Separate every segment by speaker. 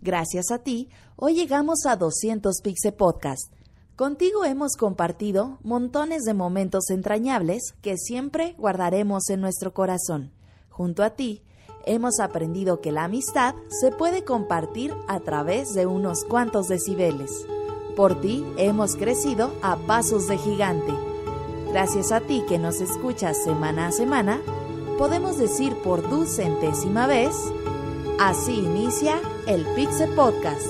Speaker 1: Gracias a ti, hoy llegamos a 200 Pixel Podcast. Contigo hemos compartido montones de momentos entrañables que siempre guardaremos en nuestro corazón. Junto a ti, hemos aprendido que la amistad se puede compartir a través de unos cuantos decibeles. Por ti hemos crecido a pasos de gigante. Gracias a ti que nos escuchas semana a semana, podemos decir por ducentésima vez, así inicia el Pixel Podcast.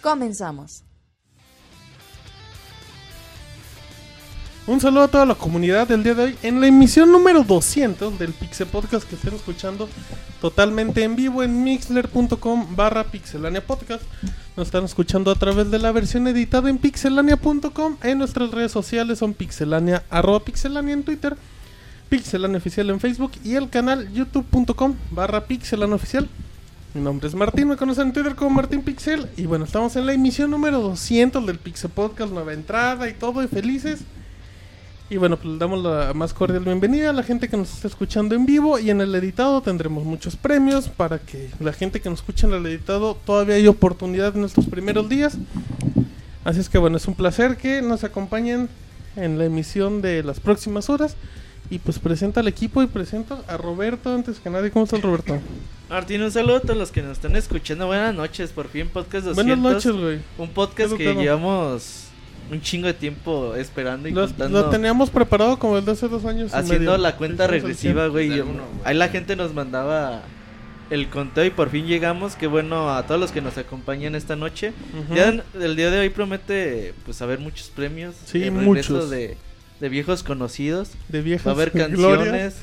Speaker 1: Comenzamos.
Speaker 2: Un saludo a toda la comunidad del día de hoy en la emisión número 200 del Pixel Podcast que estén escuchando totalmente en vivo en mixler.com barra pixelania podcast. Nos están escuchando a través de la versión editada en pixelania.com. En nuestras redes sociales son pixelania arroba pixelania en Twitter, pixelania oficial en Facebook y el canal youtube.com barra pixelania oficial. Mi nombre es Martín, me conocen en Twitter como Martín Pixel. Y bueno, estamos en la emisión número 200 del Pixel Podcast, nueva entrada y todo, y felices. Y bueno, pues le damos la más cordial bienvenida a la gente que nos está escuchando en vivo. Y en el editado tendremos muchos premios para que la gente que nos escucha en el editado todavía hay oportunidad en estos primeros días. Así es que bueno, es un placer que nos acompañen en la emisión de las próximas horas. Y pues presenta al equipo y presento a Roberto antes que nadie. ¿Cómo estás, Roberto?
Speaker 3: Martín, un saludo a todos los que nos están escuchando. Buenas noches, por fin, podcast 200.
Speaker 2: Buenas noches, güey.
Speaker 3: Un podcast
Speaker 2: Eso
Speaker 3: que
Speaker 2: todo.
Speaker 3: llevamos un chingo de tiempo esperando y
Speaker 2: Lo,
Speaker 3: contando.
Speaker 2: lo teníamos preparado como desde hace dos años. y
Speaker 3: Pues haciendo
Speaker 2: medio.
Speaker 3: la cuenta
Speaker 2: Estamos
Speaker 3: regresiva,
Speaker 2: al cien.
Speaker 3: güey.
Speaker 4: Desde
Speaker 3: y-
Speaker 4: uno, güey.
Speaker 3: Ahí la gente nos mandaba el conteo y por fin llegamos. Qué bueno a todos los que nos acompañan esta noche.
Speaker 2: Ujú.
Speaker 3: Ya en- el día de hoy promete, pues, haber muchos premios.
Speaker 2: Sí,
Speaker 3: eh,
Speaker 2: muchos.
Speaker 3: regresos De, de viejos conocidos.
Speaker 2: De viejas.
Speaker 3: Va a haber
Speaker 2: glorias.
Speaker 3: canciones.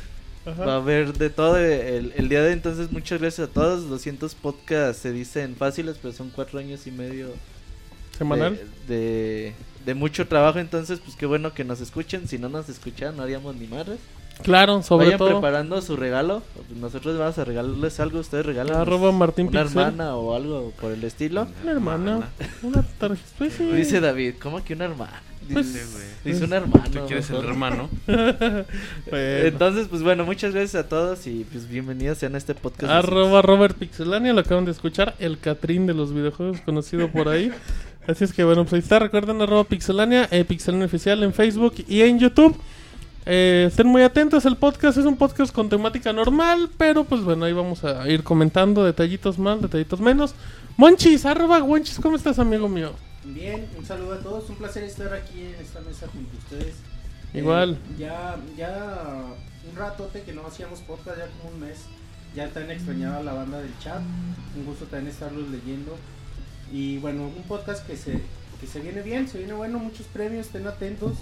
Speaker 2: Ajá.
Speaker 3: Va a haber de todo eh, el, el día de entonces. Muchas gracias a todos. 200 podcasts se dicen fáciles, pero son cuatro años y medio
Speaker 2: Semanal.
Speaker 3: De, de, de mucho trabajo. Entonces, pues qué bueno que nos escuchen. Si no nos escuchan, no haríamos ni madres.
Speaker 2: Claro, sobre
Speaker 3: Vayan
Speaker 2: todo.
Speaker 3: preparando su regalo. Nosotros vamos a regalarles algo. Ustedes regalan pues,
Speaker 2: Arroba Martín
Speaker 3: una
Speaker 2: Pixel.
Speaker 3: hermana o algo por el estilo.
Speaker 2: Una hermana. Una tarjeta. Pues sí.
Speaker 3: Dice David, ¿cómo que una hermana?
Speaker 2: Pues,
Speaker 4: Dile, güey.
Speaker 3: Dice un hermano.
Speaker 4: Tú quieres el
Speaker 3: mejor.
Speaker 4: hermano.
Speaker 2: Bueno.
Speaker 3: Entonces, pues bueno, muchas gracias a todos y pues bienvenidos sean a este podcast.
Speaker 2: Arroba Robert Pixelania, lo acaban de escuchar, el Catrín de los videojuegos conocido por ahí. Así es que bueno, pues ahí está, recuerden arroba Pixelania, eh, Pixelania Oficial en Facebook y en YouTube. Eh, estén muy atentos, el podcast es un podcast con temática normal, pero pues bueno, ahí vamos a ir comentando detallitos más, detallitos menos. Monchis, arroba Monchis, ¿cómo estás amigo mío?
Speaker 5: Bien, un saludo a todos, un placer estar aquí en esta mesa junto a ustedes.
Speaker 2: Igual.
Speaker 5: Eh, ya, ya un ratote que no hacíamos podcast, ya como un mes. Ya tan extrañaba la banda del chat. Un gusto también estarlos leyendo. Y bueno, un podcast que se, que se viene bien, se viene bueno, muchos premios, estén atentos.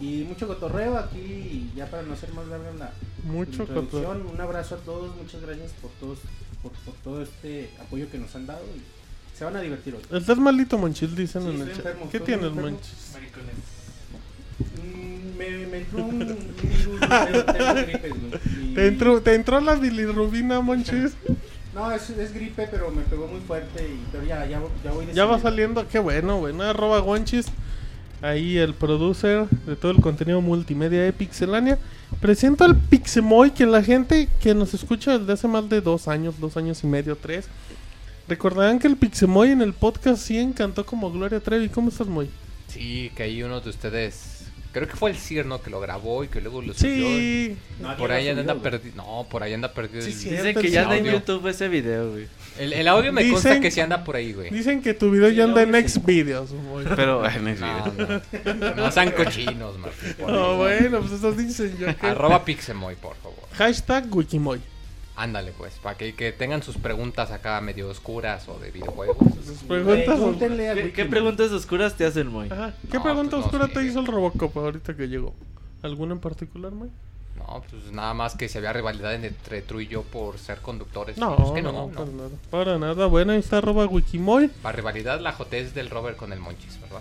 Speaker 5: Y mucho cotorreo aquí, ya para no ser más larga la
Speaker 2: Mucho
Speaker 5: introducción.
Speaker 2: cotorreo.
Speaker 5: Un abrazo a todos, muchas gracias por todos, por, por todo este apoyo que nos han dado. Y se van a divertir hoy.
Speaker 2: Estás malito Monchis, dicen
Speaker 5: Sí,
Speaker 2: en el
Speaker 5: estoy
Speaker 2: chat.
Speaker 5: enfermo,
Speaker 2: ¿Qué
Speaker 5: estoy
Speaker 2: tienes
Speaker 5: enfermo.
Speaker 2: Monchis?
Speaker 5: Mm, Me, me entró un un virus, tengo- tengo gripe, güey, y-
Speaker 2: ¿Te entró, ¿Te entró la bilirrubina Monchis?
Speaker 5: No, es, es gripe, pero me pegó muy fuerte y pero ya, ya, ya voy de
Speaker 2: Ya va
Speaker 5: salida.
Speaker 2: saliendo, qué bueno, bueno, arroba guanchis. Ahí el producer de todo el contenido multimedia de Pixelania. Presento al Pixemoy, que la gente que nos escucha desde hace más de dos años, dos años y medio, tres. Recordarán que el Pixemoy en el podcast 100 cantó como Gloria Trevi. ¿Cómo estás, Moy?
Speaker 6: Sí, que ahí uno de ustedes Creo que fue el CIR, ¿no? Que lo grabó y que luego lo subió.
Speaker 2: Sí.
Speaker 7: No, aquí
Speaker 6: Por
Speaker 7: lo
Speaker 6: ahí
Speaker 7: subió,
Speaker 6: anda
Speaker 7: güey.
Speaker 6: perdido. No, por ahí anda perdido.
Speaker 2: Sí,
Speaker 6: el-
Speaker 2: sí.
Speaker 3: Dicen que ya anda en
Speaker 6: Audio.
Speaker 3: YouTube ese video, güey.
Speaker 6: El, el audio me consta
Speaker 2: Dicen-
Speaker 6: que sí anda por ahí, güey.
Speaker 2: Dicen que tu video ya anda en
Speaker 3: no,
Speaker 2: Next Videos. güey.
Speaker 8: Pero,
Speaker 3: eh,
Speaker 8: ay, no es
Speaker 6: No,
Speaker 8: video.
Speaker 6: no. Ah, No sean cochinos, Martín. por
Speaker 2: No,
Speaker 6: favor.
Speaker 2: bueno, pues eso dicen yo. que-
Speaker 6: Arroba Pixemoy, por favor.
Speaker 2: Hashtag Wikimoy.
Speaker 6: Ándale, pues, para que, que tengan sus preguntas acá medio oscuras o de videojuegos.
Speaker 2: Sus
Speaker 7: Güey,
Speaker 2: preguntas.
Speaker 7: pregúntenle a
Speaker 3: ¿Qué, qué
Speaker 7: Wikimoy.
Speaker 3: preguntas oscuras te hacen, Moy?
Speaker 2: Ajá. ¿Qué
Speaker 6: No,
Speaker 2: pregunta
Speaker 6: pues no
Speaker 2: oscura
Speaker 6: sé.
Speaker 2: te hizo el Robocop ahorita que llegó? ¿Alguna en particular, Mike?
Speaker 6: No, pues nada más que se había rivalidad entre True y yo por ser conductores.
Speaker 2: No,
Speaker 6: Pues que
Speaker 2: no,
Speaker 6: no,
Speaker 2: para
Speaker 6: no.
Speaker 2: nada. Para nada. Bueno, ahí está arroba Wikimoy.
Speaker 6: Para rivalidad la jotez del Robert con el Monchis, ¿verdad?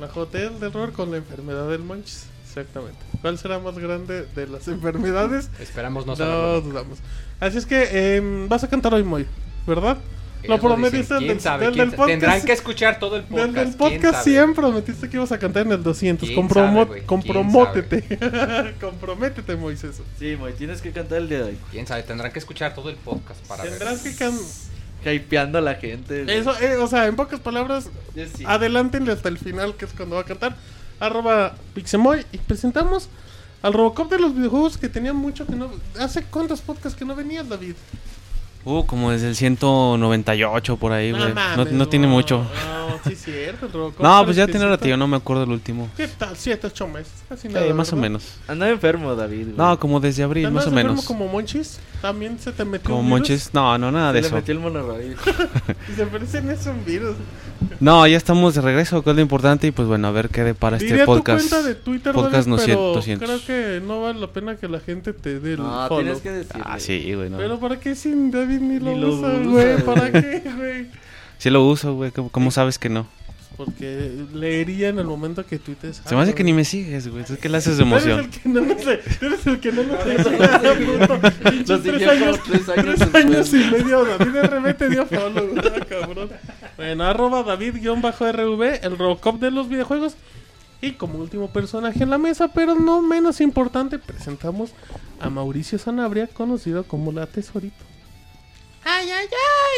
Speaker 2: La jotel del error con la enfermedad del Monchis. Exactamente. ¿Cuál será más grande de las enfermedades?
Speaker 6: Esperamos no
Speaker 2: No,
Speaker 6: saberlo.
Speaker 2: dudamos. Así es que em, vas a cantar hoy, Moy, ¿verdad? Lo
Speaker 6: Eso
Speaker 2: prometiste
Speaker 6: Eh, dicen.
Speaker 2: del,
Speaker 6: ¿Quién sabe?
Speaker 2: del-
Speaker 6: ¿Quién
Speaker 2: del
Speaker 6: sabe? Tendrán
Speaker 2: podcast.
Speaker 6: que escuchar todo el podcast.
Speaker 2: Del, del
Speaker 6: ¿Quién
Speaker 2: podcast
Speaker 6: sabe?
Speaker 2: siempre prometiste que ibas a cantar en el 200.
Speaker 6: ¿Quién
Speaker 2: Compromo-
Speaker 6: sabe, güey?
Speaker 2: compromótete. Comprométete, Moisés.
Speaker 3: Sí, Moy, tienes que cantar el día de hoy.
Speaker 6: ¿Quién sabe? Tendrán que escuchar todo el podcast para
Speaker 2: Tendrás
Speaker 6: ver.
Speaker 2: que can...
Speaker 3: Hypeando a la gente. güey.
Speaker 2: Eso, eh, o sea, en pocas palabras,
Speaker 3: Yo sí.
Speaker 2: adelántenle hasta el final, que es cuando va a cantar. Arroba Pixemoy. Y presentamos al Robocop de los videojuegos que tenía mucho que no. ¿Hace cuántos podcasts que no venías, David?
Speaker 8: Uh, como desde el 198 por ahí, güey. No,
Speaker 2: mames,
Speaker 8: no tiene mucho.
Speaker 2: No, sí, es cierto, el Robocop.
Speaker 8: No,
Speaker 2: era
Speaker 8: pues ya tiene
Speaker 2: exquisito.
Speaker 8: ratillo, no me acuerdo el último.
Speaker 2: ¿Qué tal? Siete, ocho meses. Casi
Speaker 8: Sí,
Speaker 2: nada.
Speaker 8: más o
Speaker 2: ¿verdad?
Speaker 8: menos.
Speaker 3: Andaba enfermo, David. güey.
Speaker 8: No, como desde abril,
Speaker 2: ¿Andabas
Speaker 8: más o
Speaker 2: enfermo
Speaker 8: menos.
Speaker 2: como Monchis? ¿También se te metió
Speaker 8: Como
Speaker 2: un virus?
Speaker 8: monches. No, no, nada
Speaker 3: Se
Speaker 8: de
Speaker 3: le
Speaker 8: eso.
Speaker 3: metió el monorroid.
Speaker 2: Y se parecen es un virus.
Speaker 8: No, ya estamos de regreso, que es lo importante. Y pues bueno, a ver qué depara este
Speaker 2: Diría
Speaker 8: podcast.
Speaker 2: tu cuenta de Twitter,
Speaker 8: podcast
Speaker 2: Dani,
Speaker 8: 900,
Speaker 2: pero
Speaker 8: 200.
Speaker 2: creo que no vale la pena que la gente te dé el
Speaker 3: No,
Speaker 2: follow.
Speaker 3: tienes que decir.
Speaker 8: Ah, sí, güey. no.
Speaker 2: Pero ¿para qué sin David ni lo,
Speaker 3: Ni lo
Speaker 2: usa,
Speaker 3: usa,
Speaker 2: güey?
Speaker 3: güey.
Speaker 2: ¿Para qué, güey?
Speaker 8: Sí lo uso, güey. ¿Cómo, cómo sabes que no?
Speaker 2: Porque leería en el momento que ah, tuites.
Speaker 8: Se me hace que ni me sigues, güey. Entonces, ¿qué le haces de emoción?
Speaker 2: Eres el que no nos Eres el que no nos puto.
Speaker 3: Lo
Speaker 2: Pinches tres
Speaker 3: siguió como
Speaker 2: años.
Speaker 3: tres años
Speaker 2: Tres años y
Speaker 3: después.
Speaker 2: medio. David RB te dio follow, güey. Ah, cabrón. Bueno, arroba David-RV, el Robocop de los videojuegos. Y como último personaje en la mesa, pero no menos importante, presentamos a Mauricio Sanabria, conocido como La Tesorito. ¡Ay, ay,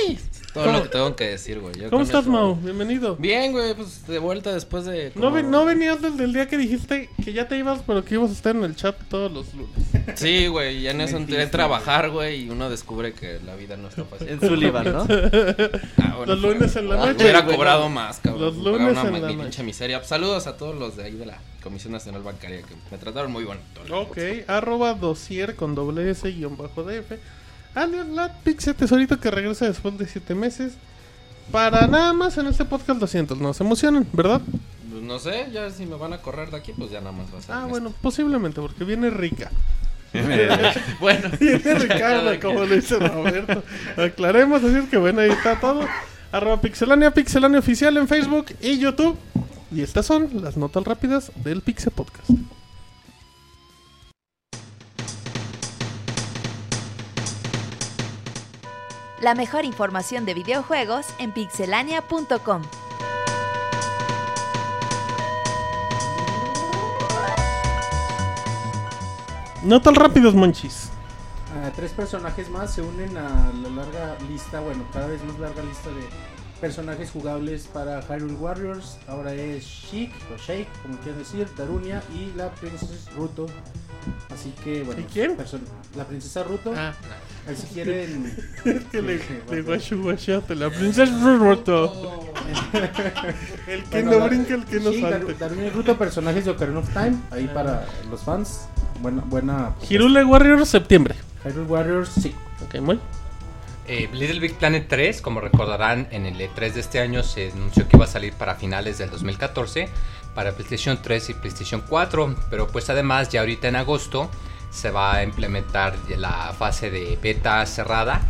Speaker 2: ay!
Speaker 9: Todo lo que tengo que decir, güey. Ya
Speaker 2: ¿Cómo
Speaker 9: con
Speaker 2: estás,
Speaker 9: eso-
Speaker 2: Mau? Bienvenido.
Speaker 9: Bien, güey, pues de vuelta después de.
Speaker 2: No,
Speaker 9: como-
Speaker 2: ve- no venías desde el día que dijiste que ya te ibas, pero que ibas a estar en el chat todos los lunes.
Speaker 9: Sí, güey, ya en eso entré a trabajar, güey, y uno descubre que la vida no está fácil.
Speaker 3: En Sullivan, ¿no?
Speaker 9: Ah, bueno,
Speaker 2: Los lunes en la
Speaker 9: ah,
Speaker 2: noche.
Speaker 9: Hubiera
Speaker 2: Bueno.
Speaker 9: cobrado más, cabrón.
Speaker 2: Los
Speaker 9: me pagaba
Speaker 2: lunes
Speaker 9: una
Speaker 2: en
Speaker 9: ma-
Speaker 2: la
Speaker 9: mi
Speaker 2: noche.
Speaker 9: pinche miseria. Saludos a todos los de ahí de la Comisión Nacional Bancaria que me trataron muy bonito. la
Speaker 2: Ok,
Speaker 9: neta.
Speaker 2: arroba dosier con doble S guión bajo DF. Alias Latpixel, tesorito que regresa después de 7 meses. Para nada más en este podcast 200, no se emocionan, ¿verdad?
Speaker 9: Pues no sé, ya si me van a correr de aquí, pues ya nada más va a ser.
Speaker 2: Ah,
Speaker 9: en
Speaker 2: bueno, posiblemente, porque viene rica.
Speaker 9: este. Bueno.
Speaker 2: Viene Ricardo, como lo dice Roberto. Aclaremos, así es que bueno, ahí está todo. Arroba Pixelania, Pixelania Oficial en Facebook y YouTube. Y estas son las notas rápidas del Pixel Podcast.
Speaker 1: La mejor información de videojuegos en pixelania.com.
Speaker 2: Notas rápidas, monchis.
Speaker 7: Ah, tres personajes más se unen a la larga lista, bueno, cada vez más larga lista de personajes jugables para Hyrule Warriors. Ahora es Sheik o Sheik, como quieran decir, Darunia y la princesa Ruto. Así que, bueno,
Speaker 2: ¿Y quién?
Speaker 7: person- La princesa Ruto.
Speaker 2: Ah.
Speaker 7: Ahí si quieren.
Speaker 2: Es que le, le guachu guachaste la princesa Ruto. El que
Speaker 7: Bueno,
Speaker 2: no
Speaker 7: la-
Speaker 2: brinca, el que no
Speaker 7: Sheik, Daru-
Speaker 2: salte. Ah.
Speaker 7: Darunia y Ruto, personajes de Ocarina of Time, ahí para los fans. Buena, buena.
Speaker 2: Girule Warrior septiembre.
Speaker 7: Hyrule Warriors, sí.
Speaker 2: Ok, muy.
Speaker 6: Eh, Little Big Planet 3, como recordarán, en el E3 de este año se anunció que iba a salir para finales del 2014 para PlayStation 3 y PlayStation 4, pero pues además ya ahorita en agosto se va a implementar la fase de beta cerrada,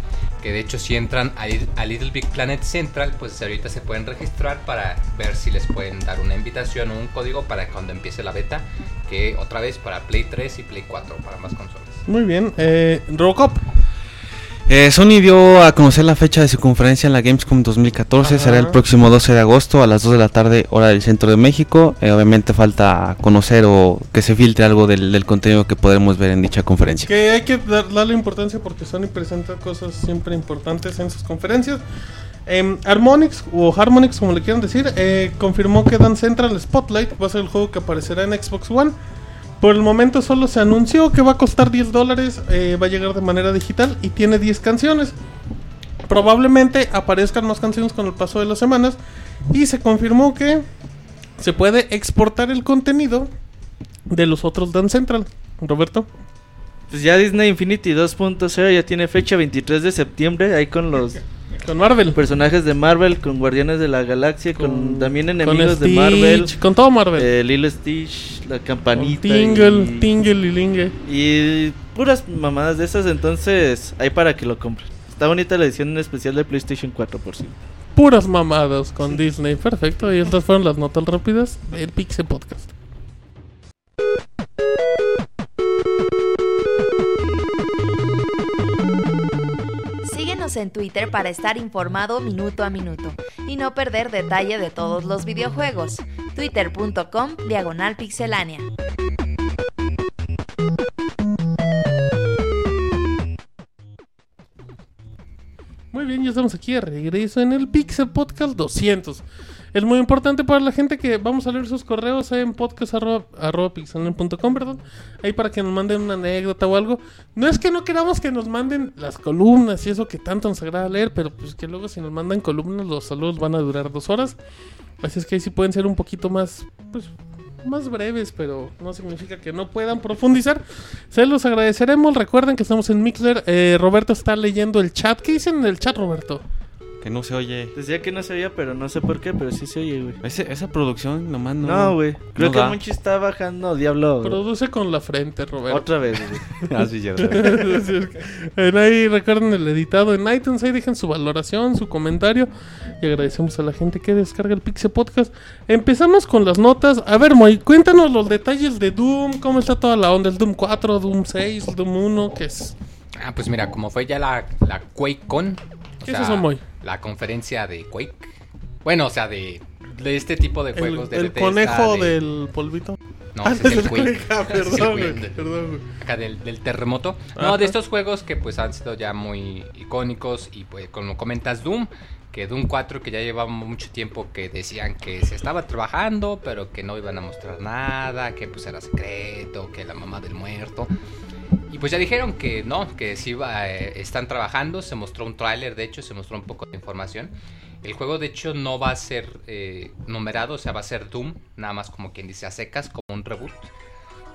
Speaker 6: que de hecho si entran a, Lit- a Little Big Planet Central, pues ahorita se pueden registrar para ver si les pueden dar una invitación o un código para cuando empiece la beta, que otra vez para Play 3 y Play 4, para más consolas.
Speaker 2: Muy bien. Eh, Robocop.
Speaker 8: Eh, Sony dio a conocer la fecha de su conferencia en la Gamescom 2014.
Speaker 2: Ajá.
Speaker 8: Será el próximo 12 de agosto a las 2 de la tarde, hora del centro de México. Eh, obviamente falta conocer o que se filtre algo del, del contenido que podremos ver en dicha conferencia.
Speaker 2: Que hay que dar- darle importancia porque Sony presenta cosas siempre importantes en sus conferencias. Em, Harmonix o Harmonix, como le quieran decir, eh, confirmó que Dan Central Spotlight va a ser el juego que aparecerá en Xbox One. Por el momento solo se anunció que va a costar 10 dólares, eh, va a llegar de manera digital y tiene 10 canciones. Probablemente aparezcan más canciones con el paso de las semanas. Y se confirmó que se puede exportar el contenido de los otros Dan Central. Roberto.
Speaker 3: Pues ya Disney Infinity 2.0 ya tiene fecha 23 de septiembre, ahí con los
Speaker 2: Con Marvel.
Speaker 3: personajes de Marvel, con Guardianes de la Galaxia, con,
Speaker 2: Con-
Speaker 3: también
Speaker 2: con
Speaker 3: enemigos de
Speaker 2: Stitch,
Speaker 3: Marvel,
Speaker 2: Con todo Marvel.
Speaker 3: eh, Lilo Stitch, la
Speaker 2: Con
Speaker 3: campanita.
Speaker 2: Tingle,
Speaker 3: y-
Speaker 2: Tingle y Lingue.
Speaker 3: Y puras mamadas de esas, entonces hay para que lo compren. Está bonita la edición especial de PlayStation 4 por sí.
Speaker 2: Puras mamadas con Disney. Perfecto. Y estas fueron las notas rápidas del Pixel Podcast.
Speaker 1: Síguenos en Twitter para estar informado minuto a minuto y no perder detalle de todos los videojuegos. Twitter.com Diagonal Pixelánea.
Speaker 2: Muy bien, ya estamos aquí de regreso en el Pixel Podcast 200. Es muy importante para la gente que vamos a leer sus correos en podcast.pixelnet.com, ¿verdad? Ahí para que nos manden una anécdota o algo. No es que no queramos que nos manden las columnas y eso que tanto nos agrada leer, pero pues que luego si nos mandan columnas los saludos van a durar dos horas. Así es que ahí sí pueden ser un poquito más, pues, más breves, pero no significa que no puedan profundizar. Se los agradeceremos. Recuerden que estamos en Mixler. Eh, Roberto está leyendo el chat. ¿Qué dicen en el chat, Roberto?
Speaker 8: Que no se oye.
Speaker 3: Decía que no se oía, pero no sé por qué, pero sí se oye, güey.
Speaker 8: Ese- esa producción nomás no.
Speaker 3: No, güey. Creo
Speaker 8: no
Speaker 3: que
Speaker 8: da.
Speaker 3: Monchi está bajando Diablo güey.
Speaker 2: Produce con la frente, Roberto.
Speaker 3: otra vez, güey.
Speaker 8: Ah, sí, cierto.
Speaker 2: Así es que, en ahí recuerden el editado en iTunes, ahí dejen su valoración, su comentario y agradecemos a la gente que descarga el Pixel Podcast. Empezamos con las notas. A ver, Moy, cuéntanos los detalles de Doom, cómo está toda la onda, el Doom 4, Doom 6, Doom 1, que es
Speaker 6: Ah, pues mira, como fue ya la, la QuakeCon. o
Speaker 2: ¿Qué
Speaker 6: sea,
Speaker 2: es eso, Moy?
Speaker 6: La conferencia de Quake. Bueno, o sea, de, de este tipo de
Speaker 2: el,
Speaker 6: juegos de
Speaker 2: el
Speaker 6: Bethesda,
Speaker 2: conejo
Speaker 6: de-
Speaker 2: del polvito.
Speaker 6: No,
Speaker 2: Ah,
Speaker 6: ese es el Quake.
Speaker 2: conejo,
Speaker 6: Ese es el
Speaker 2: perdón,
Speaker 6: Quake
Speaker 2: güey,
Speaker 6: de-
Speaker 2: perdón, güey.
Speaker 6: acá del, del terremoto.
Speaker 2: Ajá.
Speaker 6: No, de estos juegos que pues han sido ya muy icónicos y pues como comentas Doom, que Doom 4 que ya llevaba mucho tiempo que decían que se estaba trabajando, pero que no iban a mostrar nada, que pues era secreto, que la mamá del muerto. Y pues ya dijeron que no, que sí va, eh, están trabajando, se mostró un tráiler, de hecho se mostró un poco de información. El juego de hecho no va a ser eh, numerado, o sea, va a ser Doom, nada más como quien dice a secas, como un reboot.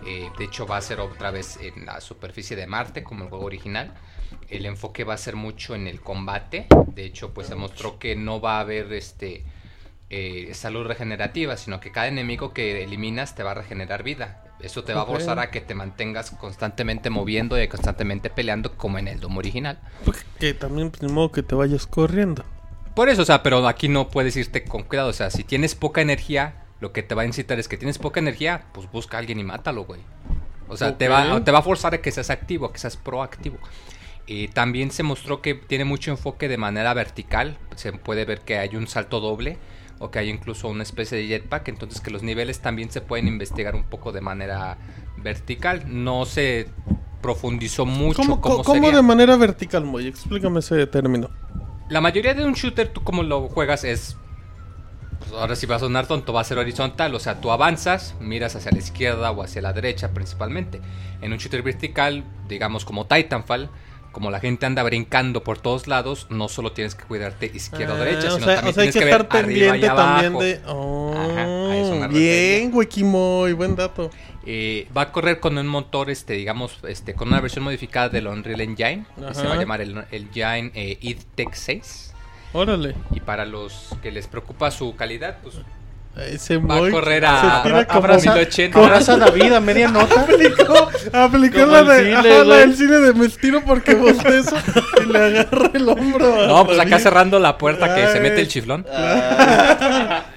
Speaker 6: Eh, de hecho, va a ser otra vez en la superficie de Marte, como el juego original. El enfoque va a ser mucho en el combate. De hecho, pues se mostró que no va a haber este eh, salud regenerativa, sino que cada enemigo que eliminas te va a regenerar vida. Eso te va
Speaker 2: Ok.
Speaker 6: a forzar a que te mantengas constantemente moviendo y constantemente peleando como en el Doom original.
Speaker 2: Pues que también, pues, ni modo que te vayas corriendo.
Speaker 6: Por eso, o sea, pero aquí no puedes irte con cuidado. O sea, si tienes poca energía, lo que te va a incitar es que tienes poca energía, pues busca a alguien y mátalo, güey. O sea, te, va,
Speaker 2: Ok.
Speaker 6: te va a forzar a que seas activo, a que seas proactivo. Y también se mostró que tiene mucho enfoque de manera vertical. Se puede ver que hay un salto doble o que hay incluso una especie de jetpack. Entonces que los niveles también se pueden investigar un poco de manera vertical. No se profundizó mucho
Speaker 2: ¿Cómo,
Speaker 6: cómo,
Speaker 2: co- cómo
Speaker 6: sería.
Speaker 2: de manera vertical, Moy? Explícame ese término.
Speaker 6: La mayoría de un shooter, tú como lo juegas es. pues, ahora sí va a sonar tonto, va a ser horizontal. O sea, tú avanzas, miras hacia la izquierda o hacia la derecha principalmente. En un shooter vertical, digamos como Titanfall, como la gente anda brincando por todos lados, no solo tienes que cuidarte izquierda o
Speaker 2: Ah,
Speaker 6: derecha,
Speaker 2: o
Speaker 6: sino
Speaker 2: sea,
Speaker 6: también
Speaker 2: o sea, hay
Speaker 6: tienes
Speaker 2: que
Speaker 6: que,
Speaker 2: estar
Speaker 6: ver arriba y
Speaker 2: pendiente también
Speaker 6: abajo.
Speaker 2: de. Oh,
Speaker 6: Ajá, a eso me
Speaker 2: bien,
Speaker 6: refería.
Speaker 2: Wikimoy, buen dato.
Speaker 6: Eh, va a correr con un motor, este, digamos, este, con una versión modificada del Unreal Engine. que se va a
Speaker 2: Ajá.
Speaker 6: llamar el, el Engine eh, id Tech 6.
Speaker 2: Órale.
Speaker 6: Y para los que les preocupa su calidad, pues
Speaker 2: Ese
Speaker 6: Va a
Speaker 2: Moy
Speaker 6: correr a-
Speaker 2: Eh, se tira
Speaker 6: a-
Speaker 2: como-
Speaker 7: Abraza,
Speaker 6: 1080.
Speaker 7: abraza a David a media nota.
Speaker 2: Aplicó, aplicó
Speaker 3: Como
Speaker 2: la,
Speaker 3: el
Speaker 2: de,
Speaker 3: cine,
Speaker 2: ajá, la
Speaker 3: güey.
Speaker 2: del cine de me estiro porque bostezo y le agarro el hombro. a
Speaker 6: No, pues acá
Speaker 2: David.
Speaker 6: cerrando la puerta que se
Speaker 2: Ay.
Speaker 6: mete el chiflón.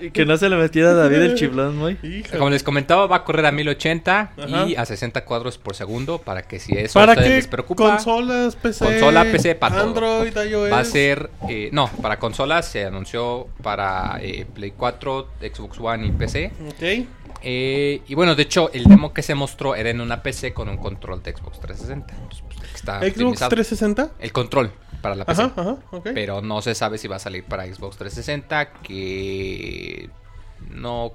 Speaker 3: Y que no se le metiera a David el chiflón, muy.
Speaker 2: Hija.
Speaker 6: Como les comentaba, va a correr a 1080 y
Speaker 2: Ajá.
Speaker 6: a 60 cuadros por segundo para que si eso
Speaker 2: ¿Para
Speaker 6: a ustedes
Speaker 2: qué
Speaker 6: les preocupa,
Speaker 2: consolas, PC?
Speaker 6: Consola, PC, para todo.
Speaker 2: Android, iOS.
Speaker 6: va a ser... eh, no, para consolas se anunció para eh, Play 4, Xbox One y PC.
Speaker 2: Ok.
Speaker 6: Eh, y bueno, de hecho, el demo que se mostró era en una PC con un control de Xbox 360. Entonces, pues, que está
Speaker 2: Xbox
Speaker 6: optimizado.
Speaker 2: 360.
Speaker 6: El control para la PC.
Speaker 2: Ajá, ajá, ok.
Speaker 6: Pero no se sabe si va a salir para Xbox 360, que no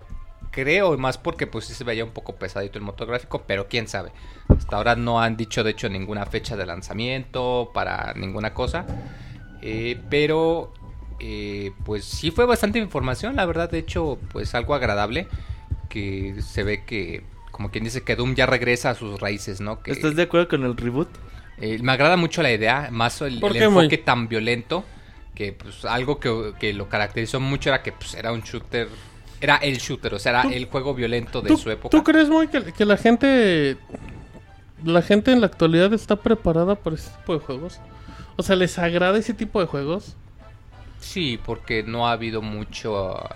Speaker 6: creo, más porque pues sí se veía un poco pesadito el motor gráfico, pero quién sabe. Hasta ahora no han dicho de hecho ninguna fecha de lanzamiento para ninguna cosa. Eh, pero eh, pues sí fue bastante información, la verdad, de hecho pues algo agradable, que se ve que como quien dice que Doom ya regresa a sus raíces, ¿no? Que,
Speaker 3: ¿Estás de acuerdo con el reboot?
Speaker 6: eh, me agrada mucho la idea, más el,
Speaker 2: ¿Por
Speaker 6: el
Speaker 2: qué,
Speaker 6: enfoque
Speaker 2: Moy?
Speaker 6: tan violento, que pues algo que, que lo caracterizó mucho era que pues, era un shooter, era el shooter, o sea, era
Speaker 2: ¿Tú-
Speaker 6: el juego violento de
Speaker 2: ¿Tú,
Speaker 6: su época.
Speaker 2: tú crees, muy que, que la gente. La gente en la actualidad está preparada para ese tipo de juegos? O sea, ¿les agrada ese tipo de juegos?
Speaker 6: Sí, porque no ha habido mucho... ah,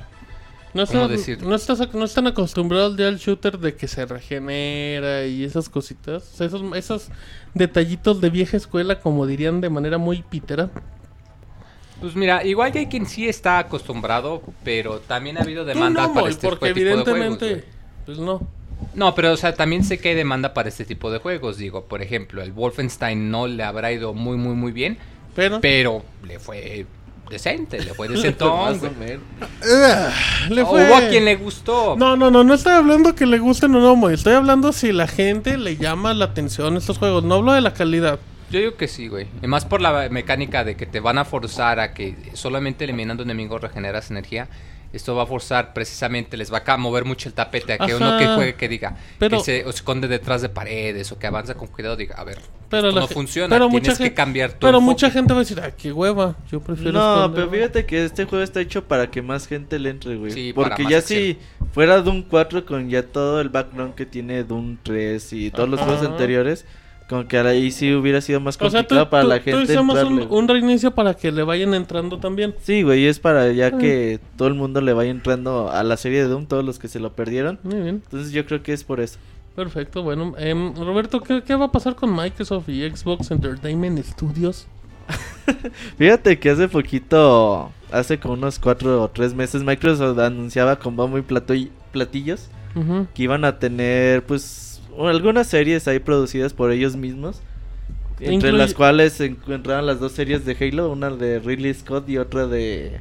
Speaker 2: No
Speaker 6: ¿Cómo
Speaker 2: están,
Speaker 6: decirlo?
Speaker 2: no, estás- no están acostumbrados ya al shooter de que se regenera y esas cositas. O sea, esos, esos detallitos de vieja escuela, como dirían de manera muy pitera.
Speaker 6: Pues mira, igual que hay quien sí está acostumbrado, pero también ha habido demanda
Speaker 2: Tú no,
Speaker 6: para
Speaker 2: Moy,
Speaker 6: este
Speaker 2: porque
Speaker 6: tipo de juegos,
Speaker 2: evidentemente.
Speaker 6: güey.
Speaker 2: pues no.
Speaker 6: No, pero o sea, también sé que hay demanda para este tipo de juegos. Digo, por ejemplo, el Wolfenstein no le habrá ido muy, muy, muy bien,
Speaker 2: Pero.
Speaker 6: pero le fue decente, le fue
Speaker 9: Más
Speaker 6: decentón,
Speaker 9: o
Speaker 6: güey.
Speaker 9: menos.
Speaker 2: Ugh, Ah, le
Speaker 6: O
Speaker 2: fue-
Speaker 6: Hubo a quien le gustó.
Speaker 2: No, no, no, no estoy hablando que le gusten o no, Moy. Estoy hablando si la gente le llama la atención estos juegos. No hablo de la calidad.
Speaker 6: Yo digo que sí, güey. Y más por la mecánica de que te van a forzar a que solamente eliminando enemigos regeneras energía. Esto va a forzar precisamente, les va a ca- mover mucho el tapete a que
Speaker 2: Ajá.
Speaker 6: uno que juegue que diga
Speaker 2: Pero-
Speaker 6: que se o se esconde detrás de paredes o que avanza con cuidado diga, a ver,
Speaker 2: Pero
Speaker 6: esto
Speaker 2: la
Speaker 6: no
Speaker 2: ge-
Speaker 6: funciona,
Speaker 2: pero
Speaker 6: tienes
Speaker 2: mucha
Speaker 6: que
Speaker 2: gen-
Speaker 6: cambiar tu
Speaker 2: Pero
Speaker 6: enfoque.
Speaker 2: mucha gente va a decir, ah, qué hueva. Yo prefiero.
Speaker 3: No,
Speaker 2: esconderme".
Speaker 3: pero fíjate que este juego está hecho para que más gente le entre, güey.
Speaker 6: Sí, para
Speaker 3: Porque
Speaker 6: más
Speaker 3: ya
Speaker 6: acción.
Speaker 3: si fuera Doom 4 con ya todo el background que tiene Doom 3 y todos los
Speaker 2: Ajá.
Speaker 3: juegos anteriores, con que ahí sí hubiera sido más
Speaker 2: O sea, tú,
Speaker 3: complicado para
Speaker 2: tú-
Speaker 3: la
Speaker 2: tú
Speaker 3: gente
Speaker 2: hicimos
Speaker 3: entrarle,
Speaker 2: un,
Speaker 3: güey.
Speaker 2: un reinicio para que le vayan entrando también.
Speaker 3: Sí, güey, es para ya
Speaker 2: Ah.
Speaker 3: que todo el mundo le vaya entrando a la serie de Doom, todos los que se lo perdieron.
Speaker 2: Muy bien,
Speaker 3: Entonces yo creo que es por eso.
Speaker 2: perfecto. Bueno, em, Roberto, ¿qué, qué va a pasar con Microsoft y Xbox Entertainment Studios?
Speaker 3: Fíjate que hace poquito, hace como unos cuatro o tres meses, Microsoft anunciaba con bombo y platoy- platillos
Speaker 2: Ujú.
Speaker 3: que iban a tener, pues, o- algunas series ahí producidas por ellos mismos. Entre
Speaker 2: Incluye-
Speaker 3: las cuales se encontraban las dos series de Halo, una de Ridley Scott y otra de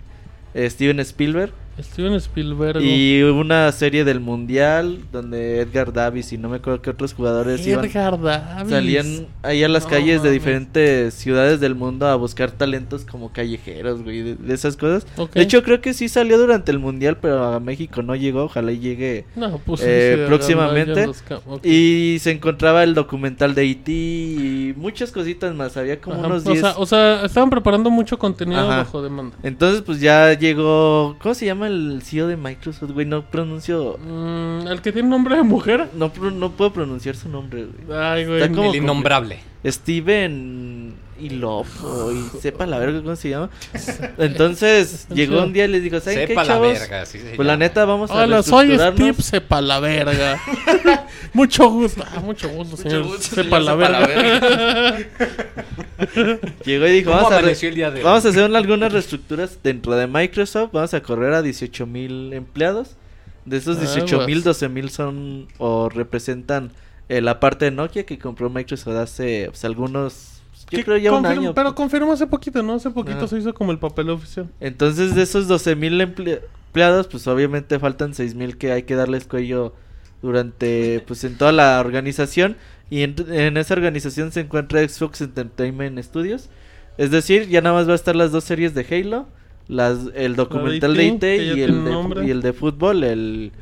Speaker 3: eh, Steven Spielberg.
Speaker 2: Steven Spielberg.
Speaker 3: Y una serie del Mundial donde Edgar Davis y no me acuerdo qué otros jugadores iban.
Speaker 2: Edgar Davis.
Speaker 3: Salían ahí a las
Speaker 2: No
Speaker 3: calles de
Speaker 2: mames.
Speaker 3: diferentes ciudades del mundo a buscar talentos como callejeros, güey, de, de esas cosas.
Speaker 2: Ok.
Speaker 3: De hecho, creo que sí salió durante el mundial, pero a México no llegó. Ojalá y llegue.
Speaker 2: No, pues, sí,
Speaker 3: eh,
Speaker 2: sí,
Speaker 3: próximamente.
Speaker 2: Edgar Davis, ca- ok.
Speaker 3: Y se encontraba el documental de E.T. y muchas cositas más. Había como
Speaker 2: Ajá,
Speaker 3: unos
Speaker 2: o,
Speaker 3: 10.
Speaker 2: sea, o sea, estaban preparando mucho contenido
Speaker 3: Ajá.
Speaker 2: bajo demanda.
Speaker 3: Entonces, pues ya llegó. ¿Cómo se llama el CEO de Microsoft, güey? No pronuncio.
Speaker 2: Mm, el que tiene nombre de mujer.
Speaker 3: No, pro- no puedo pronunciar su nombre, güey.
Speaker 2: Ay, güey.
Speaker 3: Está como-
Speaker 6: el innombrable.
Speaker 3: Steven y Lopo y sepa la verga cómo se llama. Entonces llegó un día y les dijo, ¿saben
Speaker 6: Sepa
Speaker 3: qué,
Speaker 6: la
Speaker 3: chavos?
Speaker 6: verga, así se
Speaker 3: Pues
Speaker 6: llama.
Speaker 3: la neta vamos a
Speaker 2: Hola, soy
Speaker 3: reestructurarnos".
Speaker 2: Steve Sepa la verga. mucho gusto. Ah, mucho gusto, señor.
Speaker 9: gusto, señor
Speaker 2: sepa la
Speaker 9: Sepa la
Speaker 2: verga.
Speaker 3: Llegó y dijo,
Speaker 6: ¿Cómo
Speaker 3: vamos a, re-
Speaker 6: amaneció el día de hoy?
Speaker 3: vamos a hacer algunas reestructuras dentro de Microsoft, vamos a correr a 18 mil empleados. De
Speaker 6: Ah,
Speaker 3: esos 18 mil,
Speaker 2: Aguas.
Speaker 3: 12 mil son o representan eh, la parte de Nokia que compró Microsoft hace pues, algunos, yo
Speaker 2: Que
Speaker 3: creo ya un
Speaker 2: confirm-
Speaker 3: año.
Speaker 2: Pero confirmó hace poquito, ¿no? Hace poquito
Speaker 3: Ajá.
Speaker 2: se hizo como el papel oficial.
Speaker 3: Entonces, de esos 12.000 mil empleados, pues obviamente faltan 6.000 mil que hay que darles cuello durante, pues en toda la organización. Y en, en esa organización se encuentra Xbox Entertainment Studios. Es decir, ya nada más va a estar las dos series de Halo, las, el documental de IT
Speaker 2: IT, que ya
Speaker 3: y,
Speaker 2: tiene
Speaker 3: el de,
Speaker 2: nombre.
Speaker 3: y el de fútbol, el...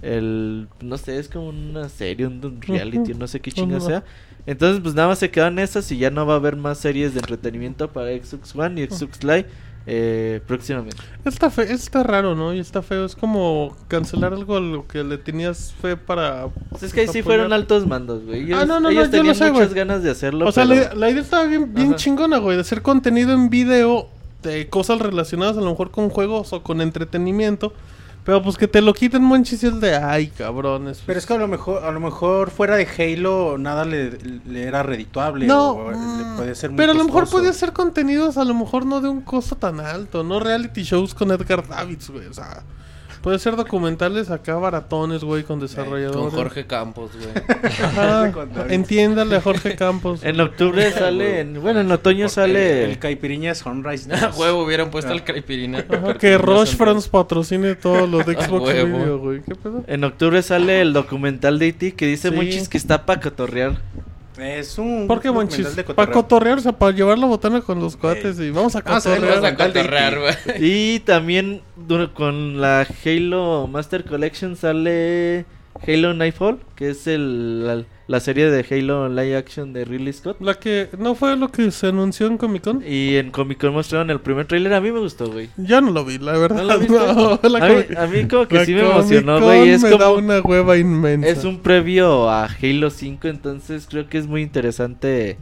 Speaker 3: El, no sé, es como una serie, un, un reality, no sé qué chingo
Speaker 2: Ujú.
Speaker 3: sea. Entonces, pues nada más se quedan esas y ya no va a haber más series de entretenimiento para Xbox One y
Speaker 2: Oh.
Speaker 3: Xbox Live eh, próximamente.
Speaker 2: Está, fe- está raro, ¿no? Y está feo. Es como cancelar algo a lo que le tenías fe para.
Speaker 3: Pues es que ahí sí
Speaker 2: apoyar.
Speaker 3: fueron altos mandos, güey. Ellos,
Speaker 2: Ah, no, no,
Speaker 3: ellos
Speaker 2: no, yo lo
Speaker 3: tenían
Speaker 2: sé,
Speaker 3: muchas
Speaker 2: güey.
Speaker 3: ganas de hacerlo.
Speaker 2: O sea,
Speaker 3: pero-
Speaker 2: la, la idea estaba bien, bien
Speaker 3: Ajá.
Speaker 2: chingona, güey. De hacer contenido en video de cosas relacionadas a lo mejor con juegos o con entretenimiento. Pero pues que te lo quiten, monchis, y es de ay, cabrones. pues".
Speaker 7: Pero es que a lo mejor, a lo mejor fuera de Halo nada le, le era redituable.
Speaker 2: No,
Speaker 7: o
Speaker 2: mm,
Speaker 7: le puede ser muy
Speaker 2: pero a lo mejor
Speaker 7: costoso.
Speaker 2: podía ser contenidos, a lo mejor no de un costo tan alto, no reality shows con Edgar Davids, güey. O sea, Puede ser documentales acá baratones, güey, con
Speaker 9: Con
Speaker 2: desarrolladores.
Speaker 9: Jorge Campos, güey.
Speaker 2: Ajá,
Speaker 5: Con David.
Speaker 2: entiéndale a Jorge Campos.
Speaker 3: En octubre sale, en- bueno, en otoño sale.
Speaker 5: El Caipiriña Sunrise.
Speaker 9: A
Speaker 5: 2.
Speaker 9: huevo hubieran puesto
Speaker 7: Ah.
Speaker 9: al Caipirina.
Speaker 2: Ajá, que Roche France patrocine todos los de
Speaker 9: Ah,
Speaker 2: Xbox
Speaker 9: huevo.
Speaker 2: Video, güey. ¿Qué pedo?
Speaker 3: En octubre sale el documental de E.T. que dice
Speaker 2: Sí.
Speaker 3: Monchis que está para cotorrear.
Speaker 5: Es un.
Speaker 2: ¿Por qué,
Speaker 5: documental
Speaker 2: Monchis?
Speaker 5: de
Speaker 2: Para
Speaker 5: cotorreo.
Speaker 2: cotorrear, o sea, para llevar la botana con los cuates y vamos a
Speaker 9: Vamos a
Speaker 2: cotorrear.
Speaker 9: verlos a cotorrear, güey.
Speaker 3: Y también dur- con la Halo Master Collection sale Halo Nightfall, que es el, la, la serie de Halo Live Action de Ridley Scott.
Speaker 2: La que no fue lo que se anunció en Comic Con.
Speaker 3: Y en Comic Con mostraron el primer tráiler, a mí me gustó, güey.
Speaker 2: Ya no lo vi, la verdad.
Speaker 3: ¿No lo viste?
Speaker 2: no, la
Speaker 3: a, mí,
Speaker 2: Comic-
Speaker 3: a mí como que
Speaker 2: la
Speaker 3: sí me
Speaker 2: Comic
Speaker 3: emocionó,
Speaker 2: Con
Speaker 3: güey. Es
Speaker 2: me da
Speaker 3: como...
Speaker 2: una hueva inmensa.
Speaker 3: Es un previo a Halo 5, entonces creo que es muy interesante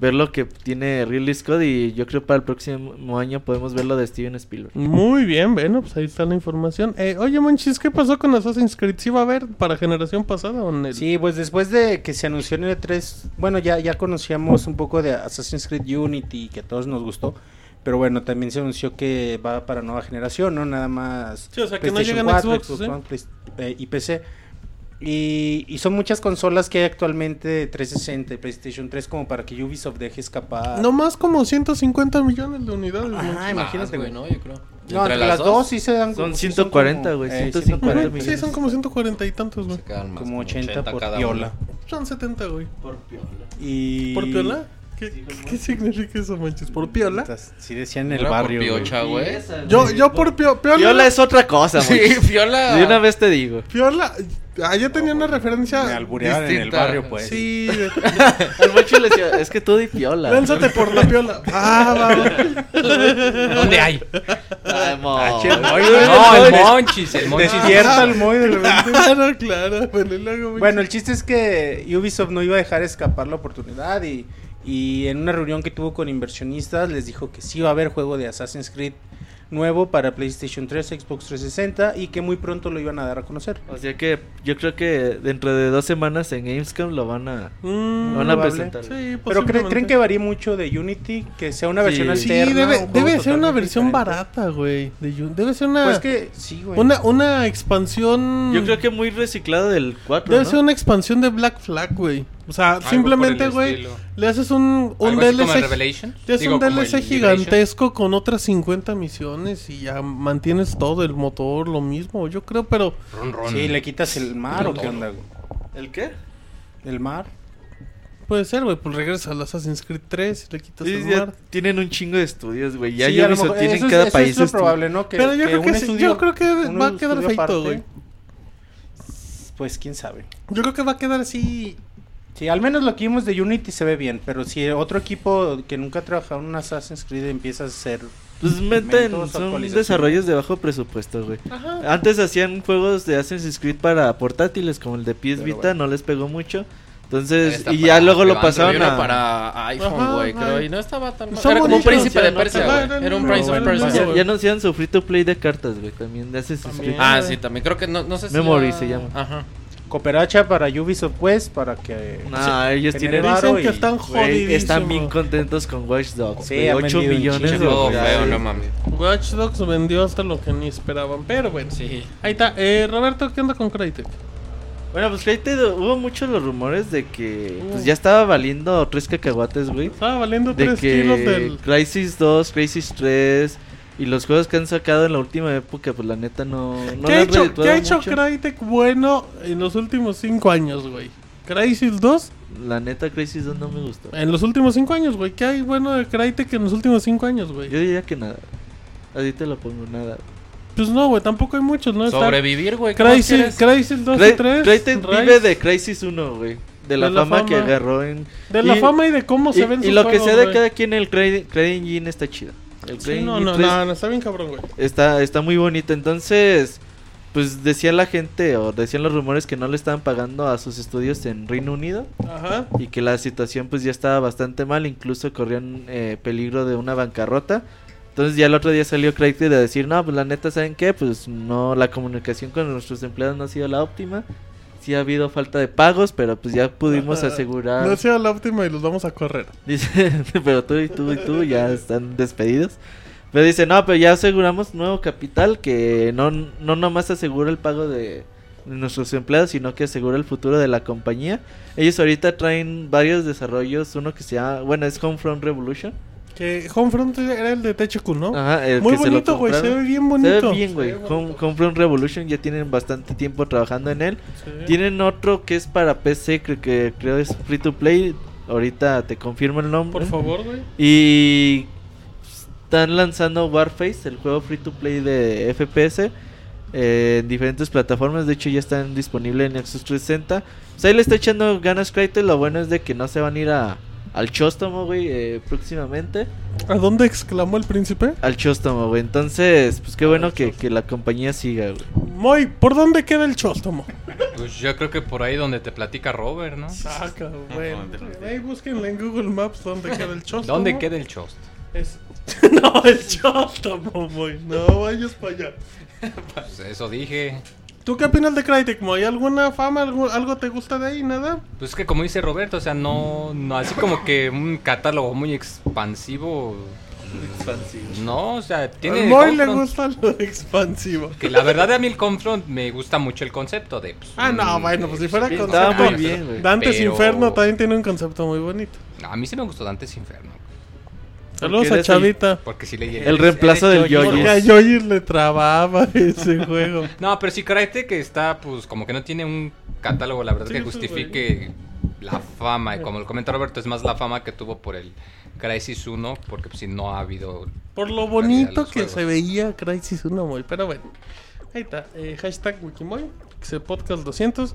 Speaker 3: ver lo que tiene Ridley Scott y yo creo para el próximo año podemos ver lo de Steven Spielberg.
Speaker 2: Muy bien, bueno, pues ahí está la información. Eh, oye, Monchis, ¿qué pasó con Assassin's Creed? ¿Sí va a haber para generación pasada o en el-
Speaker 5: Sí, pues después de que se anunció en E3, bueno, ya, ya conocíamos un poco de Assassin's Creed Unity, que a todos nos gustó, pero bueno, también se anunció que va para nueva generación, ¿no? Nada más
Speaker 2: Sí, o sea, que no
Speaker 5: PlayStation
Speaker 2: llegan a
Speaker 5: 4,
Speaker 2: Xbox,
Speaker 5: Xbox
Speaker 2: ¿sí?
Speaker 5: One, Play- eh, y PC. Y, y son muchas consolas que hay actualmente, de 360 y PlayStation 3, como para que Ubisoft deje escapar.
Speaker 2: Nomás como 150 millones de unidades.
Speaker 5: Ajá,
Speaker 2: Monchis.
Speaker 5: imagínate,
Speaker 9: Más,
Speaker 5: güey.
Speaker 9: güey, ¿no? Yo creo.
Speaker 5: No, entre las dos sí se dan
Speaker 3: Son
Speaker 5: sí
Speaker 3: 140,
Speaker 5: como,
Speaker 3: güey,
Speaker 5: eh,
Speaker 3: 150
Speaker 5: 140,
Speaker 2: Sí, son como 140 y tantos, güey.
Speaker 9: Se quedan más
Speaker 5: Como 80 por
Speaker 9: cada
Speaker 5: piola.
Speaker 9: uno.
Speaker 2: Son 70, güey.
Speaker 5: Y...
Speaker 2: ¿Por piola? ¿Qué, qué significa eso, Monchis? ¿Por piola?
Speaker 5: Sí decían en el
Speaker 9: Era por
Speaker 5: barrio. güey.
Speaker 9: piocha, güey.
Speaker 2: Yo, yo por pio- piola.
Speaker 3: Viola es otra cosa,
Speaker 9: Sí,
Speaker 3: güey.
Speaker 9: piola.
Speaker 3: De una vez te digo.
Speaker 2: Piola. Ah, yo tenía una
Speaker 5: Me
Speaker 2: referencia.
Speaker 5: albureaban en el
Speaker 9: distinta.
Speaker 5: barrio, pues.
Speaker 2: Sí, de-
Speaker 3: Al Monchi le decía, es que tú di piola.
Speaker 2: lánzate por la piola. Ah, va, va.
Speaker 6: ¿Dónde hay?
Speaker 3: Ay, mo.
Speaker 5: Ah,
Speaker 6: Ah, No, el Monchis, el Monchis.
Speaker 5: Despierta el Moy de repente.
Speaker 2: Claro, Ah, claro. Bueno, y luego, güey.
Speaker 5: Bueno, el chiste es que Ubisoft no iba a dejar escapar la oportunidad y, y en una reunión que tuvo con inversionistas les dijo que sí iba a haber juego de Assassin's Creed nuevo para PlayStation 3, Xbox 360 y que muy pronto lo iban a dar a conocer.
Speaker 3: O sea que yo creo que dentro de dos semanas en Gamescom lo van a,
Speaker 2: Mm,
Speaker 3: lo van a
Speaker 5: probable.
Speaker 3: presentar.
Speaker 2: sí,
Speaker 5: Pero cre-
Speaker 2: posiblemente.
Speaker 5: creen que varía mucho de Unity, que sea una
Speaker 3: Sí.
Speaker 5: versión
Speaker 2: Sí,
Speaker 5: alterna. un
Speaker 2: debe,
Speaker 5: juego
Speaker 2: debe ser una
Speaker 5: totalmente
Speaker 2: versión
Speaker 5: diferente.
Speaker 2: barata, güey. de Yun- Debe ser una,
Speaker 5: Pues que sí, güey.
Speaker 2: una, una expansión.
Speaker 3: Yo creo que muy reciclado del 4,
Speaker 2: Debe
Speaker 3: ¿no?
Speaker 2: ser una expansión de Black Flag, güey. O sea, simplemente,
Speaker 6: por el
Speaker 2: güey,
Speaker 6: estilo.
Speaker 2: le haces un, un
Speaker 6: ¿Algo así como el
Speaker 2: DLC.
Speaker 6: Revelation?
Speaker 2: Le haces
Speaker 6: Digo,
Speaker 2: un
Speaker 6: como el
Speaker 2: DLC
Speaker 6: Liberation.
Speaker 2: gigantesco con otras 50 misiones y ya mantienes todo, el motor, lo mismo, yo creo, pero
Speaker 6: Run, run.
Speaker 5: Sí, le quitas el mar o qué onda, güey?
Speaker 3: ¿El qué?
Speaker 5: El mar.
Speaker 2: puede ser, güey. Pues regresa al Assassin's Creed 3 y le quitas
Speaker 3: Sí,
Speaker 2: el
Speaker 3: ya
Speaker 2: mar.
Speaker 3: tienen un chingo de estudios, güey. Ya
Speaker 5: Sí,
Speaker 3: ya
Speaker 5: a lo
Speaker 3: Ubisoft
Speaker 5: mejor-
Speaker 3: tiene en
Speaker 5: eso es-
Speaker 3: cada
Speaker 5: eso
Speaker 3: país.
Speaker 5: es lo
Speaker 3: estu-
Speaker 5: probable, ¿no? Que-
Speaker 2: pero yo, creo
Speaker 5: un
Speaker 2: que sí,
Speaker 5: estudio-
Speaker 2: yo creo que
Speaker 5: un
Speaker 2: va a quedar
Speaker 5: estudio
Speaker 2: feito,
Speaker 5: aparte,
Speaker 2: güey.
Speaker 5: Pues quién sabe.
Speaker 2: Yo creo que va a quedar así.
Speaker 5: Sí, al menos lo que vimos de Unity se ve bien, pero si otro equipo que nunca ha trabajado en un Assassin's Creed empieza a ser...
Speaker 3: Pues meten,
Speaker 5: Elementos,
Speaker 3: son
Speaker 5: actualizaciones.
Speaker 3: desarrollos de bajo presupuesto, güey. Antes hacían juegos de Assassin's Creed para portátiles, como el de PS
Speaker 9: Pero
Speaker 3: Vita,
Speaker 9: bueno.
Speaker 3: no les pegó mucho.
Speaker 9: Ahí
Speaker 3: Entonces,
Speaker 9: está
Speaker 3: y ya
Speaker 9: para-
Speaker 3: luego
Speaker 9: para
Speaker 3: lo pasaron
Speaker 9: Android, era
Speaker 3: a...
Speaker 9: para
Speaker 2: Ajá,
Speaker 9: iPhone, güey,
Speaker 2: ajá.
Speaker 9: creo. Y no estaba tan mal.
Speaker 2: Son
Speaker 9: Era como un
Speaker 2: bonitos,
Speaker 9: príncipe de
Speaker 2: ¿no?
Speaker 9: Persia,
Speaker 2: Ajá,
Speaker 9: güey.
Speaker 2: eran
Speaker 9: Era un
Speaker 2: muy
Speaker 9: príncipe de
Speaker 2: buenos.
Speaker 9: Persia.
Speaker 3: Ya, ya anuncian su free to play de cartas, güey, también de Assassin's
Speaker 2: También.
Speaker 3: Creed.
Speaker 9: Ah, sí, también creo que no, no sé si. Ah,
Speaker 3: Memory
Speaker 9: era-
Speaker 3: se llama.
Speaker 9: Ajá.
Speaker 5: Cooperacha para Ubisoft, pues, para que...
Speaker 3: Nah, Ah, ellos
Speaker 5: genere
Speaker 3: tienen...
Speaker 5: varo
Speaker 2: Dicen que
Speaker 5: y-
Speaker 2: están
Speaker 3: Güey,
Speaker 2: jodidísimos.
Speaker 3: están bien contentos con Watch Dogs.
Speaker 5: Sí,
Speaker 3: güey,
Speaker 5: han
Speaker 3: 8
Speaker 5: vendido un
Speaker 3: millones de
Speaker 5: chingo,
Speaker 9: Todo
Speaker 3: unidades.
Speaker 9: feo, Oh, no mames.
Speaker 2: Watch Dogs vendió hasta lo que ni esperaban, pero bueno.
Speaker 9: Sí.
Speaker 2: Ahí está. Eh, Roberto, ¿qué onda con Crytek?
Speaker 3: Bueno, pues Crytek hubo muchos los rumores de que pues, ya estaba valiendo tres cacahuates, güey.
Speaker 2: Estaba valiendo
Speaker 3: de
Speaker 2: 3 kilos
Speaker 3: que
Speaker 2: del...
Speaker 3: Crisis 2, Crisis 3 y los juegos que han sacado en la última época, pues la neta no, no
Speaker 2: ¿Qué
Speaker 3: le
Speaker 2: ha
Speaker 3: han
Speaker 2: hecho,
Speaker 3: redituado
Speaker 2: qué ha hecho
Speaker 3: mucho.
Speaker 2: Crytek bueno en los últimos 5 años, güey? Crysis 2,
Speaker 3: La neta Crisis 2 no me gustó.
Speaker 2: en los últimos 5 años, güey. ¿Qué hay bueno de Crytek en los últimos 5 años,
Speaker 3: Yo
Speaker 2: güey?
Speaker 3: diría que nada. Así te lo pongo, nada.
Speaker 2: Pues no, güey, tampoco hay muchos, ¿no? Está
Speaker 9: Sobrevivir, güey. ¿qué más
Speaker 2: Crysis,
Speaker 9: quieres?
Speaker 2: Crysis 2 y
Speaker 3: Cry-
Speaker 2: 3.
Speaker 3: Crytek
Speaker 2: Rise,
Speaker 3: vive de Crisis 1, güey. De la,
Speaker 2: De la
Speaker 3: fama, que
Speaker 2: fama.
Speaker 3: agarró en...
Speaker 2: de la
Speaker 3: y-
Speaker 2: fama y de cómo
Speaker 3: Y,
Speaker 2: se ven
Speaker 3: y
Speaker 2: sus
Speaker 3: lo que
Speaker 2: juegos,
Speaker 3: sea de
Speaker 2: güey.
Speaker 3: cada quien, el Cry- Cry Engine está chido. El Cry
Speaker 2: Sí, no,
Speaker 3: Engine
Speaker 2: no,
Speaker 3: 3
Speaker 2: no, no, está bien cabrón, güey.
Speaker 3: Está, está muy bonito. Entonces, pues decía la gente o decían los rumores que no le estaban pagando a sus estudios en Reino Unido
Speaker 2: Ajá.
Speaker 3: y que la situación pues ya estaba bastante mal, incluso corrían eh, peligro de una bancarrota. Entonces ya el otro día salió Crytek a decir, no, pues la neta, ¿saben qué? Pues no, la comunicación con nuestros empleados no ha sido la óptima. Sí ha habido falta de pagos, pero pues ya pudimos asegurar...
Speaker 2: Ah, No sea la óptima y los vamos a correr.
Speaker 3: Dice, pero tú y tú y tú ya están despedidos. Pero dice, no, pero ya aseguramos nuevo capital que no, no nomás asegura el pago de nuestros empleados, sino que asegura el futuro de la compañía. Ellos ahorita traen varios desarrollos, uno que se llama, bueno, es Homefront Revolution.
Speaker 2: Que Homefront era el de THQ, ¿no?
Speaker 3: Ajá, el
Speaker 2: Muy
Speaker 3: que se lo
Speaker 2: bonito, güey. Se
Speaker 3: compraron.
Speaker 2: ve bien
Speaker 3: Se
Speaker 2: bonito.
Speaker 3: ve bien, güey.
Speaker 7: Se ve
Speaker 3: Home-
Speaker 7: bonito.
Speaker 3: Homefront Revolution ya tienen bastante tiempo trabajando en él. Tienen otro que es para PC, creo que creo es free to play. Ahorita te confirmo el nombre.
Speaker 2: Por favor, güey.
Speaker 3: Y pues, están lanzando Warface, el juego free to play de FPS, eh, en diferentes plataformas. De hecho, ya están disponibles en Xbox 360. O sea, ahí le está echando ganas Crytek. Lo bueno es de que no se van a ir a, al Chóstomo, güey, eh, próximamente.
Speaker 2: ¿A dónde exclamó el príncipe?
Speaker 3: Al Chóstomo, güey. Entonces, pues qué bueno que, que la compañía siga, güey.
Speaker 2: Moy, ¿por dónde queda el chóstomo?
Speaker 6: Pues yo creo que por ahí donde te platica Robert, ¿no?
Speaker 2: Saca,
Speaker 3: Ah,
Speaker 2: güey. Ahí búsquenle en Google Maps dónde queda el chóstomo.
Speaker 6: ¿Dónde queda el chost?
Speaker 2: Es- no, el chóstomo, Moy. No vayas para allá.
Speaker 6: Pues eso dije.
Speaker 2: ¿Tú qué opinas de Crytek, Moy? ¿Alguna fama? algo- ¿Algo te gusta de ahí? ¿Nada?
Speaker 6: Pues es que como dice Roberto, o sea, no, no así como que un catálogo muy expansivo. No, o sea, tiene...
Speaker 2: Al Moy le
Speaker 6: Homefront.
Speaker 2: gusta lo expansivo.
Speaker 6: Que la verdad a mí el Confront me gusta mucho el concepto de... pues,
Speaker 2: Ah, no,
Speaker 6: mm,
Speaker 2: bueno, pues si fuera
Speaker 3: sí,
Speaker 2: concepto.
Speaker 3: estaba muy bien, güey.
Speaker 2: Dantes
Speaker 6: Pero-
Speaker 2: Inferno también tiene un concepto muy bonito.
Speaker 6: A mí sí me gustó Dante's Inferno.
Speaker 2: Saludos a
Speaker 3: eres el-
Speaker 2: Chavita.
Speaker 6: Porque sí leí
Speaker 3: El reemplazo del
Speaker 2: Porque a
Speaker 3: Yoyis.
Speaker 2: Yoyis le trababa ese juego.
Speaker 6: No, pero sí Karate que está, pues, como que no tiene un catálogo, la verdad,
Speaker 2: Sí,
Speaker 6: que
Speaker 2: pues,
Speaker 6: justifique la fama. Y como lo comenta Roberto, es más la fama que tuvo por el Crisis 1, porque pues, sí, no ha habido...
Speaker 2: Por lo
Speaker 6: Calidad de
Speaker 2: bonito
Speaker 6: los
Speaker 2: que
Speaker 6: juegos.
Speaker 2: se veía Crisis 1 Moy. Pero bueno, ahí está. eh, hashtag Wikimoy, Pixel Podcast 200.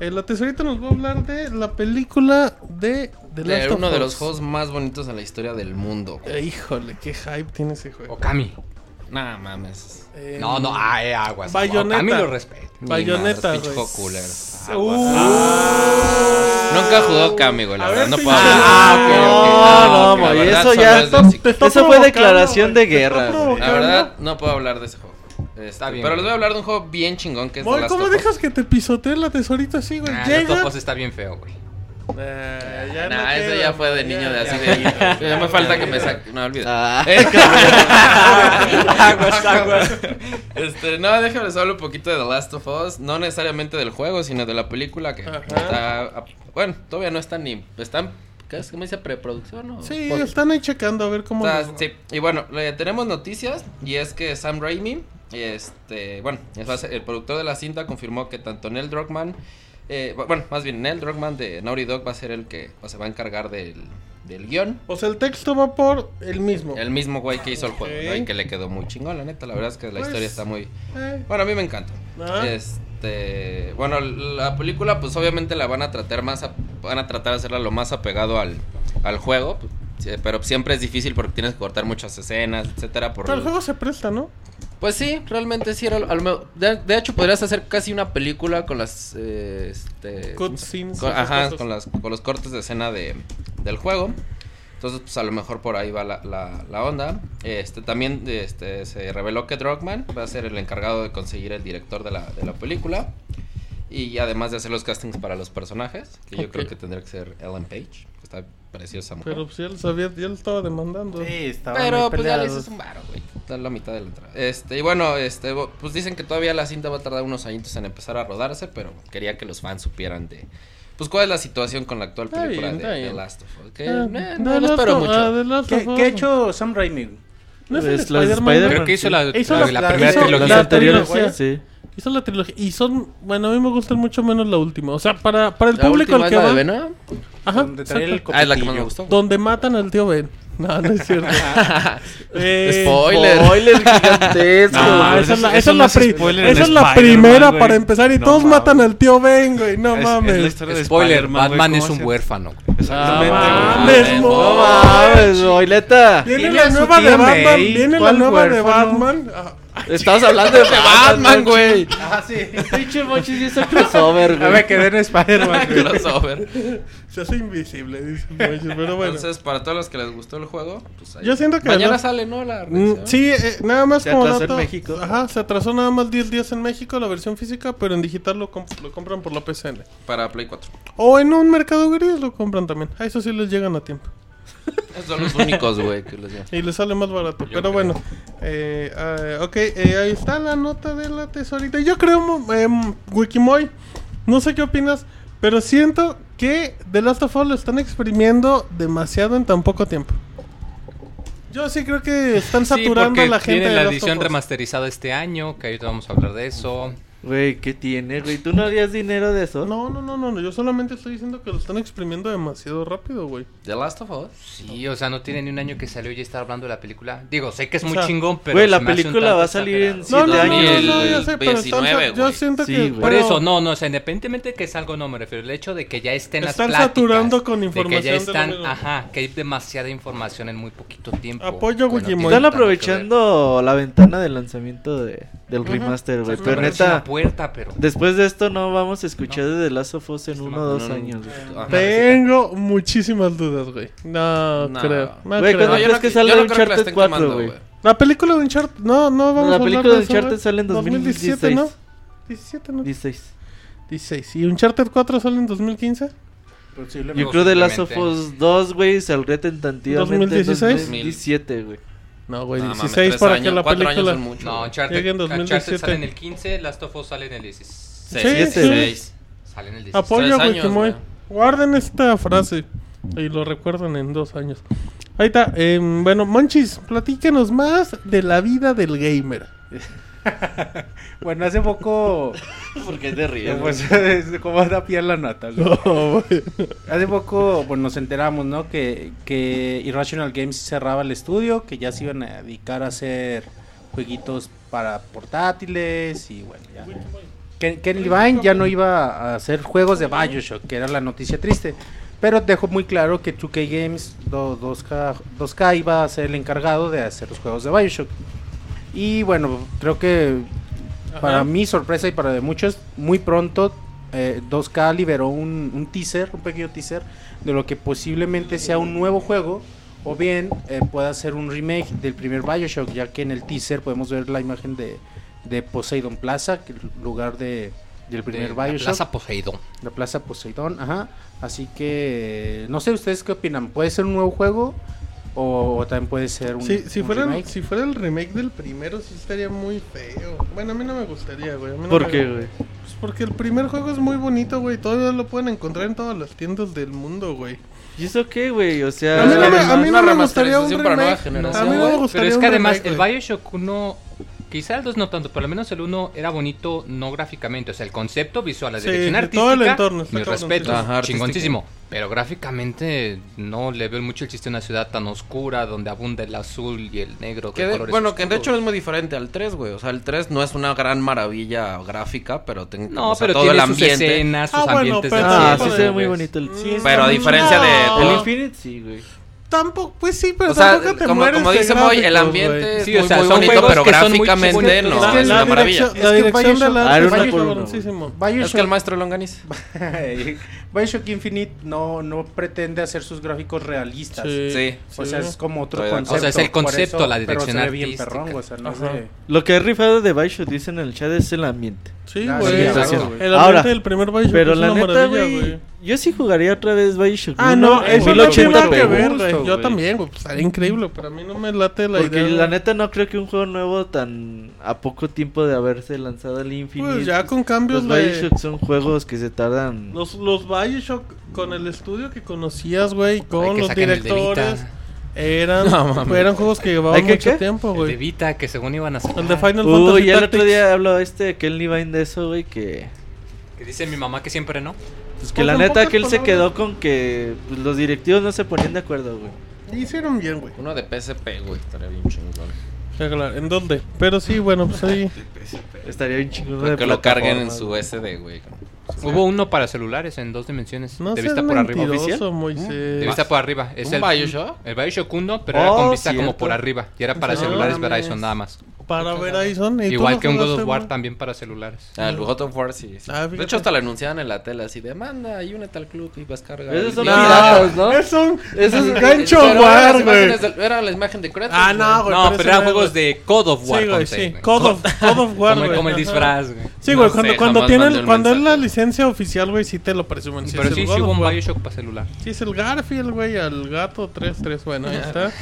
Speaker 2: Eh, la tesorita nos va a hablar de la película de The
Speaker 9: De
Speaker 2: Last of
Speaker 9: uno de
Speaker 2: Us.
Speaker 9: los juegos más bonitos en la historia del mundo.
Speaker 2: Eh, híjole, qué hype tiene ese juego.
Speaker 6: Okami.
Speaker 9: Nada mames.
Speaker 2: Eh,
Speaker 6: No, no, ah, eh, aguas.
Speaker 2: Bayonetta.
Speaker 6: Okami lo respeto.
Speaker 9: Ni
Speaker 2: Bayonetta,
Speaker 9: madres,
Speaker 2: güey.
Speaker 9: pinche juego culero.
Speaker 2: Uh,
Speaker 9: Nunca jugó Kami, güey, la
Speaker 2: A
Speaker 9: verdad.
Speaker 2: ver,
Speaker 9: No
Speaker 2: sí.
Speaker 9: puedo
Speaker 2: Ah,
Speaker 9: hablar.
Speaker 3: no,
Speaker 9: ok, ok,
Speaker 3: no,
Speaker 9: la
Speaker 3: güey,
Speaker 9: verdad
Speaker 3: eso
Speaker 9: solo
Speaker 3: ya
Speaker 9: es de hocico.
Speaker 2: te está
Speaker 3: Esa fue
Speaker 2: provocando,
Speaker 3: declaración
Speaker 2: güey,
Speaker 3: de
Speaker 2: te está
Speaker 3: guerra, güey.
Speaker 2: provocando.
Speaker 9: La verdad, no puedo hablar de ese juego. Este,
Speaker 6: Está bien,
Speaker 9: Pero les
Speaker 6: güey.
Speaker 9: voy a hablar de un juego bien chingón que es The
Speaker 2: Moy,
Speaker 9: Last
Speaker 2: ¿cómo
Speaker 9: of Us.
Speaker 2: dejas que te pisotee la tesorita así, güey?
Speaker 6: Ah,
Speaker 2: Llega.
Speaker 6: Last of Us está bien feo, güey.
Speaker 2: Eh, ya no
Speaker 9: Nah, ese
Speaker 2: queda,
Speaker 9: Ah, ya fue de
Speaker 2: Moy,
Speaker 9: niño
Speaker 2: ya,
Speaker 9: de así
Speaker 2: ya.
Speaker 9: de. No me falta que me saque. No olvides.
Speaker 3: Ah.
Speaker 9: aguas, aguas. Este, no, déjenme les hablo un poquito de The Last of Us. No necesariamente del juego, sino de la película que
Speaker 2: Ajá.
Speaker 9: está. Bueno, todavía no están ni. Están. ¿Qué es? ¿Cómo dice? ¿Preproducción? o
Speaker 2: Sí,
Speaker 9: post-
Speaker 2: están ahí checando a ver cómo.
Speaker 9: Está-
Speaker 2: les va.
Speaker 9: sí. Y bueno, le- tenemos noticias y es que Sam Raimi, este, bueno, es más, el productor de la cinta confirmó que tanto Neil Druckmann, eh, bu- bueno, más bien Neil Druckmann de Naughty Dog va a ser el que o se va a encargar del, del guión.
Speaker 2: O sea, el texto va por el mismo.
Speaker 9: El mismo güey que hizo el juego, ¿no?
Speaker 2: Ok.
Speaker 9: Y que le quedó muy chingón, la neta, la verdad es que la
Speaker 2: Pues-
Speaker 9: historia está muy...
Speaker 2: Eh,
Speaker 9: Bueno, a mí me encanta.
Speaker 2: Ajá.
Speaker 9: eh, Este, bueno, la película pues obviamente la van a tratar más a- van a tratar de hacerla lo más apegado al, al juego, pues, sí, pero siempre es difícil porque tienes que cortar muchas escenas, etcétera, por
Speaker 2: pero el juego se presta, ¿no?
Speaker 9: Pues sí, realmente sí era lo- a lo mejor- de, de hecho podrías hacer casi una película con las eh, este
Speaker 2: Cutscenes.
Speaker 9: con,
Speaker 2: esas
Speaker 9: ajá,
Speaker 2: cosas.
Speaker 9: con, las, con los cortes de escena de, del juego. Entonces, pues a lo mejor por ahí va la, la, la onda. Este, también este, se reveló que Drogman va a ser el encargado de conseguir el director de la, de la película. Y además de hacer los castings para los personajes, que yo
Speaker 2: Ok.
Speaker 9: creo que tendría que ser Ellen Page, que está preciosa mujer.
Speaker 2: Pero pues ya lo sabía, ya lo estaba demandando.
Speaker 7: Sí, estaban
Speaker 9: Pero
Speaker 7: ahí
Speaker 9: pues ya le
Speaker 7: peleados.
Speaker 9: dices un varo, güey. Está en la mitad de la entrada. Este, y bueno, este, bo- pues dicen que todavía la cinta va a tardar unos añitos en empezar a rodarse, pero quería que los fans supieran de. Pues cuál es la situación con la actual
Speaker 2: Está
Speaker 9: película
Speaker 2: bien,
Speaker 9: de,
Speaker 2: está
Speaker 9: de
Speaker 2: bien.
Speaker 9: Last of Us. Que,
Speaker 2: Eh,
Speaker 9: eh,
Speaker 2: de
Speaker 9: no lo
Speaker 2: Last
Speaker 9: espero
Speaker 2: of- ah,
Speaker 9: mucho.
Speaker 2: de Last
Speaker 5: ¿Qué,
Speaker 2: of
Speaker 5: qué ha
Speaker 2: Us.
Speaker 5: hecho Sam Raimi? güey?
Speaker 2: No es el
Speaker 3: Pues, los
Speaker 2: Spider-Man,
Speaker 3: Spider-Man.
Speaker 2: güey.
Speaker 6: Creo que hizo la,
Speaker 2: Hizo
Speaker 6: la-
Speaker 2: la-
Speaker 6: la
Speaker 2: la-
Speaker 6: primera
Speaker 2: hizo-
Speaker 6: trilogía.
Speaker 3: Los
Speaker 2: la
Speaker 3: anteriores,
Speaker 2: trilogía.
Speaker 3: sí.
Speaker 2: Hizo la trilogía. Y son. Bueno, a mí me gustan mucho menos la última. O sea, para, para el
Speaker 9: La
Speaker 2: público
Speaker 9: última
Speaker 2: al
Speaker 9: es
Speaker 2: que
Speaker 9: la de
Speaker 2: va.
Speaker 9: Venom.
Speaker 2: Ajá.
Speaker 5: Donde trae el
Speaker 2: exacto.
Speaker 9: Ah, es la que más me
Speaker 5: copetillo.
Speaker 9: gustó. güey.
Speaker 2: Donde matan al tío Ben. No, no es cierto. Eh,
Speaker 9: Spoiler.
Speaker 3: gigantesco.
Speaker 2: No,
Speaker 3: güey.
Speaker 2: esa es la, esa
Speaker 10: eso
Speaker 2: es
Speaker 10: no
Speaker 2: la
Speaker 10: es
Speaker 2: pri-
Speaker 10: spoiler en
Speaker 2: esa es la
Speaker 10: Spider-Man,
Speaker 2: primera
Speaker 10: güey.
Speaker 2: para empezar y
Speaker 10: No
Speaker 2: todos
Speaker 10: mames.
Speaker 2: matan al tío Ben, güey. No mames.
Speaker 10: historia de
Speaker 6: Spoiler,
Speaker 10: Spider-Man, güey,
Speaker 6: Batman
Speaker 10: ¿cómo
Speaker 6: es un
Speaker 10: se-
Speaker 6: huérfano. güey.
Speaker 10: Exactamente,
Speaker 2: Ah,
Speaker 9: mames,
Speaker 2: mames,
Speaker 9: no
Speaker 2: mo-
Speaker 3: mames, güey, neta.
Speaker 2: Viene
Speaker 5: Dile
Speaker 2: la
Speaker 5: a su
Speaker 2: nueva de
Speaker 5: tía
Speaker 2: Batman.
Speaker 5: May,
Speaker 2: Viene la
Speaker 5: ¿cuál
Speaker 2: nueva de
Speaker 5: huérfano?
Speaker 2: Batman. Ah,
Speaker 3: Estabas hablando de Ah, Batman, güey.
Speaker 7: Ah, sí.
Speaker 3: Pinche Mochis hizo crossover,
Speaker 5: Ya
Speaker 3: güey.
Speaker 5: me quedé en Spider-Man. güey.
Speaker 9: Crossover.
Speaker 2: Se hace invisible, dice Moisés, Pero bueno.
Speaker 9: Entonces, para todos los que les gustó el juego, pues ahí.
Speaker 2: Yo siento que.
Speaker 9: Mañana
Speaker 2: la-
Speaker 9: sale, ¿no? La
Speaker 2: Mm,
Speaker 9: reedición.
Speaker 2: sí, eh, nada más
Speaker 3: Se
Speaker 2: como
Speaker 3: atrasó en
Speaker 2: dato-
Speaker 3: México.
Speaker 2: Ajá, se atrasó nada más 10 días en México la versión física, pero en digital lo, comp- lo compran por la PCN.
Speaker 9: Para Play 4.
Speaker 2: O en un mercado gris lo compran también. A eso sí les llegan a tiempo.
Speaker 9: Son los únicos, güey, que los llevan.
Speaker 2: Y le sale más barato.
Speaker 9: Yo
Speaker 2: pero
Speaker 9: creo.
Speaker 2: bueno. Eh, ah, ok, eh, ahí está la nota de la tesorita. Yo creo, mo- em, Wikimoy, no sé qué opinas, pero siento que The Last of Us lo están exprimiendo demasiado en tan poco tiempo. Yo sí creo que están
Speaker 6: Sí,
Speaker 2: saturando a
Speaker 6: porque
Speaker 2: la gente
Speaker 6: tiene
Speaker 2: de
Speaker 6: la
Speaker 2: Last of
Speaker 6: edición
Speaker 2: Us.
Speaker 6: remasterizada este año, que ahorita vamos a hablar de eso.
Speaker 3: Güey, ¿qué tiene, güey? ¿Tú no harías dinero de eso?
Speaker 2: No, no, no, no, no, yo solamente estoy diciendo que lo están exprimiendo demasiado rápido, güey.
Speaker 9: The Last of Us.
Speaker 6: Sí, o sea, no tiene ni un año que salió y ya está hablando de la película. Digo, sé que es
Speaker 2: O
Speaker 6: muy
Speaker 2: sea,
Speaker 6: chingón, pero.
Speaker 3: güey, la
Speaker 6: se me hace un
Speaker 3: película
Speaker 6: tanto
Speaker 3: va a salir en
Speaker 6: exagerado.
Speaker 3: Sí,
Speaker 2: No, no, no,
Speaker 3: de
Speaker 2: no,
Speaker 3: años,
Speaker 2: no, ya
Speaker 9: güey.
Speaker 2: sé, pero están sa-
Speaker 9: 29,
Speaker 2: yo
Speaker 9: güey.
Speaker 2: siento
Speaker 3: Sí,
Speaker 2: que...
Speaker 3: güey.
Speaker 6: Por
Speaker 2: pero-
Speaker 6: eso, no, no, o sea, independientemente que es algo no, me refiero. El hecho de que ya estén las
Speaker 2: Están
Speaker 6: pláticas,
Speaker 2: saturando con
Speaker 6: De que
Speaker 2: información
Speaker 6: ya
Speaker 2: de
Speaker 6: están,
Speaker 2: lo mismo.
Speaker 6: ajá, que hay demasiada información en muy poquito tiempo.
Speaker 2: Apoyo,
Speaker 6: Bueno,
Speaker 2: Wikimoy.
Speaker 6: tiene
Speaker 3: Están
Speaker 2: Están
Speaker 6: tanto que ver.
Speaker 3: aprovechando la ventana de lanzamiento de, del
Speaker 2: Ajá.
Speaker 3: remaster, güey.
Speaker 2: Sí,
Speaker 3: Pero
Speaker 6: Pero es una
Speaker 3: neta,
Speaker 6: puerta, pero.
Speaker 3: después de esto no vamos a escuchar de The Last of Us en
Speaker 6: Este
Speaker 3: uno
Speaker 6: man-
Speaker 3: o dos
Speaker 9: no, no.
Speaker 3: años, güey.
Speaker 9: Ajá.
Speaker 2: Tengo muchísimas dudas, güey. No,
Speaker 9: No.
Speaker 2: creo. No
Speaker 3: Güey,
Speaker 2: creo.
Speaker 3: cuando-
Speaker 9: yo
Speaker 3: crees que salga
Speaker 9: yo
Speaker 3: un
Speaker 9: creo que la
Speaker 3: Uncharted
Speaker 9: estén
Speaker 3: 4,
Speaker 9: quemando,
Speaker 3: güey?
Speaker 2: La película de Uncharted, no, no vamos
Speaker 3: la
Speaker 2: a hablar
Speaker 3: película de
Speaker 2: eso, güey.
Speaker 3: Uncharted sale en
Speaker 2: 2017, ¿no? 17, ¿no?
Speaker 3: 16.
Speaker 2: 16. ¿Y Uncharted 4 sale en 2015?
Speaker 7: Posiblemente.
Speaker 3: Yo creo The Last of
Speaker 6: simplemente.
Speaker 3: Us 2, güey, saldría tentativamente
Speaker 2: 2016.
Speaker 3: en 2017, güey.
Speaker 2: No, güey,
Speaker 9: No, mames,
Speaker 2: 16
Speaker 9: tres
Speaker 2: para
Speaker 9: años,
Speaker 2: que la
Speaker 9: cuatro años
Speaker 2: película...
Speaker 9: son mucho,
Speaker 6: No,
Speaker 9: güey.
Speaker 2: Llegue
Speaker 6: Uncharted,
Speaker 2: en
Speaker 6: Uncharted
Speaker 2: 2017.
Speaker 6: sale en el 15, Last of Us sale en el 16.
Speaker 9: Seis,
Speaker 2: Sí,
Speaker 9: seis,
Speaker 2: sí.
Speaker 9: seis.
Speaker 6: Sale en el 16.
Speaker 2: Apoyo,
Speaker 9: Tres
Speaker 2: güey,
Speaker 9: años,
Speaker 2: que muy-
Speaker 9: güey.
Speaker 2: Guarden esta frase y lo recuerdan en dos años. Ahí está. em, bueno, Monchis, platíquenos más de la vida del gamer.
Speaker 5: Bueno, hace poco.
Speaker 3: ¿Por qué te ríes?
Speaker 5: pues, es como da pie a la nata, güey.
Speaker 2: No, güey.
Speaker 5: Hace poco, pues nos enteramos, ¿no? Que, que Irrational Games cerraba el estudio, que ya se iban a dedicar a hacer jueguitos para portátiles y bueno, ya. Ken, Ken Levine ya no iba a hacer juegos de Bioshock, que era la noticia triste. Pero dejó muy claro que 2K Games, do- 2K, 2K iba a ser el encargado de hacer los juegos de Bioshock. Y bueno, creo que para mi sorpresa y para de muchos, muy pronto eh, 2K liberó un, un teaser, un pequeño teaser, de lo que posiblemente sea un nuevo juego o bien eh, pueda ser un remake del primer Bioshock, ya que en el teaser podemos ver la imagen de, de Poseidon Plaza, que el lugar de, del primer
Speaker 6: De la
Speaker 5: Bioshock.
Speaker 6: Plaza Poseidón.
Speaker 5: La Plaza Poseidón, ajá. Así que no sé ustedes qué opinan. ¿Puede ser un nuevo juego o, o también puede ser un,
Speaker 2: Si, si,
Speaker 5: un
Speaker 2: fuera, el-
Speaker 5: remake?
Speaker 2: si fuera el remake del primero, sí estaría muy feo. Bueno, a mí no me gustaría, güey. a mí no
Speaker 3: ¿Por
Speaker 2: me-
Speaker 3: qué, güey?
Speaker 2: Pues porque el primer juego es muy bonito, güey. Todavía lo pueden encontrar en todas las tiendas del mundo, güey.
Speaker 3: ¿Y eso qué, güey? O sea...
Speaker 2: A mí no me, a mí
Speaker 9: es
Speaker 2: no
Speaker 9: una
Speaker 2: me gustaría un
Speaker 9: remasterización para nueva
Speaker 2: remake.
Speaker 9: generación,
Speaker 2: a mí no me
Speaker 9: güey.
Speaker 2: gustaría
Speaker 6: Pero es
Speaker 2: un
Speaker 6: que además
Speaker 2: remake,
Speaker 6: el
Speaker 2: güey.
Speaker 6: Bioshock 1, quizá el 2 no tanto, por lo menos el 1 era bonito no gráficamente, o sea, el concepto visual, la
Speaker 2: Sí,
Speaker 6: dirección
Speaker 2: de
Speaker 6: artística,
Speaker 2: todo el entorno, está
Speaker 6: mi
Speaker 2: cabrón, sí.
Speaker 6: respeto,
Speaker 9: Ajá, artístico.
Speaker 6: chingoncísimo, pero gráficamente no le veo mucho el chiste a una ciudad tan oscura donde abunda el azul y el negro.
Speaker 9: Que
Speaker 6: de
Speaker 9: de-
Speaker 6: colores
Speaker 9: bueno, que de
Speaker 6: oscuros.
Speaker 9: hecho es muy diferente al 3, güey. O sea, el 3 no es una gran maravilla gráfica, pero ten-
Speaker 6: No,
Speaker 9: o sea,
Speaker 6: pero
Speaker 9: todo
Speaker 6: tiene
Speaker 9: el
Speaker 6: sus
Speaker 9: ambiente.
Speaker 6: escenas, sus
Speaker 2: Ah, bueno,
Speaker 6: ambientes
Speaker 2: pero-
Speaker 6: de
Speaker 3: Ah,
Speaker 2: Sí,
Speaker 3: sí,
Speaker 2: güey. Mm,
Speaker 3: se ve muy bonito el...
Speaker 2: Sí,
Speaker 9: Pero a
Speaker 2: está
Speaker 9: diferencia de
Speaker 2: muy-
Speaker 9: todo-
Speaker 3: El
Speaker 9: No.
Speaker 3: Infinite, sí, güey.
Speaker 2: Tampoco, pues sí, pero
Speaker 9: O sea,
Speaker 2: tampoco te
Speaker 9: como,
Speaker 2: mueres
Speaker 9: como
Speaker 2: de
Speaker 9: dice Moy, el
Speaker 2: gráficos,
Speaker 9: ambiente
Speaker 2: güey.
Speaker 9: es
Speaker 6: Sí, o
Speaker 9: muy,
Speaker 6: sea,
Speaker 9: muy
Speaker 6: son
Speaker 9: bonito,
Speaker 6: juegos
Speaker 9: pero
Speaker 6: que son muy
Speaker 9: gráficamente
Speaker 6: bonitos.
Speaker 9: no,
Speaker 6: Es
Speaker 9: es,
Speaker 6: que
Speaker 9: una
Speaker 2: la
Speaker 9: maravilla.
Speaker 2: dirección, la
Speaker 5: Es que
Speaker 2: dirección de la
Speaker 5: Bioshock-
Speaker 3: Ah, era
Speaker 2: arte
Speaker 3: una
Speaker 2: está
Speaker 3: por uno.
Speaker 2: cabronísimo.
Speaker 9: Es que el
Speaker 5: Bioshock,
Speaker 9: maestro Longanis.
Speaker 5: Bioshock Infinite no, no pretende hacer sus gráficos realistas.
Speaker 9: Sí.
Speaker 5: O sea, es como otro
Speaker 9: Estoy de
Speaker 5: concepto.
Speaker 9: acuerdo.
Speaker 6: O sea, es el
Speaker 5: por
Speaker 6: concepto, la
Speaker 5: pero
Speaker 6: dirección
Speaker 5: se ve bien
Speaker 6: artística.
Speaker 5: perrón, o sea, no
Speaker 2: Ajá.
Speaker 5: sé.
Speaker 3: Lo que es rifado de Bioshock, dicen en el chat, es el ambiente.
Speaker 2: Sí,
Speaker 5: Ah,
Speaker 2: güey.
Speaker 5: sí,
Speaker 2: el
Speaker 5: claro,
Speaker 2: ambiente
Speaker 5: güey.
Speaker 2: del
Speaker 3: Ahora,
Speaker 2: primer Bioshock
Speaker 3: Pero
Speaker 2: es
Speaker 3: la
Speaker 2: una
Speaker 3: neta,
Speaker 2: maravilla,
Speaker 3: güey, yo sí jugaría otra vez Bioshock
Speaker 2: Ah,
Speaker 3: uno
Speaker 2: no,
Speaker 3: en
Speaker 2: eso no
Speaker 3: 1080p,
Speaker 2: tiene nada que
Speaker 3: güey.
Speaker 2: ver,
Speaker 5: Justo,
Speaker 2: güey. Yo
Speaker 5: güey.
Speaker 2: también, güey. Pues, estaría increíble, pero a mí no me late la
Speaker 3: Porque
Speaker 2: idea.
Speaker 3: la neta no creo que un juego nuevo tan a poco tiempo de haberse lanzado el Infinite.
Speaker 2: Pues ya con cambios
Speaker 3: Los
Speaker 2: de...
Speaker 3: Bioshock son juegos que se tardan.
Speaker 2: Los, los Bioshock con el estudio que conocías, güey,
Speaker 6: Ay,
Speaker 2: con
Speaker 6: que
Speaker 2: los
Speaker 6: saquen el de
Speaker 2: directores,
Speaker 6: Vita.
Speaker 2: eran,
Speaker 9: No, mames.
Speaker 2: eran juegos que llevaban
Speaker 3: ¿Hay que
Speaker 2: mucho
Speaker 3: qué?
Speaker 2: tiempo,
Speaker 6: El de
Speaker 2: güey.
Speaker 6: Vita, que según iban a sacar.
Speaker 2: El de Final
Speaker 3: Uy,
Speaker 2: Fantasy
Speaker 3: ya el otro
Speaker 2: Tactics.
Speaker 3: día habló este Ken Levine de eso, güey, que
Speaker 6: Que dice mi mamá que siempre no.
Speaker 3: pues que
Speaker 2: Pues,
Speaker 3: la
Speaker 2: en
Speaker 3: neta
Speaker 2: pocas
Speaker 3: que él se
Speaker 2: palabras.
Speaker 3: quedó con que pues, los directivos no se ponían de acuerdo, güey.
Speaker 2: Hicieron bien, güey.
Speaker 9: Uno de PSP, güey. Estaría bien chingón.
Speaker 2: Ya, claro, ¿En dónde? Pero sí, bueno, pues ahí...
Speaker 3: Estaría bien chingón de
Speaker 9: Que lo carguen en
Speaker 3: plataforma,
Speaker 9: su SD, güey.
Speaker 6: Hubo uno para celulares en dos dimensiones,
Speaker 2: No
Speaker 6: de
Speaker 2: seas
Speaker 6: vista por arriba oficial.
Speaker 2: mentiroso, Moisés.
Speaker 6: De vista por arriba. Es
Speaker 9: ¿Un
Speaker 6: el
Speaker 9: Bioshock?
Speaker 6: El Bioshock 1, pero era
Speaker 3: Oh,
Speaker 6: con vista
Speaker 3: cierto.
Speaker 6: como por arriba. Y era para
Speaker 2: No
Speaker 6: celulares
Speaker 2: mames.
Speaker 6: Verizon nada más.
Speaker 2: para Verizon. ¿y tú
Speaker 6: Igual
Speaker 2: lo
Speaker 6: que un God
Speaker 2: jugaste,
Speaker 6: of War
Speaker 2: güey?
Speaker 6: también para celulares.
Speaker 9: Ah, el God of War, sí. sí.
Speaker 2: Ah,
Speaker 9: de
Speaker 2: fíjate.
Speaker 9: hecho, hasta lo anunciaban en la tele así de manda y únete al club y vas a cargar.
Speaker 3: Esos son
Speaker 9: Y-
Speaker 3: piratas, ¿no?
Speaker 2: Es un, es
Speaker 3: Eso es-
Speaker 2: un gancho
Speaker 9: Pero eran
Speaker 2: war,
Speaker 9: las
Speaker 2: güey.
Speaker 9: imágenes del- Era la imagen de Kratos.
Speaker 2: Ah, no, güey.
Speaker 6: No, pero eran
Speaker 2: ese
Speaker 6: juegos de God of War.
Speaker 2: Sí, güey,
Speaker 6: content,
Speaker 2: sí.
Speaker 6: güey.
Speaker 2: God of, God of War,
Speaker 6: como,
Speaker 2: güey.
Speaker 6: como el
Speaker 2: Ajá.
Speaker 6: disfraz, güey.
Speaker 2: Sí, güey,
Speaker 9: No
Speaker 2: cuando,
Speaker 9: sé,
Speaker 2: cuando
Speaker 9: jamás mandé
Speaker 2: tienen,
Speaker 9: un
Speaker 2: cuando es la
Speaker 9: mensaje.
Speaker 2: licencia oficial, güey, sí te lo presumen.
Speaker 6: Pero
Speaker 2: es
Speaker 6: sí,
Speaker 2: el
Speaker 6: sí
Speaker 2: God
Speaker 6: hubo
Speaker 2: of
Speaker 6: un
Speaker 2: War.
Speaker 6: Bioshock para celular.
Speaker 2: Sí, es el Garfield, güey, al gato 3-3. Bueno, ahí está.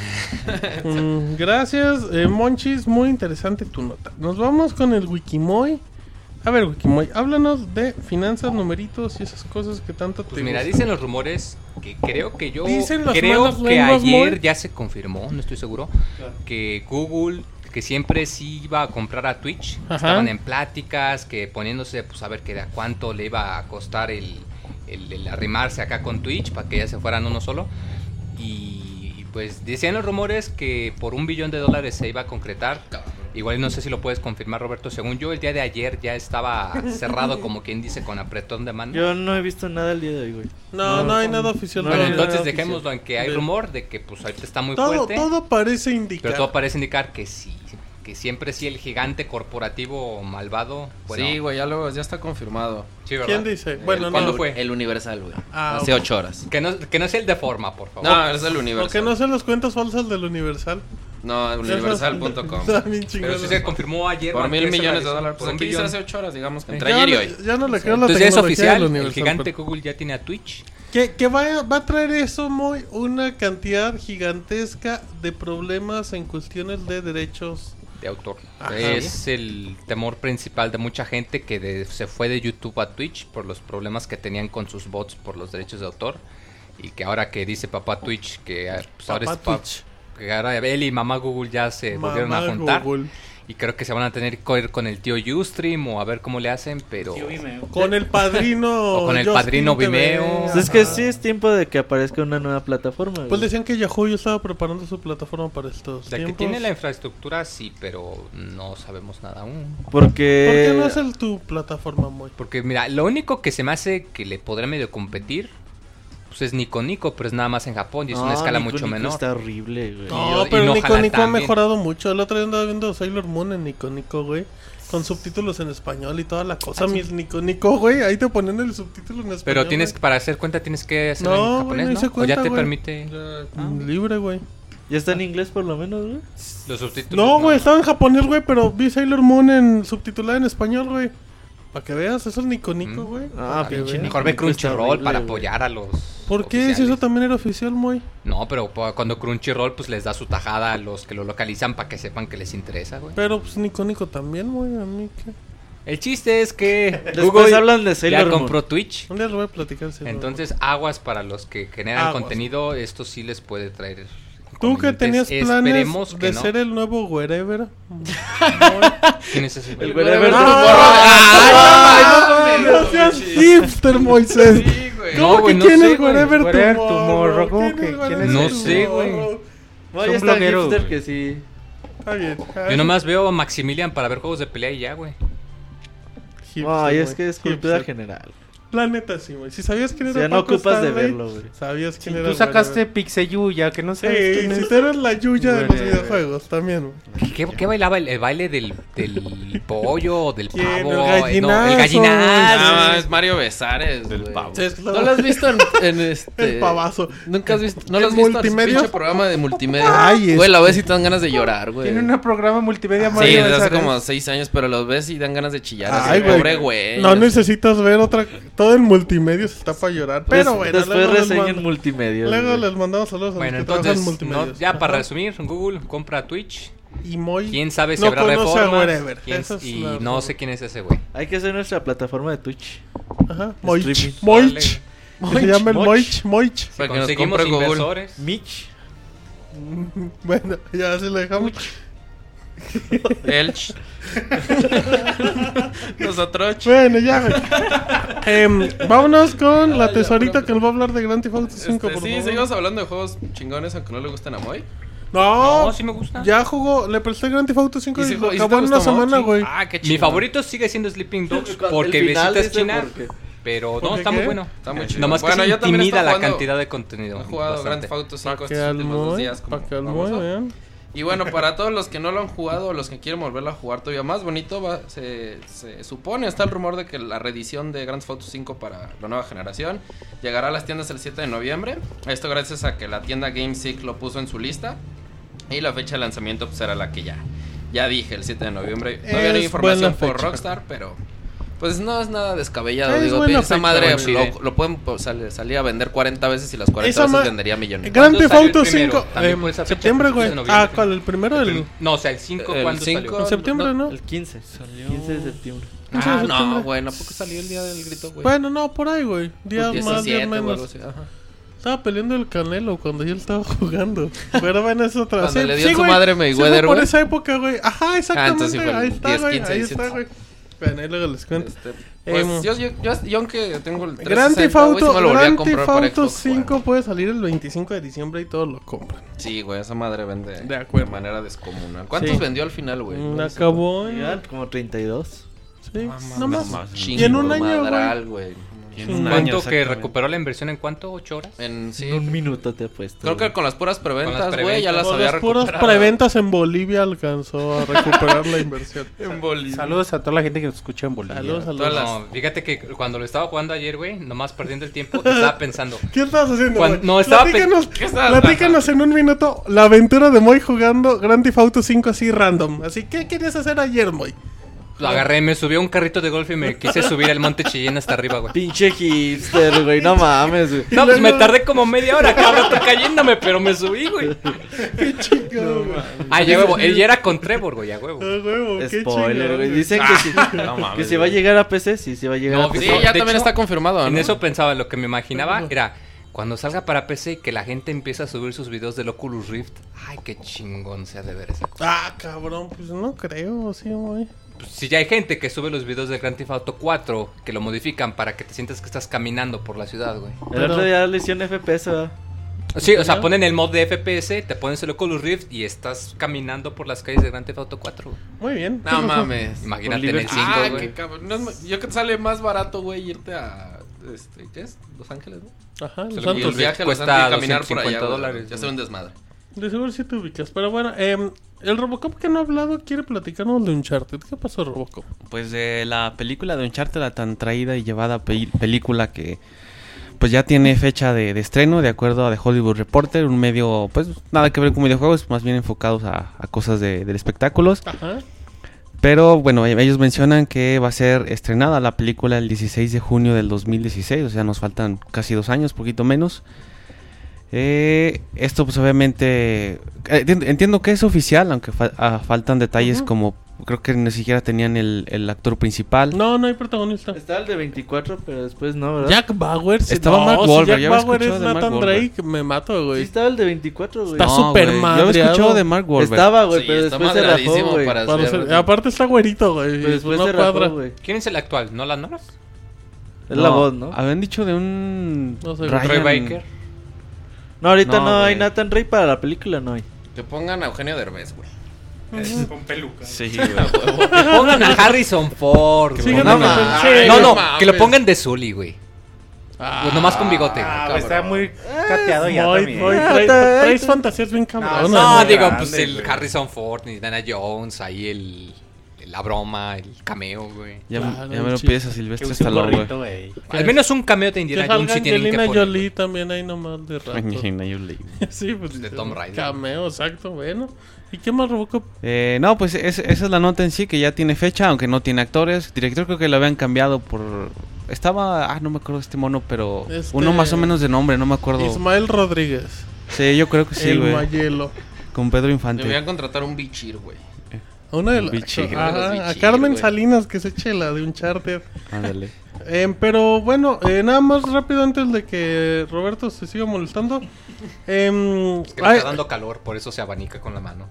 Speaker 2: Mm, gracias, eh, Monchis. Muy interesante tu nota. Nos vamos con el Wikimoy. A ver, Wikimoy, háblanos de finanzas, numeritos y esas cosas que tanto te
Speaker 6: Pues mira,
Speaker 2: gustan.
Speaker 6: dicen los rumores que creo que yo.
Speaker 2: Dicen las malas
Speaker 6: creo que
Speaker 2: lenguas,
Speaker 6: ayer
Speaker 2: Moy.
Speaker 6: ya se confirmó, no estoy seguro, que Google, que siempre sí iba a comprar a Twitch,
Speaker 2: Ajá.
Speaker 6: estaban en pláticas, que poniéndose pues a ver que de a cuánto le iba a costar el, el- el arrimarse acá con Twitch para que ya se fueran uno solo. Y pues decían los rumores que por un billón de dólares se iba a concretar. Igual no sé si lo puedes confirmar, Roberto. Según yo, el día de ayer ya estaba cerrado, como quien dice, con apretón de mano.
Speaker 3: Yo no he visto nada el día de hoy, güey.
Speaker 2: No, no, hay nada oficial.
Speaker 3: No,
Speaker 6: Bueno,
Speaker 2: todavía.
Speaker 6: entonces
Speaker 3: oficial.
Speaker 6: dejémoslo en que hay
Speaker 2: Bien.
Speaker 6: rumor de que pues ahorita está muy
Speaker 2: todo,
Speaker 6: fuerte,
Speaker 2: todo parece indicar.
Speaker 6: pero todo parece indicar que sí, que siempre sí el gigante corporativo malvado. Bueno,
Speaker 9: Sí, güey, ya, lo- ya está confirmado.
Speaker 6: sí, ¿verdad? Eh,
Speaker 2: ¿Quién dice? Bueno,
Speaker 6: ¿Cuándo
Speaker 2: no.
Speaker 6: fue?
Speaker 9: El Universal, güey.
Speaker 2: Ah,
Speaker 9: Hace
Speaker 2: ok.
Speaker 9: ocho horas.
Speaker 6: Que no, que no sea el de forma, por favor.
Speaker 9: No, es el
Speaker 2: O que
Speaker 9: Universal.
Speaker 2: no sean los cuentos falsos del Universal.
Speaker 9: No, el universal.com.
Speaker 2: Está bien
Speaker 6: pero
Speaker 2: chingado.
Speaker 6: sí se confirmó ayer.
Speaker 9: Por
Speaker 6: bueno,
Speaker 9: mil
Speaker 6: que se
Speaker 9: millones de
Speaker 6: realizó
Speaker 9: dólares. Pues
Speaker 6: por un
Speaker 9: aquí hice
Speaker 6: billón.
Speaker 9: hace ocho horas, digamos, que entre
Speaker 2: ya,
Speaker 9: ayer y
Speaker 2: no-
Speaker 9: hoy.
Speaker 2: ya no le creo a la
Speaker 6: Entonces ya
Speaker 2: tecnología
Speaker 6: es
Speaker 2: del
Speaker 6: oficial, el
Speaker 2: Universal,
Speaker 6: gigante
Speaker 2: pero-
Speaker 6: Google ya tiene a Twitch.
Speaker 2: Que, que va, va a traer eso muy una cantidad gigantesca de problemas en cuestiones de derechos.
Speaker 6: de autor.
Speaker 2: Ajá.
Speaker 6: Es el temor principal de mucha gente que de- se fue de YouTube a Twitch por los problemas que tenían con sus bots por los derechos de autor. Y que ahora que dice papá Twitch, que, ah, pues, ahora, es
Speaker 2: Papá
Speaker 6: pa-
Speaker 2: Twitch.
Speaker 6: que ahora él y mamá Google ya se volvieron a
Speaker 2: Mamá
Speaker 6: juntar.
Speaker 2: Google.
Speaker 6: Y creo que se van a tener que ir con el tío Ustream o a ver cómo le hacen, pero...
Speaker 7: Yo Vimeo.
Speaker 2: Con el padrino.
Speaker 6: O con el
Speaker 2: Justin
Speaker 6: padrino
Speaker 2: TV.
Speaker 6: Vimeo.
Speaker 3: Pues es que sí es tiempo de que aparezca una nueva plataforma. güey.
Speaker 2: Pues decían que Yahoo ya estaba preparando su plataforma para estos
Speaker 6: O sea, que
Speaker 2: tiempos.
Speaker 6: tiene la infraestructura, sí, pero no sabemos nada aún.
Speaker 3: Porque.
Speaker 2: ¿Por qué no es el tu plataforma, Moy?
Speaker 6: Porque mira, lo único que se me hace que le podrá medio competir, pues es Nico Nico, pero es nada más en Japón y es
Speaker 3: No,
Speaker 6: una escala
Speaker 3: Nico
Speaker 6: mucho
Speaker 3: Nico
Speaker 6: menor.
Speaker 3: Está horrible, güey.
Speaker 6: No,
Speaker 2: No,
Speaker 6: y
Speaker 2: pero
Speaker 6: no
Speaker 2: Nico
Speaker 6: jala
Speaker 2: Nico ha
Speaker 6: tan bien.
Speaker 2: mejorado mucho. El otro día andaba viendo Sailor Moon en Nico Nico, güey. Con subtítulos en español y toda la cosa. Mis Nico Nico, güey. Ahí te ponen el subtítulo en español.
Speaker 6: Ah, Pero tienes
Speaker 2: güey.
Speaker 6: que, para hacer cuenta tienes que hacer
Speaker 2: No,
Speaker 6: en
Speaker 2: güey,
Speaker 6: japonés,
Speaker 2: no
Speaker 6: ¿no?
Speaker 2: hice
Speaker 6: o
Speaker 2: cuenta,
Speaker 6: ya te
Speaker 2: güey. mm,
Speaker 6: permite
Speaker 2: Libre, güey.
Speaker 3: Ya está en inglés por lo menos, güey.
Speaker 6: los subtítulos.
Speaker 2: No, güey, estaba en japonés, güey, pero vi Sailor Moon en subtitulada en español, güey. Para que veas, eso es Nico Nico,
Speaker 6: Mm.
Speaker 2: güey.
Speaker 3: Ah,
Speaker 2: Pa' que
Speaker 3: pinche
Speaker 2: veas.
Speaker 3: Nico.
Speaker 6: Mejor ve
Speaker 3: Nico está
Speaker 6: Crunchyroll
Speaker 3: horrible,
Speaker 6: para
Speaker 3: güey.
Speaker 6: apoyar a los
Speaker 2: ¿Por qué? Si
Speaker 6: oficiales.
Speaker 2: eso también era oficial, muy.
Speaker 6: No, pero po- cuando Crunchyroll pues les da su tajada a los que lo localizan para que sepan que les interesa, güey.
Speaker 2: Pero pues Nico Nico también, güey, a mí que.
Speaker 6: El chiste es que
Speaker 3: Después hablan de Sailor
Speaker 6: ya
Speaker 3: Moon.
Speaker 6: compró Twitch.
Speaker 2: Un día lo voy a platicar, Sailor Moon.
Speaker 6: Entonces, aguas para los que generan
Speaker 2: Aguas.
Speaker 6: contenido, esto sí les puede traer
Speaker 2: Tú que
Speaker 6: inconvenientes.
Speaker 2: tenías planes
Speaker 6: Esperemos que
Speaker 2: de
Speaker 6: no.
Speaker 2: ser el nuevo wherever.
Speaker 6: ¿Quién es ese?
Speaker 3: El wherever
Speaker 2: no,
Speaker 6: Ah,
Speaker 9: ¡Ay, no mames!
Speaker 2: No seas hipster, Moisés.
Speaker 9: Sí, güey.
Speaker 2: ¿Cómo
Speaker 6: No,
Speaker 2: que
Speaker 6: güey, no
Speaker 2: quién
Speaker 6: sé,
Speaker 2: es
Speaker 6: güey.
Speaker 2: wherever
Speaker 5: Wherever
Speaker 2: tomorrow?
Speaker 5: Tomorrow, ¿cómo
Speaker 2: ¿Quién es
Speaker 5: que
Speaker 2: Wherever
Speaker 5: quién es
Speaker 6: No ese? sé, güey.
Speaker 2: Tomorrow?
Speaker 3: No,
Speaker 5: Es
Speaker 3: ya
Speaker 5: un
Speaker 3: está el
Speaker 5: bloguero,
Speaker 3: hipster
Speaker 5: güey.
Speaker 3: que sí.
Speaker 2: Está bien.
Speaker 6: Yo nomás veo a Maximilian para ver juegos de pelea y ya, güey.
Speaker 2: Hipster,
Speaker 3: Ay, es
Speaker 2: güey. pues,
Speaker 3: que es cultura
Speaker 2: Hipster.
Speaker 3: general.
Speaker 2: La neta, sí, güey. Si sabías quién
Speaker 3: O
Speaker 2: era
Speaker 3: sea, no
Speaker 2: Paco
Speaker 3: ocupas de
Speaker 2: Stanley,
Speaker 3: verlo, güey.
Speaker 2: Sabías quién era
Speaker 5: Tú sacaste Pixeyu ya que no sabes
Speaker 2: Sí,
Speaker 5: quién
Speaker 2: si
Speaker 5: es.
Speaker 2: tú eres la Yuya de los
Speaker 5: Güey.
Speaker 2: videojuegos también, güey.
Speaker 6: ¿Qué, qué bailaba el, el baile del, del pollo o del
Speaker 2: ¿Quién?
Speaker 6: pavo?
Speaker 2: El
Speaker 6: Eh, no,
Speaker 2: gallinazo.
Speaker 6: el gallinazo.
Speaker 9: Ah, es Mario Besares, del pavo.
Speaker 2: Es la-
Speaker 9: ¿No lo has visto en, en este...?
Speaker 2: El pavazo.
Speaker 9: Nunca has visto... ¿No lo
Speaker 2: ¿En
Speaker 9: has visto en
Speaker 2: multimedia?
Speaker 9: pinche programa de multimedia?
Speaker 2: Ay, es-
Speaker 9: Güey, lo ves y te dan ganas de llorar, güey.
Speaker 5: Tiene un programa
Speaker 2: Ah.
Speaker 5: multimedia
Speaker 9: Sí,
Speaker 5: Mario
Speaker 9: desde hace
Speaker 5: Besares.
Speaker 9: como seis años, pero los ves y dan ganas de chillar. así,
Speaker 2: Ay, güey.
Speaker 9: Pobre güey.
Speaker 2: No
Speaker 9: sé.
Speaker 2: necesitas ver otra. Todo el multimedia se está para llorar. Pero
Speaker 3: Des-
Speaker 2: bueno,
Speaker 3: después
Speaker 2: luego les
Speaker 3: reseña
Speaker 2: mando-
Speaker 3: en multimedia.
Speaker 2: Luego
Speaker 3: güey.
Speaker 2: les mandamos saludos a los
Speaker 6: Bueno,
Speaker 2: que trabajan en
Speaker 6: entonces,
Speaker 2: multimedia.
Speaker 6: no, ya para resumir, Google compra Twitch.
Speaker 2: Y Moy.
Speaker 6: ¿Quién sabe si
Speaker 2: no
Speaker 6: habrá
Speaker 2: conoce a
Speaker 6: reformas?
Speaker 2: Wherever.
Speaker 6: ¿Quién-
Speaker 2: Esa es
Speaker 6: y
Speaker 2: la-
Speaker 6: no sé quién es ese, güey.
Speaker 3: Hay que hacer nuestra plataforma de Twitch.
Speaker 2: Ajá. Moich.
Speaker 3: Streaming.
Speaker 2: Moich. Que se llama el
Speaker 3: Moich.
Speaker 2: Moich. Moich.
Speaker 9: Para que nos
Speaker 6: Conseguimos
Speaker 9: compre Google.
Speaker 6: inversores.
Speaker 3: Mitch.
Speaker 2: Bueno, ya se lo dejamos.
Speaker 9: Elch. Nosotros.
Speaker 2: Bueno, ya, güey. Em, vámonos con la tesorita que nos va a hablar de Grand Theft Auto 5,
Speaker 9: Ah, Este,
Speaker 2: por
Speaker 9: sí,
Speaker 2: favor.
Speaker 9: seguimos hablando de juegos chingones, aunque no le gusten a Moy.
Speaker 2: No,
Speaker 6: No, sí me gusta.
Speaker 2: ya jugó, le presté Grand Theft Auto 5 y,
Speaker 9: si-
Speaker 2: lo
Speaker 9: si te
Speaker 2: acabó en
Speaker 9: gustó
Speaker 2: una
Speaker 9: Moy?
Speaker 2: semana,
Speaker 9: Sí.
Speaker 2: güey.
Speaker 9: Ah, qué
Speaker 6: Mi
Speaker 9: chingón.
Speaker 6: favorito sigue siendo Sleeping Dogs
Speaker 3: Cuando-
Speaker 6: porque
Speaker 3: el final
Speaker 6: visitas
Speaker 3: dice
Speaker 6: China.
Speaker 3: por qué.
Speaker 6: Pero
Speaker 2: ¿Por
Speaker 6: no,
Speaker 2: qué
Speaker 6: está muy
Speaker 2: qué?
Speaker 6: bueno.
Speaker 9: Está muy chido.
Speaker 6: Nomás
Speaker 9: Bueno,
Speaker 6: que se
Speaker 9: yo también
Speaker 6: intimida
Speaker 9: estoy
Speaker 6: la
Speaker 9: jugando-
Speaker 6: cantidad de contenido. mm,
Speaker 9: He jugado
Speaker 6: bastante.
Speaker 9: Grand Theft Auto 5
Speaker 2: Para que
Speaker 9: estos
Speaker 2: al
Speaker 9: últimos dos
Speaker 2: Moy,
Speaker 9: días. como
Speaker 2: para que al
Speaker 9: famoso.
Speaker 2: Moy, vean.
Speaker 9: Y bueno, para todos los que no lo han jugado o los que quieren volverlo a jugar todavía más bonito, va- se, se supone, está el rumor de que la reedición de Grand Theft Auto 5 para la nueva generación llegará a las tiendas el 7 de noviembre. Esto gracias a que la tienda GameSeek lo puso en su lista y la fecha de lanzamiento pues, será la que ya, ya dije, el 7 de noviembre. No había
Speaker 2: Es
Speaker 9: información
Speaker 2: buena
Speaker 9: por
Speaker 2: fecha.
Speaker 9: Rockstar, pero pues no es nada descabellado.
Speaker 2: Es
Speaker 9: Digo,
Speaker 2: buena
Speaker 9: esa
Speaker 2: fecha.
Speaker 9: madre
Speaker 6: Coincide.
Speaker 9: lo, lo pueden pues, sal- salir a vender 40 veces y las 40
Speaker 2: Esa ma-
Speaker 9: veces vendería millones.
Speaker 2: Grand
Speaker 6: ¿Cuándo
Speaker 2: Theft
Speaker 6: salió el
Speaker 2: Auto
Speaker 6: primero?
Speaker 2: 5.
Speaker 6: También
Speaker 2: eh,
Speaker 6: por esa fecha,
Speaker 2: septiembre, güey.
Speaker 6: 15 de
Speaker 2: Ah,
Speaker 6: noviembre.
Speaker 2: ¿cuál? ¿El primero?
Speaker 6: El
Speaker 2: El...
Speaker 6: prim- No, o sea, el 5
Speaker 9: El
Speaker 6: cuando
Speaker 9: cinco,
Speaker 2: En
Speaker 6: salió.
Speaker 2: septiembre, ¿no?
Speaker 3: El 15.
Speaker 2: Salió-
Speaker 3: 15 de septiembre.
Speaker 9: Ah,
Speaker 2: Entonces,
Speaker 9: no,
Speaker 2: septiembre.
Speaker 9: güey, ¿a poco salió el día del grito, güey?
Speaker 2: Bueno, no, por ahí, güey. Días más,
Speaker 9: 17
Speaker 2: días
Speaker 9: Pues o algo
Speaker 2: menos.
Speaker 9: así, ajá.
Speaker 2: Estaba peleando el Canelo cuando yo estaba jugando. Pero bueno, es otra
Speaker 9: Cuando
Speaker 2: sí,
Speaker 9: le dio
Speaker 2: sí,
Speaker 9: su
Speaker 2: güey.
Speaker 9: madre
Speaker 2: Sí,
Speaker 9: Mayweather,
Speaker 2: fue por
Speaker 9: güey. Ah,
Speaker 2: esa época, güey. Ajá, exactamente.
Speaker 9: fue el
Speaker 2: ahí está,
Speaker 9: 10,
Speaker 2: güey.
Speaker 9: 15,
Speaker 2: Ahí
Speaker 9: 17.
Speaker 2: está, güey. Bueno, ahí luego les cuento.
Speaker 9: Este, pues
Speaker 2: Em,
Speaker 9: yo, yo, yo, yo aunque tengo el 360,
Speaker 2: Grand Theft
Speaker 9: güey, sí
Speaker 2: Auto,
Speaker 9: me lo volví a
Speaker 2: Grand
Speaker 9: comprar
Speaker 2: Theft
Speaker 9: para
Speaker 2: Auto
Speaker 9: Xbox, güey.
Speaker 2: 5 puede salir el 25 de diciembre y todos lo compran.
Speaker 9: Sí, güey, esa madre vende
Speaker 2: De acuerdo.
Speaker 9: manera descomunal. ¿Cuántos
Speaker 2: Sí.
Speaker 9: vendió al final, güey?
Speaker 2: Mm,
Speaker 9: No sé.
Speaker 2: Acabó en...
Speaker 3: Legal, Como 32.
Speaker 2: Sí,
Speaker 9: No
Speaker 2: no más.
Speaker 9: mames,
Speaker 2: Y en un
Speaker 9: chingo
Speaker 2: año,
Speaker 9: madral, güey.
Speaker 2: Sí,
Speaker 6: ¿En
Speaker 2: un
Speaker 6: ¿Cuánto que
Speaker 8: exactamente.
Speaker 6: recuperó la inversión en cuánto? ¿Ocho horas?
Speaker 9: En sí,
Speaker 3: En un minuto te apuesto.
Speaker 9: creo que con las puras
Speaker 6: Con
Speaker 9: preventas,
Speaker 6: las
Speaker 9: güey, ya las
Speaker 2: Con
Speaker 9: había
Speaker 2: las puras
Speaker 9: recuperado.
Speaker 2: preventas en Bolivia alcanzó a recuperar la inversión.
Speaker 9: en Bolivia.
Speaker 5: Saludos a toda la gente que nos escucha en Bolivia.
Speaker 2: Saludos a los...
Speaker 9: Todas las-
Speaker 6: No, fíjate que cuando lo estaba jugando ayer, güey, nomás perdiendo el tiempo, estaba pensando.
Speaker 2: ¿Qué estabas haciendo?
Speaker 6: Cuando-
Speaker 2: güey?
Speaker 6: no, estaba pe-
Speaker 2: platícanos,
Speaker 9: ¿Qué estabas-
Speaker 2: platícanos en un minuto la aventura de Moy jugando Grand Theft Auto 5 así random. Así, ¿qué querías hacer ayer, Moy?
Speaker 6: Lo agarré, me subí a un carrito de golf y me quise subir al monte Chillén hasta arriba, güey.
Speaker 3: Pinche hipster, güey. No mames, güey.
Speaker 6: No, pues me tardé como media hora cada rato cayéndome, pero me subí, güey.
Speaker 2: ¡Qué chico, güey!
Speaker 6: Ah, ya huevo, él ya era con Trevor, güey, a huevo.
Speaker 2: Ah, huevo, qué
Speaker 3: Spoiler,
Speaker 2: chingón,
Speaker 3: güey. Dicen
Speaker 9: Ah,
Speaker 3: que sí. Que si va a llegar a PC, sí, sí va a llegar
Speaker 6: No,
Speaker 3: a
Speaker 9: Sí,
Speaker 3: PC.
Speaker 9: ya
Speaker 6: De
Speaker 9: también
Speaker 6: hecho,
Speaker 9: está confirmado, ¿no?
Speaker 6: En eso pensaba, lo que me imaginaba era cuando salga para PC y que la gente empieza a subir sus videos del Oculus Rift. Ay, qué chingón se ha de ver esa cosa.
Speaker 2: Ah, cabrón, pues no creo, sí, Moy.
Speaker 6: Pues, si ya hay gente que sube los videos del Grand Theft Auto 4 que lo modifican para que te sientas que estás caminando por la ciudad, güey.
Speaker 3: El
Speaker 2: Pero-
Speaker 3: otro día le hicieron FPS, ¿verdad?
Speaker 6: Sí, o sea, ponen el mod de FPS, te pones el Oculus Rift y estás caminando por las calles del Grand Theft Auto 4. güey.
Speaker 2: Muy bien.
Speaker 9: No mames.
Speaker 6: Imagínate en el 5,
Speaker 9: Ah,
Speaker 6: güey.
Speaker 9: qué cabrón. No, es- yo creo que sale más barato, güey, irte a este, ¿qué es? Los Ángeles, ¿no?
Speaker 2: Ajá, los
Speaker 6: Se lo
Speaker 9: Y
Speaker 2: santos.
Speaker 9: el viaje a Los
Speaker 6: Cuesta
Speaker 9: Ángeles y caminar por allá.
Speaker 6: 250 dólares,
Speaker 9: Dólares, ya
Speaker 6: güey.
Speaker 9: se un desmadre.
Speaker 2: De seguro sí te ubicas. Pero bueno, eh, el Robocop que no ha hablado quiere platicarnos de Uncharted. ¿Qué pasó, Robocop?
Speaker 8: Pues de la película de Uncharted, la tan traída y llevada pe- película que pues ya tiene fecha de, de estreno, de acuerdo a The Hollywood Reporter, un medio pues nada que ver con videojuegos, más bien enfocados a, a cosas de, de espectáculos.
Speaker 2: Ajá.
Speaker 8: Pero bueno, e- ellos mencionan que va a ser estrenada la película el 16 de junio del 2016, o sea, nos faltan casi dos años, poquito menos. Eh, esto pues obviamente, eh, enti- entiendo que es oficial, aunque fa- ah, faltan detalles
Speaker 2: Ujú.
Speaker 8: como creo que ni siquiera tenían el, el actor principal.
Speaker 2: No, no hay protagonista.
Speaker 3: Estaba el de 24, pero después no, ¿verdad?
Speaker 2: Jack Bauer. si-
Speaker 8: Estaba
Speaker 2: no,
Speaker 8: Mark
Speaker 2: si
Speaker 8: Wahlberg, ya
Speaker 2: Jack
Speaker 8: había
Speaker 2: Bauer es
Speaker 8: escuchado de Mark
Speaker 2: Nathan
Speaker 8: Wahlberg.
Speaker 2: Drake. Me mato,
Speaker 3: Sí
Speaker 2: güey.
Speaker 3: estaba el de 24, güey.
Speaker 2: Está
Speaker 8: No,
Speaker 2: súper
Speaker 8: güey, Yo había
Speaker 2: madreado.
Speaker 8: escuchado de Mark Wahlberg.
Speaker 3: Estaba, güey,
Speaker 9: Sí,
Speaker 3: pero
Speaker 9: está
Speaker 3: después se rajó,
Speaker 9: madreadísimo
Speaker 3: güey.
Speaker 9: para
Speaker 2: Para
Speaker 9: ser-
Speaker 2: ser- aparte está güerito, güey.
Speaker 3: Pero después
Speaker 2: no
Speaker 3: se rajó,
Speaker 2: cuadra.
Speaker 3: güey.
Speaker 6: ¿Quién es el actual? ¿No la Noras?
Speaker 3: Es la voz, ¿no?
Speaker 8: Habían dicho de un...
Speaker 2: No sé,
Speaker 6: Troy
Speaker 8: Ryan-
Speaker 6: Baker.
Speaker 3: No, ahorita
Speaker 8: No,
Speaker 3: no, hay
Speaker 8: güey.
Speaker 3: Nathan Rey para la película, no hay.
Speaker 9: Que pongan a Eugenio Derbez, güey.
Speaker 7: Con peluca.
Speaker 8: Sí, güey.
Speaker 6: Que pongan a Harrison Ford. güey.
Speaker 2: Sí,
Speaker 6: no,
Speaker 2: no, no,
Speaker 6: mames.
Speaker 2: sí.
Speaker 6: no, no,
Speaker 9: mames.
Speaker 6: que lo pongan de Zully, güey. Pues nomás con bigote. güey.
Speaker 5: Ah, güey, está muy cateado ya
Speaker 2: Moy,
Speaker 5: también.
Speaker 2: Moy,
Speaker 3: Ah,
Speaker 2: trae-
Speaker 3: está-
Speaker 2: traes fantasías bien cabronas.
Speaker 6: No,
Speaker 5: muy
Speaker 2: güey.
Speaker 6: digo,
Speaker 5: grande,
Speaker 6: pues el
Speaker 5: güey.
Speaker 6: Harrison Ford, ni Dana Jones, ahí el, la broma, el cameo, güey.
Speaker 8: Ya,
Speaker 2: Claro,
Speaker 8: ya me lo
Speaker 2: sí.
Speaker 8: pides a
Speaker 5: Que
Speaker 8: Silvestre
Speaker 5: use un
Speaker 8: Stallone, güey.
Speaker 5: gorrito, güey.
Speaker 6: Al menos un cameo de
Speaker 2: Que
Speaker 6: Indiana Jones
Speaker 2: salga
Speaker 6: sí tienen que
Speaker 2: Angelina
Speaker 6: poner.
Speaker 2: Jolie también ahí nomás de rato.
Speaker 8: Angelina Jolie, güey.
Speaker 2: sí, pues.
Speaker 6: De Tomb Raider.
Speaker 2: Cameo, exacto, bueno. ¿Y qué más Robocop?
Speaker 8: Eh, no, pues es- esa es la nota en sí, que ya tiene fecha, aunque no tiene actores. Director creo que lo habían cambiado por... Estaba... Ah, no me acuerdo de este mono, pero...
Speaker 2: Este-
Speaker 8: Uno más o menos de nombre, no me acuerdo.
Speaker 2: Ismael Rodríguez.
Speaker 8: Sí, yo creo que sí,
Speaker 2: el
Speaker 8: güey.
Speaker 2: Mayelo.
Speaker 8: Con Pedro Infante.
Speaker 9: Deberían contratar un bichir, güey.
Speaker 2: A una de Ah. las.
Speaker 8: Bichir,
Speaker 2: Ajá,
Speaker 9: los
Speaker 2: a
Speaker 9: bichir,
Speaker 2: Carmen
Speaker 9: güey.
Speaker 2: Salinas, que se eche la de un charter.
Speaker 8: Ándale.
Speaker 2: pero bueno, eh, nada más rápido antes de que Roberto se siga molestando. Em,
Speaker 6: Que le
Speaker 2: ay,
Speaker 6: está dando calor, por eso se abanica con la mano.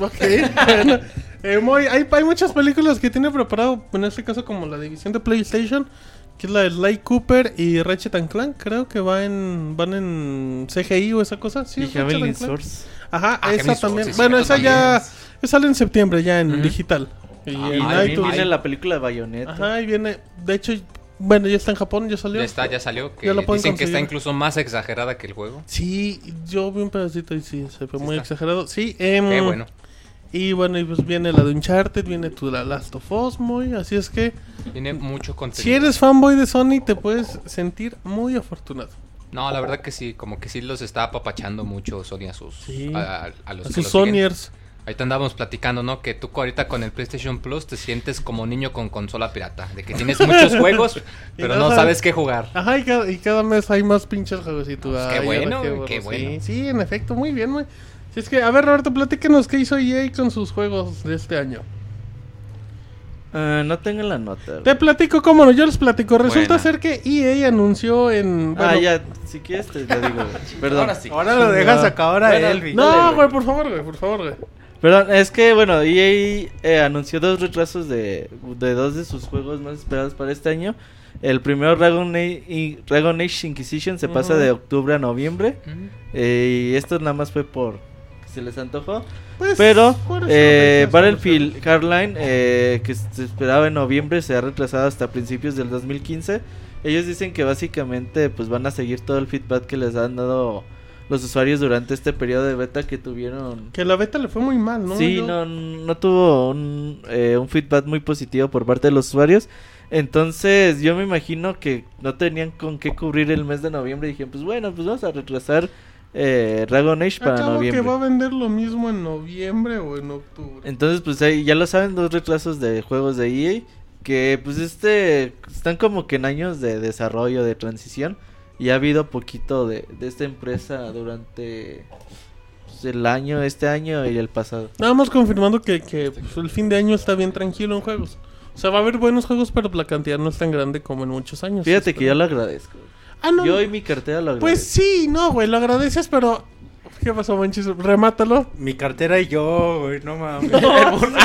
Speaker 2: Ok, bueno. Eh, Moy, hay, hay muchas películas que tiene preparado, en este caso como la división de PlayStation, que es la de Sly Cooper y Ratchet and Clank, creo que va en, van en CGI o esa cosa, sí.
Speaker 3: Y
Speaker 2: es Ratchet
Speaker 3: Javelin
Speaker 2: and Clank?
Speaker 3: Source.
Speaker 2: Ajá,
Speaker 6: Ah,
Speaker 2: esa
Speaker 6: Gemini Swords,
Speaker 2: también.
Speaker 6: sí,
Speaker 2: bueno, esa
Speaker 6: cierto,
Speaker 2: ya esa sale en septiembre, ya en digital. Y
Speaker 3: Y
Speaker 2: en
Speaker 6: ay,
Speaker 3: también
Speaker 2: iTunes.
Speaker 3: viene la película de Bayonetta.
Speaker 2: Ajá, y viene, de hecho, Bueno, ya está en Japón, ya salió.
Speaker 6: Ya está, ya salió. Que
Speaker 2: Ya lo
Speaker 6: dicen
Speaker 2: pueden
Speaker 6: que está
Speaker 2: conseguir.
Speaker 6: incluso más exagerada que el juego.
Speaker 2: Sí, yo vi un pedacito y sí, se fue
Speaker 6: Sí
Speaker 2: muy
Speaker 6: está.
Speaker 2: exagerado. Sí, em,
Speaker 6: Qué bueno.
Speaker 2: y bueno, y pues viene la de Uncharted, viene tu la Last of Us, muy, así es que
Speaker 6: Tiene mucho contenido.
Speaker 2: si eres fanboy de Sony te puedes sentir muy afortunado.
Speaker 6: No, la verdad que sí, como que sí los está apapachando mucho Sony a sus
Speaker 2: Sí.
Speaker 6: a, a- a los
Speaker 2: A
Speaker 6: que
Speaker 2: sus
Speaker 6: lo siguen.
Speaker 2: Sonyers.
Speaker 6: Ahorita andábamos platicando, ¿no? Que tú ahorita con el PlayStation Plus te sientes como niño con consola pirata, de que tienes muchos juegos,
Speaker 2: no
Speaker 6: pero no
Speaker 2: sabes-
Speaker 6: sabes qué jugar.
Speaker 2: Ajá, y cada, y cada mes hay más pinches juegositos.
Speaker 6: Pues qué
Speaker 2: Ay,
Speaker 6: bueno,
Speaker 2: ahora
Speaker 6: qué
Speaker 2: sí.
Speaker 6: bueno.
Speaker 2: Sí, en efecto, muy bien, muy. Si es que, a ver, Roberto, platícanos qué hizo EA con sus juegos de este año.
Speaker 3: Ah, no tengo la nota.
Speaker 2: Te platico cómo no, yo les platico. Resulta
Speaker 9: Buena.
Speaker 2: ser que EA anunció en.
Speaker 3: Ah,
Speaker 2: bueno,
Speaker 3: ya, si quieres te lo digo. güey. Perdón.
Speaker 9: Ahora sí.
Speaker 5: Ahora lo dejas acabar a
Speaker 9: Bueno,
Speaker 5: Elvi.
Speaker 2: No,
Speaker 3: Dale,
Speaker 2: güey,
Speaker 3: güey.
Speaker 2: por favor, güey, por favor, güey.
Speaker 3: Perdón, es que bueno, EA eh, anunció dos retrasos de, de dos de sus juegos más esperados para este año. El primero, Dragon Age, y- Dragon Age Inquisition, se pasa
Speaker 2: Ujú.
Speaker 3: de octubre a noviembre.
Speaker 6: Mm.
Speaker 3: eh, y esto nada más fue por que se les antojó.
Speaker 2: Pues,
Speaker 3: Pero
Speaker 2: por eso
Speaker 3: eh,
Speaker 2: no pensamos,
Speaker 3: Battlefield Hardline, eh, que se esperaba en noviembre, se ha retrasado hasta principios del 2015. Ellos dicen que básicamente pues van a seguir todo el feedback que les han dado los usuarios durante este periodo de beta que tuvieron.
Speaker 2: güey. Que la beta le fue muy mal, ¿no?
Speaker 3: sí,
Speaker 2: Yo-
Speaker 3: no, no tuvo un, eh, un feedback muy positivo por parte de los usuarios. Entonces yo me imagino que no tenían con qué cubrir el mes de noviembre. Y dijeron, pues bueno, pues vamos a retrasar eh, Dragon Age para
Speaker 2: Acabo
Speaker 3: noviembre.
Speaker 2: Ah, que va a vender lo mismo en noviembre o en octubre.
Speaker 3: Entonces, pues ahí ya lo saben, dos retrasos de juegos de EA. Que pues este. Están como que en años de desarrollo, de transición. Y ha habido poquito de, de esta empresa durante pues, el año, este año y el pasado.
Speaker 2: Nada más confirmando que, que, pues, el fin de año está bien tranquilo en juegos. O sea, va a haber buenos juegos, pero la cantidad no es tan grande como en muchos años.
Speaker 3: Fíjate que yo
Speaker 2: Espero.
Speaker 3: lo agradezco.
Speaker 2: Ah, no.
Speaker 3: Yo y mi cartera lo
Speaker 2: Pues
Speaker 3: agradezco.
Speaker 2: sí, no, güey, lo agradeces, pero... ¿Qué pasó, manches? Remátalo.
Speaker 5: Mi cartera y yo, güey, no mames.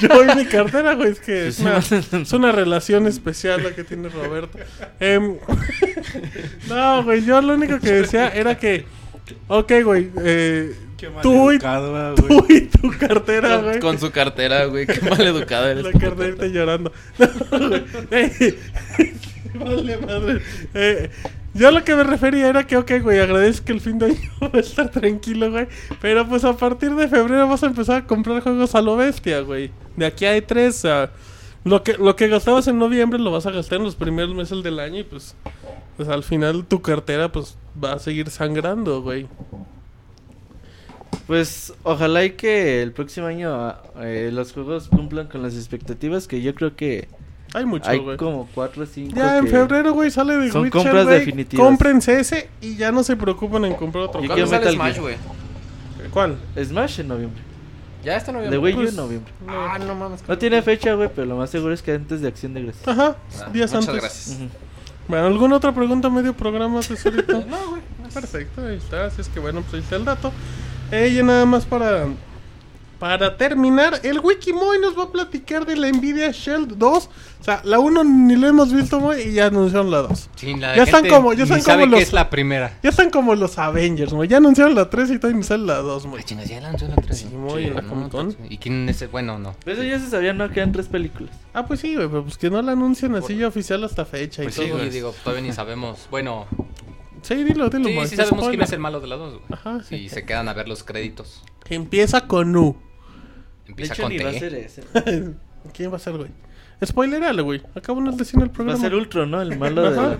Speaker 2: Yo y mi cartera, güey, es que es
Speaker 3: Sí,
Speaker 2: una,
Speaker 3: sí.
Speaker 2: es una relación especial la que tiene Roberto. Em, no, güey, yo lo único que decía era que, ok, güey, eh, tú, y,
Speaker 3: ah,
Speaker 5: Educado, güey.
Speaker 2: tú y tu cartera,
Speaker 9: Con,
Speaker 2: güey.
Speaker 9: con su cartera, güey. Qué mal educado eres.
Speaker 2: La carterita llorando. No, güey. Ey, vale, madre. Eh, yo lo que me refería era que, ok, güey, agradezco que el fin de año va a estar tranquilo, güey. Pero pues a partir de febrero vas a empezar a comprar juegos a lo bestia, güey. De aquí hay tres. lo, que, lo que gastabas en noviembre lo vas a gastar en los primeros meses del año y pues, pues al final tu cartera pues va a seguir sangrando, güey.
Speaker 3: Pues ojalá y que el próximo año eh, los juegos cumplan con las expectativas. Que yo creo que
Speaker 2: Hay mucho,
Speaker 3: hay
Speaker 2: güey.
Speaker 3: como 4 o 5.
Speaker 2: Ya en febrero, güey, sale de
Speaker 3: son
Speaker 2: Witcher,
Speaker 3: compras
Speaker 2: güey.
Speaker 3: definitivas.
Speaker 2: Cómprense ese y ya no se preocupan en comprar otro.
Speaker 3: Y
Speaker 9: ¿Cuándo
Speaker 3: quiero
Speaker 9: sale
Speaker 3: Metal
Speaker 9: Smash,
Speaker 3: Gear.
Speaker 9: güey?
Speaker 2: ¿Cuál?
Speaker 3: Smash en noviembre.
Speaker 9: Ya está
Speaker 3: De
Speaker 9: noviembre.
Speaker 3: Wii U
Speaker 2: Pues,
Speaker 3: en noviembre.
Speaker 9: Ah, no mames.
Speaker 3: No tiene fecha, güey, pero lo más seguro es que antes de Acción de Gracias.
Speaker 2: Ajá,
Speaker 9: Ah,
Speaker 2: días
Speaker 9: muchas
Speaker 2: antes.
Speaker 9: gracias.
Speaker 3: Ujú.
Speaker 2: Bueno, ¿alguna otra pregunta medio programa, tesorito?
Speaker 9: No, güey.
Speaker 2: Perfecto, ahí está. Así es que bueno, pues ahí está el dato. Eh, y nada más para, para terminar, el Wikimoy nos va a platicar de la Nvidia Shield 2. O sea, la 1 ni la hemos visto, güey, y ya anunciaron la 2.
Speaker 6: Sí, la
Speaker 2: Ya están
Speaker 6: gente
Speaker 2: como- ya están
Speaker 6: ni sabe
Speaker 2: como
Speaker 6: que
Speaker 2: los-
Speaker 6: es la primera.
Speaker 2: Ya están como los Avengers, güey. Ya anunciaron la 3 y todavía ni sale la 2,
Speaker 6: Ah,
Speaker 2: güey.
Speaker 6: chingas, ya lanzó la otra.
Speaker 2: Sí, muy en la
Speaker 6: no,
Speaker 2: Comic Con.
Speaker 6: entonces- ¿Y quién es el bueno no?
Speaker 3: Pero eso ya se sabía, ¿no? Quedan tres películas.
Speaker 2: Ah, pues sí, güey, pero pues que no la anuncian así ya oficial hasta fecha y
Speaker 6: Pues
Speaker 2: todo.
Speaker 6: sí, güey, digo, todavía ni sabemos. Bueno,
Speaker 2: Sí, dilo, dilo.
Speaker 6: sí,
Speaker 2: Mike,
Speaker 6: sí
Speaker 2: no
Speaker 6: sabemos quién
Speaker 2: spoiler.
Speaker 6: es el malo de las dos, güey.
Speaker 2: Ajá.
Speaker 6: Y se quedan a ver los créditos.
Speaker 2: Que empieza con U.
Speaker 3: De
Speaker 6: Empieza
Speaker 3: hecho,
Speaker 6: con
Speaker 3: ni
Speaker 6: T.
Speaker 3: va a ser ese.
Speaker 2: ¿Quién va a ser, güey? Spoilerale, güey. Acabo de decir el
Speaker 3: Va a
Speaker 2: programa.
Speaker 3: ser Ultron, ¿no? El malo de...
Speaker 2: Ajá.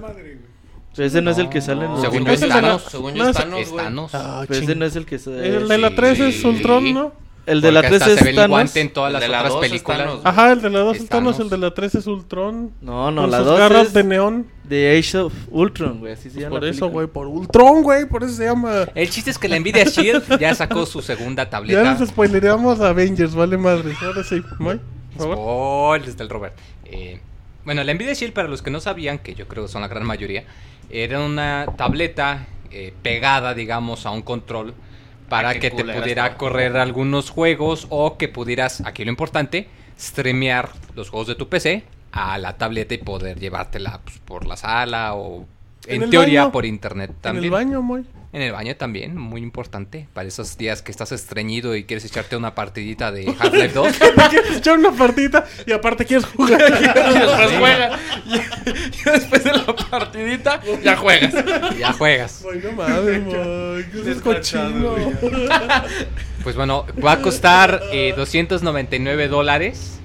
Speaker 3: Pero ese no es el que sale en los...
Speaker 6: Según yo
Speaker 2: ¿Es
Speaker 6: es
Speaker 2: el de la-
Speaker 6: Thanos.
Speaker 9: Según
Speaker 2: No,
Speaker 9: yo,
Speaker 2: es-
Speaker 9: es Thanos, güey.
Speaker 6: Thanos.
Speaker 2: Ah,
Speaker 3: Pero ese
Speaker 2: ching.
Speaker 3: no es el que sale...
Speaker 2: El de la 3 es
Speaker 6: sí.
Speaker 2: Ultron, ¿no?
Speaker 3: El de la
Speaker 6: Porque
Speaker 3: 3
Speaker 6: hasta se
Speaker 3: es
Speaker 6: ve el
Speaker 3: Thanos.
Speaker 6: guante en todas
Speaker 9: El
Speaker 6: las
Speaker 9: de la
Speaker 6: otras
Speaker 9: dos es
Speaker 6: películas.
Speaker 9: Thanos.
Speaker 2: Ajá, el de la 2
Speaker 6: Es
Speaker 2: es Thanos,
Speaker 6: Thanos.
Speaker 2: el de la 3 es Ultron.
Speaker 3: No, no,
Speaker 2: con
Speaker 3: la
Speaker 2: sus
Speaker 3: 2
Speaker 2: garras
Speaker 3: es
Speaker 2: de neón. Pues
Speaker 3: de Age of Ultron, güey. Así se llama
Speaker 2: Por
Speaker 3: la
Speaker 2: eso, güey,
Speaker 3: película.
Speaker 2: por Ultron, güey, por eso se llama.
Speaker 6: El chiste es que la Nvidia Shield ya sacó su segunda
Speaker 2: Ya
Speaker 6: tableta.
Speaker 2: nos spoilereamos a Avengers, vale madre. Ahora sí, Mike, por favor.
Speaker 6: Spoilers del Robert. Eh, bueno, la Nvidia Shield, para los que no sabían, que yo creo que son la gran mayoría, era una tableta eh, pegada, digamos, a un control para
Speaker 9: Ah, qué
Speaker 6: que te
Speaker 9: culera
Speaker 6: pudiera
Speaker 9: estaba.
Speaker 6: correr algunos juegos o que pudieras, aquí lo importante, streamear los juegos de tu PC a la tableta y poder llevártela pues, por la sala o
Speaker 2: En
Speaker 6: En,
Speaker 2: el
Speaker 6: teoría
Speaker 2: baño.
Speaker 6: por internet
Speaker 2: En
Speaker 6: también.
Speaker 2: el baño, muy.
Speaker 6: En el baño también, muy importante. Para esos días que estás estreñido y quieres echarte una partidita de Half-Life 2.
Speaker 2: quieres echar una partita y aparte quieres jugar.
Speaker 9: Después juegas. Y- y después de la partidita, ya juegas.
Speaker 6: ya juegas.
Speaker 2: Moy, no mames, Moy. ¿Qué es cochino?
Speaker 6: Pues bueno, va a costar eh, 299 dólares.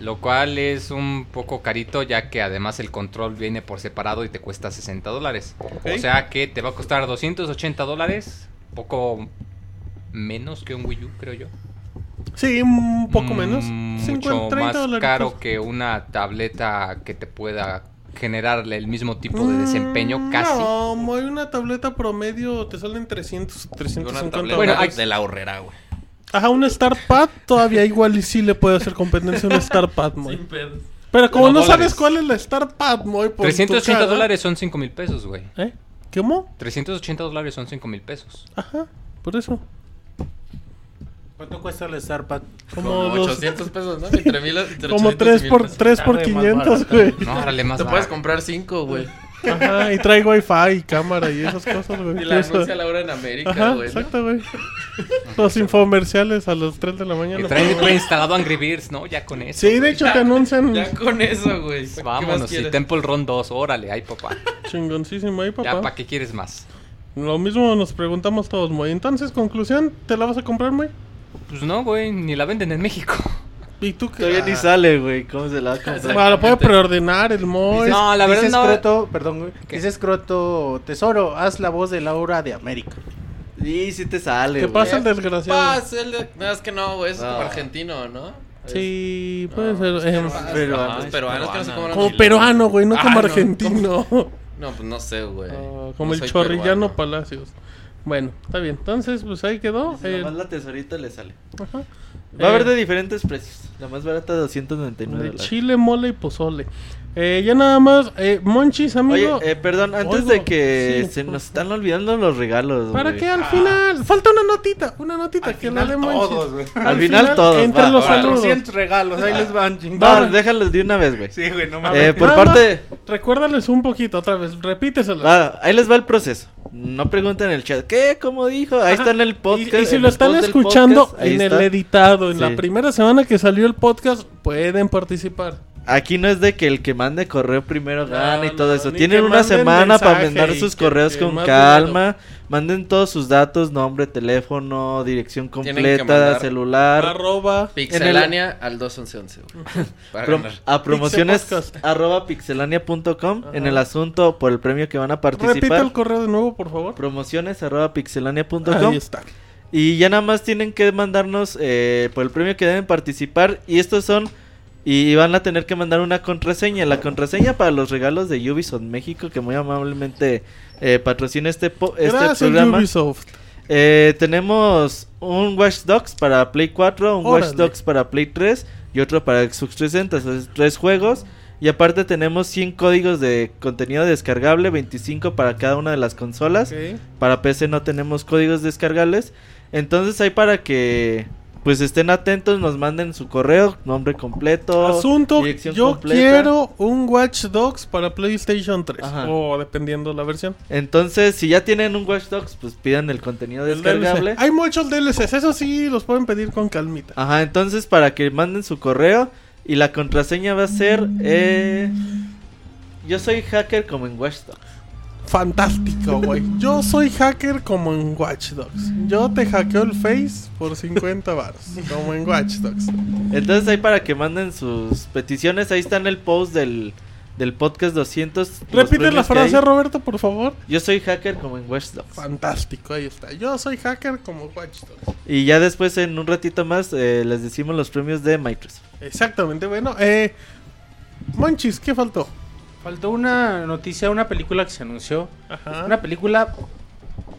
Speaker 6: Lo cual es un poco carito ya que además el control viene por separado y te cuesta 60 dólares. O sea que te va a costar 280 dólares. Poco menos que un Wii U, creo yo.
Speaker 2: Sí, un poco
Speaker 6: Mm,
Speaker 2: menos.
Speaker 6: Mucho
Speaker 2: 50, 30
Speaker 6: más
Speaker 2: dólares.
Speaker 6: caro que una tableta que te pueda generarle el mismo tipo de
Speaker 2: Mm,
Speaker 6: desempeño casi.
Speaker 2: No, Moy, una tableta promedio te salen 300,
Speaker 9: Una
Speaker 2: 350
Speaker 9: tableta
Speaker 2: dólares.
Speaker 6: Bueno, hay-
Speaker 9: de la horrera, güey.
Speaker 2: Ajá, un StarPad todavía igual y sí le puede hacer competencia a un StarPad, Moy.
Speaker 9: pedos.
Speaker 2: Pero como
Speaker 6: Pero
Speaker 2: no
Speaker 6: dólares.
Speaker 2: sabes cuál es la StarPad, Moy, por tu
Speaker 6: 380
Speaker 2: cara-
Speaker 6: dólares son 5 mil pesos, güey.
Speaker 2: ¿Eh? ¿Cómo?
Speaker 6: 380 dólares son 5 mil pesos.
Speaker 2: Ajá, por eso.
Speaker 7: ¿Cuánto cuesta el Starpad?
Speaker 2: Como,
Speaker 9: Como
Speaker 2: dos-
Speaker 9: 800 pesos, ¿no? Entre mil, entre
Speaker 2: como
Speaker 9: 800 y
Speaker 2: 3
Speaker 9: mil
Speaker 2: por,
Speaker 9: pesos.
Speaker 2: tres por
Speaker 7: Sabe, más
Speaker 2: 500,
Speaker 7: barato.
Speaker 2: güey.
Speaker 6: No, órale, más
Speaker 9: Te puedes
Speaker 6: barato.
Speaker 9: comprar 5, güey.
Speaker 2: Ajá, y trae wifi y cámara y esas cosas, güey.
Speaker 9: Y la
Speaker 2: Eso-
Speaker 9: anuncia Laura en América,
Speaker 2: Ajá,
Speaker 9: güey. ¿no?
Speaker 2: exacto, güey. Los infomerciales a las 3 de la mañana.
Speaker 6: Y trae preinstalado Angry Birds, ¿no? Ya con eso.
Speaker 2: Sí, de hecho te anuncian
Speaker 9: Ya con eso, güey. ¿Qué más
Speaker 6: Vámonos, y
Speaker 9: quieres?
Speaker 6: Temple Run 2, órale, ay papá.
Speaker 2: chingoncísimo ahí,
Speaker 6: Ya, ¿para
Speaker 2: papá.
Speaker 6: qué quieres más?
Speaker 2: Lo mismo nos preguntamos todos, muy. Entonces, conclusión, ¿te la vas a comprar, muy?
Speaker 6: Pues no, güey, ni la venden en México.
Speaker 2: ¿Y tú qué?
Speaker 3: Todavía ni sale, güey. ¿Cómo se la va a comprar?
Speaker 2: Ah, lo puede preordenar el Moy.
Speaker 6: No, la verdad
Speaker 7: dice
Speaker 6: no.
Speaker 7: Escroto, perdón, güey.
Speaker 6: ¿Qué?
Speaker 7: Dice Escroto, tesoro, haz la voz de Laura de América.
Speaker 3: Sí, sí te sale,
Speaker 2: ¿Qué
Speaker 3: güey.
Speaker 2: pasa el desgraciado?
Speaker 9: Paz, el de... No, es que no, güey. Eso es como
Speaker 3: No.
Speaker 9: argentino, ¿no?
Speaker 2: Sí, puede ser. em,
Speaker 9: Es
Speaker 3: Peruano,
Speaker 9: peruano. Es peruano. Es que no sé cómo lo
Speaker 2: como
Speaker 9: milan.
Speaker 2: peruano, güey, no
Speaker 9: Ah,
Speaker 2: como
Speaker 9: no,
Speaker 2: argentino.
Speaker 9: No, pues no sé, güey.
Speaker 2: Ah,
Speaker 9: No
Speaker 2: como el
Speaker 9: soy
Speaker 2: chorrillano
Speaker 9: peruano.
Speaker 2: Palacios. Bueno, está bien. Entonces, pues ahí quedó.
Speaker 3: Dice,
Speaker 2: el-
Speaker 3: Nomás la tesorita le sale.
Speaker 2: Ajá.
Speaker 3: Va a haber
Speaker 2: Eh,
Speaker 3: de diferentes precios. La más barata, 299
Speaker 2: De
Speaker 3: dólares.
Speaker 2: chile, mole y pozole. Eh, ya nada más, eh, Monchis, amigo.
Speaker 3: Oye, eh, perdón, antes
Speaker 2: Oigo.
Speaker 3: de que
Speaker 2: Sí,
Speaker 3: se
Speaker 2: por
Speaker 3: nos están olvidando los regalos.
Speaker 2: ¿Para
Speaker 3: güey. Ah.
Speaker 2: qué al final? Falta una notita, una notita que la de Monchis.
Speaker 7: güey.
Speaker 3: Al, final, todos.
Speaker 2: Entre
Speaker 3: va,
Speaker 2: los
Speaker 3: va.
Speaker 2: saludos.
Speaker 7: 400 regalos, ahí les van chingados.
Speaker 3: Va, déjalos de una vez, güey.
Speaker 7: Sí, güey, no
Speaker 3: Eh, por
Speaker 2: Nada
Speaker 3: parte.
Speaker 2: más, Recuérdales un poquito otra vez, repíteselo.
Speaker 3: va, ahí les va el proceso. No pregunten en el chat. ¿Qué? ¿Cómo dijo? Ahí está en el podcast.
Speaker 2: Y, y si
Speaker 3: en
Speaker 2: lo
Speaker 3: el
Speaker 2: están
Speaker 3: post del
Speaker 2: escuchando
Speaker 3: podcast, ahí
Speaker 2: en el
Speaker 3: está.
Speaker 2: editado, en la
Speaker 3: Sí.
Speaker 2: primera semana que salió el podcast, pueden participar.
Speaker 3: Aquí no es de que el que mande correo primero gana y
Speaker 2: no,
Speaker 3: todo eso.
Speaker 2: ni
Speaker 3: Tienen
Speaker 2: que
Speaker 3: una
Speaker 2: manden
Speaker 3: semana para
Speaker 2: mensaje
Speaker 3: mandar
Speaker 2: y
Speaker 3: sus
Speaker 2: que-
Speaker 3: correos
Speaker 2: que
Speaker 3: con
Speaker 2: más
Speaker 3: calma. Manden todos sus datos, nombre, teléfono, dirección
Speaker 9: Tienen que
Speaker 3: completa,
Speaker 9: mandar
Speaker 3: celular.
Speaker 2: Arroba.
Speaker 9: Pixelania al 211111, güey. Para
Speaker 3: pro-
Speaker 9: ganar.
Speaker 3: a promociones
Speaker 2: Pixelpodcast.
Speaker 3: arroba pixelania.com en el asunto por el premio que van a
Speaker 2: Repita el
Speaker 3: participar.
Speaker 2: correo de nuevo, por favor.
Speaker 3: Promociones arroba pixelania.com
Speaker 2: Ahí está.
Speaker 3: Y ya nada más tienen que mandarnos eh, por el premio que deben participar. Y estos son. Y van a tener que mandar una contraseña. La contraseña para los regalos de Ubisoft México, que muy amablemente eh, patrocina este, po- este
Speaker 2: Gracias,
Speaker 3: programa.
Speaker 2: Ubisoft.
Speaker 3: Eh, tenemos un Watch Dogs para Play 4, un
Speaker 2: Órale.
Speaker 3: Watch Dogs para Play 3 y otro para Xbox 360. Entonces, tres juegos. Y aparte tenemos 100 códigos de contenido descargable, 25 para cada una de las consolas.
Speaker 2: Ok.
Speaker 3: Para PC no tenemos códigos descargables. Entonces hay para que pues estén atentos, nos manden su correo, nombre completo,
Speaker 2: Asunto,
Speaker 3: dirección
Speaker 2: yo
Speaker 3: completa.
Speaker 2: quiero un Watch Dogs para PlayStation 3.
Speaker 3: Ajá.
Speaker 2: O dependiendo la versión.
Speaker 3: Entonces, si ya tienen un Watch Dogs, pues pidan el contenido
Speaker 2: El
Speaker 3: descargable.
Speaker 2: DLC. Hay muchos DLCs, eso sí, los pueden pedir con calmita.
Speaker 3: Ajá, entonces para que manden su correo y la contraseña va a ser eh, yo soy hacker como en Watch Dogs.
Speaker 2: Fantástico, güey. Yo soy hacker como en Watch Dogs. Yo te hackeo el Face por 50 bars. Como en Watch Dogs.
Speaker 3: Entonces ahí para que manden sus peticiones, ahí está en el post del del podcast 200. los
Speaker 2: Repite la
Speaker 3: premios que
Speaker 2: frase,
Speaker 3: hay.
Speaker 2: Roberto, por favor.
Speaker 3: Yo soy hacker como en Watch Dogs.
Speaker 2: Fantástico, ahí está. Yo soy hacker como Watch Dogs.
Speaker 3: Y ya después, en un ratito más, eh, les decimos los premios de Microsoft.
Speaker 2: Exactamente, bueno. Eh, Monchis, ¿qué faltó?
Speaker 7: Faltó una noticia, una película que se anunció.
Speaker 2: Ajá.
Speaker 7: Una película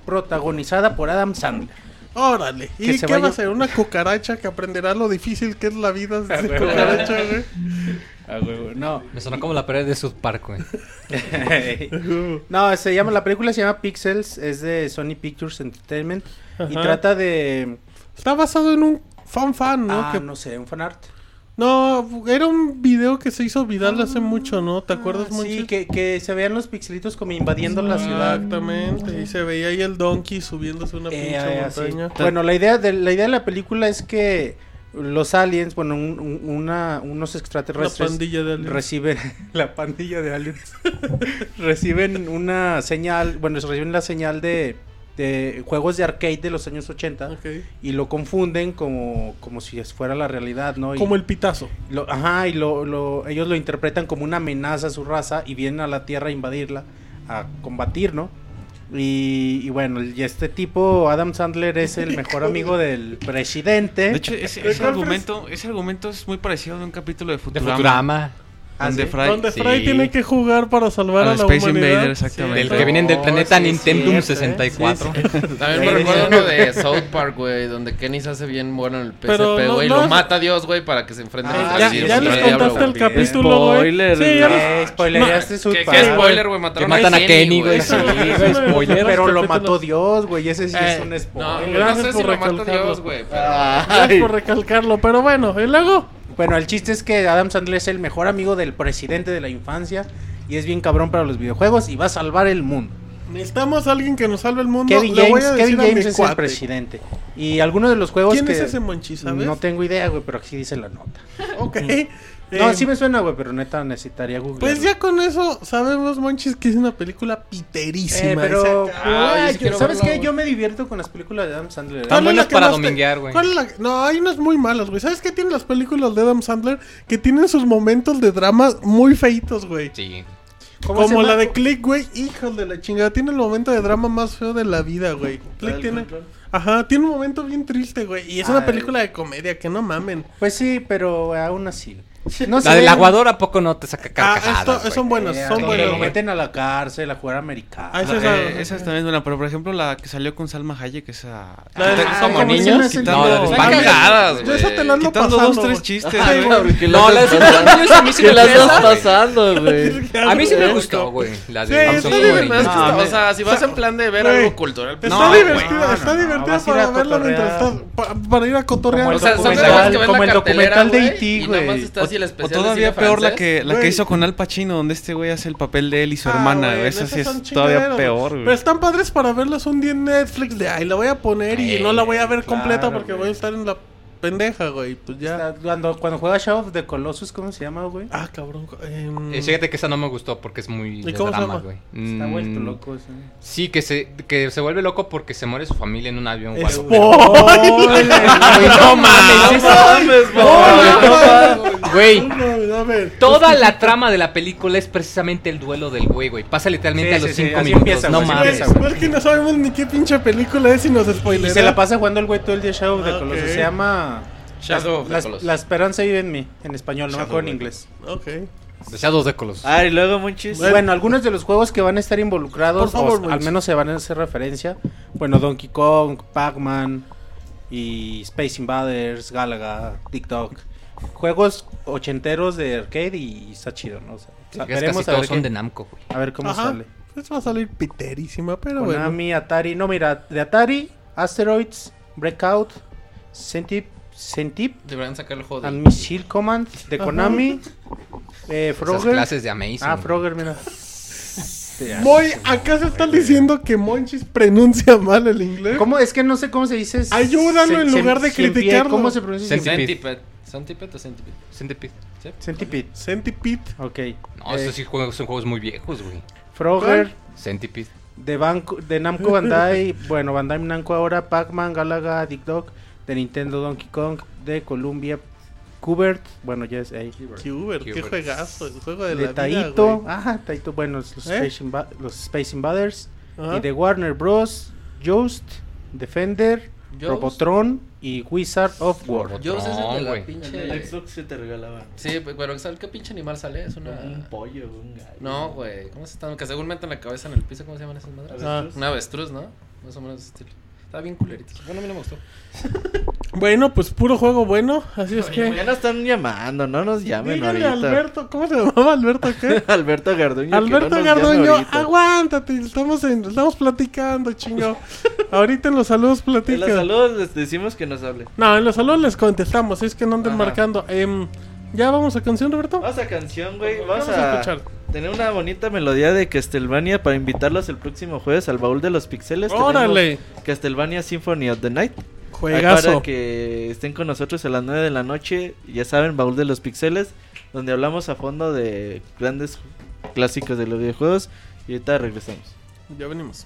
Speaker 7: protagonizada por Adam Sandler.
Speaker 2: Órale,
Speaker 7: Que
Speaker 2: ¿y
Speaker 7: se
Speaker 2: qué va
Speaker 7: vaya-
Speaker 2: a ser? Una cucaracha que aprenderá lo difícil que es la vida de cucaracha,
Speaker 7: No.
Speaker 6: Me sonó como la pared de South Park, güey.
Speaker 2: güey.
Speaker 7: No, se llama, la película se llama Pixels, es de Sony Pictures Entertainment y
Speaker 2: Ajá.
Speaker 7: trata de...
Speaker 2: Está basado en un fan fan, ¿no?
Speaker 7: ah,
Speaker 2: que, no.
Speaker 7: no sé, un fanart.
Speaker 2: No, era un video que se hizo viral hace mucho, ¿no? ¿Te acuerdas,
Speaker 5: Ah,
Speaker 2: Monchis?
Speaker 5: Sí, que, que se vean los pixelitos como invadiendo la ciudad.
Speaker 2: Exactamente. Y se veía ahí el donkey subiéndose una
Speaker 5: Eh,
Speaker 2: pinche
Speaker 5: eh, así.
Speaker 2: montaña.
Speaker 5: Bueno, la idea, de, la idea de la película es que los aliens, bueno, un- un- una, unos
Speaker 2: Una
Speaker 5: extraterrestres
Speaker 2: pandilla de aliens.
Speaker 5: reciben la pandilla de aliens reciben una señal, bueno, reciben la señal de, de juegos de arcade de los años 80
Speaker 2: Ok.
Speaker 5: y lo confunden como, como si fuera la realidad, ¿no? Y
Speaker 2: Como el pitazo.
Speaker 5: lo- ajá, y lo, lo- ellos lo interpretan como una amenaza a su raza y vienen a la Tierra a invadirla, a combatir, ¿no? Y, y bueno, y este tipo, Adam Sandler, es el mejor amigo del presidente.
Speaker 8: De hecho, ese, ese argumento, ese argumento es muy parecido a un capítulo de
Speaker 6: De
Speaker 8: Futurama.
Speaker 6: Futurama.
Speaker 8: Ah, Donde Fry-
Speaker 2: Ah, Donde
Speaker 6: sí.
Speaker 2: Fry tiene que jugar para
Speaker 8: A
Speaker 2: salvar a,
Speaker 8: los
Speaker 2: la
Speaker 8: Space
Speaker 2: humanidad.
Speaker 8: Invaders, exactamente.
Speaker 6: Del
Speaker 2: Sí,
Speaker 6: que vienen del
Speaker 5: Oh,
Speaker 6: planeta
Speaker 5: sí,
Speaker 6: Nintendum
Speaker 5: cierto, eh.
Speaker 6: 64.
Speaker 9: También me recuerdo uno de South Park, güey, donde Kenny se hace bien bueno en el
Speaker 2: Pero
Speaker 9: PSP,
Speaker 2: no-
Speaker 9: güey.
Speaker 2: no
Speaker 9: lo
Speaker 2: es-
Speaker 9: mata a Dios, güey, para que se enfrente
Speaker 5: Ah,
Speaker 9: al
Speaker 2: ya,
Speaker 9: virus
Speaker 2: ya
Speaker 9: y
Speaker 2: les
Speaker 9: al diablo,
Speaker 2: contaste el
Speaker 9: güey.
Speaker 2: capítulo, güey.
Speaker 3: Spoiler,
Speaker 2: Sí, ya
Speaker 3: no.
Speaker 2: les-
Speaker 5: Eh, spoileaste su
Speaker 9: ¿Qué, qué
Speaker 5: padre.
Speaker 9: spoiler, güey? Mataron
Speaker 6: Que matan a Kenny, güey.
Speaker 2: Sí, es
Speaker 5: güey,
Speaker 2: uno de los
Speaker 5: Pero, lo
Speaker 2: capítulos.
Speaker 5: mató Dios, güey. Ese sí
Speaker 9: Eh,
Speaker 5: es un
Speaker 9: No,
Speaker 5: spoiler. Ah.
Speaker 9: no
Speaker 2: Gracias
Speaker 9: sé si
Speaker 2: por
Speaker 9: lo mató
Speaker 2: recalcarlo.
Speaker 9: Dios, güey, pero...
Speaker 2: Gracias por recalcarlo, pero bueno, y luego.
Speaker 5: Bueno, el chiste es que Adam Sandler es el mejor amigo del presidente de la infancia y es bien cabrón para los videojuegos y va a salvar el mundo.
Speaker 2: Necesitamos a alguien que nos salve el mundo.
Speaker 5: Kevin
Speaker 2: Le voy
Speaker 5: James,
Speaker 2: a decir
Speaker 5: Kevin
Speaker 2: a mi
Speaker 5: James es el
Speaker 2: cuate.
Speaker 5: presidente. Y algunos de los juegos
Speaker 2: ¿Quién
Speaker 5: que
Speaker 2: es ese Monchi, sabes?
Speaker 5: no tengo idea, güey, pero aquí dice la nota.
Speaker 2: Ok.
Speaker 5: No,
Speaker 2: Eh,
Speaker 5: sí me suena, güey, pero neta necesitaría Google.
Speaker 2: Pues ya con eso sabemos, Monchis, que es una película piterísima.
Speaker 5: pero
Speaker 2: Esa-
Speaker 9: Ay,
Speaker 5: ay,
Speaker 9: sí quiero
Speaker 5: ¿sabes
Speaker 9: verlo,
Speaker 5: qué?
Speaker 9: güey.
Speaker 5: Yo me divierto con las películas de Adam
Speaker 2: ¿Cuál es
Speaker 5: Sandler. ¿eh?
Speaker 6: Están buenas
Speaker 2: la que
Speaker 6: para
Speaker 2: más te-
Speaker 6: dominguear, güey.
Speaker 2: ¿Cuál es la- No, hay unas muy malas, güey. ¿Sabes qué tienen las películas de Adam Sandler? Que tienen sus momentos de drama muy feitos, güey.
Speaker 6: Sí.
Speaker 5: ¿Cómo se
Speaker 2: Como
Speaker 5: llama?
Speaker 2: la de Click, güey. Híjole de la chingada. Tiene el momento de drama más feo de la vida, güey. Click tiene. Ajá, tiene un momento bien triste, güey. Y es una
Speaker 5: Ay.
Speaker 2: película de comedia, que no mamen.
Speaker 5: Pues sí, pero aún así. No
Speaker 6: La del
Speaker 5: ven-
Speaker 6: aguador, ¿a poco no te saca
Speaker 2: Ah,
Speaker 6: carcajadas,
Speaker 2: esto-
Speaker 6: güey?
Speaker 2: son buenas,
Speaker 5: Eh,
Speaker 2: son
Speaker 5: donde
Speaker 2: buenas.
Speaker 5: lo
Speaker 2: güey.
Speaker 5: meten a la cárcel a jugar americano.
Speaker 2: Ah, esa es la-
Speaker 8: Eh, esa es también buena, pero por ejemplo la que salió con Salma Hayek, esa...
Speaker 2: La de-
Speaker 9: Quita- como
Speaker 2: ¿cómo se llama
Speaker 9: niños,
Speaker 2: ese?
Speaker 8: quitando-
Speaker 2: No,
Speaker 9: Están
Speaker 2: mames.
Speaker 9: cagadas,
Speaker 2: Yo esa te la
Speaker 9: güey.
Speaker 2: ando
Speaker 8: Quitando
Speaker 2: pasando.
Speaker 8: dos, tres
Speaker 2: güey.
Speaker 8: chistes,
Speaker 2: Ay,
Speaker 8: güey.
Speaker 2: güey.
Speaker 3: Porque
Speaker 6: No, la de Ciudad de los Niños a mí sí
Speaker 3: que
Speaker 6: me
Speaker 3: las
Speaker 6: interesa,
Speaker 3: estás
Speaker 6: güey.
Speaker 3: pasando, güey.
Speaker 6: A mí sí me
Speaker 2: güey.
Speaker 6: gustó, güey. La
Speaker 2: Sí,
Speaker 6: de Samsung
Speaker 2: está
Speaker 6: Ring.
Speaker 2: divertido.
Speaker 9: No,
Speaker 2: Ah,
Speaker 9: o sea, si vas en plan de ver
Speaker 2: güey.
Speaker 9: algo cultural, pues,
Speaker 2: Está
Speaker 9: no, güey.
Speaker 2: divertida,
Speaker 5: no,
Speaker 2: está
Speaker 5: no,
Speaker 2: divertida
Speaker 5: vas a ir
Speaker 2: para
Speaker 5: a
Speaker 2: verla mientras
Speaker 5: cotorrear.
Speaker 2: estás. pa- para ir a cotorrear.
Speaker 5: Como
Speaker 9: O sea, son de
Speaker 5: documental-
Speaker 9: las que ven
Speaker 5: como el
Speaker 9: la cartelera,
Speaker 5: documental de
Speaker 9: güey,
Speaker 5: E.T.,
Speaker 9: y nada más
Speaker 5: güey.
Speaker 9: está así el
Speaker 8: O
Speaker 9: especial de
Speaker 8: todavía
Speaker 9: cine
Speaker 8: peor la
Speaker 9: francés.
Speaker 8: que, la que
Speaker 2: E Güey.
Speaker 8: hizo con Al Pacino, donde este güey hace el papel de él y su
Speaker 2: Ah,
Speaker 8: hermana.
Speaker 2: güey,
Speaker 8: esa
Speaker 2: esas
Speaker 8: sí es
Speaker 2: son
Speaker 8: todavía
Speaker 2: chingaderas,
Speaker 8: peor,
Speaker 2: Pero
Speaker 8: güey.
Speaker 2: están padres para verlas un día en Netflix. De ay, la voy a poner y
Speaker 9: Eh,
Speaker 2: no la voy a ver
Speaker 5: claro,
Speaker 2: completa porque
Speaker 5: güey.
Speaker 2: voy a estar en la pendeja, güey. Pues ya.
Speaker 5: Está- Cuando, cuando juega Shadow of the Colossus, ¿cómo se llama, güey?
Speaker 2: Ah, cabrón. em,
Speaker 5: Mm.
Speaker 6: Eh, fíjate que esa no me gustó porque es muy
Speaker 2: ¿Y
Speaker 6: de
Speaker 2: cómo se
Speaker 6: drama,
Speaker 2: llama?
Speaker 6: güey.
Speaker 5: Está
Speaker 6: Mm,
Speaker 5: vuelto loco. ese.
Speaker 6: Sí, que se, que se vuelve loco porque se muere su familia en un avión, güey.
Speaker 2: ¡Spoiler!
Speaker 6: No mames, Güey,
Speaker 2: Ah, No, a ver.
Speaker 6: toda la trama de la película es precisamente el duelo del güey, güey. Pasa literalmente
Speaker 5: Sí,
Speaker 6: a los
Speaker 5: sí, sí,
Speaker 6: 5
Speaker 5: así
Speaker 6: minutos,
Speaker 5: empieza,
Speaker 6: no
Speaker 5: güey, así
Speaker 6: mames.
Speaker 2: Güey,
Speaker 5: empieza,
Speaker 2: es que no sabemos ni qué pinche película es y nos
Speaker 5: Y
Speaker 2: spoilean.
Speaker 5: se la pasa jugando el güey todo el día Shadow of the
Speaker 2: Ah, ok.
Speaker 5: Colossus. Se llama...
Speaker 9: Shadow of the
Speaker 5: La-
Speaker 9: Colossus.
Speaker 5: La esperanza vive en mí, en español, no me
Speaker 9: Shadow
Speaker 5: acuerdo en
Speaker 9: of the
Speaker 5: inglés.
Speaker 2: Ok.
Speaker 6: Deseados de Colossus.
Speaker 3: Ah, y luego, Monchis.
Speaker 5: Bueno, algunos de los juegos que van a estar
Speaker 2: Por
Speaker 5: involucrados,
Speaker 2: favor,
Speaker 5: o al
Speaker 2: Luis.
Speaker 5: menos se van a hacer referencia. Bueno, Donkey Kong, Pac-Man y Space Invaders, Galaga, TikTok. Juegos ochenteros de arcade y está chido, ¿no? O sea,
Speaker 6: Casi
Speaker 5: veremos a
Speaker 6: todos
Speaker 5: ver,
Speaker 6: son
Speaker 5: qué-
Speaker 6: de Namco, güey.
Speaker 5: a ver cómo
Speaker 2: Ajá.
Speaker 5: sale.
Speaker 2: Pues va a salir piterísima, pero Ah, bueno.
Speaker 5: Konami, Atari. No, mira, de Atari, Asteroids, Breakout, Centip, Centip
Speaker 9: Deberían sacar el juego de-
Speaker 5: and Missile Command de Konami, eh,
Speaker 6: Esas
Speaker 5: Frogger.
Speaker 6: clases de Amazing.
Speaker 5: Ah,
Speaker 6: güey.
Speaker 5: Frogger, mira.
Speaker 2: Voy, acá se están diciendo que Monchis pronuncia mal el inglés.
Speaker 5: ¿Cómo? Es que no sé cómo se dice.
Speaker 2: Ayúdalo
Speaker 5: Cen-
Speaker 2: en lugar de
Speaker 5: cen- cien pie,
Speaker 2: criticarlo.
Speaker 5: ¿Cómo se pronuncia?
Speaker 6: Cen-
Speaker 5: Cen-
Speaker 9: Centipede. ¿Centipede o centipede?
Speaker 6: Centipede.
Speaker 9: ¿Sí?
Speaker 5: Centipede.
Speaker 2: Centipede.
Speaker 5: Ok.
Speaker 6: No,
Speaker 5: Eh,
Speaker 6: estos sí juegos, son juegos muy viejos, güey.
Speaker 5: Frogger,
Speaker 6: Centipede.
Speaker 5: de, Banco, de Namco Bandai. bueno, Bandai Namco ahora. Pac-Man, Galaga, Dick Dog. De Nintendo Donkey Kong. De Columbia, Kubert. Bueno, ya es ahí.
Speaker 2: Cuber, qué
Speaker 6: Cuber.
Speaker 2: juegazo, el juego de,
Speaker 5: De
Speaker 2: la
Speaker 5: Taito.
Speaker 2: vida,
Speaker 5: ah, Taito. Bueno, los, los
Speaker 2: ¿Eh?
Speaker 5: Space, Inva- los Space Invaders.
Speaker 2: güey. Ajá.
Speaker 5: Y de Warner Bros. Joust, Defender,
Speaker 9: Joust.
Speaker 5: Robotron y Wizard of War.
Speaker 9: Yo sé ese
Speaker 6: No,
Speaker 9: de
Speaker 6: güey.
Speaker 9: la pinche...
Speaker 3: se te regalaba.
Speaker 9: Sí, pe- pero ¿sabes qué pinche animal sale? Es una...
Speaker 3: pollo, un gallo.
Speaker 9: No, güey. ¿Cómo se están? Que según meten la cabeza en el piso, ¿cómo se llaman esas madres?
Speaker 2: Ah.
Speaker 9: Una avestruz, ¿no? Más o menos de ese estilo. Está bien culerito. Bueno, a mí no me gustó.
Speaker 2: Bueno, pues puro juego bueno, así es
Speaker 3: Ya
Speaker 2: que.
Speaker 3: nos están llamando, no nos llamen
Speaker 2: Díganle a
Speaker 3: ahorita.
Speaker 2: Alberto, ¿cómo se llamaba Alberto qué?
Speaker 3: Alberto Garduño. que no
Speaker 2: Alberto
Speaker 3: nos llame
Speaker 2: Garduño, ah,
Speaker 3: ahorita.
Speaker 2: aguántate, estamos en- estamos platicando, chingo. Ahorita en los saludos
Speaker 3: En
Speaker 2: platica.
Speaker 3: los saludos les decimos que nos hable.
Speaker 2: No, en los saludos les contestamos, es que no anden
Speaker 3: Ajá.
Speaker 2: marcando. Em, Ya vamos a canción, Roberto.
Speaker 3: Vamos a canción, güey.
Speaker 2: ¿Qué
Speaker 3: Vamos,
Speaker 2: vamos a
Speaker 3: a,
Speaker 2: escuchar?
Speaker 3: tener una bonita melodía de Castlevania para invitarlos el próximo jueves al baúl de los pixeles. Tenemos
Speaker 2: Órale.
Speaker 3: Castlevania Symphony of the Night. Ahí
Speaker 2: Juegazo.
Speaker 3: Para que estén con nosotros a las 9 de la noche. Ya saben, baúl de los pixeles. Donde hablamos a fondo de grandes clásicos de los videojuegos. Y ahorita regresamos.
Speaker 2: Ya venimos.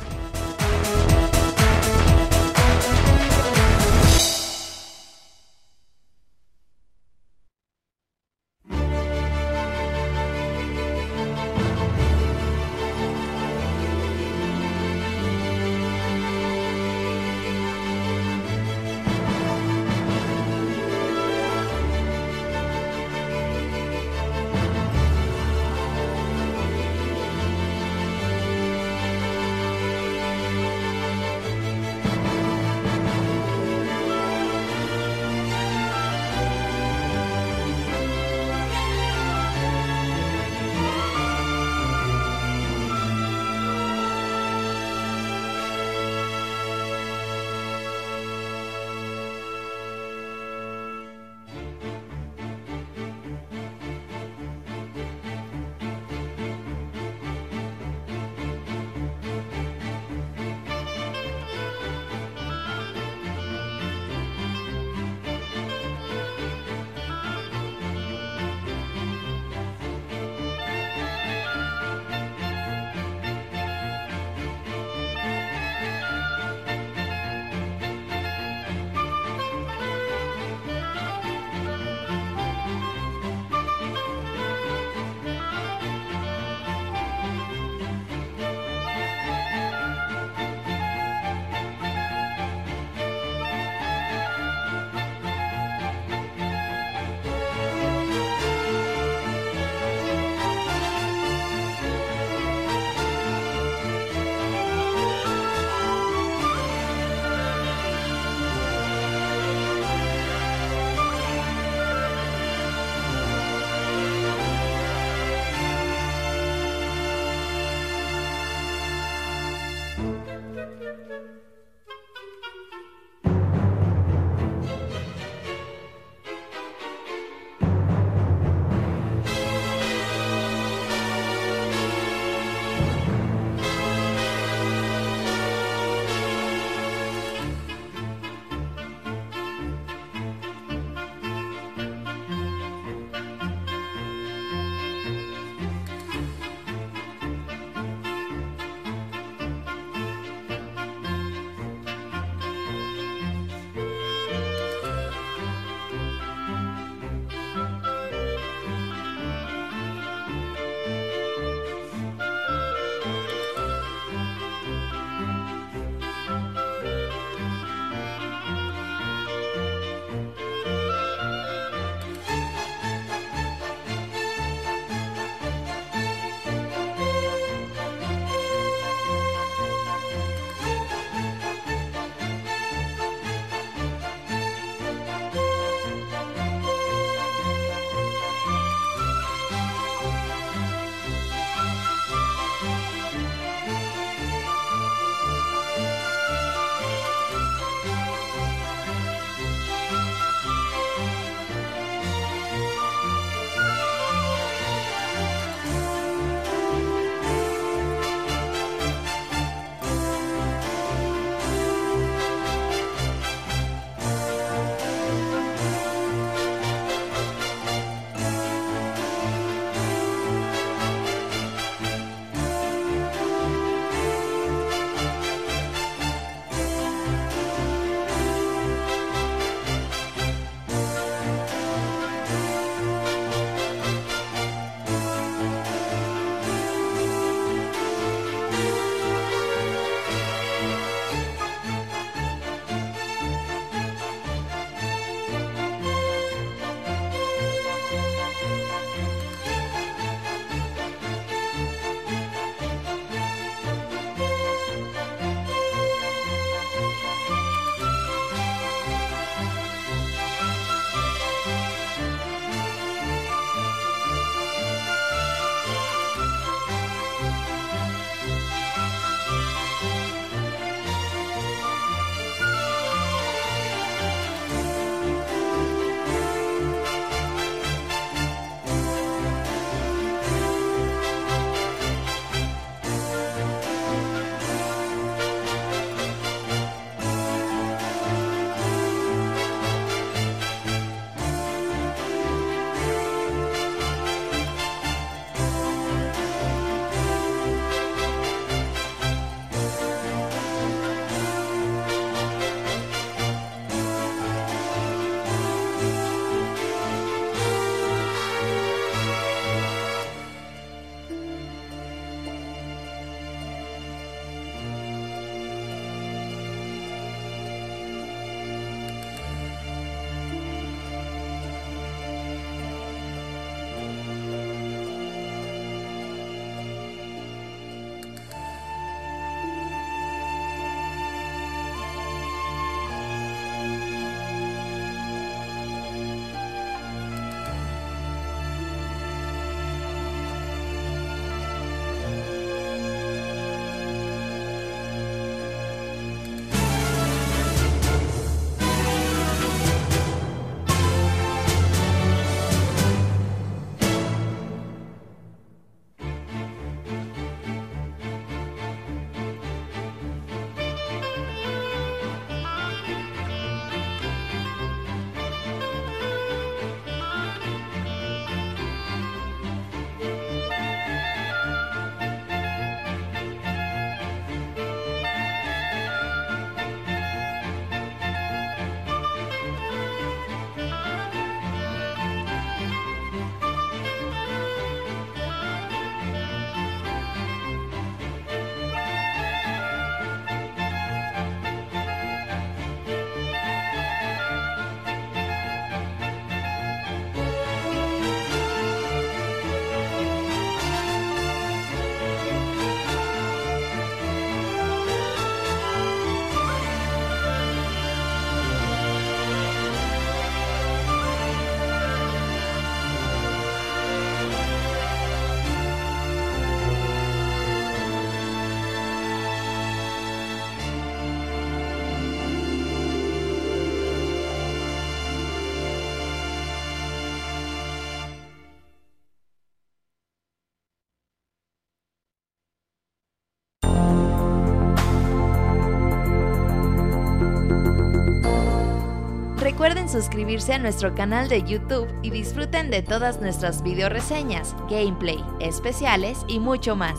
Speaker 1: Recuerden suscribirse a nuestro canal de YouTube y disfruten de todas nuestras videoreseñas, gameplay, especiales y mucho más.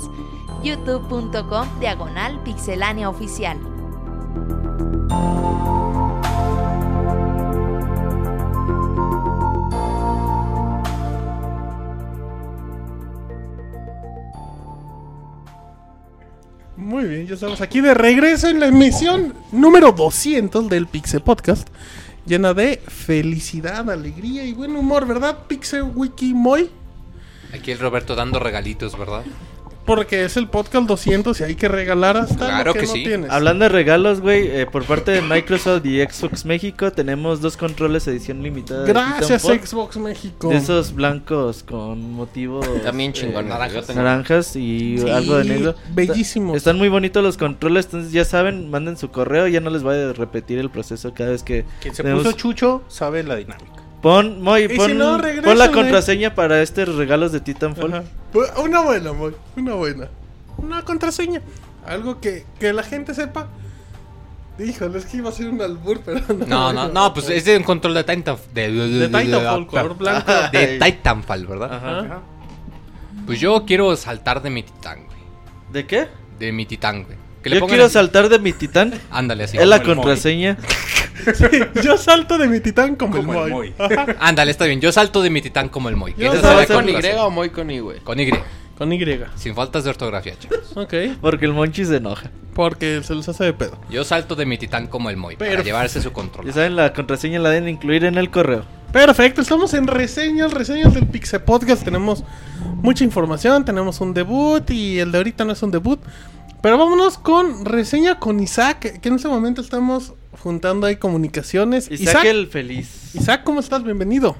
Speaker 1: youtube.com diagonal pixelania oficial.
Speaker 2: Muy bien, ya estamos aquí de regreso en la emisión número 200 del Pixe Podcast, llena de felicidad, alegría y buen humor, ¿verdad, Pixe Wiki Moy?
Speaker 6: Aquí el Roberto dando regalitos, ¿verdad?
Speaker 2: Porque es el podcast 200 y hay que regalar hasta
Speaker 6: Claro
Speaker 2: lo que,
Speaker 6: que
Speaker 2: no
Speaker 6: sí.
Speaker 2: tienes.
Speaker 3: Hablando de regalos, güey, eh, por parte de Microsoft y Xbox México tenemos dos controles edición limitada. de
Speaker 2: Gracias
Speaker 3: Titanfall.
Speaker 2: Xbox México.
Speaker 3: De esos blancos con motivos eh,
Speaker 9: También chingón.
Speaker 6: naranjas.
Speaker 3: naranjas y
Speaker 2: Sí,
Speaker 3: algo de negro.
Speaker 2: bellísimos.
Speaker 3: Están muy bonitos los controles, entonces ya saben, manden su correo, ya no les voy a repetir el proceso cada vez que
Speaker 5: Quien se
Speaker 3: tenemos-
Speaker 5: puso chucho sabe la dinámica.
Speaker 3: Pon, Moy,
Speaker 2: Y si
Speaker 3: pon,
Speaker 2: no,
Speaker 3: pon
Speaker 2: regrésale.
Speaker 3: la contraseña para estos regalos de Titanfall.
Speaker 2: Ajá. Bu- Pues, Una buena, Moy, una buena. Una contraseña. Algo que, que la gente sepa. Híjole, es que iba a ser un albur, pero no.
Speaker 6: No, no, no, pues es de un control de Titanfall. De,
Speaker 2: De Titanfall, color blanco.
Speaker 6: De Titanfall, ¿verdad?
Speaker 3: Ajá.
Speaker 6: Pues yo quiero saltar de mi titán, güey.
Speaker 3: ¿De qué?
Speaker 6: De mi titán, güey. Que le
Speaker 3: Yo
Speaker 6: pongan
Speaker 3: quiero
Speaker 6: así-
Speaker 3: saltar de mi titán.
Speaker 6: Ándale así.
Speaker 3: es la
Speaker 6: como el móvil.
Speaker 3: contraseña.
Speaker 2: Yo salto de mi titán como,
Speaker 5: Como el
Speaker 2: el Moy.
Speaker 5: Moy.
Speaker 2: Ajá.
Speaker 6: Ándale, está bien. Yo salto de mi titán como el Moy. que
Speaker 2: Yo
Speaker 6: esa es
Speaker 2: salto
Speaker 9: ¿Moy
Speaker 6: la
Speaker 9: con Y
Speaker 6: contraseña.
Speaker 9: o Moy con Y, güey?
Speaker 6: Con Y.
Speaker 2: Con Y.
Speaker 6: Sin faltas de ortografía, chicos.
Speaker 2: Ok.
Speaker 3: Porque el Monchi se enoja.
Speaker 2: Porque se los hace de pedo.
Speaker 6: Yo salto de mi titán como el Moy. Para
Speaker 2: Pero-
Speaker 6: llevarse su control.
Speaker 3: Ya saben, la contraseña la deben incluir en el correo.
Speaker 2: Perfecto, estamos en reseñas, reseñas del Pixel Podcast. Tenemos mucha información, tenemos un debut y el de ahorita no es un debut. Pero vámonos con reseña con Isaac, que en este momento estamos juntando ahí comunicaciones.
Speaker 3: Y
Speaker 2: Isaac,
Speaker 3: saque el feliz.
Speaker 2: Isaac, ¿cómo estás? Bienvenido.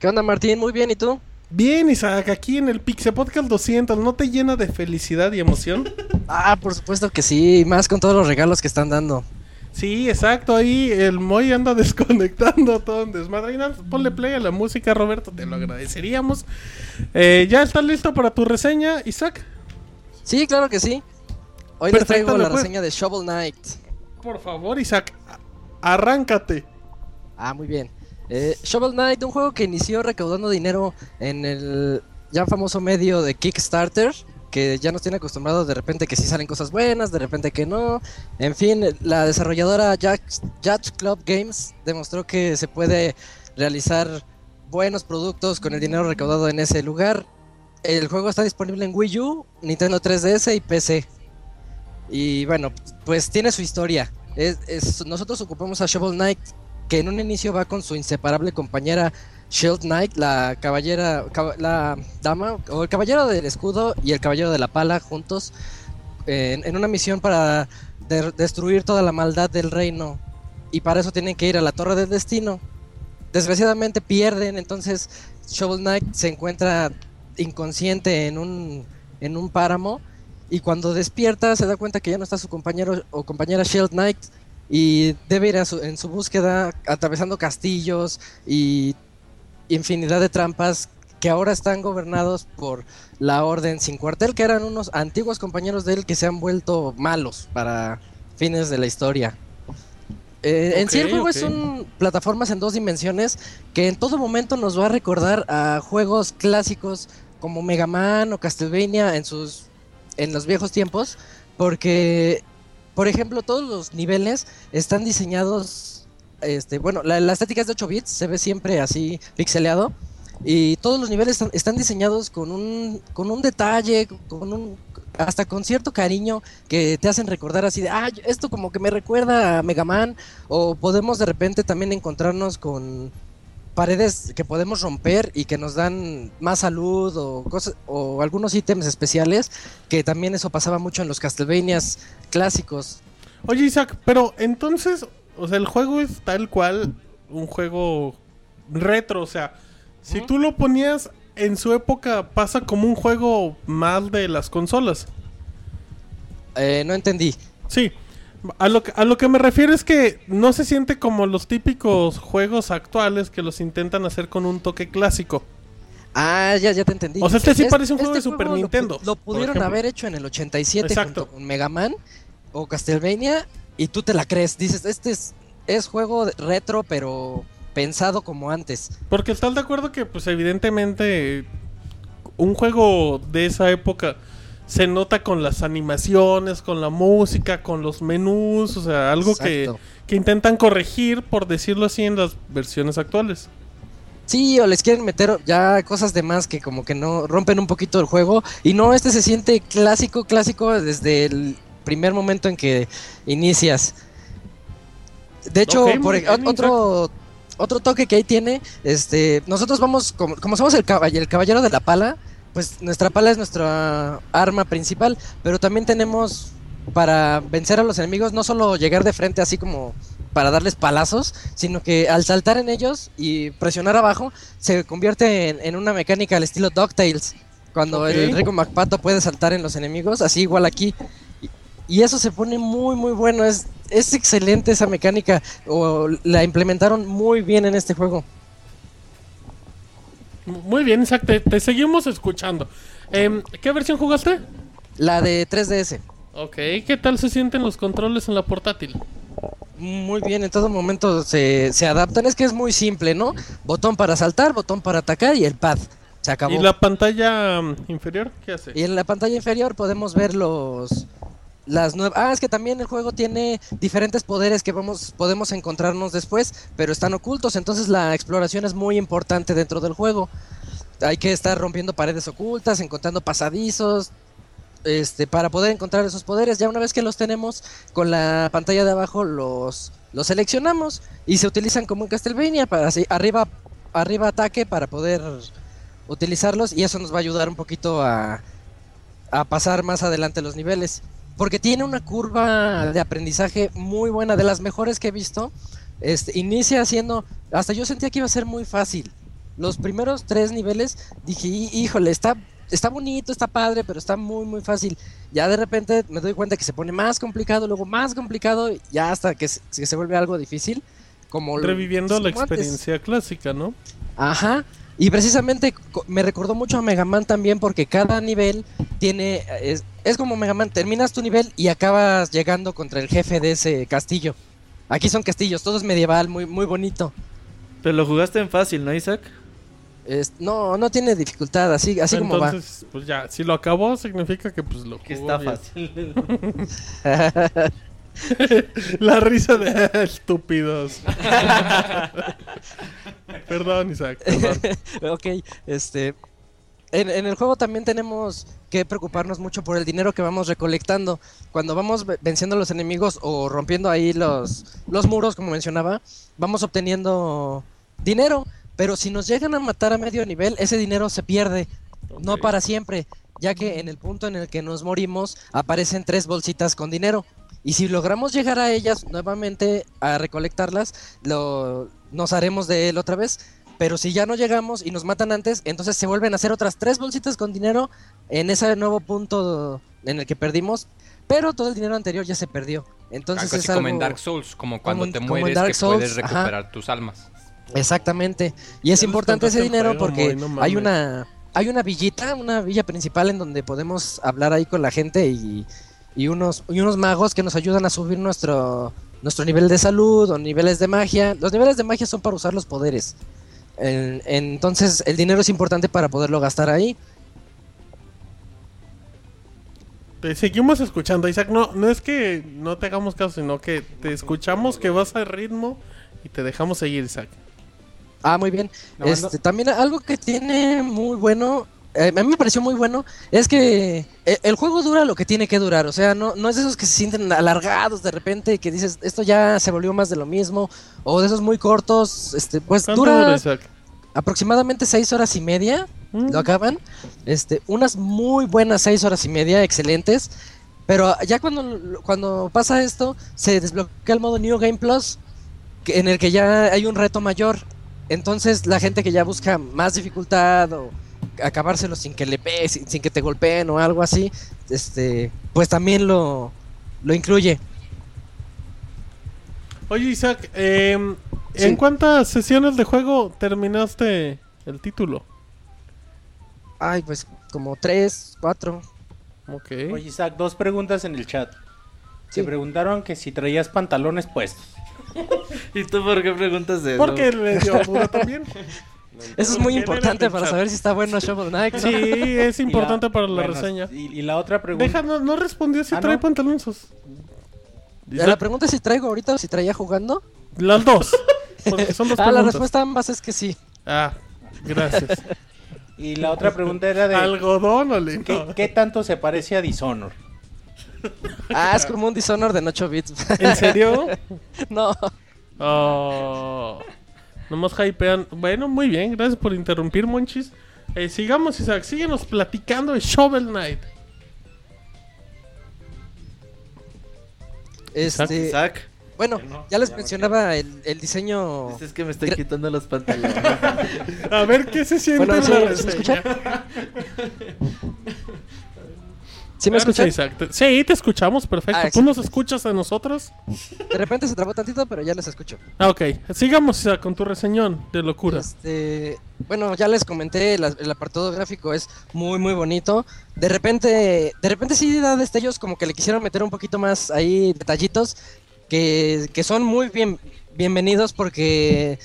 Speaker 10: ¿Qué onda, Martín? Muy bien, ¿y tú?
Speaker 2: Bien, Isaac, aquí en el Pixel Podcast 200, ¿no te llena de felicidad y emoción?
Speaker 10: Ah, por supuesto que sí, y más con todos los regalos que están dando.
Speaker 2: Sí, exacto, ahí el Moy anda desconectando todo un desmadre. Ahí nada, Ponle play a la música, Roberto, te lo agradeceríamos. Eh, ¿Ya estás listo para tu reseña, Isaac?
Speaker 10: Sí, claro que sí. Hoy
Speaker 2: Perfecto,
Speaker 10: les traigo la
Speaker 2: ¿me puedes-
Speaker 10: reseña de Shovel Knight.
Speaker 2: Por favor, Isaac, a- arráncate.
Speaker 10: Ah, muy bien. Eh, Shovel Knight, un juego que inició recaudando dinero en el ya famoso medio de Kickstarter, que ya nos tiene acostumbrados de repente que sí salen cosas buenas, de repente que no. En fin, la desarrolladora Jack- Judge Club Games demostró que se puede realizar buenos productos con el dinero recaudado en ese lugar. El juego está disponible en Wii U, Nintendo 3DS y PC. Y bueno, pues tiene su historia. Es- es- nosotros ocupamos a Shovel Knight que en un inicio va con su inseparable compañera Shield Knight, la caballera, cab- la dama, o el caballero del escudo y el caballero de la pala juntos en, en una misión para de- destruir toda la maldad del reino. Y para eso tienen que ir a la Torre del Destino. Desgraciadamente pierden, entonces Shovel Knight se encuentra inconsciente en un, en un páramo. Y cuando despierta se da cuenta que ya no está su compañero o compañera Shield Knight y debe ir a su- en su búsqueda atravesando castillos y infinidad de trampas que ahora están gobernados por la Orden Sin Cuartel, que eran unos antiguos compañeros de él que se han vuelto malos para fines de la historia. Eh, en sí el
Speaker 2: Ok,
Speaker 10: juego es
Speaker 2: ok.
Speaker 10: un plataformas en dos dimensiones que en todo momento nos va a recordar a juegos clásicos como Mega Man o Castlevania en sus en los viejos tiempos, porque por ejemplo todos los niveles están diseñados este bueno la, la estética es de 8 bits se ve siempre así pixeleado y todos los niveles están, están diseñados con un con un detalle con un hasta con cierto cariño que te hacen recordar así de ah esto como que me recuerda a Mega Man o podemos de repente también encontrarnos con paredes que podemos romper y que nos dan más salud o cosas o algunos ítems especiales que también eso pasaba mucho en los Castlevanias clásicos
Speaker 2: Oye, Isaac, pero entonces, o sea, el juego es tal cual un juego retro, o sea, si tú lo ponías en su época, pasa como un juego más de las consolas.
Speaker 10: Eh, no entendí
Speaker 2: Sí. A lo, que- a lo que me refiero es que no se siente como los típicos juegos actuales que los intentan hacer con un toque clásico.
Speaker 10: Ah, ya, ya te entendí.
Speaker 2: O sea, este sí parece un juego de Super
Speaker 10: lo pu-
Speaker 2: Nintendo,
Speaker 10: Lo,
Speaker 2: por
Speaker 10: pudieron
Speaker 2: ejemplo.
Speaker 10: haber hecho en el 87
Speaker 2: Exacto.
Speaker 10: junto con Mega Man o Castlevania y tú te la crees. Dices, este es es juego de- retro, pero pensado como antes.
Speaker 2: Porque estás de acuerdo que, pues, evidentemente, un juego de esa época se nota con las animaciones, con la música, con los menús, o sea, algo que,
Speaker 10: Exacto.
Speaker 2: que intentan corregir, por decirlo así, en las versiones actuales.
Speaker 10: Sí, o les quieren meter ya cosas de más que como que no rompen un poquito el juego. Y no, este se siente clásico, clásico desde el primer momento en que inicias. De hecho,
Speaker 2: Ok, muy
Speaker 10: por-
Speaker 2: bien,
Speaker 10: o- otro, otro toque que ahí tiene, este, nosotros vamos, como, como somos el, caball- el caballero de la pala, pues nuestra pala es nuestra arma principal, pero también tenemos para vencer a los enemigos, no solo llegar de frente así como para darles palazos, sino que al saltar en ellos y presionar abajo, se convierte en, en una mecánica al estilo DuckTales. Cuando el
Speaker 2: Ok.
Speaker 10: rico MacPato puede saltar en los enemigos, así igual aquí. Y- Y eso se pone muy, muy bueno. Es, es excelente esa mecánica. O la implementaron muy bien en este juego.
Speaker 2: M- Muy bien, Isaac, te, te seguimos escuchando. Em, ¿Qué versión jugaste?
Speaker 10: La de 3DS.
Speaker 2: Ok, ¿qué tal se sienten los controles en la portátil?
Speaker 10: Muy bien, en todo momento se, se adaptan. Es que es muy simple, ¿no? Botón para saltar, botón para atacar y el pad. Se acabó.
Speaker 2: ¿Y la pantalla mm, inferior? ¿Qué hace?
Speaker 10: Y en la pantalla inferior podemos ver los las nuevas. Ah, es que también el juego tiene diferentes poderes que vamos podemos encontrarnos después, pero están ocultos, entonces la exploración es muy importante dentro del juego. Hay que estar rompiendo paredes ocultas, encontrando pasadizos, este para poder encontrar esos poderes. Ya una vez que los tenemos con la pantalla de abajo los los seleccionamos y se utilizan como en Castlevania para así arriba arriba ataque para poder utilizarlos y eso nos va a ayudar un poquito a, a pasar más adelante los niveles. Porque tiene una curva de aprendizaje muy buena, de las mejores que he visto. Este, inicia haciendo, hasta yo sentía que iba a ser muy fácil. Los primeros tres niveles dije, "Hí- híjole, está, está bonito, está padre, pero está muy, muy fácil. Ya de repente me doy cuenta que se pone más complicado, luego más complicado, ya hasta que se, que se vuelve algo difícil. Como lo-
Speaker 2: Reviviendo la
Speaker 10: como antes.
Speaker 2: experiencia clásica, ¿no?
Speaker 10: Ajá. Y precisamente co- me recordó mucho a Mega Man también porque cada nivel tiene... Es, es como Mega Man, terminas tu nivel y acabas llegando contra el jefe de ese castillo. Aquí son castillos, todo es medieval, muy, muy bonito.
Speaker 3: Pero lo jugaste en fácil, ¿no, Isaac?
Speaker 10: Es- no, no tiene dificultad, así, así como va.
Speaker 2: Entonces, pues ya, si lo acabó, significa que pues lo
Speaker 3: Que
Speaker 2: jugó
Speaker 3: está
Speaker 2: bien.
Speaker 3: fácil.
Speaker 2: La risa de estúpidos. perdón, Isaac. Perdón.
Speaker 10: ok, este. En, en el juego también tenemos que preocuparnos mucho por el dinero que vamos recolectando. Cuando vamos ve- venciendo a los enemigos o rompiendo ahí los, los muros, como mencionaba, vamos obteniendo dinero. Pero si nos llegan a matar a medio nivel, ese dinero se pierde. No para siempre, ya que en el punto en el que nos morimos aparecen tres bolsitas con dinero. Y si logramos llegar a ellas nuevamente a recolectarlas, lo, nos haremos de él otra vez. Pero si ya no llegamos y nos matan antes, entonces se vuelven a hacer otras tres bolsitas con dinero en ese nuevo punto en el que perdimos. Pero todo el dinero anterior ya se perdió. Entonces
Speaker 6: Algo así
Speaker 10: es algo...
Speaker 6: como en Dark Souls, como cuando
Speaker 10: en-
Speaker 6: te
Speaker 10: como en
Speaker 6: mueres
Speaker 10: Dark
Speaker 6: que puedes
Speaker 10: Souls, ajá.
Speaker 6: recuperar tus almas.
Speaker 10: Exactamente. Y es
Speaker 2: les
Speaker 10: importante ese
Speaker 2: contaste el
Speaker 10: dinero
Speaker 2: juego,
Speaker 10: porque
Speaker 2: Moy, no
Speaker 10: hay
Speaker 2: mames.
Speaker 10: una hay una villita, una villa principal en donde podemos hablar ahí con la gente y, y unos y unos magos que nos ayudan a subir nuestro nuestro nivel de salud o niveles de magia. Los niveles de magia son para usar los poderes. En- entonces el dinero es importante para poderlo gastar ahí.
Speaker 2: Te seguimos escuchando, Isaac. No, no es que no te hagamos caso, sino que te escuchamos que vas al ritmo y te dejamos seguir, Isaac.
Speaker 10: Ah, muy bien.
Speaker 7: No,
Speaker 10: este, También algo que tiene muy bueno, eh, a mí me pareció muy bueno, es que eh, el juego dura lo que tiene que durar. O sea, no, no es de esos que se sienten alargados de repente y que dices, esto ya se volvió más de lo mismo. O de esos muy cortos, este, pues
Speaker 2: ¿Cuánto
Speaker 10: dura,
Speaker 2: dura, Isaac?
Speaker 10: aproximadamente seis horas y media
Speaker 2: Mm.
Speaker 10: lo acaban. Este, unas muy buenas seis horas y media, excelentes. Pero ya cuando, cuando pasa esto, se desbloquea el modo New Game Plus, que- en el que ya hay un reto mayor. Entonces la gente que ya busca más dificultad o acabárselo sin que le pe- sin, sin que te golpeen o algo así, este, pues también lo, lo incluye.
Speaker 2: Oye, Isaac, em, ¿en
Speaker 10: Sí.
Speaker 2: cuántas sesiones de juego terminaste el título?
Speaker 10: Ay, pues como tres, cuatro.
Speaker 2: Ok.
Speaker 7: Oye, Isaac, dos preguntas en el chat.
Speaker 10: Sí.
Speaker 7: Te preguntaron que si traías pantalones puestos.
Speaker 3: ¿Y tú por qué preguntas de eso?
Speaker 2: Porque le dio duda también.
Speaker 10: Eso es muy
Speaker 2: Genera
Speaker 10: importante para
Speaker 2: pensar.
Speaker 10: saber si está bueno Shovel Knight. ¿no?
Speaker 2: Sí, es importante para la
Speaker 7: Bueno,
Speaker 2: reseña.
Speaker 7: Y, y la otra pregunta.
Speaker 2: Deja, no, no respondió si
Speaker 7: Ah,
Speaker 2: trae
Speaker 7: ¿no?
Speaker 2: pantalonzos.
Speaker 10: Eh, La pregunta es si traigo ahorita o si traía jugando.
Speaker 2: Las dos. Porque son dos
Speaker 10: Ah, la
Speaker 2: preguntas.
Speaker 10: respuesta a ambas es que sí.
Speaker 2: Ah, gracias.
Speaker 7: Y la otra pregunta era de
Speaker 2: ¿Algodón o lino?
Speaker 7: ¿qué, qué tanto se parece a Dishonor?
Speaker 10: Ah, es como un Dishonor de 8 bits.
Speaker 2: ¿En serio?
Speaker 10: no.
Speaker 2: Oh, nomás hypean. Bueno, muy bien, gracias por interrumpir, Monchis. Eh, sigamos, Isaac, síguenos platicando de Shovel Knight.
Speaker 10: Este,
Speaker 3: Isaac,
Speaker 10: bueno, ya les mencionaba el, el diseño.
Speaker 3: dices que me estoy quitando los pantalones.
Speaker 2: A ver qué se siente
Speaker 10: Bueno,
Speaker 2: en
Speaker 10: ¿sí-
Speaker 2: la
Speaker 10: sí me
Speaker 2: reseña.
Speaker 10: ¿Sí me
Speaker 2: Claro, sí,
Speaker 10: escuchan?
Speaker 2: Isaac. Te- Sí, te escuchamos, perfecto.
Speaker 10: Ah,
Speaker 2: ¿Tú nos escuchas a nosotros?
Speaker 10: De repente se trabó tantito, pero ya les escucho.
Speaker 2: Ah, ok. Sigamos, Isaac, con tu reseñón de locura.
Speaker 10: Este, bueno, ya les comenté, la- el apartado gráfico es muy muy bonito. De repente, de repente sí da destellos como que le quisieron meter un poquito más ahí detallitos que, que son muy bien bienvenidos porque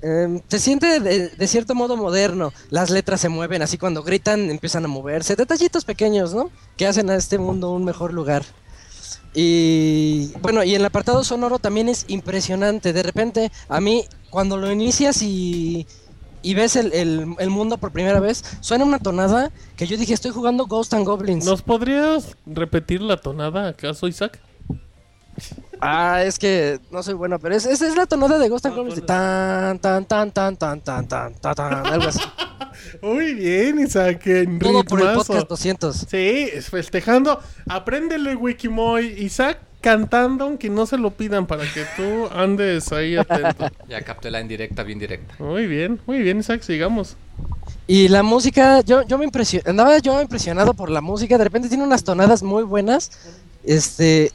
Speaker 10: em, se siente de, de cierto modo moderno. Las letras se mueven, así cuando gritan empiezan a moverse. Detallitos pequeños, ¿no? Que hacen a este mundo un mejor lugar. Y bueno, y el apartado sonoro también es impresionante. De repente, a mí, cuando lo inicias y, y ves el, el- el mundo por primera vez, suena una tonada que yo dije, estoy jugando Ghost and Goblins.
Speaker 2: ¿Nos podrías repetir la tonada, acaso, Isaac?
Speaker 10: Ah, es que no soy bueno, pero es, es, es la tonada de Ghost and Goblins. de tan, tan, tan, tan, tan, tan, tan, tan, tan, algo así.
Speaker 2: Muy bien, Isaac. En
Speaker 10: Todo por el
Speaker 2: ritmazo.
Speaker 10: podcast 200.
Speaker 2: Sí, es festejando. Apréndele, Wikimoy. Isaac cantando, aunque no se lo pidan, para que tú andes ahí atento.
Speaker 6: Ya capté la indirecta, bien directa.
Speaker 2: Muy bien, muy bien, Isaac, sigamos.
Speaker 10: Y la música, yo, yo me impresio- andaba yo impresionado por la música, de repente tiene unas tonadas muy buenas. Este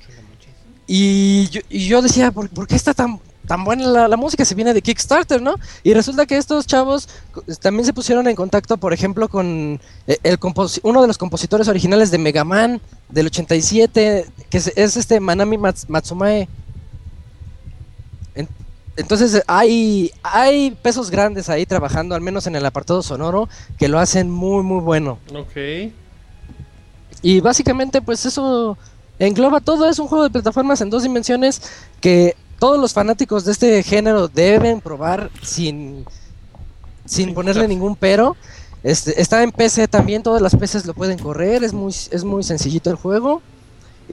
Speaker 10: y yo, y yo decía, ¿por, por qué está tan, tan buena la, la música? Se viene de Kickstarter, ¿no? Y resulta que estos chavos co- también se pusieron en contacto, por ejemplo, con eh, el composi- uno de los compositores originales de Mega Man del 87, que es, es este Manami Mats- Matsumae. En- entonces eh, hay, hay pesos grandes ahí trabajando, al menos en el apartado sonoro, que lo hacen muy, muy bueno.
Speaker 2: Ok.
Speaker 10: Y básicamente, pues eso engloba todo. Es un juego de plataformas en dos dimensiones que todos los fanáticos de este género deben probar sin, sin ponerle ningún pero. Este, está en PC también, todas las PCs lo pueden correr. Es muy, es muy sencillito el juego.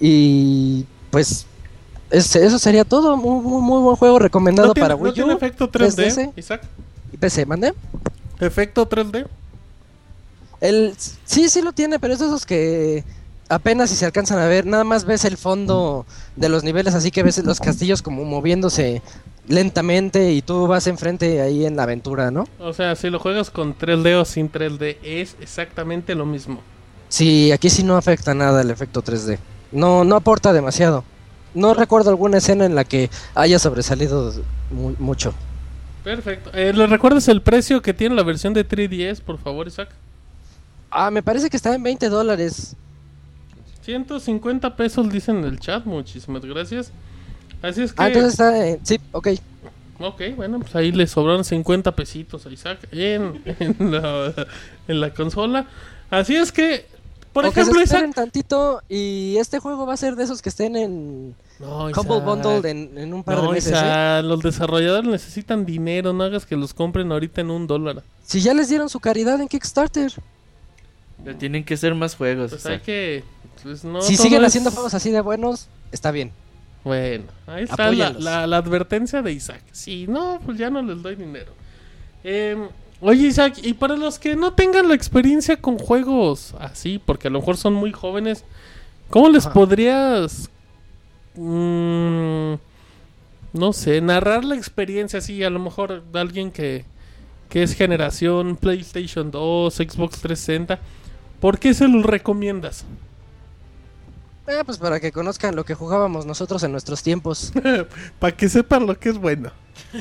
Speaker 10: Y pues es- eso sería todo. Muy, muy, muy buen juego recomendado
Speaker 2: ¿No tiene,
Speaker 10: para
Speaker 2: no
Speaker 10: Wii U Este,
Speaker 2: tiene efecto 3D,
Speaker 10: 3DS?
Speaker 2: Isaac?
Speaker 10: y PC. ¿Mande?
Speaker 2: ¿Efecto 3D?
Speaker 10: El, sí, sí lo tiene, pero es de esos que apenas si se alcanzan a ver, nada más ves el fondo de los niveles, así que ves los castillos como moviéndose lentamente y tú vas enfrente ahí en la aventura, ¿no?
Speaker 2: O sea, si lo juegas con 3D o sin 3D, es exactamente lo mismo.
Speaker 10: Sí, aquí sí no afecta nada el efecto 3D. No, no aporta demasiado. No recuerdo alguna escena en la que haya sobresalido mu- mucho.
Speaker 2: Perfecto. Eh, ¿Le recuerdas el precio que tiene la versión de 3DS, por favor, Isaac?
Speaker 10: Ah, me parece que está en 20 dólares.
Speaker 2: 150 pesos dicen en el chat, muchísimas gracias. Así es que...
Speaker 10: Ah, entonces está... en- sí, ok.
Speaker 2: Ok, bueno, pues ahí le sobraron 50 pesitos a Isaac en, en la, en la consola. Así es que, por
Speaker 10: Aunque se
Speaker 2: ejemplo,
Speaker 10: pues, esperen
Speaker 2: Isaac...
Speaker 10: tantito y este juego va a ser de esos que estén en...
Speaker 2: No,
Speaker 10: Humble
Speaker 2: Isaac.
Speaker 10: Bundle en, en un par de
Speaker 2: No,
Speaker 10: meses. ¿eh?
Speaker 2: Isaac, los desarrolladores necesitan dinero, no hagas que los compren ahorita en un dólar.
Speaker 10: Si ya les dieron su caridad en Kickstarter.
Speaker 3: Pero tienen que ser más juegos.
Speaker 2: Pues hay
Speaker 3: Isaac.
Speaker 2: que... pues no
Speaker 10: si
Speaker 2: todo
Speaker 10: siguen
Speaker 2: es-
Speaker 10: haciendo juegos así de buenos, está bien.
Speaker 2: Bueno, ahí está la,
Speaker 10: Apóyalos.
Speaker 2: la- la advertencia de Isaac. Si no, pues ya no les doy dinero. Em, oye, Isaac, y para los que no tengan la experiencia con juegos así, porque a lo mejor son muy jóvenes, ¿cómo les
Speaker 10: Ajá.
Speaker 2: podrías... mm, no sé, narrar la experiencia así, a lo mejor de alguien que, que es generación PlayStation 2, Xbox 360, ¿por qué se los recomiendas?
Speaker 10: Ah, pues para que conozcan lo que jugábamos nosotros en nuestros tiempos.
Speaker 2: para que sepan lo que es bueno.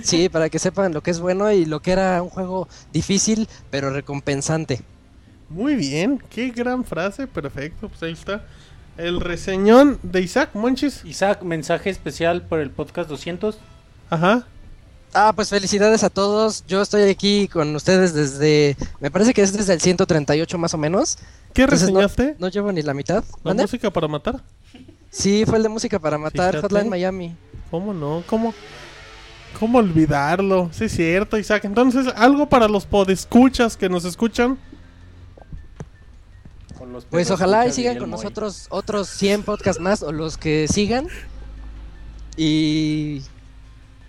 Speaker 10: Sí, para que sepan lo que es bueno y lo que era un juego difícil, pero recompensante.
Speaker 2: Muy bien, qué gran frase, perfecto, pues ahí está. El reseñón de Isaac Monchis.
Speaker 7: Isaac, mensaje especial por el podcast 200.
Speaker 2: Ajá.
Speaker 10: Ah, pues felicidades a todos. Yo estoy aquí con ustedes desde, me parece que es desde el 138 más o menos.
Speaker 2: ¿Qué
Speaker 10: Entonces, no-
Speaker 2: reseñaste?
Speaker 10: No llevo ni la mitad.
Speaker 2: ¿La
Speaker 10: ¿Mande?
Speaker 2: música para matar?
Speaker 10: Sí, fue el de música para matar,
Speaker 2: Fíjate.
Speaker 10: Hotline Miami.
Speaker 2: ¿Cómo no? ¿Cómo, ¿Cómo olvidarlo? Sí, es cierto, Isaac. Entonces, algo para los podescuchas que nos escuchan.
Speaker 7: Con los
Speaker 10: Pues
Speaker 7: perros
Speaker 10: ojalá y
Speaker 7: escuchas
Speaker 10: sigan
Speaker 7: Miguel
Speaker 10: con
Speaker 7: Moy.
Speaker 10: nosotros otros 100 podcasts más o los que sigan. Y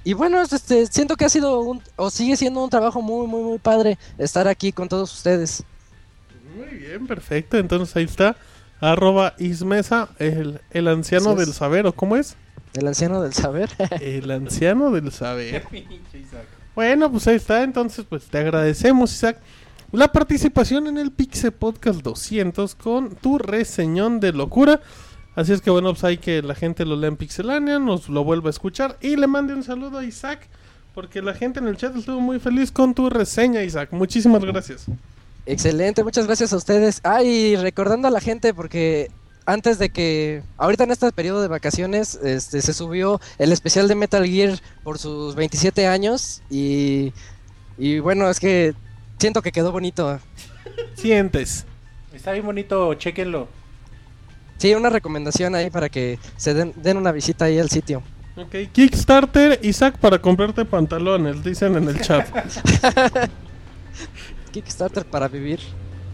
Speaker 10: y bueno, es- este siento que ha sido un o sigue siendo un trabajo muy muy muy padre estar aquí con todos ustedes.
Speaker 2: Muy bien, perfecto. Entonces, ahí está. Arroba Ismesa, el, el anciano
Speaker 10: Así es.
Speaker 2: del saber, ¿o cómo es?
Speaker 10: El anciano del saber.
Speaker 2: El anciano del saber.
Speaker 7: Pinche Isaac.
Speaker 2: Bueno, pues ahí está. Entonces, pues te agradecemos, Isaac, la participación en el Pixe Podcast 200 con tu reseñón de locura. Así es que bueno, pues hay que la gente lo lea en Pixelania, nos lo vuelva a escuchar y le mande un saludo a Isaac, porque la gente en el chat estuvo muy feliz con tu reseña, Isaac. Muchísimas gracias.
Speaker 10: Excelente, muchas gracias a ustedes. Ah, y recordando a la gente, porque antes de que. Ahorita en este periodo de vacaciones este, se subió el especial de Metal Gear por sus 27 años. Y, y bueno, es que siento que quedó bonito.
Speaker 2: Sientes.
Speaker 7: Está bien bonito, chequenlo.
Speaker 10: Sí, una recomendación ahí para que se den, den una visita ahí al sitio.
Speaker 2: Ok, Kickstarter, Isaac, para comprarte pantalones, dicen en el chat.
Speaker 10: Kickstarter para vivir.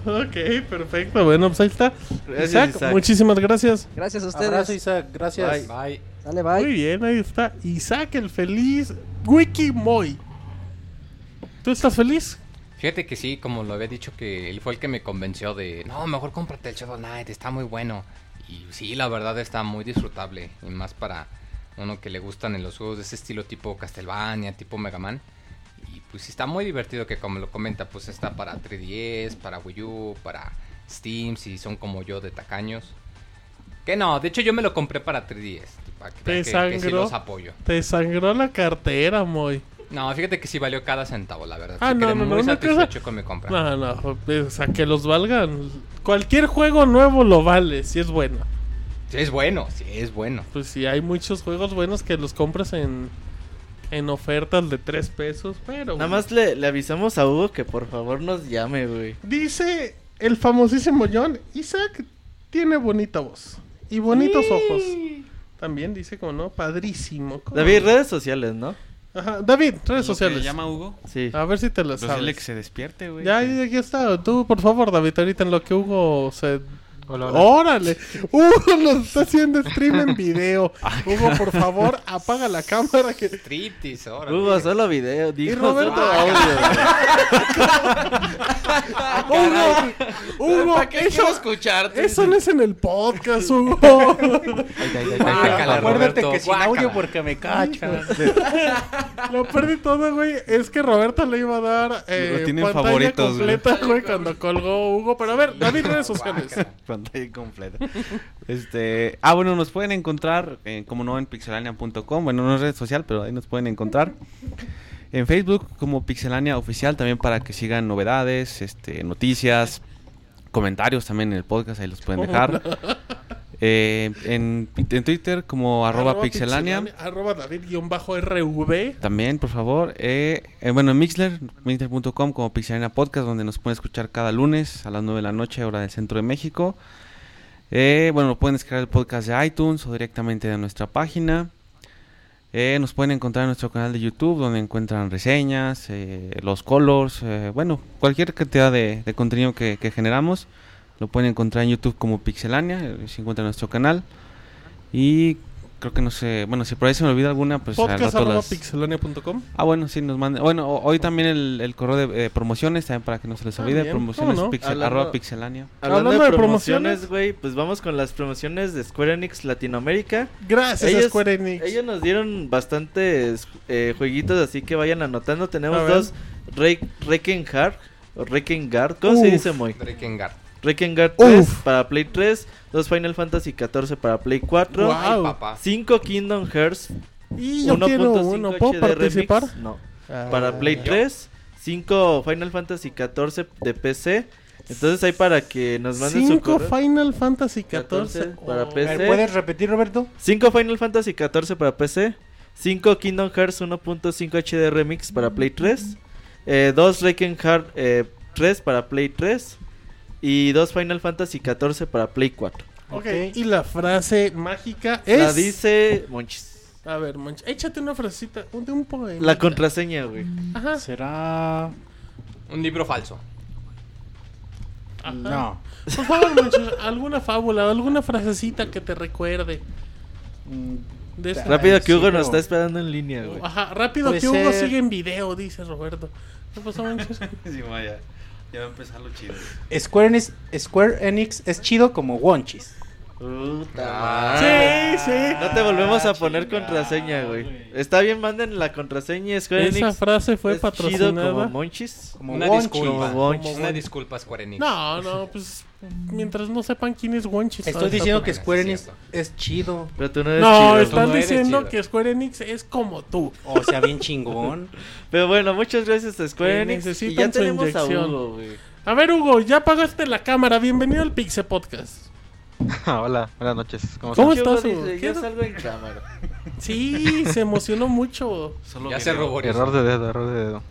Speaker 2: ok, perfecto. Bueno, pues ahí está.
Speaker 3: Gracias,
Speaker 2: Isaac,
Speaker 3: Isaac.
Speaker 2: muchísimas gracias.
Speaker 10: Gracias a ustedes.
Speaker 7: Abrazo, Isaac. Gracias.
Speaker 3: Bye.
Speaker 6: Bye.
Speaker 10: Dale, bye.
Speaker 2: Muy bien, ahí está. Isaac el feliz Wiki Moy. ¿Tú estás feliz?
Speaker 6: Fíjate que sí, como lo había dicho, que él fue el que me convenció de, no, mejor cómprate el Shadow Knight, está muy bueno. Y sí, la verdad está muy disfrutable, y más para uno que le gustan en los juegos de ese estilo tipo Castlevania, tipo Mega Man. Y pues sí está muy divertido que como lo comenta, pues está para 3DS, para Wii U, para Steam, si son como yo de tacaños. Que no, de hecho yo me lo compré para 3DS, para que,
Speaker 2: Te
Speaker 6: vean que- que sí
Speaker 2: sangró.
Speaker 6: los apoyo.
Speaker 2: Te sangró la cartera, Moy.
Speaker 6: No, fíjate que sí valió cada centavo, la verdad.
Speaker 2: Ah,
Speaker 6: Sí
Speaker 2: no,
Speaker 6: quedé
Speaker 2: no, no,
Speaker 6: muy
Speaker 2: una cosa-
Speaker 6: satisfecho con mi compra.
Speaker 2: No, no, pues, o sea, que los valgan. Cualquier juego nuevo lo vale, si es bueno.
Speaker 6: Sí, es bueno, sí, es bueno.
Speaker 2: Pues si hay muchos juegos buenos que los compras en, en ofertas de 3 pesos,
Speaker 3: Nada
Speaker 2: pero... bueno.
Speaker 3: más le, le avisamos a Hugo que por favor nos llame, güey.
Speaker 2: Dice el famosísimo John, Isaac tiene bonita voz y bonitos ojos. También dice como no, padrísimo. ¿Cómo
Speaker 3: David,
Speaker 2: no?
Speaker 3: redes sociales, ¿no?
Speaker 2: Ajá, David,
Speaker 8: Lo
Speaker 2: redes
Speaker 8: que
Speaker 2: sociales.
Speaker 8: llama Hugo?
Speaker 3: Sí.
Speaker 2: A ver si te lo
Speaker 8: Pues dile que
Speaker 2: sabes.
Speaker 8: se despierte, güey.
Speaker 2: Ya, ya, aquí está. Tú, por favor, David, ahorita en lo que Hugo se... ¡Órale! ¡Hugo nos está haciendo stream en video! Hugo, por favor, apaga la cámara que...
Speaker 6: Striptease, ahora.
Speaker 3: Hugo, solo video. Dijo,
Speaker 2: Roberto?
Speaker 3: solo audio.
Speaker 2: ¡Hugo! ¡Hugo!
Speaker 9: ¿Para qué
Speaker 2: Eso,
Speaker 9: quiero escucharte?
Speaker 2: eso no es en el podcast, Hugo.
Speaker 6: Guácala,
Speaker 7: Acuérdate
Speaker 6: Roberto,
Speaker 7: que sin
Speaker 6: guácala.
Speaker 7: audio porque me cachan.
Speaker 2: Lo peor de todo, güey, es que Roberto le iba a dar eh,
Speaker 8: Lo tienen
Speaker 2: pantalla
Speaker 8: favoritos, güey.
Speaker 2: completa, güey, cuando colgó Hugo. Pero a ver, David, redes sociales.
Speaker 8: Pantalla completa. Este, ah, bueno, nos pueden encontrar, eh, como no, en pixelania.com. Bueno, no es red social, pero ahí nos pueden encontrar. En Facebook como Pixelania Oficial, también para que sigan novedades, este, noticias, comentarios también en el podcast, ahí los pueden dejar. Eh, en, en Twitter como arroba, pixelania.
Speaker 2: Arroba David-RV.
Speaker 8: También, por favor. eh, eh, bueno, en Mixler, mixler.com como Pixelania Podcast, donde nos pueden escuchar cada lunes a las 9 de la noche, hora del centro de México. Eh, bueno, pueden descargar el podcast de iTunes o directamente de nuestra página. Eh, nos pueden encontrar en nuestro canal de YouTube, donde encuentran reseñas, eh, los colors, eh, bueno, cualquier cantidad de, de contenido que, que generamos. Lo pueden encontrar en YouTube como Pixelania, eh, se encuentra en nuestro canal. Y creo que no sé, bueno, si por ahí se me olvida alguna, pues al
Speaker 2: Podcast
Speaker 8: rato
Speaker 2: arroba
Speaker 8: las-
Speaker 2: pixelania.com.
Speaker 8: Ah, bueno, sí, nos manda. Bueno, o- hoy también el, el correo de eh, promociones, también para que no se les
Speaker 2: Ah,
Speaker 8: olvide.
Speaker 2: bien.
Speaker 8: Promociones
Speaker 2: ¿Cómo no?
Speaker 8: pixel-
Speaker 3: Hablando-
Speaker 8: arroba pixelania.
Speaker 3: Hablando,
Speaker 2: Hablando de
Speaker 3: de promociones,
Speaker 2: promociones.
Speaker 3: güey, pues vamos con las promociones de Square Enix Latinoamérica.
Speaker 2: Gracias,
Speaker 3: Ellos-
Speaker 2: Square Enix.
Speaker 3: Ellos nos dieron bastantes eh, jueguitos, así que vayan anotando.
Speaker 2: A
Speaker 3: Tenemos
Speaker 2: ver.
Speaker 3: dos Re Rekenhard o Rekengard. ¿Cómo se
Speaker 2: Uf.
Speaker 3: dice, Moy?
Speaker 6: Drakengard.
Speaker 3: Rekengard 3
Speaker 2: Uf.
Speaker 3: para Play 3, dos Final Fantasy 14 para Play 4,
Speaker 2: Guau.
Speaker 6: Ay,
Speaker 2: Wow.
Speaker 6: papá.
Speaker 3: 5 Kingdom Hearts
Speaker 2: y yo quiero
Speaker 3: 1.5
Speaker 2: uno. ¿Puedo
Speaker 3: HD
Speaker 2: participar?
Speaker 3: Remix, no.
Speaker 2: Ah,
Speaker 3: Para Play 3, 5 Final Fantasy 14 de PC. Entonces ahí para que nos manden su
Speaker 2: Cinco
Speaker 3: correo.
Speaker 2: Final Fantasy 14.
Speaker 3: 14 para
Speaker 2: Oh.
Speaker 7: A ver,
Speaker 3: PC.
Speaker 7: ¿Puedes repetir, Roberto?
Speaker 3: 5 Final Fantasy 14 para PC, 5 Kingdom Hearts 1.5 HD Remix para Play 3. Eh, 2 Requiem Heart eh, 3 para Play 3. Y 2 Final Fantasy 14 para Play 4.
Speaker 2: Ok,
Speaker 5: Ok.
Speaker 2: y la frase mágica es...
Speaker 3: La dice Monchis.
Speaker 2: A ver, mancha, échate una frasecita, ponte un poema.
Speaker 3: La contraseña, güey.
Speaker 2: Ajá.
Speaker 5: ¿Será...?
Speaker 6: Un libro falso.
Speaker 2: Ajá.
Speaker 5: No.
Speaker 2: Por favor, Monchis, alguna fábula, alguna frasecita que te recuerde.
Speaker 5: Mm,
Speaker 2: De esta-
Speaker 3: Rápido que
Speaker 5: sí,
Speaker 3: Hugo
Speaker 5: no.
Speaker 3: nos está esperando en línea, güey.
Speaker 2: Ajá, rápido
Speaker 5: Puede
Speaker 2: que Hugo
Speaker 5: ser.
Speaker 2: sigue en video, dice Roberto. ¿Qué pasó, Monchis?
Speaker 8: Sí, vaya. Ya va a empezar lo chido.
Speaker 5: Square, Enix, Square Enix es chido como Wonchis.
Speaker 2: Sí, sí.
Speaker 3: No te volvemos a poner contraseña, güey. Está bien, manden la contraseña. Square
Speaker 2: Esa
Speaker 3: Enix
Speaker 2: frase fue
Speaker 3: es chido como
Speaker 2: patrocinada.
Speaker 3: Monchis.
Speaker 5: Como
Speaker 6: una
Speaker 5: Wonchis.
Speaker 6: disculpa.
Speaker 3: Como Wonchis.
Speaker 6: Una disculpa, Square Enix.
Speaker 2: No, no, pues mientras no sepan quién es Wonchis.
Speaker 5: Estoy
Speaker 2: ahorita,
Speaker 5: diciendo
Speaker 2: pues.
Speaker 5: que Square
Speaker 6: bueno, es
Speaker 5: Enix
Speaker 6: cierto.
Speaker 5: es chido.
Speaker 3: Pero tú no eres
Speaker 2: No,
Speaker 3: chido.
Speaker 2: están
Speaker 6: tú no eres
Speaker 2: diciendo
Speaker 6: chido.
Speaker 2: que Square Enix es como tú.
Speaker 5: O sea, bien chingón.
Speaker 3: Pero bueno, muchas gracias a Square
Speaker 2: Que
Speaker 3: Enix. Y
Speaker 2: Eh, necesitan
Speaker 3: ya
Speaker 2: su
Speaker 3: tenemos a
Speaker 2: inyección.
Speaker 3: Hugo, güey.
Speaker 2: A ver, Hugo, ya apagaste la cámara. Bienvenido al Pixel Podcast.
Speaker 11: Hola, buenas noches. ¿Cómo
Speaker 2: ¿Cómo
Speaker 3: Hugo
Speaker 2: estás, Hugo?
Speaker 3: dice,
Speaker 2: ¿Qué
Speaker 3: Yo
Speaker 2: no-
Speaker 3: salgo en cámara.
Speaker 2: Sí, se emocionó mucho.
Speaker 6: Ya se
Speaker 11: están?
Speaker 6: ruborizó.
Speaker 11: Error de dedo, error de dedo.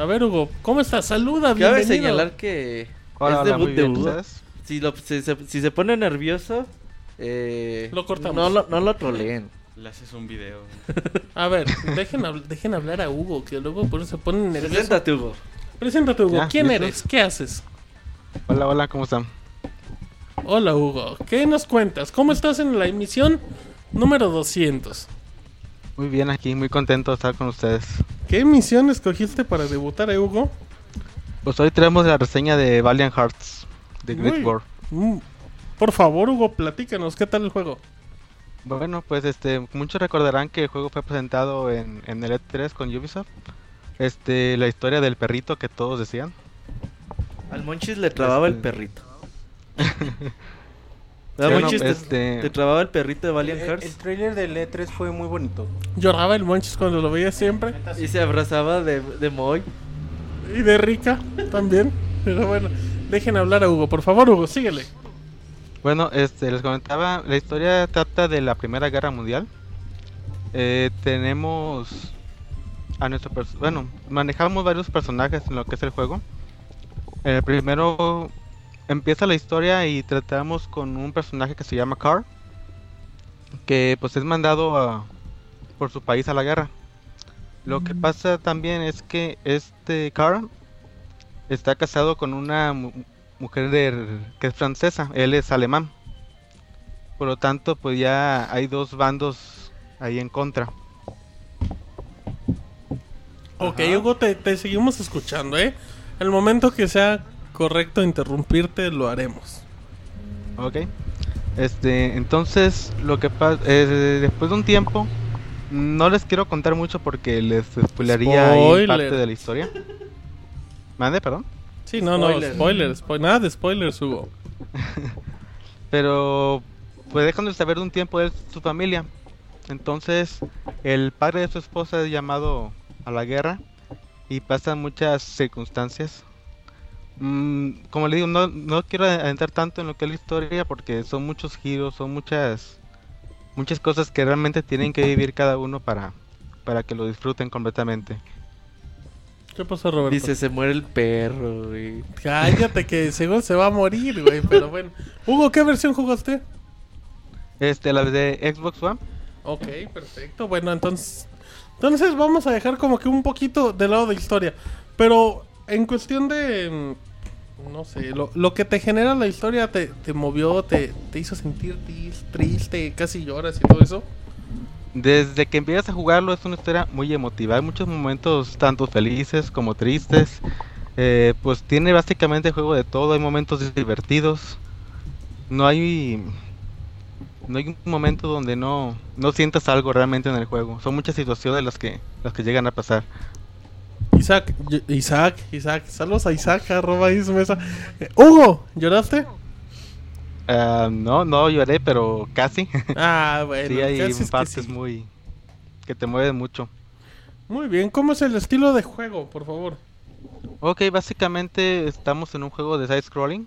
Speaker 2: A ver, Hugo, ¿cómo estás? Saluda,
Speaker 3: Cabe
Speaker 2: bienvenido.
Speaker 3: señalar que
Speaker 11: Hola,
Speaker 3: es
Speaker 11: hola,
Speaker 3: debut
Speaker 11: muy
Speaker 3: de
Speaker 11: bien,
Speaker 3: Hugo.
Speaker 11: ¿ustedes?
Speaker 3: Si, lo- si se, si se pone nervioso, eh,
Speaker 2: Lo cortamos.
Speaker 3: No lo, no lo troleen.
Speaker 8: Le haces un video.
Speaker 2: A ver, dejen, habl- dejen hablar a Hugo, que luego por eso se ponen nerviosos.
Speaker 3: Preséntate, Hugo.
Speaker 2: Preséntate, Hugo.
Speaker 11: Ya,
Speaker 2: ¿Quién
Speaker 11: ¿listos?
Speaker 2: eres? ¿Qué haces?
Speaker 11: Hola, hola, ¿cómo están?
Speaker 2: Hola, Hugo. ¿Qué nos cuentas? ¿Cómo estás en la emisión número 200?
Speaker 11: Muy bien aquí, muy contento de estar con ustedes.
Speaker 2: ¿Qué emisión escogiste para debutar, eh, Hugo?
Speaker 11: Pues hoy traemos la reseña de Valiant Hearts, de Great
Speaker 2: Uy.
Speaker 11: War.
Speaker 2: Mm, Por favor, Hugo, platícanos. ¿Qué tal el juego?
Speaker 11: Bueno, pues este, muchos recordarán que el juego fue presentado en, en el E3 con Ubisoft. Este, la historia del perrito que todos decían.
Speaker 3: Al Monchis le trababa el
Speaker 11: Este-
Speaker 3: perrito. Al
Speaker 11: Bueno,
Speaker 3: Monchis te-
Speaker 11: este-
Speaker 3: te trababa el perrito de Valiant
Speaker 5: El,
Speaker 3: Hearts.
Speaker 5: el trailer del E3 fue muy bonito.
Speaker 2: Lloraba el Monchis cuando lo veía siempre.
Speaker 3: Y se abrazaba de, de Moy.
Speaker 2: Y de Rica también. Pero bueno, dejen hablar a Hugo. Por favor, Hugo, síguele.
Speaker 11: Bueno, este, les comentaba, la historia trata de la Primera Guerra Mundial. Eh, tenemos a nuestro pers- bueno, manejamos varios personajes en lo que es el juego. El primero empieza la historia y tratamos con un personaje que se llama Carl, que pues es mandado a- por su país a la guerra. Lo que pasa también es que este Carl está casado con una mu- mujer de- que es francesa, él es alemán. Por lo tanto, pues ya hay dos bandos ahí en contra.
Speaker 2: Ok, Hugo, te, te seguimos escuchando, ¿eh? El momento que sea correcto interrumpirte, lo haremos.
Speaker 11: Ok. Este, entonces, lo que pasa, después de un tiempo, no les quiero contar mucho porque les spoilearía ahí
Speaker 2: Spoiler.
Speaker 11: parte de la historia. Mande, perdón.
Speaker 2: Sí, no, no,
Speaker 3: Spoiler.
Speaker 2: spoilers. spo- Pues nada de spoilers, Hugo.
Speaker 11: Pero, pues dejan de saber de un tiempo de su familia. Entonces, el padre de su esposa es llamado a la guerra y pasan muchas circunstancias. Mm, como le digo, no, no quiero adentrar tanto en lo que es la historia porque son muchos giros, son muchas muchas cosas que realmente tienen que vivir cada uno para, para que lo disfruten completamente.
Speaker 2: ¿Qué pasó, Roberto?
Speaker 3: Dice, se muere el perro, güey.
Speaker 2: Cállate que según se va a morir, güey. Pero bueno. Hugo, ¿qué versión jugaste?
Speaker 11: Este, la de Xbox One.
Speaker 2: Ok, perfecto. Bueno, entonces. Entonces vamos a dejar como que un poquito de lado de historia. Pero en cuestión de. mm, No sé, lo, lo que te genera la historia te, te movió, te, te hizo sentir tis- triste, casi lloras y todo eso.
Speaker 11: Desde que empiezas a jugarlo es una historia muy emotiva. Hay muchos momentos tanto felices como tristes. Eh, pues tiene básicamente juego de todo. Hay momentos divertidos. No hay no hay un momento donde no no sientas algo realmente en el juego. Son muchas situaciones las que las que llegan a pasar.
Speaker 2: Isaac, y- Isaac, Isaac, saludos a Isaac, arroba Ismesa. Eh, Hugo, ¿lloraste?
Speaker 11: Ah, no no lloré, pero casi.
Speaker 2: Ah, bueno,
Speaker 11: sí hay
Speaker 2: casi es que
Speaker 11: partes
Speaker 2: sí.
Speaker 11: muy que te mueven mucho.
Speaker 2: Muy bien, ¿cómo es el estilo de juego, por favor?
Speaker 11: Ok, básicamente estamos en un juego de side-scrolling.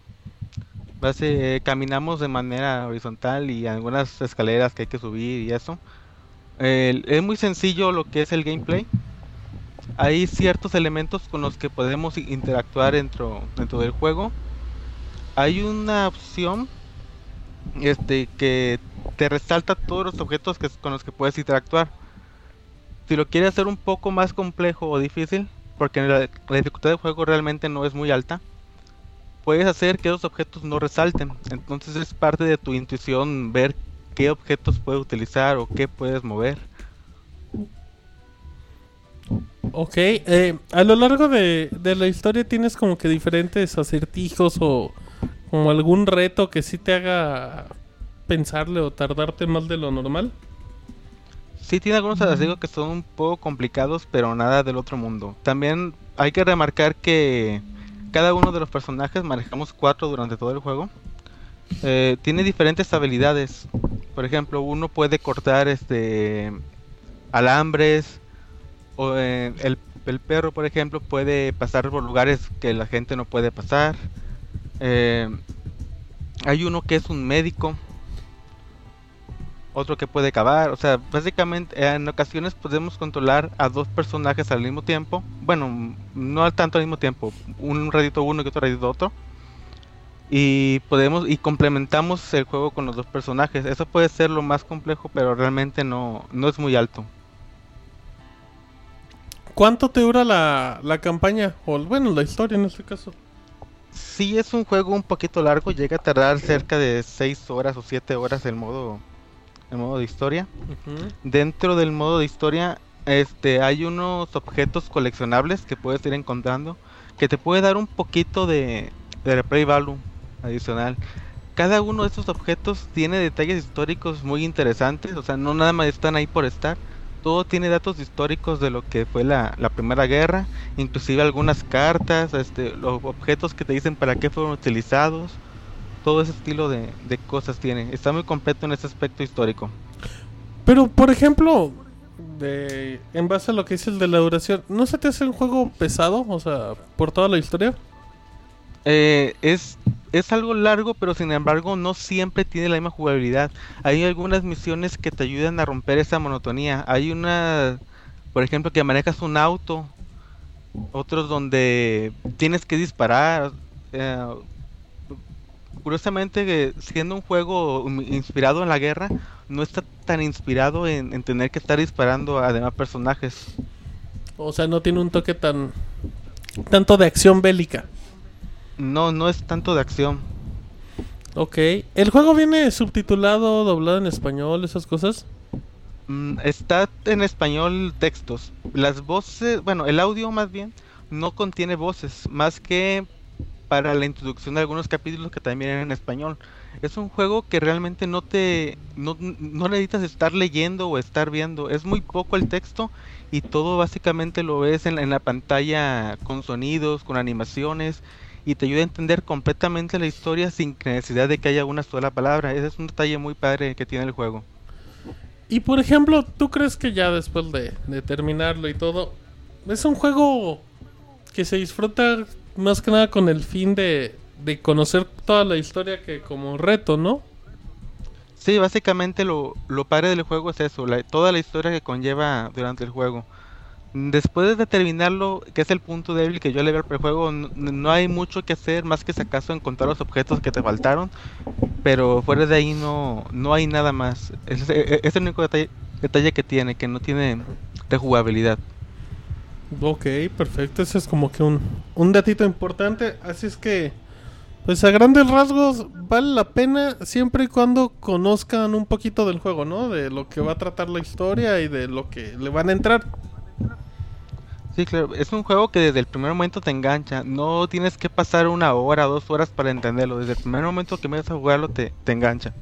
Speaker 11: Base- eh, caminamos de manera horizontal y algunas escaleras que hay que subir y eso. El- es muy sencillo lo que es el gameplay. Hay ciertos elementos con los que podemos i- interactuar dentro, dentro del juego. Hay una opción este, que te resalta todos los objetos que, con los que puedes interactuar. Si lo quieres hacer un poco más complejo o difícil, porque la, la dificultad del juego realmente no es muy alta, puedes hacer que esos objetos no resalten. Entonces es parte de tu intuición ver qué objetos puedes utilizar o qué puedes mover.
Speaker 2: Ok, eh, a lo largo de, de la historia tienes como que diferentes acertijos o como algún reto que sí te haga pensarle o tardarte más de lo normal.
Speaker 11: Sí tiene algunos acertijos que son un poco complicados, pero nada del otro mundo. También hay que remarcar que cada uno de los personajes, manejamos cuatro durante todo el juego, eh, tiene diferentes habilidades. Por ejemplo, uno puede cortar este alambres, o eh, el, el perro, por ejemplo, puede pasar por lugares que la gente no puede pasar. Eh, hay uno que es un médico, otro que puede cavar. O sea, básicamente eh, en ocasiones podemos controlar a dos personajes al mismo tiempo. Bueno, mm, no al tanto al mismo tiempo. Un ratito uno y otro ratito otro. Y podemos y complementamos el juego con los dos personajes. Eso puede ser lo más complejo, pero realmente no, no es muy alto.
Speaker 2: ¿Cuánto te dura la, la campaña? O bueno, la historia en este caso.
Speaker 11: Sí es un juego un poquito largo, llega a tardar cerca de 6 horas o 7 horas el modo, el modo de historia. Dentro del modo de historia, este, hay unos objetos coleccionables que puedes ir encontrando que te puede dar un poquito de, de replay value adicional. Cada uno de estos objetos tiene detalles históricos muy interesantes, o sea, no nada más están ahí por estar. Todo tiene datos históricos de lo que fue la, la Primera Guerra, inclusive algunas cartas, este, los objetos que te dicen para qué fueron utilizados. Todo ese estilo de, de cosas tiene. Está muy completo en ese aspecto histórico.
Speaker 2: Pero, por ejemplo, de, en base a lo que dice el de la duración, ¿no se te hace un juego pesado? O sea, por toda la historia.
Speaker 11: Eh, es, es algo largo, pero sin embargo no siempre tiene la misma jugabilidad. Hay algunas misiones que te ayudan a romper esa monotonía. Hay una, por ejemplo, que manejas un auto, otros donde tienes que disparar. eh, curiosamente, que siendo un juego um, inspirado en la guerra, no está tan inspirado en, en tener que estar disparando a demás personajes.
Speaker 2: O sea, no tiene un toque tan. tanto de acción bélica.
Speaker 11: No, no es tanto de acción.
Speaker 2: Ok. ¿El juego viene subtitulado, doblado en español, esas cosas?
Speaker 11: Mm, Está en español textos. Las voces, bueno, el audio más bien, no contiene voces, más que para la introducción de algunos capítulos que también eran en español. Es un juego que realmente no te, no, no necesitas estar leyendo o estar viendo. Es muy poco el texto y todo básicamente lo ves en, la- en la pantalla con sonidos, con animaciones y te ayuda a entender completamente la historia sin necesidad de que haya una sola palabra. Ese es un detalle muy padre que tiene el juego.
Speaker 2: Y por ejemplo, ¿tú crees que ya después de, de terminarlo y todo, es un juego que se disfruta más que nada con el fin de, de conocer toda la historia que como reto, ¿no?
Speaker 11: Sí, básicamente lo, lo padre del juego es eso, la- toda la historia que conlleva durante el juego. Después de terminarlo, que es el punto débil que yo le veo al prejuego, n- no, hay mucho que hacer más que si acaso encontrar los objetos que te faltaron, pero fuera de ahí no, no hay nada más. Es, es- es el único detalle, detalle que tiene, que no tiene rejugabilidad.
Speaker 2: Ok, perfecto. Ese es como que un, un datito importante. Así es que, pues a grandes rasgos, vale la pena siempre y cuando conozcan un poquito del juego, ¿no? De lo que va a tratar la historia y de lo que le van a entrar.
Speaker 11: Sí, claro, es un juego que desde el primer momento te engancha, no tienes que pasar una hora, dos horas para entenderlo, desde el primer momento que empiezas a jugarlo te, te engancha.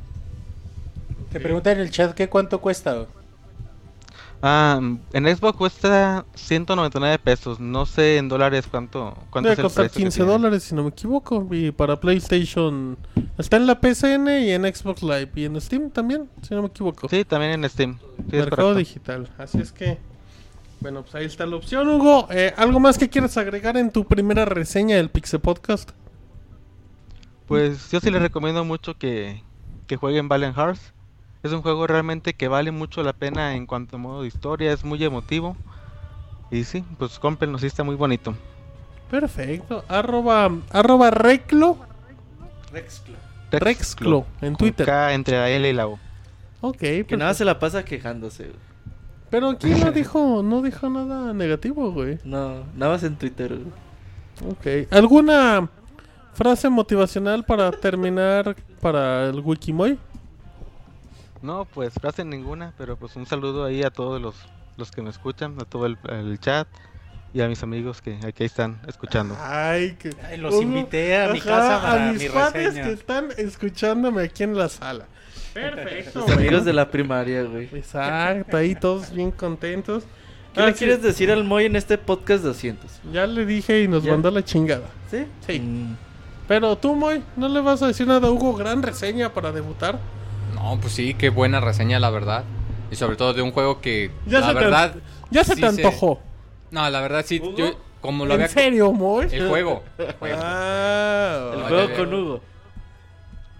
Speaker 5: Te preguntan en el chat qué cuánto cuesta. güey?
Speaker 11: Ah, mm, en Xbox cuesta 199 pesos. No sé en dólares cuánto, cuánto
Speaker 2: Debe
Speaker 11: es el
Speaker 2: costar
Speaker 11: precio que
Speaker 2: 15
Speaker 11: tiene.
Speaker 2: dólares si no me equivoco. Y para PlayStation está en la PCN y en Xbox Live y en Steam también, si no me equivoco.
Speaker 11: Sí, también en Steam. Sí, es
Speaker 2: Mercado
Speaker 11: correcto.
Speaker 2: digital. Así es que, bueno, pues ahí está la opción, Hugo. Eh, ¿Algo más que quieras agregar en tu primera reseña del Pixel Podcast?
Speaker 11: Pues yo sí les recomiendo mucho que, que jueguen Valiant Hearts. Es un juego realmente que vale mucho la pena en cuanto a modo de historia, es muy emotivo. Y sí, pues cómprenlo, sí está muy bonito.
Speaker 2: Perfecto. Arroba, arroba Reclo.
Speaker 7: Rexclo.
Speaker 2: Rexclo. En Twitter.
Speaker 11: Acá entre la L y la U.
Speaker 2: Ok,
Speaker 3: Que
Speaker 2: perfecto.
Speaker 3: nada se la pasa quejándose. güey.
Speaker 2: Pero aquí no dijo, no dijo nada negativo, güey.
Speaker 3: No, nada más en Twitter. güey.
Speaker 2: Ok. ¿Alguna frase motivacional para terminar para el Wikimoy?
Speaker 11: No, pues frase ninguna, pero pues un saludo ahí a todos los, los que me escuchan, a todo el, el chat y a mis amigos que aquí están
Speaker 2: Ah,
Speaker 11: escuchando.
Speaker 2: Ay, que...
Speaker 5: Ay, los
Speaker 2: Hugo,
Speaker 5: invité a mi
Speaker 2: ajá,
Speaker 5: casa
Speaker 2: a
Speaker 5: para
Speaker 2: mis
Speaker 5: mi
Speaker 2: padres
Speaker 5: reseña.
Speaker 2: que están escuchándome aquí en la sala. Perfecto.
Speaker 3: Los
Speaker 2: güey.
Speaker 3: amigos de la primaria, güey.
Speaker 2: Exacto, ahí todos bien contentos.
Speaker 3: ¿Qué le
Speaker 2: Ah, sí,
Speaker 3: quieres decir al Moy en este podcast 200?
Speaker 2: Ya le dije y nos
Speaker 3: Ya.
Speaker 2: mandó la chingada.
Speaker 3: ¿Sí?
Speaker 2: Sí.
Speaker 3: Mm,
Speaker 2: Pero tú, Moy, ¿no le vas a decir nada a Hugo? Gran reseña para debutar.
Speaker 6: No, pues sí, qué buena reseña, la verdad. Y sobre todo de un juego que,
Speaker 2: Ya
Speaker 6: la
Speaker 2: se te-
Speaker 6: verdad...
Speaker 2: Ya se
Speaker 6: sí
Speaker 2: te antojó.
Speaker 6: No, la verdad sí, yo como lo
Speaker 2: ¿En
Speaker 6: había...
Speaker 2: serio, Moy?
Speaker 6: El juego. juego.
Speaker 2: Ah,
Speaker 3: El
Speaker 6: Ay,
Speaker 3: juego
Speaker 6: ay, ay.
Speaker 3: con Hugo.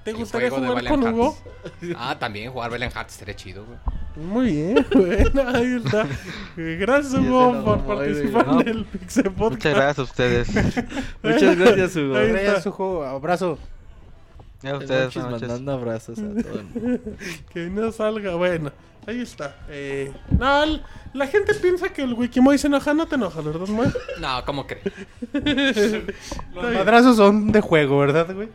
Speaker 2: ¿Te
Speaker 6: El
Speaker 2: gustaría
Speaker 6: juego de
Speaker 2: jugar con
Speaker 6: Valiant
Speaker 2: Hugo?
Speaker 6: Hearts. Ah, también jugar Valiant Hearts estaría chido, güey.
Speaker 2: Muy bien, bueno, ahí está. Eh, Gracias,
Speaker 3: Sí, ese
Speaker 2: Hugo,
Speaker 3: no,
Speaker 2: por
Speaker 3: Moy,
Speaker 2: participar
Speaker 11: güey,
Speaker 2: en el Pixel
Speaker 11: Muchas
Speaker 2: Podcast.
Speaker 11: gracias a ustedes.
Speaker 3: Muchas gracias, Hugo.
Speaker 2: Ahí
Speaker 5: Trae
Speaker 2: está.
Speaker 5: a su juego, abrazo.
Speaker 11: Y A
Speaker 3: El
Speaker 11: ustedes,
Speaker 3: Monchis
Speaker 11: buenas noches.
Speaker 3: mandando abrazos a todo el mundo.
Speaker 2: Que no salga, bueno. Ahí está. Eh, no, l- la gente piensa que el Wikimoy se enoja. No te enoja, ¿verdad, Moy?
Speaker 6: No, ¿cómo crees?
Speaker 2: Está
Speaker 5: Los
Speaker 2: bien.
Speaker 5: madrazos son de juego, ¿verdad, güey?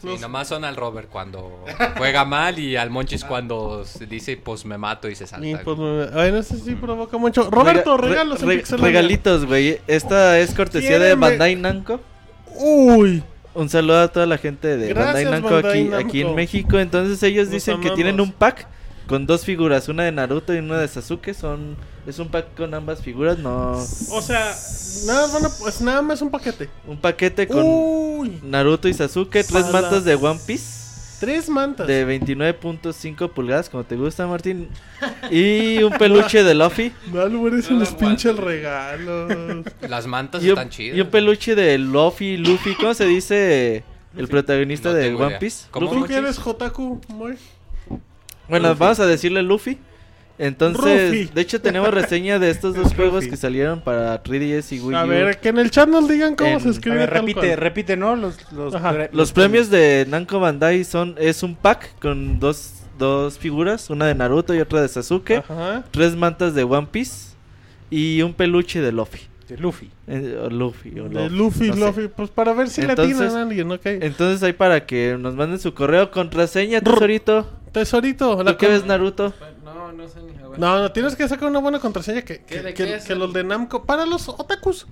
Speaker 6: Sí, nomás son al Robert cuando juega mal y al Monchis cuando se dice, pues me mato y se salta.
Speaker 2: Y,
Speaker 6: güey.
Speaker 2: pues, me- ay, no sé
Speaker 11: Mm.
Speaker 2: si provoca mucho. Roberto,
Speaker 3: Rega-
Speaker 2: regalos en
Speaker 3: re-
Speaker 2: Pixelania.
Speaker 3: Regalitos, güey. Esta es cortesía de
Speaker 2: Quiéreme.
Speaker 3: Bandai Namco.
Speaker 2: Uy,
Speaker 3: Un saludo a toda la gente de
Speaker 2: Gracias,
Speaker 3: Bandai, Namco,
Speaker 2: Bandai
Speaker 3: aquí,
Speaker 2: Namco.
Speaker 3: aquí en México. Entonces ellos
Speaker 2: Los
Speaker 3: dicen que
Speaker 2: amamos.
Speaker 3: tienen un pack con dos figuras, una de Naruto y una de Sasuke. Son es un pack con ambas figuras, no
Speaker 2: o sea, nada, bueno, pues nada más un paquete.
Speaker 3: un paquete con
Speaker 2: Uy,
Speaker 3: Naruto y Sasuke, tres
Speaker 2: Sala.
Speaker 3: mantas de One Piece
Speaker 2: tres mantas.
Speaker 3: de 29.5 pulgadas, como te gusta, Martín, y un peluche de Luffy
Speaker 2: No, lo eres en
Speaker 9: No
Speaker 2: los
Speaker 9: la
Speaker 2: pinches regalos.
Speaker 6: Las mantas
Speaker 3: y un,
Speaker 6: están chidas.
Speaker 3: y un peluche de Luffy, Luffy, ¿cómo se dice? El protagonista
Speaker 6: No
Speaker 3: de
Speaker 6: tengo
Speaker 3: One
Speaker 6: idea.
Speaker 3: Piece.
Speaker 6: ¿Cómo?
Speaker 2: ¿Tú
Speaker 6: Monchis?
Speaker 2: qué eres, Jotaku? Moy?
Speaker 3: Bueno,
Speaker 2: Luffy.
Speaker 3: vamos a decirle Luffy. Entonces,
Speaker 2: Ruffy.
Speaker 3: de hecho tenemos reseña de estos dos juegos que salieron para 3DS y Wii U.
Speaker 2: A ver, que en el chat nos digan cómo
Speaker 3: En-
Speaker 2: se
Speaker 5: A
Speaker 2: escribe.
Speaker 5: ver,
Speaker 2: tal
Speaker 5: repite,
Speaker 2: cual.
Speaker 5: repite, ¿no? Los, los,
Speaker 2: Ajá.
Speaker 5: tre-
Speaker 3: Los premios de Namco Bandai son es un pack con dos, dos figuras, una de Naruto y otra de Sasuke,
Speaker 2: Ajá.
Speaker 3: tres mantas de One Piece y un peluche de Luffy.
Speaker 5: de Luffy.
Speaker 3: Eh, o Luffy, o
Speaker 2: De Luffy,
Speaker 3: no sé.
Speaker 2: Luffy. Pues para ver si le
Speaker 3: Entonces-
Speaker 2: atinan a alguien, ok.
Speaker 3: Entonces ahí para que nos manden su correo, contraseña, tesorito.
Speaker 2: Tesorito,
Speaker 3: ¿Tú
Speaker 2: la
Speaker 3: qué
Speaker 2: con-
Speaker 3: ves Naruto?
Speaker 9: No, no sé ni agua.
Speaker 2: No, no, tienes que sacar una buena contraseña que, que,
Speaker 9: de
Speaker 2: que-
Speaker 9: qué es
Speaker 2: que
Speaker 9: el-
Speaker 2: los de Namco. Para los otakus.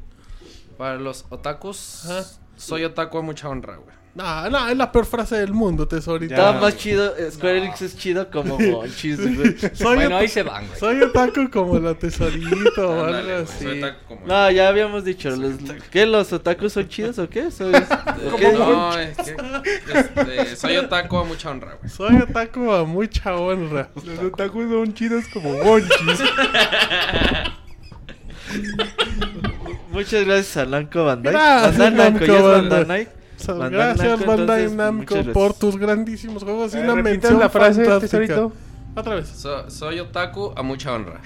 Speaker 9: Para los otakus,
Speaker 2: Ajá.
Speaker 9: soy otaku a mucha honra, güey.
Speaker 2: No, no, es la peor frase del mundo, tesorito.
Speaker 3: Estaba más chido, Square Enix es chido como Monchis, güey.
Speaker 2: Soy,
Speaker 6: Bueno, ahí
Speaker 2: ota-
Speaker 6: se van, güey.
Speaker 2: soy otaku como la tesorito o
Speaker 9: Ándale,
Speaker 2: algo
Speaker 9: güey,
Speaker 2: así.
Speaker 9: Soy otaku como
Speaker 3: No, ya habíamos dicho, los, ¿qué? ¿Los otakus son chidos o qué? Soy- ¿o qué?
Speaker 9: No, es que este, soy otaku a mucha honra, güey.
Speaker 2: Soy otaku a mucha honra.
Speaker 5: Los otakus son chidos como bonchis.
Speaker 3: Muchas gracias a Namco Bandai.
Speaker 2: Gracias,
Speaker 3: Bandai Namco, ya es
Speaker 2: Ah, Namco
Speaker 3: Bandai
Speaker 2: Bandai.
Speaker 3: Namco.
Speaker 2: O sea,
Speaker 3: Bandai
Speaker 2: gracias,
Speaker 3: Namco,
Speaker 2: Bandai
Speaker 3: entonces,
Speaker 2: Namco,
Speaker 3: muchas gracias.
Speaker 2: por tus grandísimos
Speaker 9: Eh,
Speaker 2: juegos y una
Speaker 5: ¿Repites
Speaker 2: mención
Speaker 5: Eh, la frase,
Speaker 2: fantástica.
Speaker 5: tesorito?
Speaker 2: Otra vez.
Speaker 9: So- soy otaku a mucha honra.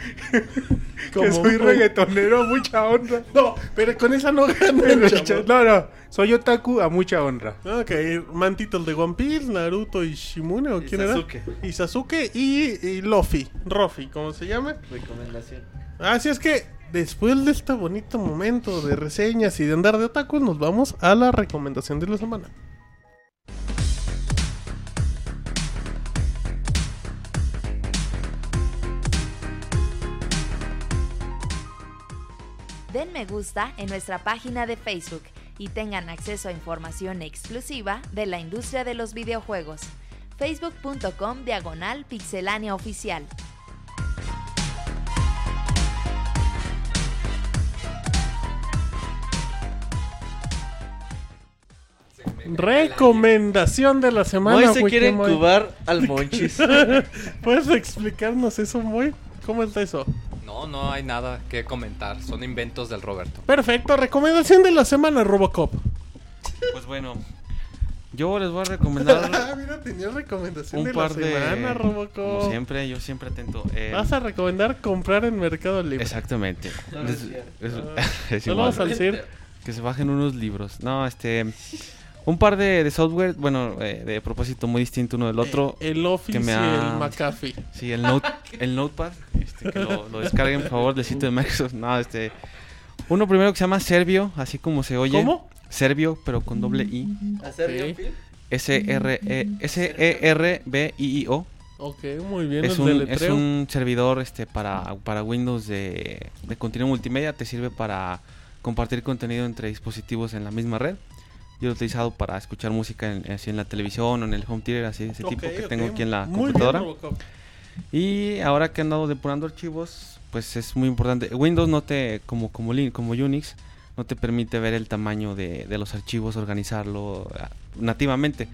Speaker 5: Que soy reggaetonero a mucha honra.
Speaker 2: No, pero con esa no ganan, chavo.
Speaker 5: No, no, soy otaku a mucha honra.
Speaker 2: Ok, Mantito el de One Piece, Naruto y Shimune, ¿o
Speaker 3: Y
Speaker 2: quién
Speaker 3: Sasuke.
Speaker 2: era? Y Sasuke y, y Luffy, Rofi, ¿cómo se llama?
Speaker 3: Recomendación.
Speaker 2: Así es que después de este bonito momento de reseñas y de andar de otakus, nos vamos a la recomendación de la semana.
Speaker 1: Den me gusta en nuestra página de Facebook y tengan acceso a información exclusiva de la industria de los videojuegos. Facebook.com diagonal pixelánea oficial.
Speaker 2: Recomendación de la semana.
Speaker 3: Moy se
Speaker 2: Wiki
Speaker 3: quiere
Speaker 2: Moy.
Speaker 3: incubar al Monchis.
Speaker 2: ¿Puedes explicarnos eso, Moy? ¿Cómo está eso?
Speaker 6: No, no hay nada que comentar. Son inventos del Roberto.
Speaker 2: Perfecto, recomendación de la semana, Robocop.
Speaker 8: Pues bueno, Yo les voy a recomendar,
Speaker 2: Ah, mira, tenías recomendación
Speaker 8: Un
Speaker 2: de
Speaker 8: par
Speaker 2: la
Speaker 8: de-
Speaker 2: semana, Robocop.
Speaker 8: como siempre, yo siempre atento. eh,
Speaker 2: Vas a recomendar comprar en Mercado Libre.
Speaker 8: Exactamente.
Speaker 3: No, no es cierto.
Speaker 8: Es- es-
Speaker 2: Ah,
Speaker 8: es
Speaker 2: Solo
Speaker 8: igual.
Speaker 2: vas a decir
Speaker 8: Que se bajen unos libros. No, este. Un par de, de software, bueno, eh, de propósito muy distinto uno del otro.
Speaker 2: eh, el Office
Speaker 8: que me
Speaker 2: y
Speaker 8: ha-
Speaker 2: el McAfee.
Speaker 8: Sí, el, note, el Notepad. Este, que lo, lo descarguen, por favor, del sitio de Microsoft. No, este. Uno primero que se llama Servio, así como se oye.
Speaker 2: ¿Cómo?
Speaker 8: Servio, pero con doble I.
Speaker 3: ¿Hacer
Speaker 2: Ok.
Speaker 3: biofilm?
Speaker 8: S-R-E- S-E-R-B-I-I-O.
Speaker 2: Ok, muy bien.
Speaker 8: Es
Speaker 2: el
Speaker 8: un, es
Speaker 2: deletreo.
Speaker 8: un servidor este, para, para Windows de, de contenido multimedia. Te sirve para compartir contenido entre dispositivos en la misma red. Yo lo he utilizado para escuchar música en, así en la televisión o en el home theater, así ese
Speaker 2: Ok,
Speaker 8: tipo que
Speaker 2: ok,
Speaker 8: tengo aquí en la
Speaker 2: muy bien,
Speaker 8: computadora.
Speaker 2: Robocop.
Speaker 8: Y ahora que han andado depurando archivos, pues es muy importante. Windows no te, como, como, Lin- como Unix, no te permite ver el tamaño de, de los archivos, organizarlo ah, nativamente.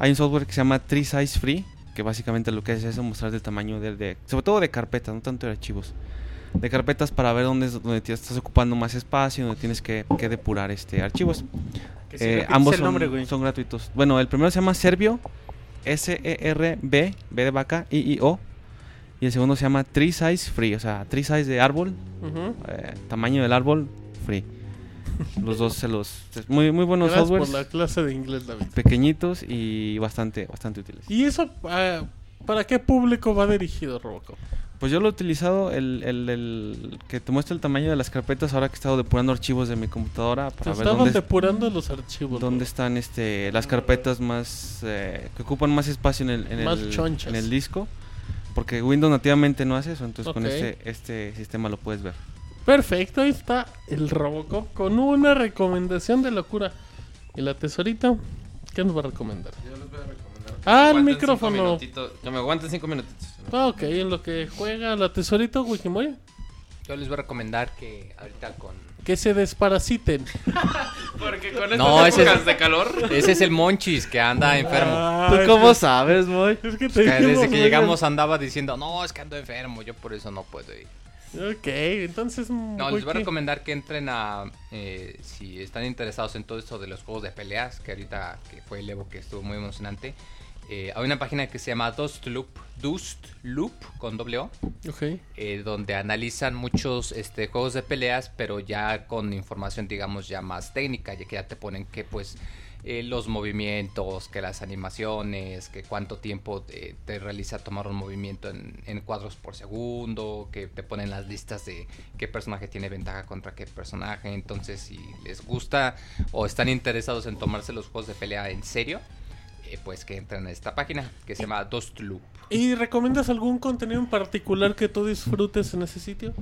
Speaker 8: Hay un software que se llama Tree Size Free, que básicamente lo que hace es mostrar el tamaño de, de- sobre todo de carpetas, no tanto de archivos. De carpetas para ver dónde, es, dónde te estás ocupando más espacio, dónde tienes que, que depurar este archivos.
Speaker 5: Que si
Speaker 8: Eh,
Speaker 5: repites
Speaker 8: ambos
Speaker 5: el
Speaker 8: son,
Speaker 5: nombre, güey.
Speaker 8: son gratuitos. Bueno, el primero se llama Servio, S-E-R-B, B de vaca, I-I-O. Y el segundo se llama Tree Size Free, o sea, Tree Size de árbol,
Speaker 2: Ujú.
Speaker 8: eh, tamaño del árbol, free. Los dos se los... es Muy, muy buenos
Speaker 2: Gracias
Speaker 8: softwares,
Speaker 2: por la clase de inglés, David.
Speaker 8: pequeñitos y bastante, bastante útiles.
Speaker 2: ¿Y eso ah, para qué público va dirigido, Robocop?
Speaker 8: Pues yo lo he utilizado, el, el- el que te muestra el tamaño de las carpetas ahora que he estado depurando archivos de mi computadora
Speaker 2: Se
Speaker 8: para ver
Speaker 2: estaban
Speaker 8: dónde, es-
Speaker 2: depurando los archivos.
Speaker 8: dónde están este las carpetas más eh, que ocupan más espacio en el en,
Speaker 2: Más
Speaker 8: el,
Speaker 2: chonchas.
Speaker 8: en el disco porque Windows nativamente no hace eso entonces con
Speaker 2: Ok.
Speaker 8: este este sistema lo puedes ver
Speaker 2: Robocop. Perfecto, ahí está el Robocop con una recomendación de locura. ¿Y la tesorita? ¿Qué nos va a recomendar?
Speaker 9: Yo les voy a recomendar. que
Speaker 2: Ah,
Speaker 9: me
Speaker 2: el
Speaker 9: aguanten
Speaker 2: micrófono.
Speaker 9: cinco minutitos- Que me aguanten cinco minutitos. ¿no?
Speaker 2: Ah, ok, en lo que juega la tesorita Wikimoria.
Speaker 6: Yo les voy a recomendar que ahorita con...
Speaker 2: Que se desparasiten.
Speaker 9: Porque con
Speaker 6: No,
Speaker 9: estas
Speaker 6: ese es-
Speaker 9: épocas de calor.
Speaker 6: Ese es el Monchis que anda enfermo.
Speaker 3: ¿Tú cómo sabes, Moy?
Speaker 2: Es que te dijimos,
Speaker 6: Desde que
Speaker 2: güey.
Speaker 6: llegamos andaba diciendo, no, es que ando enfermo, yo por eso no puedo ir.
Speaker 2: Ok, entonces.
Speaker 6: No, les voy a
Speaker 2: Wiki.
Speaker 6: recomendar que entren a. eh, si están interesados en todo esto de los juegos de peleas, que ahorita que fue el Evo que estuvo muy emocionante. eh, hay una página que se llama Dust Loop, Dust Loop con doble O,
Speaker 2: Ok.
Speaker 6: eh, donde analizan muchos este, juegos de peleas, pero ya con información, digamos, ya más técnica, ya que ya te ponen que, pues, eh, los movimientos, que las animaciones, que cuánto tiempo eh, te, realiza tomar un movimiento en, en cuadros por segundo, que te ponen las listas de qué personaje tiene ventaja contra qué personaje. Entonces, si les gusta o están interesados en tomarse los juegos de pelea en serio, eh, pues que entren a esta página que se llama Dust Loop.
Speaker 2: ¿Y recomiendas algún contenido en particular que tú disfrutes en ese sitio?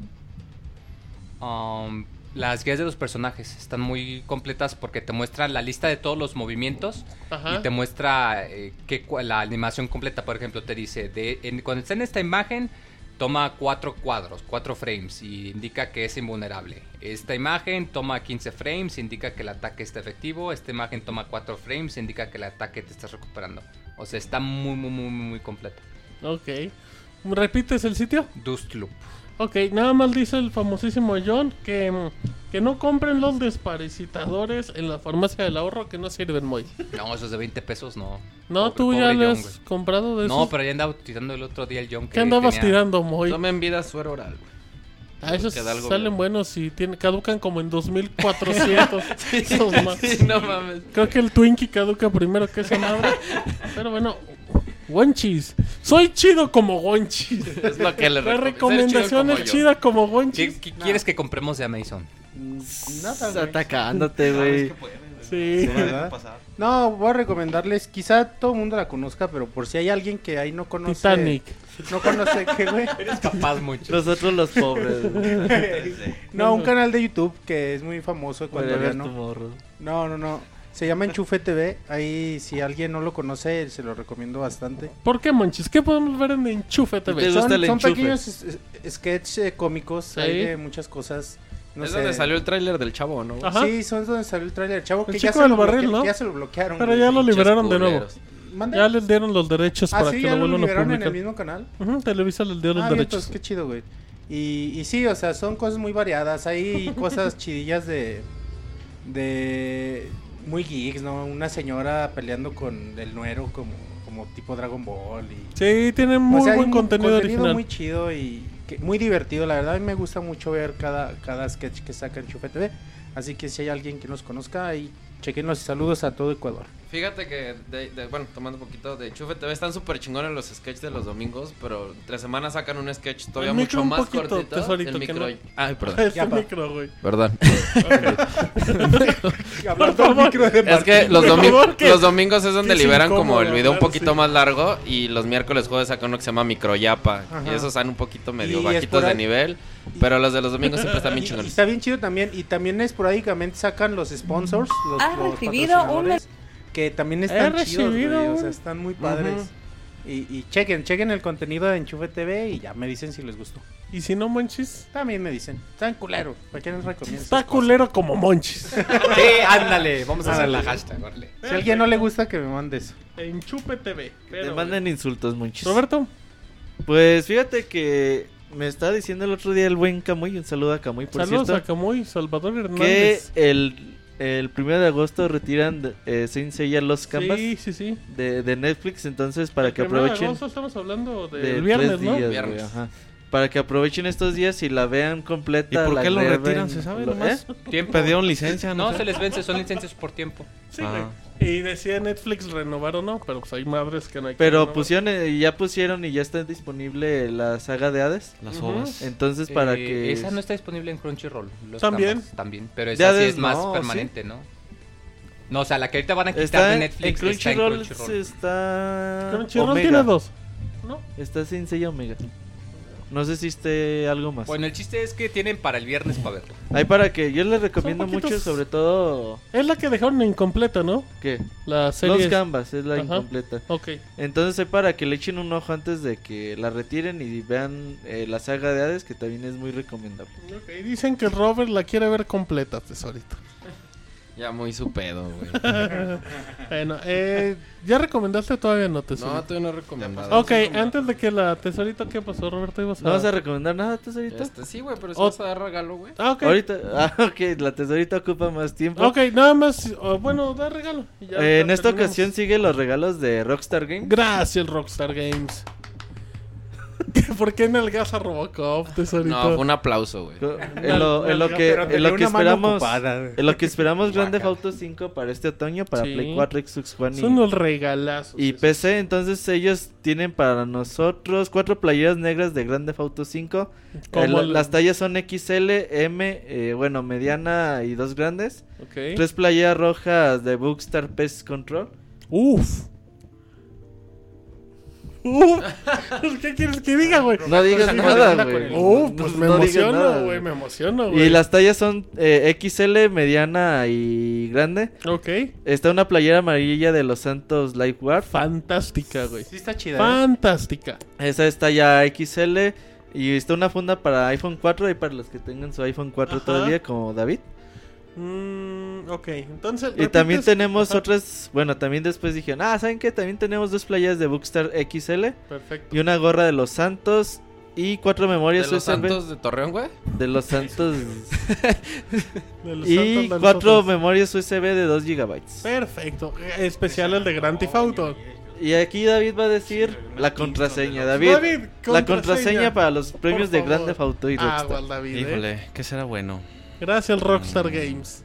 Speaker 6: Um, las guías de los personajes están muy completas porque te muestran la lista de todos los movimientos
Speaker 2: Ajá.
Speaker 6: y te muestra eh, qué cua- la animación completa. Por ejemplo, te dice, de, en- cuando está en esta imagen, toma cuatro cuadros, cuatro frames y indica que es invulnerable. Esta imagen toma 15 frames, indica que el ataque está efectivo. Esta imagen toma cuatro frames, indica que el ataque te estás recuperando. O sea, está muy, muy, muy, muy, muy completa.
Speaker 2: Ok. ¿Repites el sitio?
Speaker 6: Dust Loop.
Speaker 2: Ok, nada más dice el famosísimo John que, mm, que no compren los desparasitadores en la farmacia del ahorro que no sirven muy.
Speaker 6: No, esos de 20 pesos no.
Speaker 2: No,
Speaker 6: Pobre-
Speaker 2: tú ya
Speaker 6: pobre
Speaker 2: le
Speaker 6: John,
Speaker 2: has
Speaker 6: güey.
Speaker 2: comprado de esos.
Speaker 6: No, pero ya andaba tirando el otro día el John.
Speaker 2: ¿Qué andabas
Speaker 6: tenía-
Speaker 2: tirando muy?
Speaker 9: Tomen vida suero oral, güey.
Speaker 2: A esos
Speaker 9: queda algo
Speaker 2: salen
Speaker 9: bien.
Speaker 2: buenos y tienen, caducan como en 2400. Esos más.
Speaker 9: no mames.
Speaker 2: Creo que el Twinkie caduca primero que esa madre. Pero bueno, Wonchis. Soy chido como Wonchis.
Speaker 9: Es lo que les
Speaker 2: La
Speaker 9: recomiendo. Ser chido
Speaker 2: recomendación
Speaker 9: como
Speaker 2: es
Speaker 9: yo.
Speaker 2: chida como Wonchis.
Speaker 6: ¿Qué, qué quieres que compremos de Amazon?
Speaker 7: Nada,
Speaker 3: Estás
Speaker 7: güey.
Speaker 3: atacándote, güey.
Speaker 2: Sí.
Speaker 7: ¿Verdad?
Speaker 5: No, voy a recomendarles, quizá todo el mundo la conozca, pero por si hay alguien que ahí no conoce.
Speaker 2: Titanic.
Speaker 5: No conoce qué, güey.
Speaker 6: Capaz mucho.
Speaker 3: Nosotros los pobres. güey.
Speaker 5: No, un canal de YouTube que es muy famoso cuando
Speaker 3: Whatever
Speaker 5: no.
Speaker 3: tomorrow.
Speaker 5: No, no, no. Se llama Enchufe TV. Ahí, si alguien no lo conoce, se lo recomiendo bastante.
Speaker 2: ¿Por qué, Monchis? ¿Qué podemos ver en Enchufe
Speaker 3: ¿Te
Speaker 2: TV?
Speaker 3: gusta
Speaker 5: Son,
Speaker 3: el
Speaker 5: son
Speaker 3: enchufe?
Speaker 5: pequeños es- es- sketch eh, cómicos
Speaker 2: Sí.
Speaker 5: ahí de muchas cosas. No
Speaker 9: es
Speaker 5: sé.
Speaker 9: donde salió el tráiler del chavo, ¿no? güey?
Speaker 2: Ajá.
Speaker 5: Sí, son donde salió el tráiler. Chavo,
Speaker 2: El
Speaker 5: que ya
Speaker 2: chico
Speaker 5: se,
Speaker 2: del
Speaker 5: lo
Speaker 2: barril,
Speaker 5: bloque-
Speaker 2: ¿no?
Speaker 5: ya se lo bloquearon.
Speaker 2: Pero
Speaker 5: güey.
Speaker 2: ya lo
Speaker 9: Pinches
Speaker 2: liberaron de nuevo.
Speaker 9: culeros.
Speaker 5: ¿Mande?
Speaker 2: Ya les dieron los derechos
Speaker 5: Ah,
Speaker 2: para
Speaker 5: sí,
Speaker 2: que
Speaker 5: ya
Speaker 2: lo
Speaker 5: lo
Speaker 2: vuelvan a
Speaker 5: liberaron en
Speaker 2: publicar.
Speaker 5: el mismo canal.
Speaker 2: Ujú, Televisa les dio los
Speaker 5: Ah, bien,
Speaker 2: derechos.
Speaker 5: entonces qué chido, güey. Y, y sí, o sea, son cosas muy variadas. Hay cosas chidillas de. de. muy geeks, ¿no? Una señora peleando con el nuero como, como tipo Dragon Ball. Y...
Speaker 2: Sí, tienen muy
Speaker 5: O sea, hay
Speaker 2: buen
Speaker 5: un
Speaker 2: contenido, original.
Speaker 5: muy chido y que- muy divertido, la verdad. A mí me gusta mucho ver cada, cada sketch que saca en Chufe TV. Así que si hay alguien que nos conozca, ahí chequen los saludos a todo Ecuador.
Speaker 9: Fíjate que, de- de- bueno, tomando un poquito de Chufe TV, están súper chingones los sketches de los domingos, pero entre semanas sacan un sketch todavía
Speaker 2: El micro
Speaker 9: mucho
Speaker 2: un
Speaker 9: más
Speaker 2: poquito,
Speaker 9: cortito.
Speaker 2: tesorito,
Speaker 9: el
Speaker 2: que
Speaker 9: micro...
Speaker 2: no-
Speaker 9: Ay, perdón.
Speaker 2: Es
Speaker 5: Ya,
Speaker 2: un
Speaker 5: pa.
Speaker 2: micro, güey.
Speaker 9: Perdón.
Speaker 2: Por favor.
Speaker 9: Es que los,
Speaker 2: Por
Speaker 9: domi-
Speaker 2: favor, que-
Speaker 9: los domingos es donde
Speaker 2: que es
Speaker 9: liberan como
Speaker 2: incómodo
Speaker 9: el video un
Speaker 2: hablar,
Speaker 9: poquito
Speaker 2: sí.
Speaker 9: más largo y los miércoles jueves sacan uno que se llama Microyapa y esos están un poquito
Speaker 5: Y
Speaker 9: medio
Speaker 5: es
Speaker 9: bajitos
Speaker 5: por
Speaker 9: de
Speaker 5: ahí-
Speaker 9: nivel, pero los de los domingos siempre están bien
Speaker 5: Y, y
Speaker 9: chingones.
Speaker 5: está bien chido también. Y también esporádicamente sacan los sponsors, los,
Speaker 12: ¿Has
Speaker 5: los
Speaker 12: recibido un
Speaker 5: patrocinadores, que también están chidos, güey,
Speaker 2: recibido
Speaker 5: o
Speaker 2: un-
Speaker 5: sea, están muy padres. Y, y chequen, chequen el contenido de Enchufe TV y ya me dicen si les gustó.
Speaker 2: Y si no monchis,
Speaker 5: También me dicen, están culero, ¿para qué nos recomiendas?
Speaker 2: está culero como monchis.
Speaker 6: Sí, ándale, vamos a hacer
Speaker 5: Ándale.
Speaker 6: la hashtag, órale.
Speaker 5: Si a alguien no le gusta que me mande eso.
Speaker 2: En Chupe TV.
Speaker 3: Te
Speaker 2: pero-
Speaker 3: mandan insultos muchos.
Speaker 2: Roberto,
Speaker 3: Pues fíjate que me estaba diciendo el otro día el buen Camuy, un saludo a Camuy por
Speaker 2: saludos a
Speaker 3: cierto,
Speaker 2: Camuy, Salvador
Speaker 3: que
Speaker 2: Hernández.
Speaker 3: el, el primero de agosto retiran eh, Saint Seiya Los Canvas
Speaker 2: Sí, sí, sí.
Speaker 3: de, de Netflix, entonces para
Speaker 2: El
Speaker 3: que
Speaker 2: primero de
Speaker 3: aprovechen
Speaker 2: agosto estamos hablando del
Speaker 3: de
Speaker 2: viernes,
Speaker 3: tres
Speaker 2: ¿no?
Speaker 3: días, güey,
Speaker 9: Viernes.
Speaker 3: ajá. Para que aprovechen estos días y la vean completa.
Speaker 8: ¿Y por
Speaker 3: la
Speaker 8: qué lo
Speaker 3: graben,
Speaker 8: retiran? ¿Se sabe
Speaker 3: lo-
Speaker 8: nomás?
Speaker 3: ¿eh?
Speaker 6: Tiempo.
Speaker 8: Perdieron licencia,
Speaker 6: No,
Speaker 8: no,
Speaker 6: se les vence, son licencias por tiempo.
Speaker 2: Sí,
Speaker 8: Ah.
Speaker 2: güey. Y decía Netflix renovar o no, pero pues hay madres que no hay que
Speaker 3: Pero
Speaker 2: renovar.
Speaker 3: pusieron, eh, ya pusieron y ya está disponible la saga de Hades.
Speaker 8: Las
Speaker 2: Ujú.
Speaker 8: obras.
Speaker 3: Entonces para
Speaker 6: Eh,
Speaker 3: que...
Speaker 6: Esa no está disponible en Crunchyroll. los
Speaker 2: También.
Speaker 6: dramas, también, pero
Speaker 3: Ya
Speaker 6: esa sí
Speaker 3: ves,
Speaker 6: es más
Speaker 3: no,
Speaker 6: permanente, ¿no? No, o sea, la que ahorita van a quitar
Speaker 3: Está
Speaker 6: de
Speaker 3: en,
Speaker 6: Netflix
Speaker 3: en
Speaker 6: está en
Speaker 3: Crunchyroll
Speaker 6: Crunchyroll.
Speaker 3: se está...
Speaker 2: Crunchyroll
Speaker 3: Omega.
Speaker 2: tiene dos. ¿No?
Speaker 3: Está Saint Seiya Omega. No sé si esté algo más.
Speaker 6: Bueno, el chiste es que tienen para el viernes para verlo.
Speaker 3: Ahí para que yo les recomiendo
Speaker 2: Son poquitos.
Speaker 3: mucho, sobre todo
Speaker 2: Es la que dejaron incompleta, ¿no?
Speaker 3: que
Speaker 2: La
Speaker 3: Los
Speaker 2: serie.
Speaker 3: Canvas es la
Speaker 2: Ajá.
Speaker 3: incompleta.
Speaker 2: Ok.
Speaker 3: Entonces ahí para que le echen un ojo antes de que la retiren y vean eh, la saga de Hades que también es muy recomendable.
Speaker 2: Ok, Dicen que Robert la quiere ver completa, tesorito.
Speaker 9: Ya muy su pedo, güey.
Speaker 2: Bueno, eh, ¿ya recomendaste o todavía no,
Speaker 9: No,
Speaker 2: tesorito?
Speaker 9: todavía no he recomendado.
Speaker 2: ok, antes de que la tesorito, ¿qué pasó, Roberto? ¿Ibas
Speaker 3: ¿No vas a recomendar nada, tesorito?
Speaker 9: Este, sí, güey, pero si
Speaker 2: Ot-
Speaker 9: vas a dar regalo, güey.
Speaker 2: Ah, ok.
Speaker 3: Ahorita, ah, ok, la tesorita ocupa más tiempo.
Speaker 2: Ok, nada más. oh, bueno, da regalo. y ya
Speaker 3: Eh, en
Speaker 2: ya
Speaker 3: esta
Speaker 2: terminamos.
Speaker 3: ocasión sigue los regalos de Rockstar Games.
Speaker 2: Gracias, Rockstar Games. ¿Por qué nalgas a Robocop, tesorito?
Speaker 9: No, fue un aplauso, güey.
Speaker 3: Co- En lo, en lo que,
Speaker 5: Pero
Speaker 3: en lo
Speaker 5: tenía
Speaker 3: que
Speaker 5: una mano
Speaker 3: esperamos,
Speaker 5: ocupada, güey.
Speaker 3: en lo que esperamos Grande Auto 5 para este otoño, para
Speaker 2: Sí.
Speaker 3: Play 4, Xbox One y,
Speaker 2: Son unos regalazos.
Speaker 3: y
Speaker 2: esos.
Speaker 3: PC. Entonces ellos tienen para nosotros cuatro playeras negras de Grande Auto 5. Eh,
Speaker 2: Como
Speaker 3: la-
Speaker 2: la-
Speaker 3: Las tallas son XL, M, eh, bueno, mediana y dos grandes.
Speaker 2: Ok.
Speaker 3: Tres playeras rojas de Bookstar Pest Control.
Speaker 2: Uf. Uf. ¿Qué quieres que diga, güey?
Speaker 3: No digas nada, güey.
Speaker 2: Uf, pues
Speaker 3: No-
Speaker 2: me
Speaker 3: no digas nada,
Speaker 2: emociono, güey. Me emociono, güey.
Speaker 3: Y las tallas son eh, XL, mediana y grande.
Speaker 2: Ok.
Speaker 3: Está una playera amarilla de los Santos Life Guard.
Speaker 2: Fantástica, güey.
Speaker 5: Sí está chida. ¿eh?
Speaker 2: Fantástica.
Speaker 3: Esa está ya XL. Y está una funda para iPhone 4 y para los que tengan su iPhone 4
Speaker 2: Ajá.
Speaker 3: todavía, como David.
Speaker 2: Mm, ok, entonces.
Speaker 3: Y también
Speaker 2: ¿repites?
Speaker 3: tenemos
Speaker 2: Ajá,
Speaker 3: otras. Bueno, también después dijeron, ah, ¿saben qué? También tenemos dos playeras de Bookstar XL
Speaker 2: Perfecto.
Speaker 3: y una gorra de los Santos y cuatro
Speaker 9: ¿De
Speaker 3: memorias
Speaker 9: los
Speaker 3: USB
Speaker 9: santos de Torreón, güey?
Speaker 3: de los Santos
Speaker 2: De los
Speaker 3: y
Speaker 2: Santos
Speaker 3: cuatro
Speaker 2: Danzantes.
Speaker 3: memorias USB de 2 GB.
Speaker 2: Perfecto. Especial el de Grand Theft Auto.
Speaker 3: Y aquí David va a decir la contraseña, David.
Speaker 2: David,
Speaker 3: La contraseña para los premios de
Speaker 2: favor.
Speaker 3: Grande Auto y
Speaker 2: Ah,
Speaker 3: Rockstar.
Speaker 2: igual, David. ¿eh?
Speaker 8: Híjole, ¿qué será bueno? Mm.
Speaker 2: Gracias, Rockstar Games.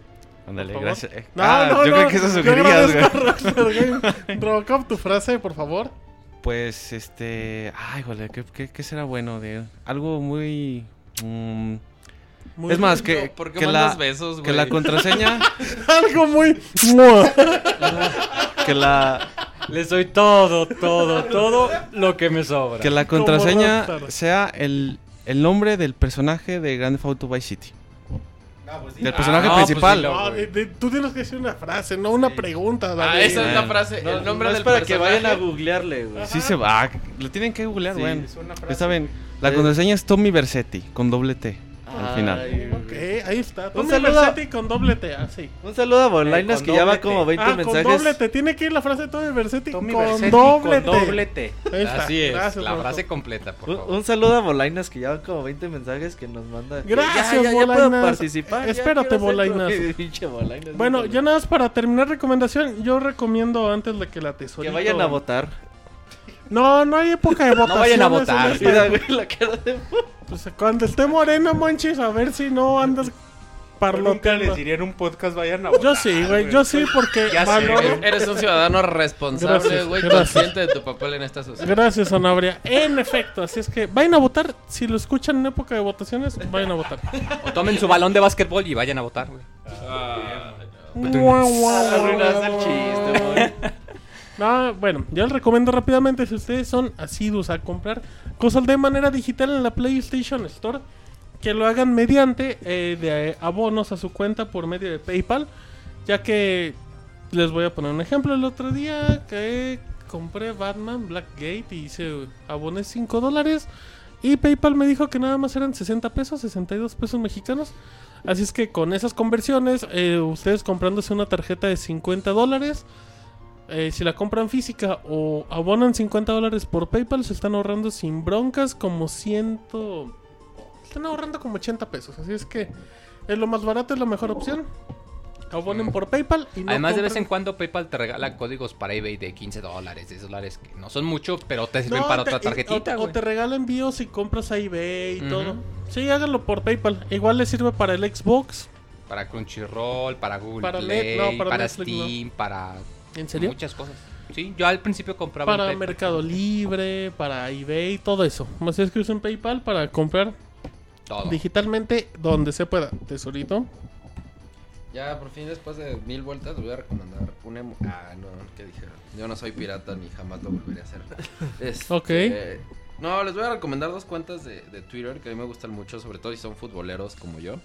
Speaker 8: Ándale,
Speaker 2: Por favor.
Speaker 8: gracias. Eh,
Speaker 2: No,
Speaker 8: ah,
Speaker 2: no,
Speaker 8: yo
Speaker 2: no.
Speaker 8: creo que eso
Speaker 2: yo
Speaker 8: sugerías, güey.
Speaker 2: agradezco a Rockstar Games. Robocop, tu frase, por favor.
Speaker 8: Pues, este... Ay, híjole, ¿qué, qué, qué será bueno de él? Algo muy... mm,
Speaker 2: Muy
Speaker 8: es más,
Speaker 2: bien.
Speaker 8: que,
Speaker 9: ¿Por qué
Speaker 8: que,
Speaker 9: mandas
Speaker 8: la,
Speaker 9: besos, güey?
Speaker 8: que la contraseña...
Speaker 2: Algo muy. ¡Mua!
Speaker 8: que la...
Speaker 6: Les doy todo, todo, todo lo que me sobra.
Speaker 8: Que la
Speaker 2: Como
Speaker 8: contraseña
Speaker 2: Rockstar.
Speaker 8: sea el, el nombre del personaje de Grand Theft Auto Vice City. Del
Speaker 9: Ah,
Speaker 8: personaje
Speaker 9: no, pues
Speaker 8: principal.
Speaker 9: dilo.
Speaker 2: No, de- de- tú tienes que decir una frase, no una pregunta, David.
Speaker 9: Ah, esa es la
Speaker 8: Bueno.
Speaker 9: frase.
Speaker 3: No,
Speaker 9: el nombre
Speaker 3: no
Speaker 9: del
Speaker 3: es para que
Speaker 9: personaje.
Speaker 3: vayan a googlearle, güey.
Speaker 8: sí se va. Ah, Lo tienen que googlear,
Speaker 3: Sí,
Speaker 8: bueno.
Speaker 5: Es
Speaker 8: Ya
Speaker 5: una frase.
Speaker 8: saben, la
Speaker 3: Eh.
Speaker 8: contraseña es Tommy Versetti con doble T al
Speaker 3: Ay,
Speaker 8: final.
Speaker 3: güey.
Speaker 2: Ok, ahí está. Tommy
Speaker 3: saludo.
Speaker 2: Versetti con doble T, así.
Speaker 3: Un saludo a Bolainas
Speaker 5: con
Speaker 3: que ya va
Speaker 5: doble T.
Speaker 3: como 20
Speaker 2: Ah,
Speaker 3: mensajes.
Speaker 2: con doble T. Tiene que ir la frase de Tommy Versetti
Speaker 5: Tommy
Speaker 2: con
Speaker 5: Versetti
Speaker 2: doble T.
Speaker 5: con doble T.
Speaker 2: Ahí está.
Speaker 6: Así es,
Speaker 2: Gracias,
Speaker 6: la
Speaker 2: Rodolfo.
Speaker 6: frase completa, por
Speaker 3: Un,
Speaker 6: favor.
Speaker 3: un saludo a Bolainas que ya van como 20 mensajes que nos manda.
Speaker 2: Gracias,
Speaker 3: ya, ya, ya puedo
Speaker 2: Bolainas.
Speaker 3: participar. ya
Speaker 2: Espérate,
Speaker 3: quiero ser como-
Speaker 2: Bolainas.
Speaker 3: Pinche Bolainas.
Speaker 2: Bueno,
Speaker 3: híjole.
Speaker 2: ya nada más para terminar recomendación, yo recomiendo antes de que la
Speaker 3: Que
Speaker 2: tesorito...
Speaker 3: vayan a votar.
Speaker 2: No, no hay época de votación.
Speaker 6: vayan a votar.
Speaker 3: Mira, güey, la cara de-
Speaker 2: Pues cuando esté moreno, monchis, a ver si no andas
Speaker 5: Nunca les
Speaker 2: parloteando.
Speaker 5: diría en un podcast, vayan a
Speaker 2: Yo sí, güey, yo sí, porque
Speaker 5: Ya sé,
Speaker 2: valoro-
Speaker 5: güey.
Speaker 9: Eres un ciudadano responsable,
Speaker 2: Gracias,
Speaker 9: güey,
Speaker 2: gracias.
Speaker 9: consciente de tu papel en esta sociedad.
Speaker 2: Gracias, Sanabria. En efecto, así es que vayan a votar. Si lo escuchan en época de votaciones, vayan a votar.
Speaker 6: O tomen su balón de básquetbol y vayan a votar, güey.
Speaker 2: Guau, guau,
Speaker 3: Arruinaste el
Speaker 2: guau.
Speaker 3: chiste, güey.
Speaker 2: No, bueno, yo les recomiendo rápidamente si ustedes son asiduos a comprar cosas de manera digital en la PlayStation Store, que lo hagan mediante eh, de eh, abonos a su cuenta por medio de PayPal, ya que les voy a poner un ejemplo. El otro día que compré Batman Blackgate y hice aboné 5 dólares y PayPal me dijo que nada más eran 60 pesos, 62 pesos mexicanos. Así es que con esas conversiones, eh, ustedes comprándose una tarjeta de 50 dólares, eh, si la compran física o abonan 50 dólares por PayPal, se están ahorrando sin broncas como 100... Están ahorrando como 80 pesos. Así es que es lo más barato, es la mejor opción. Abonen por PayPal y no
Speaker 6: Además, de vez
Speaker 2: compren-
Speaker 6: en cuando PayPal te regala códigos para eBay de 15 dólares, 10 dólares, que no son mucho, pero te sirven
Speaker 2: No,
Speaker 6: para
Speaker 2: te-
Speaker 6: otra
Speaker 2: y-
Speaker 6: tarjetita,
Speaker 2: O, o
Speaker 6: güey.
Speaker 2: te regala envíos y compras a eBay y
Speaker 6: Ujú.
Speaker 2: todo. Sí, háganlo por PayPal. Igual le sirve para el Xbox.
Speaker 6: Para Crunchyroll, para Google
Speaker 2: Para Net-
Speaker 6: Play,
Speaker 2: no, para
Speaker 6: para,
Speaker 2: Netflix, no.
Speaker 6: Steam, para
Speaker 2: ¿En serio?
Speaker 6: muchas cosas. Sí, yo al principio compraba en
Speaker 2: para
Speaker 6: PayPal.
Speaker 2: Mercado Libre, para eBay, todo eso. Más es que usen PayPal para comprar
Speaker 6: Todo.
Speaker 2: digitalmente donde se pueda. Tesorito.
Speaker 9: Ya, por fin, después de mil vueltas, voy a recomendar un emo... Ah, no, ¿qué dije? Yo no soy pirata ni jamás lo volveré a hacer. Este,
Speaker 2: Ok.
Speaker 9: No, les voy a recomendar dos cuentas de, de Twitter que a mí me gustan mucho, sobre todo si son futboleros como yo.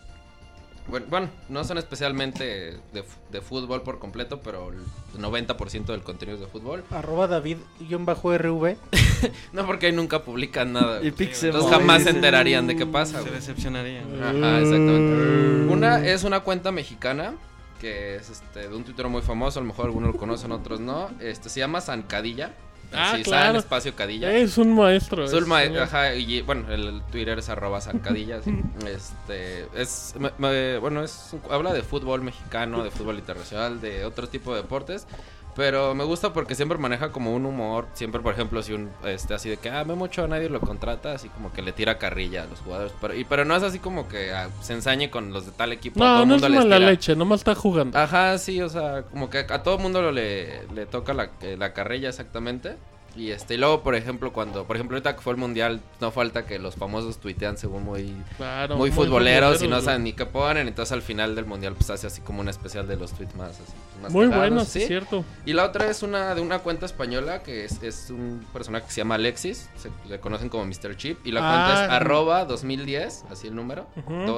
Speaker 9: Bueno, bueno, no son especialmente de, f- de fútbol por completo, pero el 90% del contenido es de fútbol.
Speaker 5: Arroba David-RV.
Speaker 9: No, porque ahí nunca publican nada.
Speaker 3: Y
Speaker 9: güey.
Speaker 3: Pixel
Speaker 9: Entonces
Speaker 3: Móvil,
Speaker 9: jamás se
Speaker 3: dice.
Speaker 9: enterarían de qué pasa,
Speaker 8: Se
Speaker 9: güey.
Speaker 8: decepcionaría.
Speaker 9: Ajá, exactamente.
Speaker 2: Mm.
Speaker 9: Una es una cuenta mexicana que es este, de un tuitero muy famoso, a lo mejor algunos lo conocen, otros no. Este se llama Zancadilla.
Speaker 2: Ah,
Speaker 9: Así, San
Speaker 2: claro.
Speaker 9: espacio Cadilla.
Speaker 2: Es un maestro.
Speaker 9: Es un
Speaker 2: es-
Speaker 9: ma- ajá, y, bueno, el, el Twitter es arroba zancadilla. así. Este, es, me- me- bueno, es, habla de fútbol mexicano, de fútbol internacional, de otro tipo de deportes. Pero me gusta porque siempre maneja como un humor. Siempre, por ejemplo, si un, este, así de que, ah, mucho nadie lo contrata, así como que le tira carrilla a los jugadores. Pero, y, pero no es así como que ah, se ensañe con los de tal equipo. a todo
Speaker 2: No,
Speaker 9: el
Speaker 2: no
Speaker 9: mundo
Speaker 2: es
Speaker 9: les
Speaker 2: mala
Speaker 9: tira. Ah.
Speaker 2: leche, nomás está jugando.
Speaker 9: Ajá, sí, o sea, como que a todo mundo le, le toca la, eh, la carrilla exactamente. Y este, y luego, por ejemplo, cuando, por ejemplo, ahorita que fue el mundial, no falta que los famosos tuitean según muy,
Speaker 2: Claro,
Speaker 9: muy, futboleros y no
Speaker 2: güey.
Speaker 9: saben ni qué ponen. Entonces al final del mundial, pues hace así como un especial de los tweets más así. más
Speaker 2: Muy
Speaker 9: cagados,
Speaker 2: buenos,
Speaker 9: ¿sí?
Speaker 2: es cierto.
Speaker 9: Y la otra es una de una cuenta española que es, es un personaje que se llama Alexis, se le conocen como Mr. Chip, y la cuenta es
Speaker 2: Ah.
Speaker 9: arroba 2010, así el número,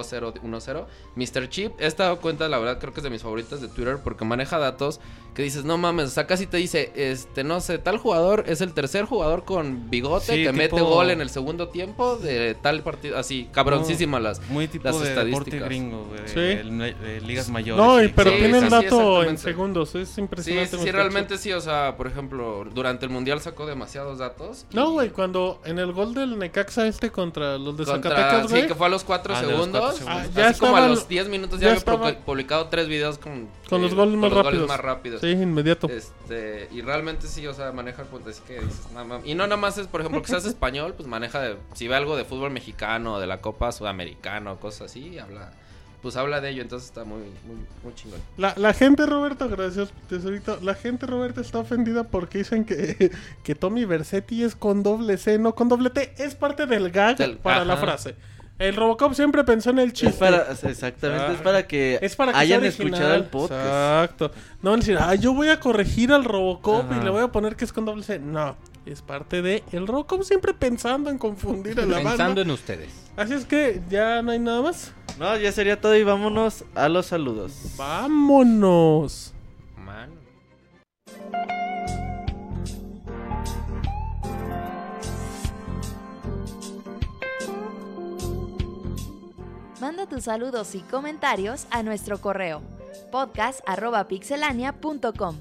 Speaker 9: 2010, Mr. Chip. Esta cuenta la verdad creo que es de mis favoritas de Twitter porque maneja datos que dices, no mames, o sea, casi te dice, este, no sé, tal jugador es el tercer jugador con bigote
Speaker 8: Sí,
Speaker 9: que
Speaker 8: tipo-
Speaker 9: mete gol en el segundo tiempo de tal partido, así, cabroncísimas las...
Speaker 8: Muy tipo
Speaker 9: Las
Speaker 8: de deporte
Speaker 9: estadísticas.
Speaker 8: gringo, güey.
Speaker 2: Sí.
Speaker 8: de- de ligas mayores.
Speaker 2: No, y-
Speaker 8: sí,
Speaker 2: pero
Speaker 8: sí,
Speaker 2: tiene el
Speaker 9: sí,
Speaker 8: exacto.
Speaker 2: dato en
Speaker 9: exactamente.
Speaker 2: segundos. Es
Speaker 9: Sí,
Speaker 2: impresionante.
Speaker 9: sí,
Speaker 2: Mr.
Speaker 9: sí,
Speaker 2: Chip.
Speaker 9: realmente sí, o sea, por ejemplo, durante el mundial sacó demasiados datos. y-
Speaker 2: No, güey, cuando en el gol del Necaxa este contra los de
Speaker 9: Contra-
Speaker 2: Zacatecas, güey.
Speaker 9: Sí, que fue a los 4
Speaker 8: Ah, de los
Speaker 9: segundos.
Speaker 8: cuatro segundos.
Speaker 2: Ah,
Speaker 9: Así
Speaker 2: ya
Speaker 9: como
Speaker 2: estaba-
Speaker 9: a los 10 minutos
Speaker 2: ya
Speaker 9: ya, había
Speaker 2: estaba-
Speaker 9: proca- publicado tres videos con,
Speaker 2: Con
Speaker 9: eh,
Speaker 2: los goles más
Speaker 9: los
Speaker 2: rápidos.
Speaker 9: más rápidos.
Speaker 2: Sí, inmediato.
Speaker 9: Este, y realmente sí, o sea, maneja cuentas que dices, "No mames". Y no nada más es, por ejemplo, que seas español, pues maneja de- si ve algo de fútbol mexicano, de la Copa Sudamericana o cosas así, habla, pues habla de ello, entonces está muy, muy, muy chingón.
Speaker 2: La, la gente, Roberto, gracias, tesorito. La gente, Roberto, está ofendida porque dicen que, que Tommy Versetti es con doble C, no con doble T. Es parte del gag
Speaker 9: Del-
Speaker 2: para la
Speaker 9: ajá.
Speaker 2: frase. El Robocop siempre pensó en el
Speaker 3: Es
Speaker 2: chiste.
Speaker 3: para, exactamente, es para que,
Speaker 2: ah, Es para que sea
Speaker 3: hayan
Speaker 2: original.
Speaker 3: escuchado el podcast.
Speaker 2: Exacto. No van a decir, ah, yo voy a corregir al Robocop
Speaker 8: Ajá.
Speaker 2: y le voy a poner que es con doble C. No, es parte de el Robocop siempre pensando en confundir a la
Speaker 6: Pensando
Speaker 2: banda.
Speaker 6: en ustedes.
Speaker 2: Así es que ya no hay nada más.
Speaker 3: No, ya sería todo y vámonos a los saludos.
Speaker 2: Vámonos.
Speaker 9: Man.
Speaker 1: Manda Manda tus saludos y comentarios a nuestro correo podcast.pixelania.com.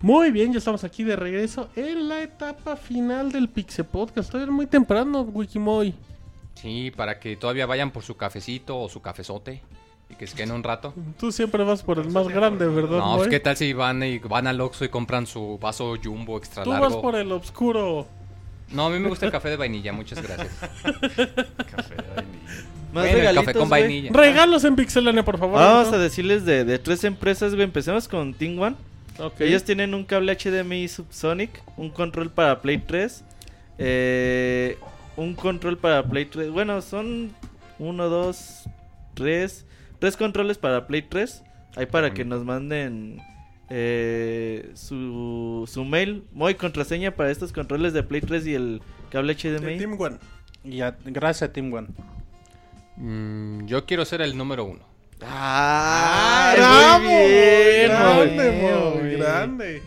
Speaker 2: Muy bien, ya estamos aquí de regreso en la etapa final del Pixel Podcast. Todavía es muy temprano, Wikimoy.
Speaker 6: Sí, para que todavía vayan por su cafecito o su cafezote y que se queden un rato.
Speaker 2: Tú siempre vas por el más grande, ¿verdad?
Speaker 6: No,
Speaker 2: Moy?
Speaker 6: pues qué tal si van y van al Oxxo y compran su vaso jumbo extra
Speaker 2: Tú
Speaker 6: largo.
Speaker 2: vas por el oscuro.
Speaker 6: No, a mí me gusta el café de vainilla, muchas gracias.
Speaker 12: Café de vainilla.
Speaker 3: Más
Speaker 6: Bueno, el
Speaker 3: regalitos,
Speaker 6: café con
Speaker 3: güey.
Speaker 6: vainilla.
Speaker 2: Regalos en Pixelania, por favor.
Speaker 3: Vamos a
Speaker 2: Beto.
Speaker 3: decirles de, de tres empresas, güey. Empecemos con Ting One.
Speaker 2: Ok.
Speaker 3: Ellos tienen un cable HDMI Subsonic, un control para Play 3, eh, un control para Play 3. Bueno, son 1, 2, 3. Tres controles para Play 3. Ahí para que nos manden eh, su, su mail. Muy contraseña para estos controles de Play 3 y el cable
Speaker 2: De
Speaker 3: HDMI.
Speaker 2: Team One.
Speaker 5: Y a- gracias a Team One.
Speaker 6: Mm, yo quiero ser el número uno.
Speaker 3: ¡Ah!
Speaker 2: ¡Bravo!
Speaker 3: muy bien,
Speaker 2: grande,
Speaker 3: muy
Speaker 2: Moy,
Speaker 3: bien.
Speaker 2: grande.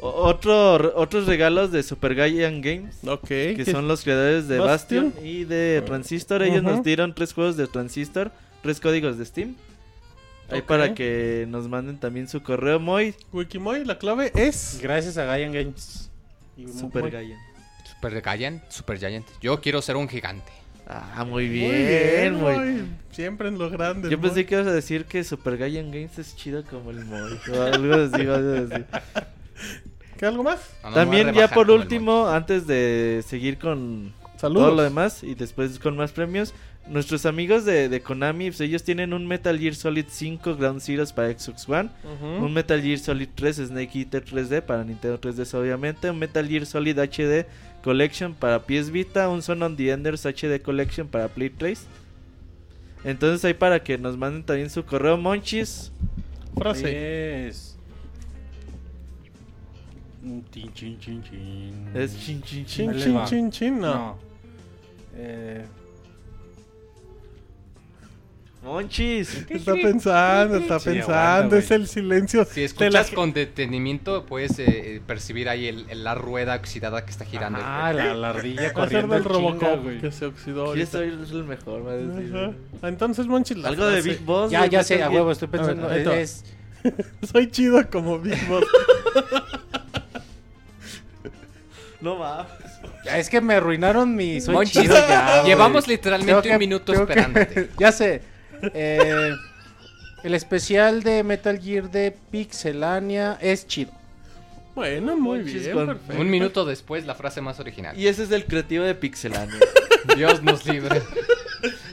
Speaker 3: O- Otro, otros regalos de Super Gaian Games.
Speaker 2: Ok.
Speaker 3: que son los creadores de
Speaker 2: Bastion.
Speaker 3: Bastion, y de Transistor. Ellos
Speaker 2: Ujú.
Speaker 3: nos dieron tres juegos de Transistor, tres códigos de Steam. Ahí
Speaker 2: Ok.
Speaker 3: para que nos manden también su correo muy
Speaker 2: Wikimoy, la clave es.
Speaker 5: Gracias a Gaian Games. Y muy-
Speaker 3: super
Speaker 5: muy-
Speaker 3: Gaian.
Speaker 6: Super Giant, Super Giant. Yo quiero ser un gigante.
Speaker 3: Ah, muy bien, muy
Speaker 2: Moy. Siempre en lo grande.
Speaker 3: Yo
Speaker 2: Moy.
Speaker 3: pensé que ibas a decir que Super Gaian Games es chido como el Moy. O algo así, vas a decir.
Speaker 2: ¿Qué algo más?
Speaker 6: No, no, me
Speaker 3: También,
Speaker 6: voy a
Speaker 3: ya
Speaker 6: rebajar
Speaker 3: por
Speaker 6: como el
Speaker 3: último, antes de seguir con todo lo
Speaker 2: Saludos.
Speaker 3: demás y después con más premios. Nuestros amigos de, de Konami, pues, ellos tienen un Metal Gear Solid 5 Ground Zeroes para Xbox One,
Speaker 2: Ujú.
Speaker 3: un Metal Gear Solid 3 Snake Eater 3D para Nintendo 3DS obviamente, un Metal Gear Solid HD Collection para PS Vita, un Son on the Enders HD Collection para Play 3. Entonces ahí para que nos manden también su correo Monchis.
Speaker 2: Frase.
Speaker 5: Es- Mm, tin, chin, chin, chin.
Speaker 3: Es chin chin chin.
Speaker 2: Chin,
Speaker 5: Ahí
Speaker 2: chin,
Speaker 5: va.
Speaker 2: chin, chin. No.
Speaker 5: No. Eh,
Speaker 3: Monchis.
Speaker 2: Está pensando, está
Speaker 12: Sí, aguanta,
Speaker 2: pensando.
Speaker 12: güey.
Speaker 2: es el silencio.
Speaker 6: Si
Speaker 2: de la
Speaker 6: escuchas con detenimiento, puedes eh, eh, percibir ahí el- el- la rueda oxidada que está girando.
Speaker 5: ah, la, la ardilla
Speaker 2: Va a ser
Speaker 5: corriendo.
Speaker 2: del
Speaker 5: en chinga,
Speaker 2: Robocop
Speaker 5: güey.
Speaker 2: que se oxidó
Speaker 3: Yo
Speaker 2: ahorita.
Speaker 3: soy el mejor, me
Speaker 2: Ajá. Entonces, Monchi, la
Speaker 3: Algo de
Speaker 2: frase.
Speaker 3: Big Boss.
Speaker 5: Ya,
Speaker 3: güey,
Speaker 5: ya
Speaker 3: Metal
Speaker 5: sé, a
Speaker 3: Gear.
Speaker 5: huevo, estoy pensando.
Speaker 2: ahí está.
Speaker 5: es-
Speaker 2: Soy chido como Big Boss.
Speaker 3: No mames.
Speaker 5: Es que me arruinaron mi. Soy
Speaker 6: Monchis,
Speaker 5: chido ya, güey.
Speaker 6: Llevamos literalmente
Speaker 5: Tengo que-
Speaker 6: un minuto
Speaker 5: tengo que-
Speaker 6: esperándote.
Speaker 5: ya sé. Eh, el especial de Metal Gear de Pixelania es chido.
Speaker 2: bueno, muy
Speaker 3: Monchis
Speaker 2: bien.
Speaker 3: con-
Speaker 2: perfecto.
Speaker 6: Un minuto después, la frase más original.
Speaker 3: Y ese es el creativo de Pixelania.
Speaker 6: Dios nos libre.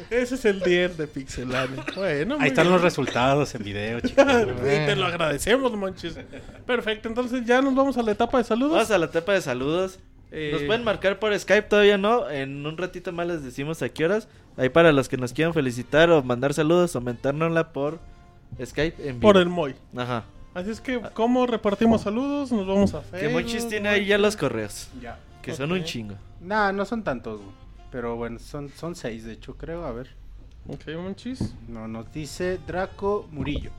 Speaker 2: Ese es el 10 de Pixelania. Bueno, muy
Speaker 12: Ahí están
Speaker 2: bien.
Speaker 12: los resultados en video, chicos.
Speaker 2: Sí, Te lo agradecemos, Monchis. Perfecto, entonces ya nos vamos a la etapa de saludos.
Speaker 3: Vamos a la etapa de saludos.
Speaker 2: Eh,
Speaker 3: Nos pueden marcar por Skype, todavía no. En un ratito más les decimos a qué horas. Ahí para los que nos quieran felicitar o mandar saludos o mentárnosla por Skype en vivo.
Speaker 2: por el Moy.
Speaker 3: Ajá.
Speaker 2: Así es que, ¿cómo repartimos saludos? Nos vamos a Facebook.
Speaker 3: Que Monchis tiene ahí ya los correos.
Speaker 5: Ya.
Speaker 3: Que son
Speaker 2: Ok.
Speaker 3: un chingo.
Speaker 5: Nah, no son tantos, güey. Pero bueno, son, son seis, de hecho, creo. A ver.
Speaker 2: Ok, Monchis.
Speaker 5: No, nos dice Draco Murillo.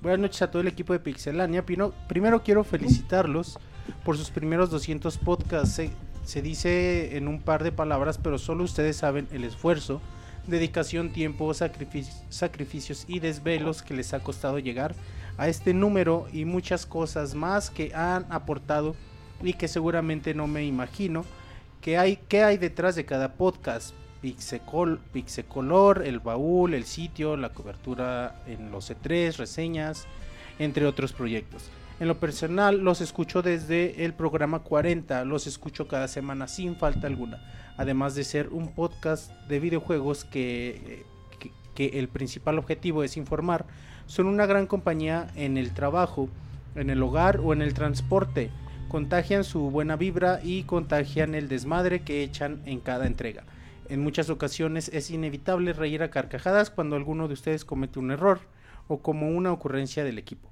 Speaker 5: Buenas noches a todo el equipo de Pixelania. Pino- primero quiero felicitarlos por sus primeros 200 podcasts. Se, se dice en un par de palabras, pero solo ustedes saben el esfuerzo, dedicación, tiempo, sacrific- sacrificios y desvelos que les ha costado llegar a este número y muchas cosas más que han aportado y que seguramente no me imagino que hay, qué hay detrás de cada podcast. Pixecol, Pixecolor, el baúl, el sitio, la cobertura en los E3, reseñas, entre otros proyectos. En lo personal, los escucho desde el programa 40, los escucho cada semana sin falta alguna. Además de ser un podcast de videojuegos que, eh, que- que el principal objetivo es informar, son una gran compañía en el trabajo, en el hogar o en el transporte. Contagian su buena vibra y contagian el desmadre que echan en cada entrega. En muchas ocasiones es inevitable reír a carcajadas cuando alguno de ustedes comete un error o como una ocurrencia del equipo.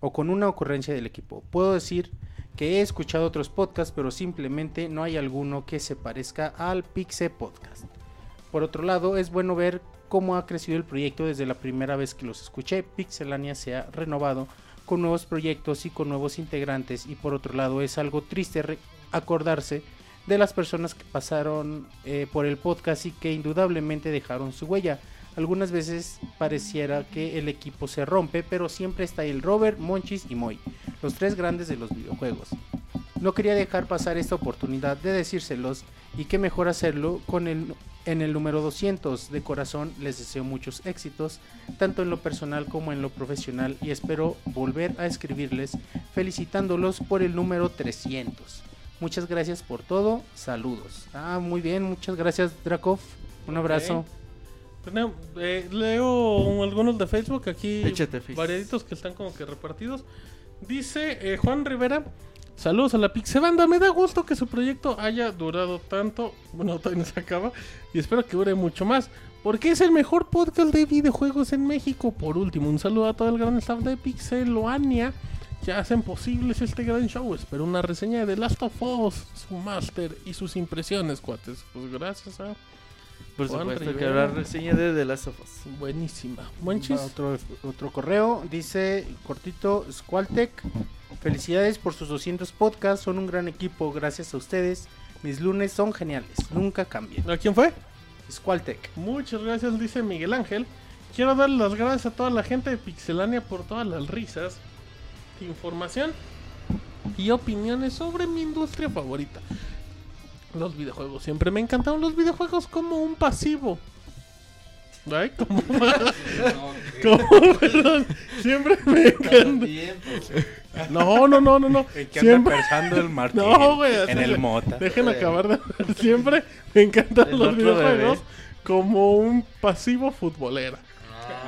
Speaker 5: O con una ocurrencia del equipo. Puedo decir que he escuchado otros podcasts, pero simplemente no hay alguno que se parezca al Pixe Podcast. Por otro lado, es bueno ver cómo ha crecido el proyecto desde la primera vez que los escuché. Pixelania se ha renovado con nuevos proyectos y con nuevos integrantes y por otro lado es algo triste re- acordarse de las personas que pasaron eh, por el podcast y que indudablemente dejaron su huella. Algunas veces pareciera que el equipo se rompe, pero siempre está el Robert, Monchis y Moy, los tres grandes de los videojuegos. No quería dejar pasar esta oportunidad de decírselos y qué mejor hacerlo con el, en el número 200. De corazón les deseo muchos éxitos, tanto en lo personal como en lo profesional y espero volver a escribirles felicitándolos por el número 300. Muchas gracias por todo, saludos. Ah, muy bien, muchas gracias Drakov, un abrazo.
Speaker 2: Tenem- eh, leo algunos de Facebook aquí.
Speaker 3: Échate, Fizz.
Speaker 2: Variaditos que están como que repartidos. Dice eh, Juan Rivera. Saludos a la Pixebanda. Me da gusto que su proyecto haya durado tanto. Bueno, todavía no se acaba. Y espero que dure mucho más. Porque es el mejor podcast de videojuegos en México. Por último, un saludo a todo el gran staff de Pixeloania. Que hacen posibles este gran show. Espero una reseña de The Last of Us, su máster y sus impresiones, cuates. Pues gracias a.
Speaker 3: Por
Speaker 2: Juan
Speaker 3: supuesto que
Speaker 2: Rivera.
Speaker 3: habrá reseña de The Last of Us.
Speaker 2: Buenísima.
Speaker 5: Va
Speaker 2: Monchis.
Speaker 5: Otro, otro correo dice cortito Squaltec. Felicidades por sus 200 podcasts, son un gran equipo, gracias a ustedes. Mis lunes son geniales, nunca cambien.
Speaker 2: ¿A quién fue?
Speaker 5: Squaltec.
Speaker 2: Muchas gracias, dice Miguel Ángel. Quiero dar las gracias a toda la gente de Pixelania por todas las risas, información y opiniones sobre mi industria favorita. Los videojuegos. Siempre me encantaron los videojuegos como un pasivo. Ay, como, como- perdón, siempre me encantan. No, no, no, no, no.
Speaker 12: El que anda
Speaker 2: Siempre,
Speaker 12: pensando el Martín
Speaker 2: No, güey, así
Speaker 12: en
Speaker 2: le-
Speaker 12: el Mota.
Speaker 2: dejen acabar. de- Siempre me encantan
Speaker 3: El
Speaker 2: los
Speaker 3: otro bebé.
Speaker 2: videojuegos como un pasivo futbolera.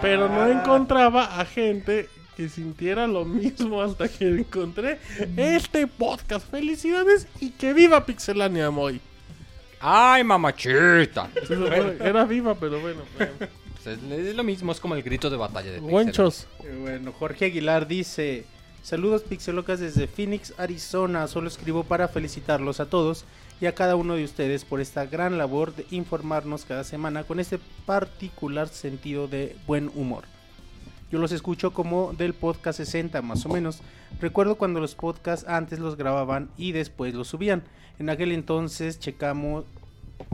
Speaker 2: Pero no
Speaker 6: Ah.
Speaker 2: encontraba a gente que sintiera lo mismo hasta que encontré este podcast. Felicidades y que viva Pixelania, Moy.
Speaker 6: Ay, mamachita.
Speaker 2: Era viva, pero bueno.
Speaker 6: Pues es, es lo mismo, es como el grito de batalla de
Speaker 2: Guanchos.
Speaker 5: Eh, Bueno, Jorge Aguilar dice: Saludos pixelocas desde Phoenix, Arizona. Solo escribo para felicitarlos a todos y a cada uno de ustedes por esta gran labor de informarnos cada semana con este particular sentido de buen humor. Yo los escucho como del podcast 60 más o menos. Recuerdo cuando los podcasts antes los grababan y después los subían. En aquel entonces checamos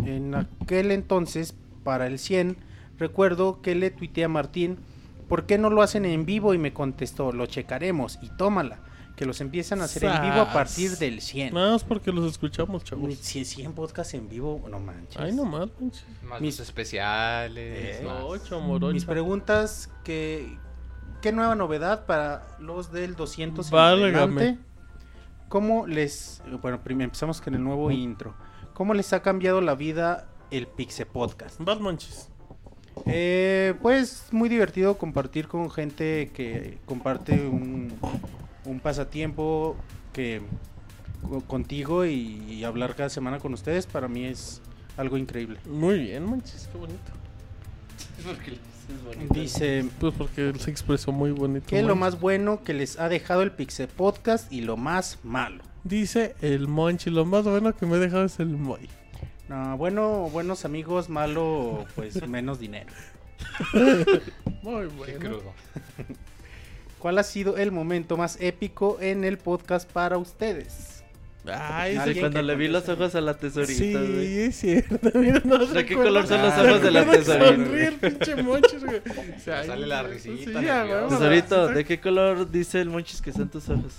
Speaker 5: en aquel entonces para el 100 recuerdo que le tuiteé a Martín ¿Por qué no lo hacen en vivo? Y me contestó, lo checaremos y tómala. Que los empiezan a hacer en vivo a
Speaker 2: Sas.
Speaker 5: partir del 100.
Speaker 2: Nada más porque los escuchamos,
Speaker 5: Ni-
Speaker 2: chavos.
Speaker 5: Si 100 podcasts en vivo, no manches.
Speaker 2: Ay, no más, pinche.
Speaker 6: Más
Speaker 5: Mis-
Speaker 6: mis especiales.
Speaker 5: Eh,
Speaker 6: más-
Speaker 2: Ocho, morocho.
Speaker 5: Mis preguntas, que, ¿qué nueva novedad para los del 200 en
Speaker 2: Válgame.
Speaker 5: adelante? ¿Cómo les... Bueno, primero empezamos con el nuevo intro. ¿Cómo les ha cambiado la vida el Pixe Podcast?
Speaker 2: Bad Monchis.
Speaker 5: Eh, pues muy divertido compartir con gente que comparte un, un pasatiempo que co- contigo y, y hablar cada semana con ustedes para mí es algo increíble.
Speaker 2: Muy bien, Monchis, qué bonito.
Speaker 5: Dice
Speaker 2: Pues porque él se expresó muy bonito.
Speaker 5: que lo
Speaker 2: Monchis.
Speaker 5: más bueno que les ha dejado el Pixel Podcast y lo más malo.
Speaker 2: Dice el Monchi, lo más bueno que me ha dejado es el Moy.
Speaker 5: No, bueno, buenos amigos, malo, pues menos dinero.
Speaker 2: Muy
Speaker 6: Qué
Speaker 2: bueno.
Speaker 6: crudo.
Speaker 5: ¿Cuál ha sido el momento más épico en el podcast para ustedes?
Speaker 2: Ay,
Speaker 5: Alguien
Speaker 3: Sí, cuando
Speaker 5: que
Speaker 3: le vi los
Speaker 5: conteste.
Speaker 3: ojos a la tesorita, güey.
Speaker 2: Sí, es cierto. Mira, no
Speaker 3: ¿De
Speaker 2: se
Speaker 3: qué
Speaker 2: acuerda.
Speaker 3: color son los
Speaker 2: Se
Speaker 3: ojos de la
Speaker 2: acuerda
Speaker 3: tesorita?
Speaker 2: sonríe el pinche Monchis, güey. O sea,
Speaker 6: Le
Speaker 2: ay,
Speaker 6: sale la
Speaker 2: güey,
Speaker 6: risita Pues
Speaker 2: sí, ya, güey,
Speaker 6: nerviosa.
Speaker 3: Tesorito, ¿de qué color dice el Monchis que son tus ojos?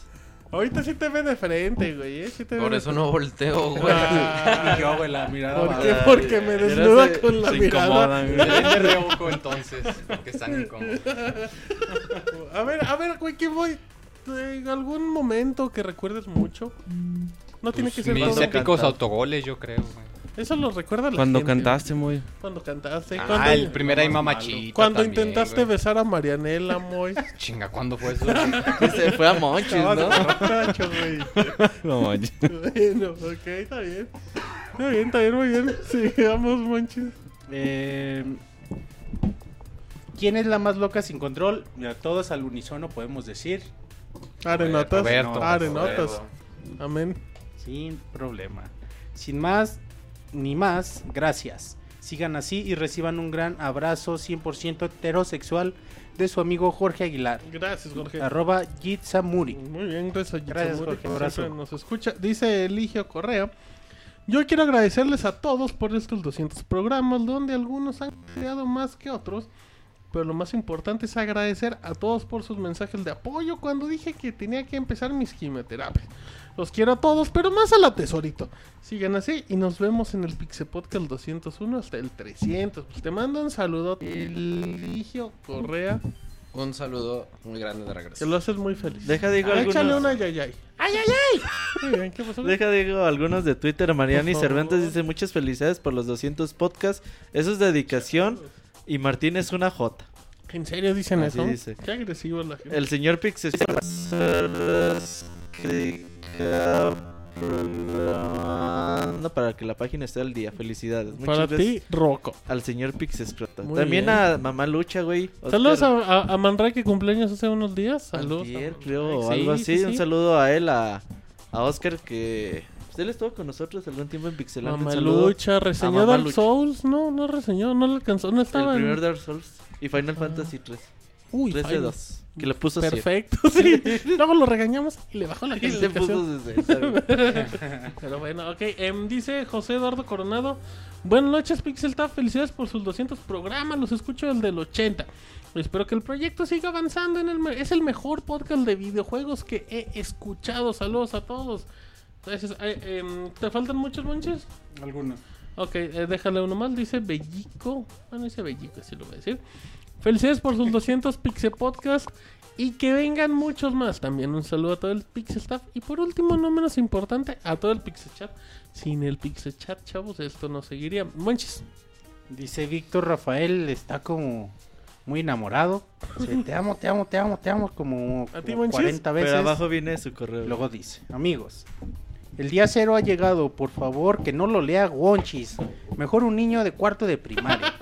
Speaker 2: Ahorita sí te ve de frente, güey. ¿eh? Sí te ve
Speaker 9: Por
Speaker 2: de
Speaker 9: eso no volteo, güey.
Speaker 2: Ah,
Speaker 5: Yo, güey, la mirada
Speaker 2: ¿Por qué?
Speaker 5: baja.
Speaker 2: Porque me desnuda con la
Speaker 12: Se
Speaker 2: mirada.
Speaker 12: incomodan,
Speaker 6: Me
Speaker 12: güey.
Speaker 6: me reojo entonces, porque están incómodos.
Speaker 2: A ver, a ver, güey, ¿qué voy? ¿En algún momento que recuerdes mucho? No tiene que
Speaker 6: Pues,
Speaker 2: ser
Speaker 6: mis
Speaker 2: todo.
Speaker 3: épico-
Speaker 6: épicos
Speaker 3: Cantar.
Speaker 6: autogoles, yo creo. güey.
Speaker 2: Eso lo recuerda la
Speaker 8: Cuando
Speaker 2: gente,
Speaker 8: cantaste, muy.
Speaker 2: güey. Cuando cantaste. cuando-
Speaker 6: Ah, el primer hay mamachita.
Speaker 2: Cuando
Speaker 6: también,
Speaker 2: intentaste
Speaker 6: güey.
Speaker 2: besar a Marianela, Moy.
Speaker 6: Chinga, ¿cuándo fue eso?
Speaker 3: Se fue a Monchis, ¿no?
Speaker 2: Cacho, güey.
Speaker 8: No, manches.
Speaker 2: Bueno, ok, está bien. Está bien, está bien, muy bien. Sigamos, Monchis.
Speaker 5: Eh, ¿Quién es la más loca sin control? Mira, todos al unísono podemos decir,
Speaker 2: Arenotas.
Speaker 6: Roberto,
Speaker 2: arenotas. Amén.
Speaker 5: sin problema. Sin más ni más, gracias. Sigan así y reciban un gran abrazo 100% heterosexual de su amigo Jorge Aguilar.
Speaker 2: Gracias, Jorge.
Speaker 5: Arroba Jitsamuri.
Speaker 2: Muy bien, gracias a
Speaker 5: Gracias,
Speaker 2: Yitsamuri,
Speaker 5: Jorge,
Speaker 2: que
Speaker 5: abrazo.
Speaker 2: siempre nos escucha. Dice Eligio Correa. Yo quiero agradecerles a todos por estos 200 programas, donde algunos han creado más que otros. Pero lo más importante es agradecer a todos por sus mensajes de apoyo cuando dije que tenía que empezar mis quimioterapias. Los quiero a todos, pero más a la tesorito. Sigan así y nos vemos en el Pixel Podcast 201 hasta el 300. Pues te mando un saludo, Eligio Correa,
Speaker 9: Un saludo muy grande de
Speaker 2: que
Speaker 9: regreso.
Speaker 2: lo haces muy feliz. Ah,
Speaker 3: Deja digo algunos.
Speaker 2: Échale una yayay. ¡Ay, ay, ay! Muy bien, ¿qué pasó?
Speaker 3: Deja digo algunos de Twitter. Mariani
Speaker 2: Por favor.
Speaker 3: Cervantes dice muchas felicidades por los 200 podcasts. Eso es dedicación. Y Martín es una J.
Speaker 2: ¿En serio dicen
Speaker 3: Así
Speaker 2: eso?
Speaker 3: dice.
Speaker 2: Qué agresivo es la gente.
Speaker 3: El señor Pixel. Para que la página esté al día. Felicidades. Muchas
Speaker 2: Para
Speaker 3: gracias
Speaker 2: ti, Rocco.
Speaker 3: Al señor Pixescrota.
Speaker 2: Muy
Speaker 3: También
Speaker 2: bien.
Speaker 3: a Mamá Lucha, güey.
Speaker 2: Saludos
Speaker 3: Oscar
Speaker 2: a, a, a Manray que cumpleaños hace unos días. Saludos.
Speaker 3: Antier,
Speaker 2: a-
Speaker 3: creo, o
Speaker 2: Sí,
Speaker 3: algo así.
Speaker 2: sí,
Speaker 3: Un
Speaker 2: sí.
Speaker 3: saludo a él, a, a Oscar, que pues, él estuvo con nosotros algún tiempo en Pixelante. Un saludo.
Speaker 2: Mamalucha, reseñó
Speaker 3: Mamalucha.
Speaker 2: Dark Souls. No, no reseñó, no le alcanzó, no
Speaker 3: El
Speaker 2: estaba en-
Speaker 3: primer Dark Souls y Final Fantasy 3.
Speaker 2: Ah. Uy,
Speaker 3: 3 de
Speaker 2: ay,
Speaker 3: 2. Que le puso 100.
Speaker 2: Perfecto, sí. Luego lo regañamos y le bajó la
Speaker 3: Y le puso eh,
Speaker 2: calificación.
Speaker 3: 60.
Speaker 2: Pero bueno, ok. em, dice José Eduardo Coronado. Buenas noches, Pixel Tab. Felicidades por sus 200 programas. Los escucho el del 80. Espero que el proyecto siga avanzando. En el me- es el mejor podcast de videojuegos que he escuchado. Saludos a todos. Gracias. Eh, em, ¿Te faltan muchos monches?
Speaker 7: Algunos.
Speaker 2: Ok, eh, déjale uno más. Dice Bellico. Bueno, dice Bellico, así lo voy a decir. Felicidades por sus 200 Pixel Podcast y que vengan muchos más. También un saludo a todo el Pixel Staff. Y por último, no menos importante, a todo el Pixel Chat. Sin el Pixel Chat, chavos, esto no seguiría. Monches.
Speaker 5: Dice Víctor Rafael, está como muy enamorado. Dice, te amo, te amo, te amo, te amo como,
Speaker 2: ¿A ti,
Speaker 5: como
Speaker 2: Monchis?
Speaker 5: 40 veces.
Speaker 3: Pero abajo viene su correo.
Speaker 5: Luego dice, amigos, el día cero ha llegado, por favor que no lo lea Wonchis, mejor un niño de cuarto de primaria.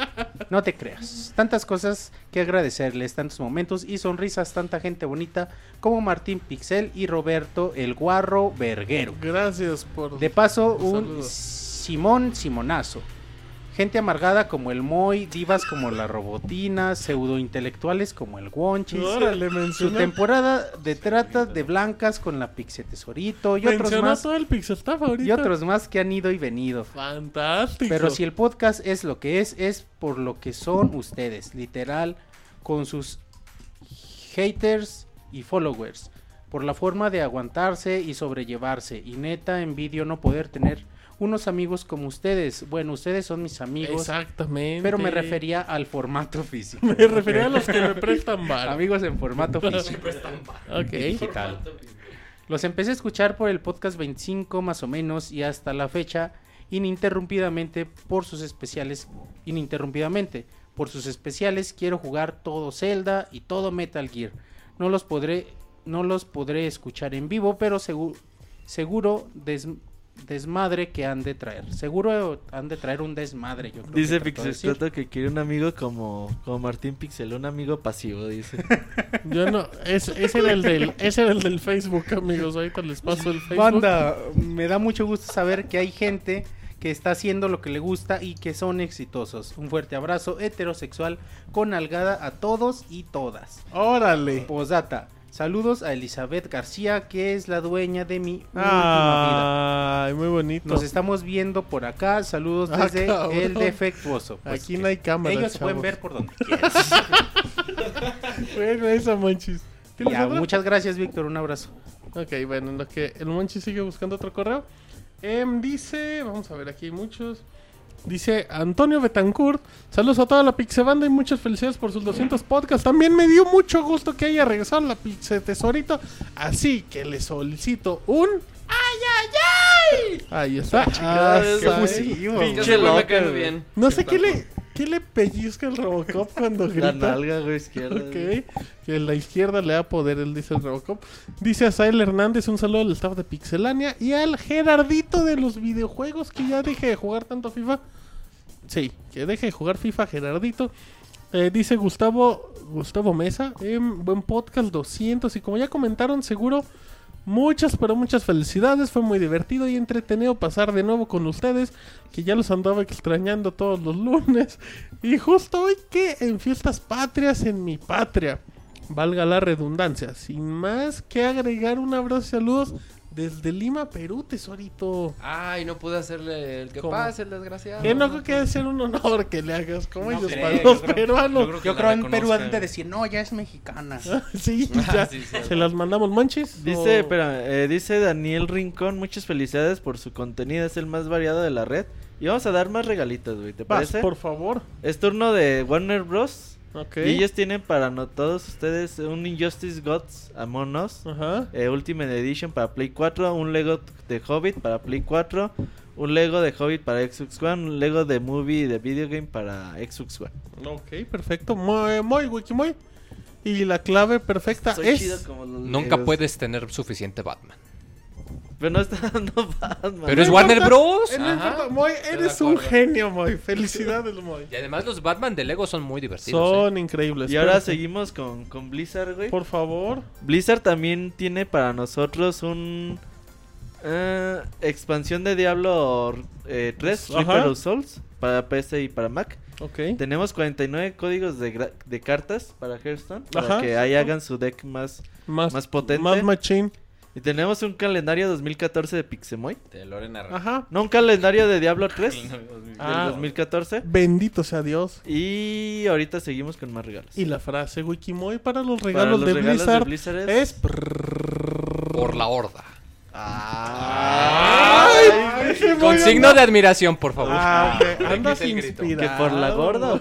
Speaker 5: No te creas, tantas cosas que agradecerles, tantos momentos y sonrisas, tanta gente bonita como Martín Pixel y Roberto el Guarro Verguero.
Speaker 2: Gracias por.
Speaker 5: De paso,
Speaker 2: Un
Speaker 5: un
Speaker 2: saludo.
Speaker 5: Simón Simonazo. Gente amargada como el Moy, divas como la Robotina, pseudointelectuales como el Wonchis.
Speaker 2: Órale,
Speaker 5: Su
Speaker 2: mencionó,
Speaker 5: temporada de trata de blancas con la Pixe Tesorito y otros,
Speaker 2: mencionó a
Speaker 5: más,
Speaker 2: todo el Pixel Staff ahorita.
Speaker 5: y otros más que han ido y venido.
Speaker 2: Fantástico.
Speaker 5: Pero si el podcast es lo que es, es por lo que son ustedes, literal, con sus haters y followers, por la forma de aguantarse y sobrellevarse. Y neta, envidio no poder tener unos amigos como ustedes. Bueno, ustedes son mis amigos,
Speaker 2: Exactamente.
Speaker 5: pero me refería al formato físico.
Speaker 2: Me refería a los que me prestan bar.
Speaker 5: Amigos en formato físico.
Speaker 2: Ok.
Speaker 5: digital. Los empecé a escuchar por el podcast 25 más o menos y hasta la fecha ininterrumpidamente por sus especiales ininterrumpidamente por sus especiales quiero jugar todo Zelda y todo Metal Gear. No los podré no los podré escuchar en vivo, pero seguro seguro des- desmadre que han de traer. Seguro han de traer un desmadre, yo creo que
Speaker 3: Dice
Speaker 5: trató de decir.
Speaker 3: Pixescrota que quiere un amigo como, como Martín Pixel, un amigo pasivo, dice.
Speaker 2: Yo no, es- ese, era el del, ese era el del Facebook, amigos. Ahorita les paso el Facebook.
Speaker 5: Banda, me da mucho gusto saber que hay gente que está haciendo lo que le gusta y que son exitosos. Un fuerte abrazo heterosexual con algada a todos y todas.
Speaker 2: Órale.
Speaker 5: Posdata. Saludos a Elizabeth García, que es la dueña de mi
Speaker 2: Ah.
Speaker 5: última vida.
Speaker 2: Ay, muy bonito.
Speaker 5: Nos estamos viendo por acá. Saludos
Speaker 2: Ah,
Speaker 5: desde
Speaker 2: cabrón.
Speaker 5: el defectuoso. Pues
Speaker 2: Aquí
Speaker 5: que
Speaker 2: no hay cámara.
Speaker 5: Ellos
Speaker 2: chavos.
Speaker 5: pueden ver por donde quieran.
Speaker 2: Bueno, esa Monchis. ¿Tienes
Speaker 5: Ya,
Speaker 2: otra?
Speaker 5: muchas gracias, Víctor. Un abrazo.
Speaker 2: Ok, bueno, en lo que el Monchi sigue buscando otro correo. Em, dice, vamos a ver, aquí hay muchos. Dice Antonio Betancourt, saludos a toda la Pixebanda y muchas felicidades por sus 200 podcasts. También me dio mucho gusto que haya regresado la Pixe Tesorito, así que le solicito un... ¡Ay, ay, ay! Ahí está. Ah,
Speaker 3: qué
Speaker 2: está, eh.
Speaker 3: abusivo,
Speaker 9: Yo
Speaker 3: Pinche
Speaker 9: sé, güey, me
Speaker 3: loca,
Speaker 9: cae muy
Speaker 3: güey.
Speaker 9: bien.
Speaker 2: No sé qué le, qué le pellizca el Robocop cuando grita.
Speaker 3: La nalga, güey, izquierda. güey.
Speaker 2: Ok, que la izquierda le da poder, él dice el Robocop. Dice a Sael Hernández, un saludo al staff de Pixelania y al Gerardito de los videojuegos que ya deje de jugar tanto FIFA. Sí, que deje de jugar FIFA Gerardito. Eh, dice Gustavo Gustavo Mesa, em, buen podcast 200 y como ya comentaron seguro Muchas, pero muchas felicidades. Fue muy divertido y entretenido pasar de nuevo con ustedes, que ya los andaba extrañando todos los lunes. Y justo hoy que en fiestas patrias en mi patria. Valga la redundancia. Sin más que agregar un abrazo y saludos desde Lima, Perú, tesorito.
Speaker 9: Ay, no pude hacerle el que
Speaker 2: ¿Cómo?
Speaker 9: pase, el desgraciado.
Speaker 2: Que Eh, no creo que debe ser un honor que le hagas como
Speaker 7: No
Speaker 2: ellos
Speaker 7: creo,
Speaker 2: para
Speaker 7: yo
Speaker 2: los
Speaker 7: creo-
Speaker 2: peruanos.
Speaker 12: creo que
Speaker 7: Yo
Speaker 12: la
Speaker 7: creo en Perú
Speaker 12: reconozcan.
Speaker 7: antes de decir, no, ya es mexicana.
Speaker 2: Sí,
Speaker 9: Ah,
Speaker 2: ya.
Speaker 9: sí, sí.
Speaker 2: Se las mandamos manches. Oh.
Speaker 3: Dice,
Speaker 2: o-
Speaker 3: espera, eh, dice Daniel Rincón, muchas felicidades por su contenido, es el más variado de la red. Y vamos a dar más regalitos, güey, ¿te
Speaker 2: Vas,
Speaker 3: parece?
Speaker 2: por favor.
Speaker 3: Es turno de Warner Bros.
Speaker 2: Ok.
Speaker 3: Y ellos tienen para no- todos ustedes un Injustice Gods Among Us,
Speaker 2: Ajá.
Speaker 3: eh, Ultimate Edition para Play 4, un Lego de Hobbit para Play 4, un Lego de Hobbit para Xbox One, un Lego de Movie y de Video Game para Xbox One.
Speaker 2: Ok, perfecto. Muy, muy, wiki, muy. Y la clave perfecta
Speaker 3: Soy
Speaker 2: es.
Speaker 3: chido como los
Speaker 6: Nunca
Speaker 3: Legos.
Speaker 6: puedes tener suficiente Batman.
Speaker 3: Pero no está dando Batman.
Speaker 6: Pero es
Speaker 2: No
Speaker 6: Warner
Speaker 2: importa,
Speaker 6: Bros.
Speaker 2: eh, no
Speaker 6: Ajá.
Speaker 2: importa, Moy,
Speaker 6: de
Speaker 2: eres un
Speaker 6: acuerdo.
Speaker 2: genio, Moy. Felicidades, Moy.
Speaker 6: Y además los Batman de Lego son muy divertidos. ¿eh?
Speaker 2: Son increíbles.
Speaker 3: Y ahora
Speaker 2: Espérate.
Speaker 3: seguimos con, con Blizzard, güey.
Speaker 2: Por favor.
Speaker 3: Blizzard también tiene para nosotros un eh, expansión de Diablo eh, 3,
Speaker 2: Ajá.
Speaker 3: Reaper of Souls, para PC y para Mac.
Speaker 2: Ok.
Speaker 3: Tenemos 49 códigos de, gra- de cartas para Hearthstone, para
Speaker 2: Ajá,
Speaker 3: que ahí
Speaker 2: justo.
Speaker 3: hagan su deck más.
Speaker 2: Más,
Speaker 3: más potente.
Speaker 2: Más machín.
Speaker 3: Y tenemos un calendario 2014 de Pixemoy.
Speaker 9: De Lorena Herrera.
Speaker 2: Ajá.
Speaker 3: No, un calendario de Diablo 3 del
Speaker 2: Ah.
Speaker 3: 2014.
Speaker 2: Bendito sea Dios.
Speaker 3: Y ahorita seguimos con más regalos.
Speaker 2: Y la frase Wikimoy para los
Speaker 3: Para
Speaker 2: regalos,
Speaker 3: los
Speaker 2: de,
Speaker 3: regalos
Speaker 2: Blizzard
Speaker 3: de Blizzard es-
Speaker 2: es...
Speaker 6: Por la horda.
Speaker 2: ¡Ay! Wiki Moy
Speaker 6: Con
Speaker 2: anda-
Speaker 6: signo de admiración, por favor.
Speaker 2: Ah, ok.
Speaker 6: Te
Speaker 2: Andas
Speaker 6: quita el grito.
Speaker 2: inspirado.
Speaker 3: ¿Que por la gorda o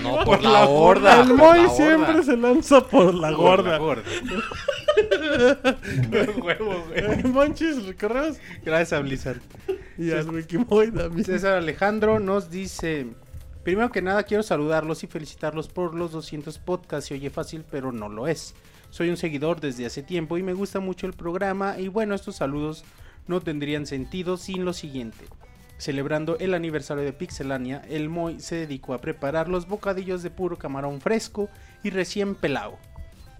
Speaker 6: No, no, por, la, horda.
Speaker 2: El
Speaker 6: por la
Speaker 2: Moy
Speaker 6: horda.
Speaker 2: siempre se lanza por la gorda. Eh, Monchis, correos.
Speaker 5: Gracias a Blizzard.
Speaker 2: Y al Wikimoy también.
Speaker 5: César Alejandro nos dice: Primero que nada, quiero saludarlos y felicitarlos por los 200 podcasts. Se oye fácil, pero no lo es. Soy un seguidor desde hace tiempo y me gusta mucho el programa. Y bueno, estos saludos no tendrían sentido sin lo siguiente. Celebrando el aniversario de Pixelania, el Moy se dedicó a preparar los bocadillos de puro camarón fresco y recién pelado.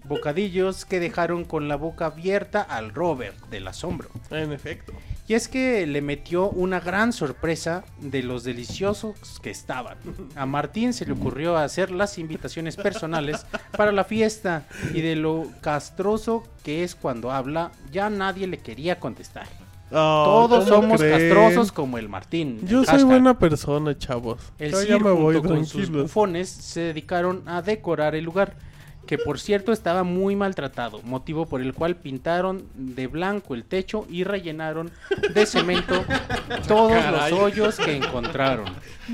Speaker 5: Bocadillos que dejaron con la boca abierta al Robert del asombro.
Speaker 2: En efecto.
Speaker 5: Y es que le metió una gran sorpresa de los deliciosos que estaban. A Martín se le ocurrió hacer las invitaciones personales para la fiesta y de lo castroso que es cuando habla, ya nadie le quería contestar. Todos somos castrosos como el Martín. el
Speaker 2: Yo soy
Speaker 5: hashtag.
Speaker 2: buena persona, chavos.
Speaker 5: El
Speaker 2: Yo
Speaker 5: Sir,
Speaker 2: ya me
Speaker 5: junto
Speaker 2: voy,
Speaker 5: con sus
Speaker 2: tranquilos.
Speaker 5: bufones, se dedicaron a decorar el lugar, que por cierto estaba muy maltratado, motivo por el cual pintaron de blanco el techo y rellenaron de cemento todos
Speaker 6: Caray.
Speaker 5: los hoyos que encontraron.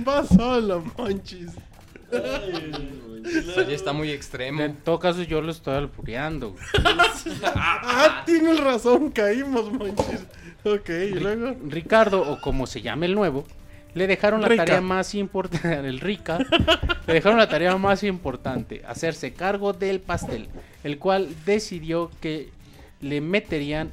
Speaker 2: Va solo, Monchis.
Speaker 6: Eso ya está muy extremo.
Speaker 5: En todo caso yo lo estoy albureando. güey.
Speaker 2: Ah, tienes razón, caímos, Monchis. Ok, y luego.
Speaker 5: Ricardo, o como se llame el nuevo, le dejaron la
Speaker 2: Rica.
Speaker 5: tarea más importante, el rica, le dejaron la tarea más importante, hacerse cargo del pastel, el cual decidió que le meterían,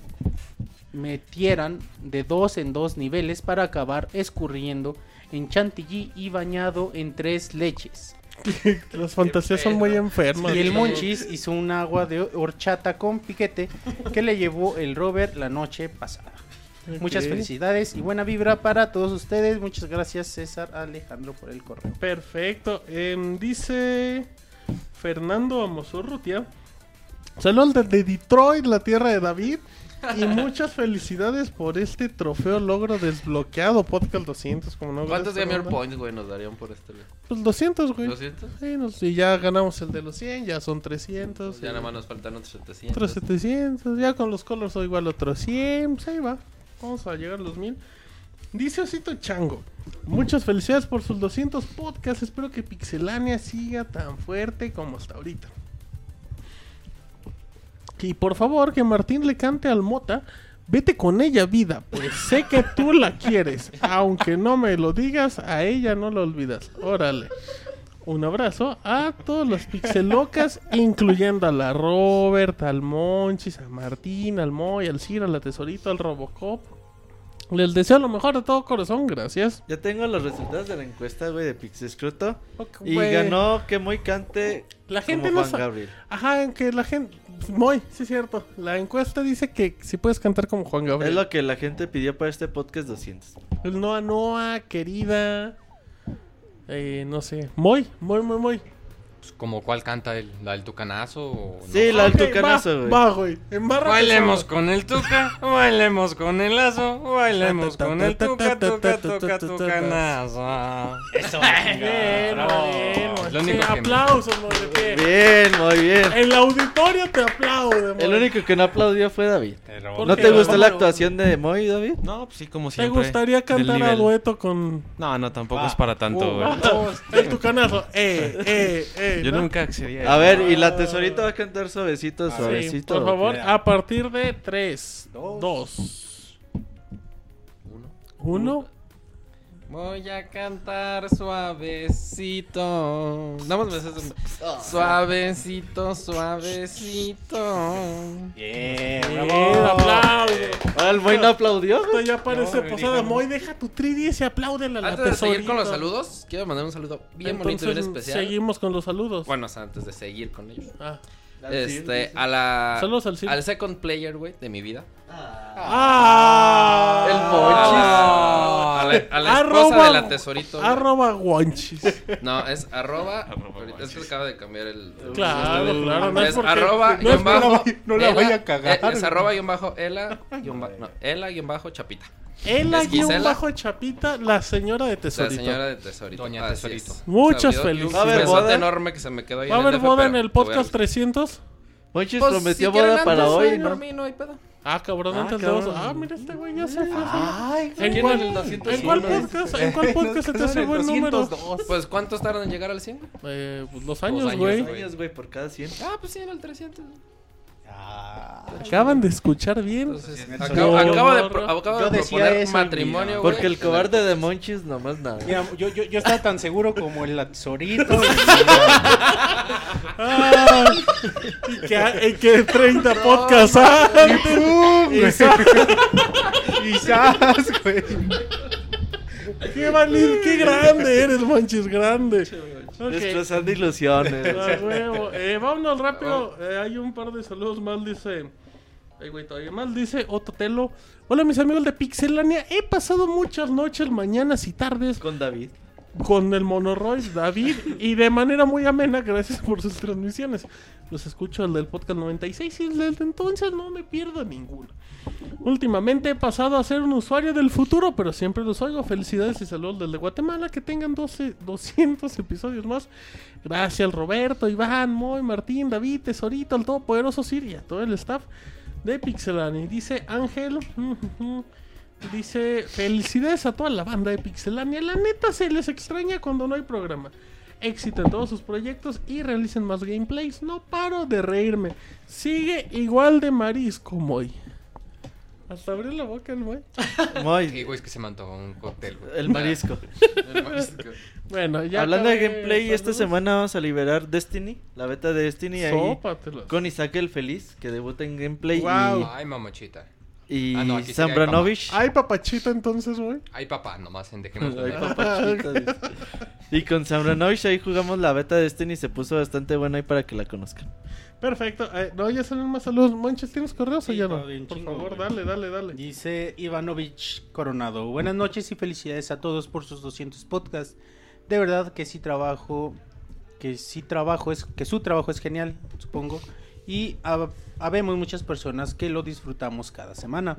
Speaker 5: metieran de dos en dos niveles para acabar escurriendo en chantilly y bañado en tres leches.
Speaker 2: Las fantasías son muy enfermas.
Speaker 5: Y el Monchis hizo un agua de horchata con piquete que le llevó el Robert la noche pasada.
Speaker 2: Ok.
Speaker 5: Muchas felicidades y buena vibra para todos ustedes. Muchas gracias, César Alejandro, por el correo.
Speaker 2: Perfecto. Em, dice Fernando Amosorrutia. Saludos desde Detroit, la tierra de David. Y muchas felicidades por este trofeo logro desbloqueado Podcast 200. Como no
Speaker 9: ¿Cuántos
Speaker 2: Gracias,
Speaker 9: Gamer
Speaker 2: Fernando.
Speaker 9: Points, güey, nos darían por este? güey?
Speaker 2: Pues 200, güey.
Speaker 9: ¿200?
Speaker 2: Sí, nos- y ya ganamos el de los 100, ya son 300.
Speaker 9: Ya
Speaker 2: y
Speaker 9: nada más nos faltan otros 700.
Speaker 2: Otros 700, ya con los colors son igual otros 100, pues ahí va. Vamos a llegar a los 1000. Dice Osito Chango, muchas felicidades por sus 200 podcasts, espero que Pixelania siga tan fuerte como hasta ahorita. Y por favor, que Martín le cante al Mota, vete con ella vida, pues sé que tú la quieres, aunque no me lo digas, a ella no la olvidas. Órale. Un abrazo a todos los pixelocas, incluyendo a la Robert, al Monchis, a Martín, al Moy, al Ciro, al Tesorito, al Robocop, Les deseo lo mejor de todo corazón, gracias.
Speaker 3: Ya tengo los resultados de la encuesta, güey, de Pixescruto.
Speaker 2: Ok,
Speaker 3: Y
Speaker 2: güey.
Speaker 3: ganó que muy cante
Speaker 2: La
Speaker 3: como
Speaker 2: gente no
Speaker 3: Juan
Speaker 2: sa-
Speaker 3: Gabriel.
Speaker 2: Ajá, que la gente. Muy, sí, es cierto. La encuesta dice que si puedes cantar como Juan Gabriel.
Speaker 3: Es lo que la gente pidió para este podcast 200.
Speaker 2: El Noa Noa, querida. Eh, no sé. Muy, muy, muy, muy.
Speaker 6: Pues, ¿Como cuál canta él? ¿La del tucanazo? O no?
Speaker 3: Sí, la del
Speaker 2: Ok, va,
Speaker 3: tucanazo, güey.
Speaker 2: Va, güey. Embarra
Speaker 6: Bailemos con el tuca, bailemos con el lazo, bailemos con el tuca, tuca, tuca, tucanazo.
Speaker 13: Eso,
Speaker 2: Bien,
Speaker 13: chingada, bravo.
Speaker 2: Morel, Morel.
Speaker 6: Lo
Speaker 2: Sí,
Speaker 6: único que-
Speaker 2: Aplausos, Morel, bien.
Speaker 3: Bien, muy bien.
Speaker 2: Eh. El auditorio te aplaude, Morel.
Speaker 3: El único que no aplaudió fue David.
Speaker 13: Pero
Speaker 2: ¿Por
Speaker 3: ¿No
Speaker 2: qué?
Speaker 3: te gustó la
Speaker 2: Vámonos.
Speaker 3: actuación de Moy, David?
Speaker 8: No, pues sí, como
Speaker 2: ¿Te
Speaker 8: siempre.
Speaker 2: gustaría
Speaker 8: del
Speaker 2: cantar a
Speaker 8: nivel.
Speaker 2: dueto con
Speaker 8: Ah, No, no, tampoco
Speaker 13: Va.
Speaker 8: es para
Speaker 2: Uh,
Speaker 8: tanto, güey.
Speaker 2: el tucanazo? Eh, eh, eh.
Speaker 8: Yo
Speaker 2: ¿no? Ah,
Speaker 8: nunca accedí a
Speaker 3: A
Speaker 8: eso.
Speaker 3: ver, y la tesorita va a cantar suavecito,
Speaker 2: Sí,
Speaker 3: suavecito.
Speaker 2: por favor,
Speaker 13: Ya.
Speaker 2: a partir de 3, 2, 1.
Speaker 9: Voy a cantar suavecito. Nada más me haces un- Suavecito, suavecito.
Speaker 13: Bien,
Speaker 2: Bien, aplauso.
Speaker 3: Ah, el Moy no aplaudió.
Speaker 2: Esto Eh, ya parece
Speaker 13: No,
Speaker 2: posada.
Speaker 13: dijo no.
Speaker 2: Moy, deja tu 3 y apláudela a la
Speaker 9: Antes de seguir con los
Speaker 2: tesorita.
Speaker 9: saludos, quiero mandar un saludo bien bonito,
Speaker 2: Entonces,
Speaker 9: bien especial.
Speaker 2: Seguimos con los saludos.
Speaker 9: Bueno, o sea, antes de seguir con ellos.
Speaker 2: Ah.
Speaker 9: Este, a la.
Speaker 2: Saludos al Cid.
Speaker 9: Al second player, güey, de mi vida.
Speaker 2: Ah.
Speaker 9: El Monchis. Ah, A la, a la esposa
Speaker 2: Arroba-
Speaker 9: de la tesorito. güey.
Speaker 2: Arroba guanchis.
Speaker 9: No, es arroba. ahorita- Es que acaba de cambiar el.
Speaker 2: Claro, claro. No es,
Speaker 9: es
Speaker 2: porque-
Speaker 9: arroba
Speaker 2: no
Speaker 9: y
Speaker 2: es
Speaker 9: un bajo.
Speaker 2: por
Speaker 5: no la
Speaker 9: Ela-
Speaker 5: vaya a cagar,
Speaker 9: eh, Es arroba y un bajo Ela y un bajo. No, Ela y un bajo Chapita.
Speaker 2: la- El
Speaker 9: es
Speaker 2: aquí un
Speaker 9: Gisela.
Speaker 2: bajo chapita, la señora de
Speaker 9: La
Speaker 2: tesorito.
Speaker 9: señora de Tesorito.
Speaker 6: Doña
Speaker 9: así
Speaker 6: Tesorito.
Speaker 9: es.
Speaker 2: Muchas
Speaker 9: Se me
Speaker 2: felicidades.
Speaker 9: olvidó que Un
Speaker 3: ¿Va a haber
Speaker 9: besote
Speaker 3: boda?
Speaker 9: enorme que se me quedó ahí
Speaker 2: ¿Va a haber
Speaker 9: DF,
Speaker 2: boda
Speaker 9: pero pues,
Speaker 2: en el
Speaker 9: lo voy a
Speaker 2: podcast 300?
Speaker 3: Monchis
Speaker 9: Pues,
Speaker 3: prometió
Speaker 9: si quieren
Speaker 3: boda para
Speaker 9: antes,
Speaker 3: hoy,
Speaker 9: güey,
Speaker 3: ¿no?
Speaker 9: dormí, no hay pedo.
Speaker 2: Ah, cabrón, antes de vos. Ah, mira este güey, ya se fue. ¿En
Speaker 3: ¿quién
Speaker 2: cuál,
Speaker 3: en el
Speaker 2: en cuál
Speaker 3: 201?
Speaker 2: podcast, ¿En cuál podcast está ese buen número?
Speaker 9: Pues, ¿cuántos tardan en llegar al 100?
Speaker 2: Eh, pues los años,
Speaker 9: años,
Speaker 2: güey.
Speaker 9: güey.
Speaker 3: Años, güey, por cada 100.
Speaker 9: Ah, pues sí, en el 300.
Speaker 2: Acaban de escuchar bien.
Speaker 9: Entonces,
Speaker 13: Entonces,
Speaker 9: acabo,
Speaker 2: yo-
Speaker 9: acabo de, pro- acabo de
Speaker 5: yo decía
Speaker 9: proponer
Speaker 5: eso,
Speaker 9: matrimonio, güey.
Speaker 3: Porque el cobarde de Monchis nomás nada.
Speaker 5: Mira, yo, yo, yo estaba tan seguro como el tesorito.
Speaker 2: Ah, y que, y que 30 podcasts antes. Y
Speaker 5: Quizás, güey.
Speaker 2: ¡Qué valid, qué
Speaker 9: Este
Speaker 2: grande eres, Monchis, grande! Ok.
Speaker 3: Destrozando ilusiones.
Speaker 2: A huevo. Eh, vámonos rápido. Eh, hay un par de saludos más, dice. Ay, güey, todavía mal dice Ototelo. Hola, mis amigos de Pixelania. He pasado muchas noches, mañanas y tardes
Speaker 3: Con David.
Speaker 2: con el Monoroy David y de manera muy amena, gracias por sus transmisiones. Los escucho el del podcast 96 y el del de entonces no me pierdo ninguno. Últimamente he pasado a ser un usuario del futuro, pero siempre los oigo. Felicidades y saludos del de Guatemala, que tengan 12, 200 episodios más. Gracias al Roberto, Iván, Moy, Martín, David, Tesorito, al todopoderoso Siria, todo el staff de Pixelani. Dice Ángel. Dice, felicidades a toda la banda de Pixelania. La neta se les extraña cuando no hay programa. Éxito en todos sus proyectos y realicen más gameplays. No paro de reírme. Sigue igual de marisco, Moy. Hasta abrió la boca el Moy.
Speaker 6: Sí,
Speaker 3: Moy,
Speaker 6: güey, es que se me antojó un cóctel, güey.
Speaker 3: el marisco.
Speaker 2: Bueno, ya.
Speaker 3: Hablando de
Speaker 2: acabé.
Speaker 3: gameplay, esta
Speaker 2: Saludos.
Speaker 3: semana vamos a liberar Destiny, la beta de Destiny ahí.
Speaker 2: Sópatelo.
Speaker 3: Con Isaac el Feliz, que debuta en gameplay.
Speaker 2: Guau.
Speaker 6: Ay, mamachita.
Speaker 3: Y, y
Speaker 6: Ah, no, aquí sí que hay
Speaker 3: Zambranovich.
Speaker 2: Ay, papachito, entonces, güey.
Speaker 6: Ay, papá, nomás en dejemos
Speaker 3: Ay,
Speaker 6: de
Speaker 3: papachito, dice. y con Zambranovich ahí jugamos la beta de Destiny. Se puso bastante buena ahí para que la conozcan.
Speaker 2: Perfecto. Eh, no, ya salen más saludos. Monches, ¿tienes correos o
Speaker 5: Sí,
Speaker 2: ya
Speaker 5: no,
Speaker 2: no?
Speaker 5: bien
Speaker 2: Por
Speaker 5: chingo,
Speaker 2: favor,
Speaker 5: güey.
Speaker 2: dale, dale, dale.
Speaker 5: Dice Ivanovich Coronado. Buenas noches y felicidades a todos por sus 200 podcasts. De verdad que sí trabajo, que sí trabajo es que su trabajo es genial, supongo. Y hab- habemos muchas personas que lo disfrutamos cada semana.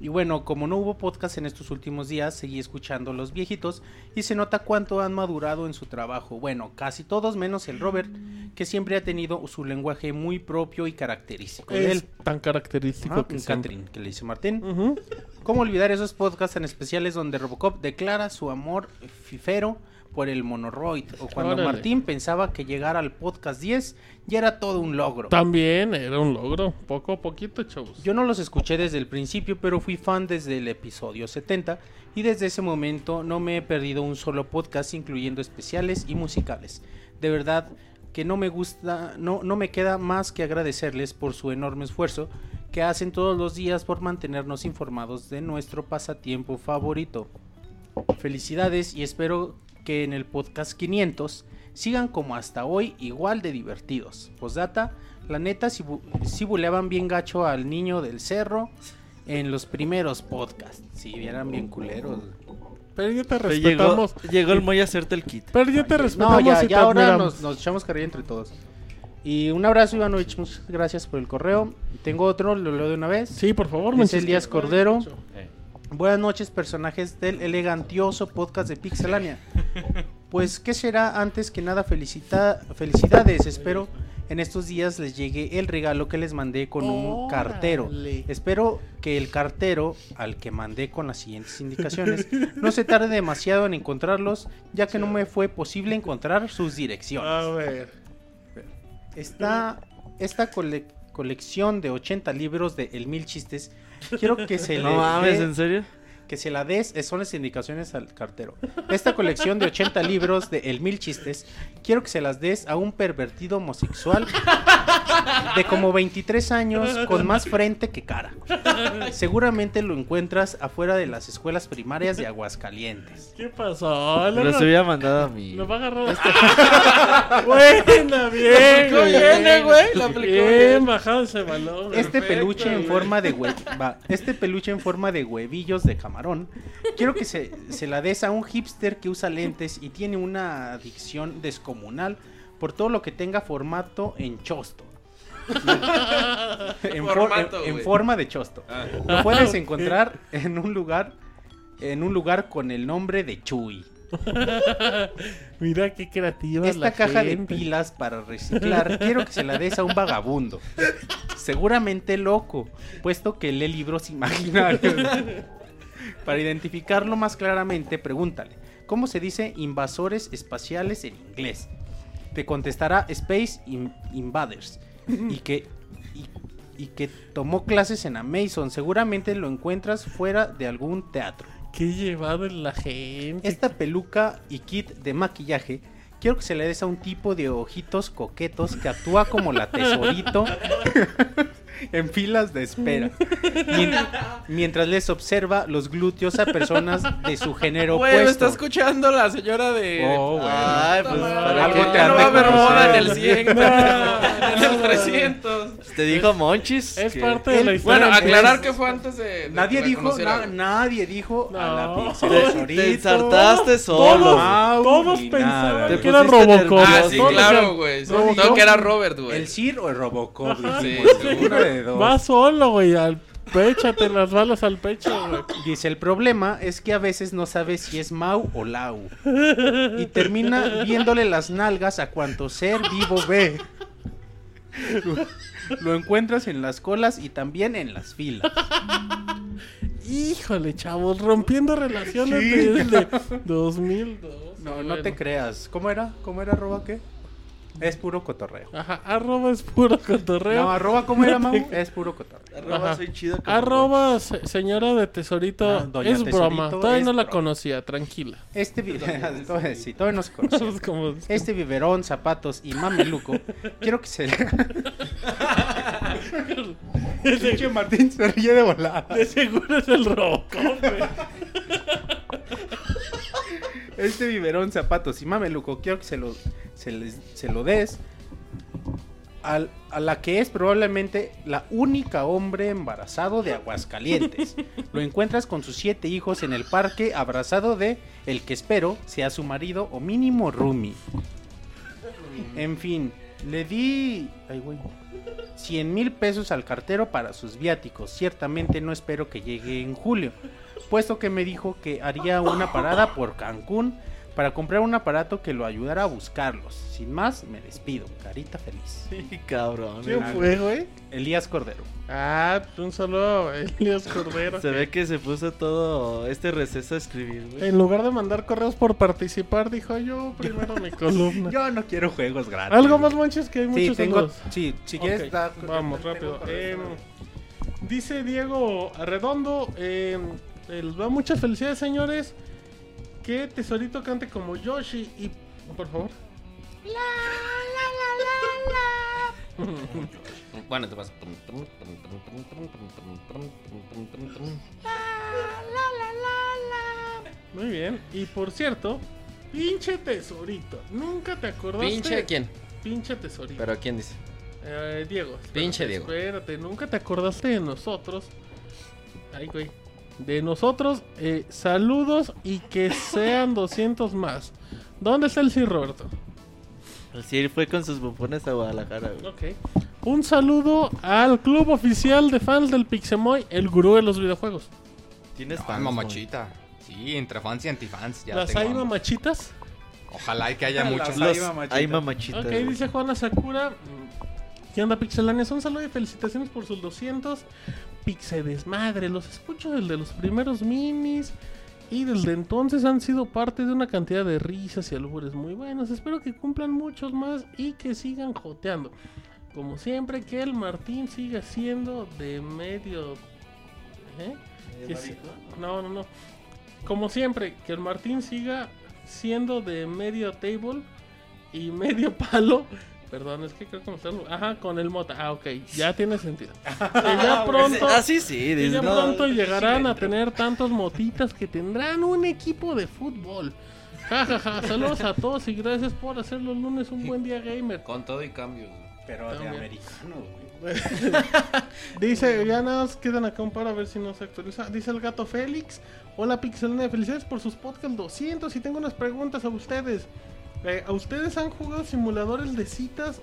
Speaker 5: Y bueno, como no hubo podcast en estos últimos días, seguí escuchando a los viejitos y se nota cuánto han madurado en su trabajo. Bueno, casi todos menos el Robert, que siempre ha tenido su lenguaje muy propio y característico de
Speaker 2: Es
Speaker 5: él.
Speaker 2: tan característico
Speaker 5: Ah,
Speaker 2: que
Speaker 5: con
Speaker 2: siempre.
Speaker 5: Catherine, que le dice Martín.
Speaker 2: Ujú.
Speaker 5: ¿Cómo olvidar esos podcasts en especiales donde Robocop declara su amor fifero por el monoroid? O cuando
Speaker 2: Órale.
Speaker 5: Martín pensaba que llegar al podcast 10 ya era todo un logro.
Speaker 2: También era un logro, poco a poquito, chavos.
Speaker 5: Yo no los escuché desde el principio, pero fui fan desde el episodio 70 y desde ese momento no me he perdido un solo podcast incluyendo especiales y musicales. De verdad que no me gusta, no, no me queda más que agradecerles por su enorme esfuerzo que hacen todos los días por mantenernos informados de nuestro pasatiempo favorito. Felicidades y espero que en el podcast 500 sigan como hasta hoy igual de divertidos. Postdata, la neta si, bu- si buleaban bien gacho al niño del cerro en los primeros podcasts. Si eran bien culeros.
Speaker 2: Pero ya te
Speaker 3: Pero llegó,
Speaker 2: respetamos.
Speaker 3: llegó el Moy a hacerte el kit.
Speaker 2: Pero ya te
Speaker 5: No,
Speaker 2: respetamos
Speaker 5: ya,
Speaker 2: y te
Speaker 5: ya ahora
Speaker 2: admiramos.
Speaker 5: nos, nos echamos carrilla entre todos. Y un abrazo, Ivanovich. Muchas gracias por el correo. Tengo otro, lo leo de una vez.
Speaker 2: Sí, por favor,
Speaker 5: Dice
Speaker 2: Manchester.
Speaker 5: Elías Cordero.
Speaker 12: Eh.
Speaker 5: Buenas noches, personajes del elegantioso podcast de Pixelania. Pues, ¿qué será? Antes que nada, felicita- felicidades. Espero en estos días les llegue el regalo que les mandé con un cartero.
Speaker 2: Órale.
Speaker 5: Espero que el cartero, al que mandé con las siguientes indicaciones, no se tarde demasiado en encontrarlos, ya que no me fue posible encontrar sus
Speaker 2: A
Speaker 5: direcciones.
Speaker 2: ver.
Speaker 5: Esta, esta cole- colección de 80 libros de El Mil Chistes, quiero que se
Speaker 3: No
Speaker 5: le
Speaker 3: mames,
Speaker 5: dé-
Speaker 3: ¿en serio?
Speaker 5: que se la des eh, son las indicaciones al cartero. Esta colección de 80 libros de El Mil Chistes, quiero que se las des a un pervertido homosexual de como 23 años con más frente que cara. Seguramente lo encuentras afuera de las escuelas primarias de Aguascalientes.
Speaker 2: ¿Qué pasó?
Speaker 3: Me los hubiera mandado a este. mí.
Speaker 2: Lo va a agarrar. este Buena, bien.
Speaker 3: aplicó bien,
Speaker 2: güey. Lo aplicó bien. bajado ese balón.
Speaker 5: Este
Speaker 2: Perfecto,
Speaker 5: peluche en
Speaker 2: güey.
Speaker 5: forma de hue- va, este peluche en forma de huevillos de camarón. Quiero que se, se la des a un hipster que usa lentes y tiene una adicción descomunal por todo lo que tenga formato en chosto. en, for-
Speaker 9: Formato,
Speaker 5: en- en
Speaker 9: güey.
Speaker 5: forma de chosto.
Speaker 9: Ah.
Speaker 5: Lo puedes encontrar en un lugar en un lugar con el nombre de Chuy.
Speaker 2: Mira qué creativa es
Speaker 5: Esta
Speaker 2: la
Speaker 5: caja
Speaker 2: gente.
Speaker 5: de pilas para reciclar, quiero que se la des a un vagabundo. Seguramente loco, puesto que lee libros imaginarios. Para identificarlo más claramente, pregúntale, ¿cómo se dice invasores espaciales en inglés? Te contestará Space In- Invaders. Y que, y- y que tomó clases en Amazon. Seguramente lo encuentras fuera de algún teatro.
Speaker 2: Qué llevado en la gente.
Speaker 5: Esta peluca y kit de maquillaje quiero que se le des a un tipo de ojitos coquetos que actúa como la tesorito en filas de espera. Mien- mientras les observa los glúteos a personas de su género
Speaker 9: Güey, me está
Speaker 5: opuesto.
Speaker 9: escuchando la señora de.
Speaker 8: Oh, güey.
Speaker 3: Ay, pues para
Speaker 5: Algo
Speaker 3: qué?
Speaker 5: te
Speaker 9: Ya no va a haber
Speaker 5: andan
Speaker 9: moda en el
Speaker 2: cruzando.
Speaker 9: 100,
Speaker 2: No,
Speaker 9: en
Speaker 2: no,
Speaker 9: el
Speaker 2: no.
Speaker 9: 300.
Speaker 3: Te dijo Monchis.
Speaker 2: Es
Speaker 3: que-
Speaker 2: parte de la
Speaker 5: Él-
Speaker 2: historia.
Speaker 9: Bueno,
Speaker 2: de
Speaker 9: aclarar
Speaker 2: Monchis.
Speaker 9: que fue antes de. de
Speaker 5: Nadie
Speaker 9: que la
Speaker 5: dijo,
Speaker 9: conociera,
Speaker 5: na-
Speaker 9: güey.
Speaker 5: nadie dijo a la
Speaker 2: No.
Speaker 5: pizza
Speaker 3: Te-
Speaker 5: tesorito.
Speaker 3: Te ensartaste solo. güey.
Speaker 5: Mauri,
Speaker 2: Todos
Speaker 5: nada.
Speaker 2: pensaban
Speaker 3: Te
Speaker 2: que era
Speaker 3: pusiste nervioso.
Speaker 2: Robocop.
Speaker 9: Ah,
Speaker 3: Todos
Speaker 9: sí,
Speaker 2: Todos
Speaker 9: claro,
Speaker 2: decían,
Speaker 9: güey.
Speaker 2: no,
Speaker 9: No,
Speaker 2: yo-
Speaker 9: que era Robert, güey.
Speaker 5: ¿El Sir o el Robocop?
Speaker 9: Sí,
Speaker 5: dijimos,
Speaker 9: seguro.
Speaker 5: seguro de dos.
Speaker 2: Va solo, güey, al pecho, te las balas al pecho, güey.
Speaker 5: Dice, el problema es que a veces no sabe si es Mau o Lau. Y termina viéndole las nalgas a cuanto ser vivo ve. Lo- Lo encuentras en las colas y también en las filas.
Speaker 2: Híjole, chavos, rompiendo relaciones
Speaker 5: Sí.
Speaker 2: desde 2002.
Speaker 5: No, no
Speaker 2: Bueno.
Speaker 5: te creas. ¿Cómo era? ¿Cómo era arroba qué? Es puro cotorreo.
Speaker 2: Ajá, arroba es puro cotorreo.
Speaker 5: No, arroba ¿cómo era
Speaker 2: No
Speaker 5: Mau?
Speaker 2: te-
Speaker 5: Es puro cotorreo.
Speaker 3: Arroba
Speaker 2: Ajá.
Speaker 3: soy chido como
Speaker 2: Arroba se- señora de tesorito.
Speaker 5: Ah, doña
Speaker 2: es
Speaker 5: Tesorito
Speaker 2: broma, todavía
Speaker 5: es
Speaker 2: no la
Speaker 5: broma.
Speaker 2: conocía, tranquila.
Speaker 5: Este video... sí, todavía no se conoce.
Speaker 2: Es como-
Speaker 5: Este biberón, zapatos y mameluco, quiero que se... Pinche Martín se ríe de volada.
Speaker 2: De seguro es el roco, güey.
Speaker 5: Este biberón, zapatos y mameluco, quiero que se lo, se les- se lo des al- a la que es probablemente la única hombre embarazado de Aguascalientes. Lo encuentras con sus siete hijos en el parque, abrazado de el que espero sea su marido o mínimo Rumi. En fin, le di... Ay, güey. 100 mil pesos al cartero para sus viáticos. Ciertamente no espero que llegue en julio, puesto que me dijo que haría una parada por Cancún para comprar un aparato que lo ayudara a buscarlos. Sin más, me despido. Carita feliz.
Speaker 3: Sí, cabrón.
Speaker 2: ¿Quién fue, güey?
Speaker 5: Elías Cordero.
Speaker 2: Ah, un saludo a Elias Cordero.
Speaker 3: Se ve que se puso todo este receso a escribir, güey.
Speaker 2: En lugar de mandar correos por participar, dijo yo primero mi columna.
Speaker 5: Yo no quiero juegos gratis.
Speaker 2: Algo más, manches, que hay
Speaker 5: Sí,
Speaker 2: muchos
Speaker 5: tengo.
Speaker 2: saludos.
Speaker 5: Sí, si quieres,
Speaker 2: Ok,
Speaker 5: da-
Speaker 2: vamos
Speaker 5: tengo
Speaker 2: rápido.
Speaker 5: correo.
Speaker 2: Em, dice Diego Arredondo, em, les va muchas felicidades, señores. Que Tesorito cante como Yoshi y por favor.
Speaker 9: Bueno, te vas.
Speaker 2: Muy bien. Y por cierto, pinche tesorito. Nunca te acordaste.
Speaker 9: Pinche quién.
Speaker 2: Pinche tesorito.
Speaker 9: Pero quién dice.
Speaker 2: Eh, Diego. espérate,
Speaker 9: Pinche Diego.
Speaker 2: Espérate, nunca te acordaste de nosotros. Ay, güey. De nosotros, eh, saludos y que sean 200 más. ¿Dónde está el Sir Roberto?
Speaker 3: El Sir fue con sus bufones a Guadalajara, güey.
Speaker 2: Ok. Un saludo al club oficial de fans del Pixemoy, el gurú de los videojuegos.
Speaker 3: Tienes
Speaker 6: No,
Speaker 3: fans,
Speaker 6: mamachita. Sí, entre fans y antifans. Ya
Speaker 2: ¿Las
Speaker 6: tengo
Speaker 2: hay
Speaker 6: hambre.
Speaker 2: mamachitas?
Speaker 6: Ojalá y que haya muchos.
Speaker 3: güey.
Speaker 5: Las hay
Speaker 3: Los-
Speaker 5: mamachitas.
Speaker 3: Hay mamachitas.
Speaker 2: Ok,
Speaker 3: güey.
Speaker 2: dice Juana Sakura. mm, ¿Qué onda, Pixelanias? Un saludo y felicitaciones por sus 200. Pixe desmadre, los escucho desde los primeros minis. Y desde entonces han sido parte de una cantidad de risas y albures muy buenos. Espero que cumplan muchos más y que sigan joteando. Como siempre, que el Martín siga siendo de medio. ¿Eh? Que si- No, no, no. Como siempre, que el Martín siga siendo de medio table y medio palo. Perdón, es que creo que me están- Ajá, con el mota. Ah, ok, ya tiene sentido. Que ya pronto,
Speaker 3: Así Pues, ah, sí,
Speaker 2: que
Speaker 3: dice.
Speaker 2: ya
Speaker 3: no,
Speaker 2: pronto
Speaker 3: sí
Speaker 2: llegarán
Speaker 3: le
Speaker 2: a
Speaker 3: entro.
Speaker 2: tener tantos motitas que tendrán un equipo de fútbol. Ja, ja, ja. Saludos a todos y gracias por hacer los lunes un buen día gamer.
Speaker 9: Con todo y cambios. güey.
Speaker 7: Pero de
Speaker 2: También.
Speaker 7: americano, güey.
Speaker 2: Dice, ya nada más quedan acá un par a ver si nos actualiza. Dice el gato Félix. Hola Pixelania, felicidades por sus podcast 200 y tengo unas preguntas a ustedes. Eh, ¿A ustedes han jugado simuladores de citas?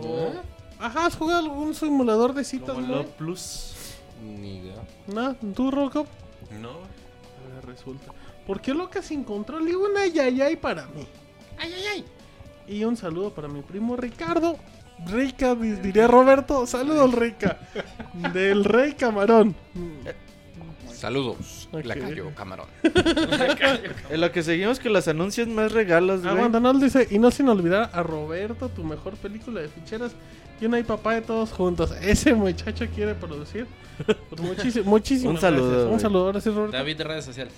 Speaker 2: ¿O... Ajá, ¿has jugado algún simulador de citas?
Speaker 12: Como
Speaker 2: Moy?
Speaker 12: Love Plus.
Speaker 9: Ni idea.
Speaker 2: No, ¿tú Robocop?
Speaker 12: No.
Speaker 2: Ahora resulta. ¿Por qué loca sin control? Y un ay, ay, ay para mí. Ay, ay, ay. Y un saludo para mi primo Ricardo. Rica, di- diría Roberto. Saludos, Rica. Del Rey Camarón.
Speaker 6: Saludos. La
Speaker 2: Ok.
Speaker 6: cayó, camarón.
Speaker 3: En lo que seguimos que los anuncios más regalos, güey.
Speaker 2: Aguanta, no, dice. Y no sin olvidar a Roberto, tu mejor película de ficheras. Y una y papá de todos juntos. Ese muchacho quiere producir. Pues muchísimo, muchísimo.
Speaker 3: Un saludo,
Speaker 2: Gracias. Un
Speaker 3: güey.
Speaker 2: saludo, gracias, Roberto.
Speaker 9: David de redes sociales.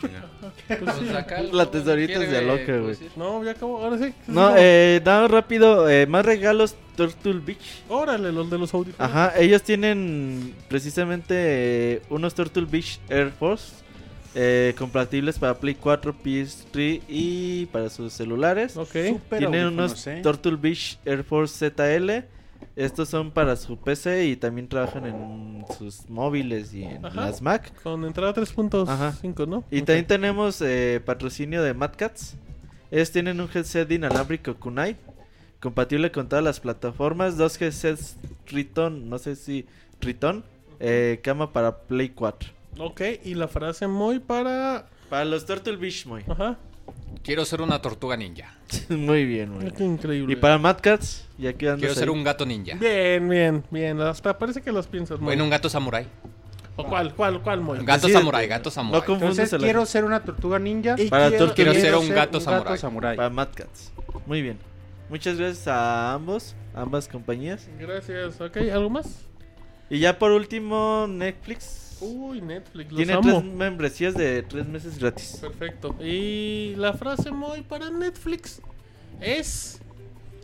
Speaker 2: Pues sí.
Speaker 3: La tesorita es de loca, güey.
Speaker 2: No, ya acabó. Ahora sí.
Speaker 3: No, eh, no, rápido, eh, más regalos Turtle Beach.
Speaker 2: Órale, los de los audífonos.
Speaker 3: Ajá, ellos tienen precisamente eh, unos Turtle Beach Air Force eh, compatibles para Play 4, PS3 y para sus celulares.
Speaker 2: Ok.
Speaker 3: Tienen unos Turtle Beach Air Force ZL. Estos son para su PC y también trabajan en sus móviles y en
Speaker 2: Ajá.
Speaker 3: las Mac.
Speaker 2: Con entrada 3.5, ¿no?
Speaker 3: Y
Speaker 2: Ok.
Speaker 3: también tenemos eh, patrocinio de Mad Cats. Ellos tienen un headset inalámbrico Kunai, compatible con todas las plataformas. Dos headsets Triton, no sé si Triton, eh, cama para Play 4.
Speaker 2: Ok, y la frase muy para.
Speaker 3: Para los Turtle Beach, muy,
Speaker 2: Ajá.
Speaker 6: Quiero ser una tortuga ninja.
Speaker 3: muy bien, muy
Speaker 2: Mira
Speaker 3: bien.
Speaker 2: Qué increíble.
Speaker 3: Y para Mad Cats, ya que andas
Speaker 6: Quiero ser
Speaker 3: ahí.
Speaker 6: un gato ninja.
Speaker 2: Bien, bien, bien. Hasta parece que las piensas muy.
Speaker 6: Bueno, un gato samurái.
Speaker 2: ¿O cuál, cuál, cuál, muy?
Speaker 6: Gato
Speaker 3: Decídete.
Speaker 6: samurái,
Speaker 3: No
Speaker 6: gato samurái.
Speaker 3: confundas
Speaker 5: Entonces
Speaker 3: el
Speaker 5: quiero ser una tortuga ninja.
Speaker 2: Y
Speaker 3: Para
Speaker 2: quiero-
Speaker 3: Turtle
Speaker 6: Quiero
Speaker 3: Beach,
Speaker 6: ser un gato samurái.
Speaker 5: samurái.
Speaker 3: para Mad Cats. Muy bien. Muchas gracias a ambos, ambas compañías.
Speaker 2: Gracias. Ok, ¿algo más?
Speaker 3: Y ya por último, Netflix.
Speaker 2: Uy, Netflix, los
Speaker 3: Tiene
Speaker 2: amo.
Speaker 3: tres membresías de tres meses gratis.
Speaker 2: Perfecto. Y la frase muy para Netflix es.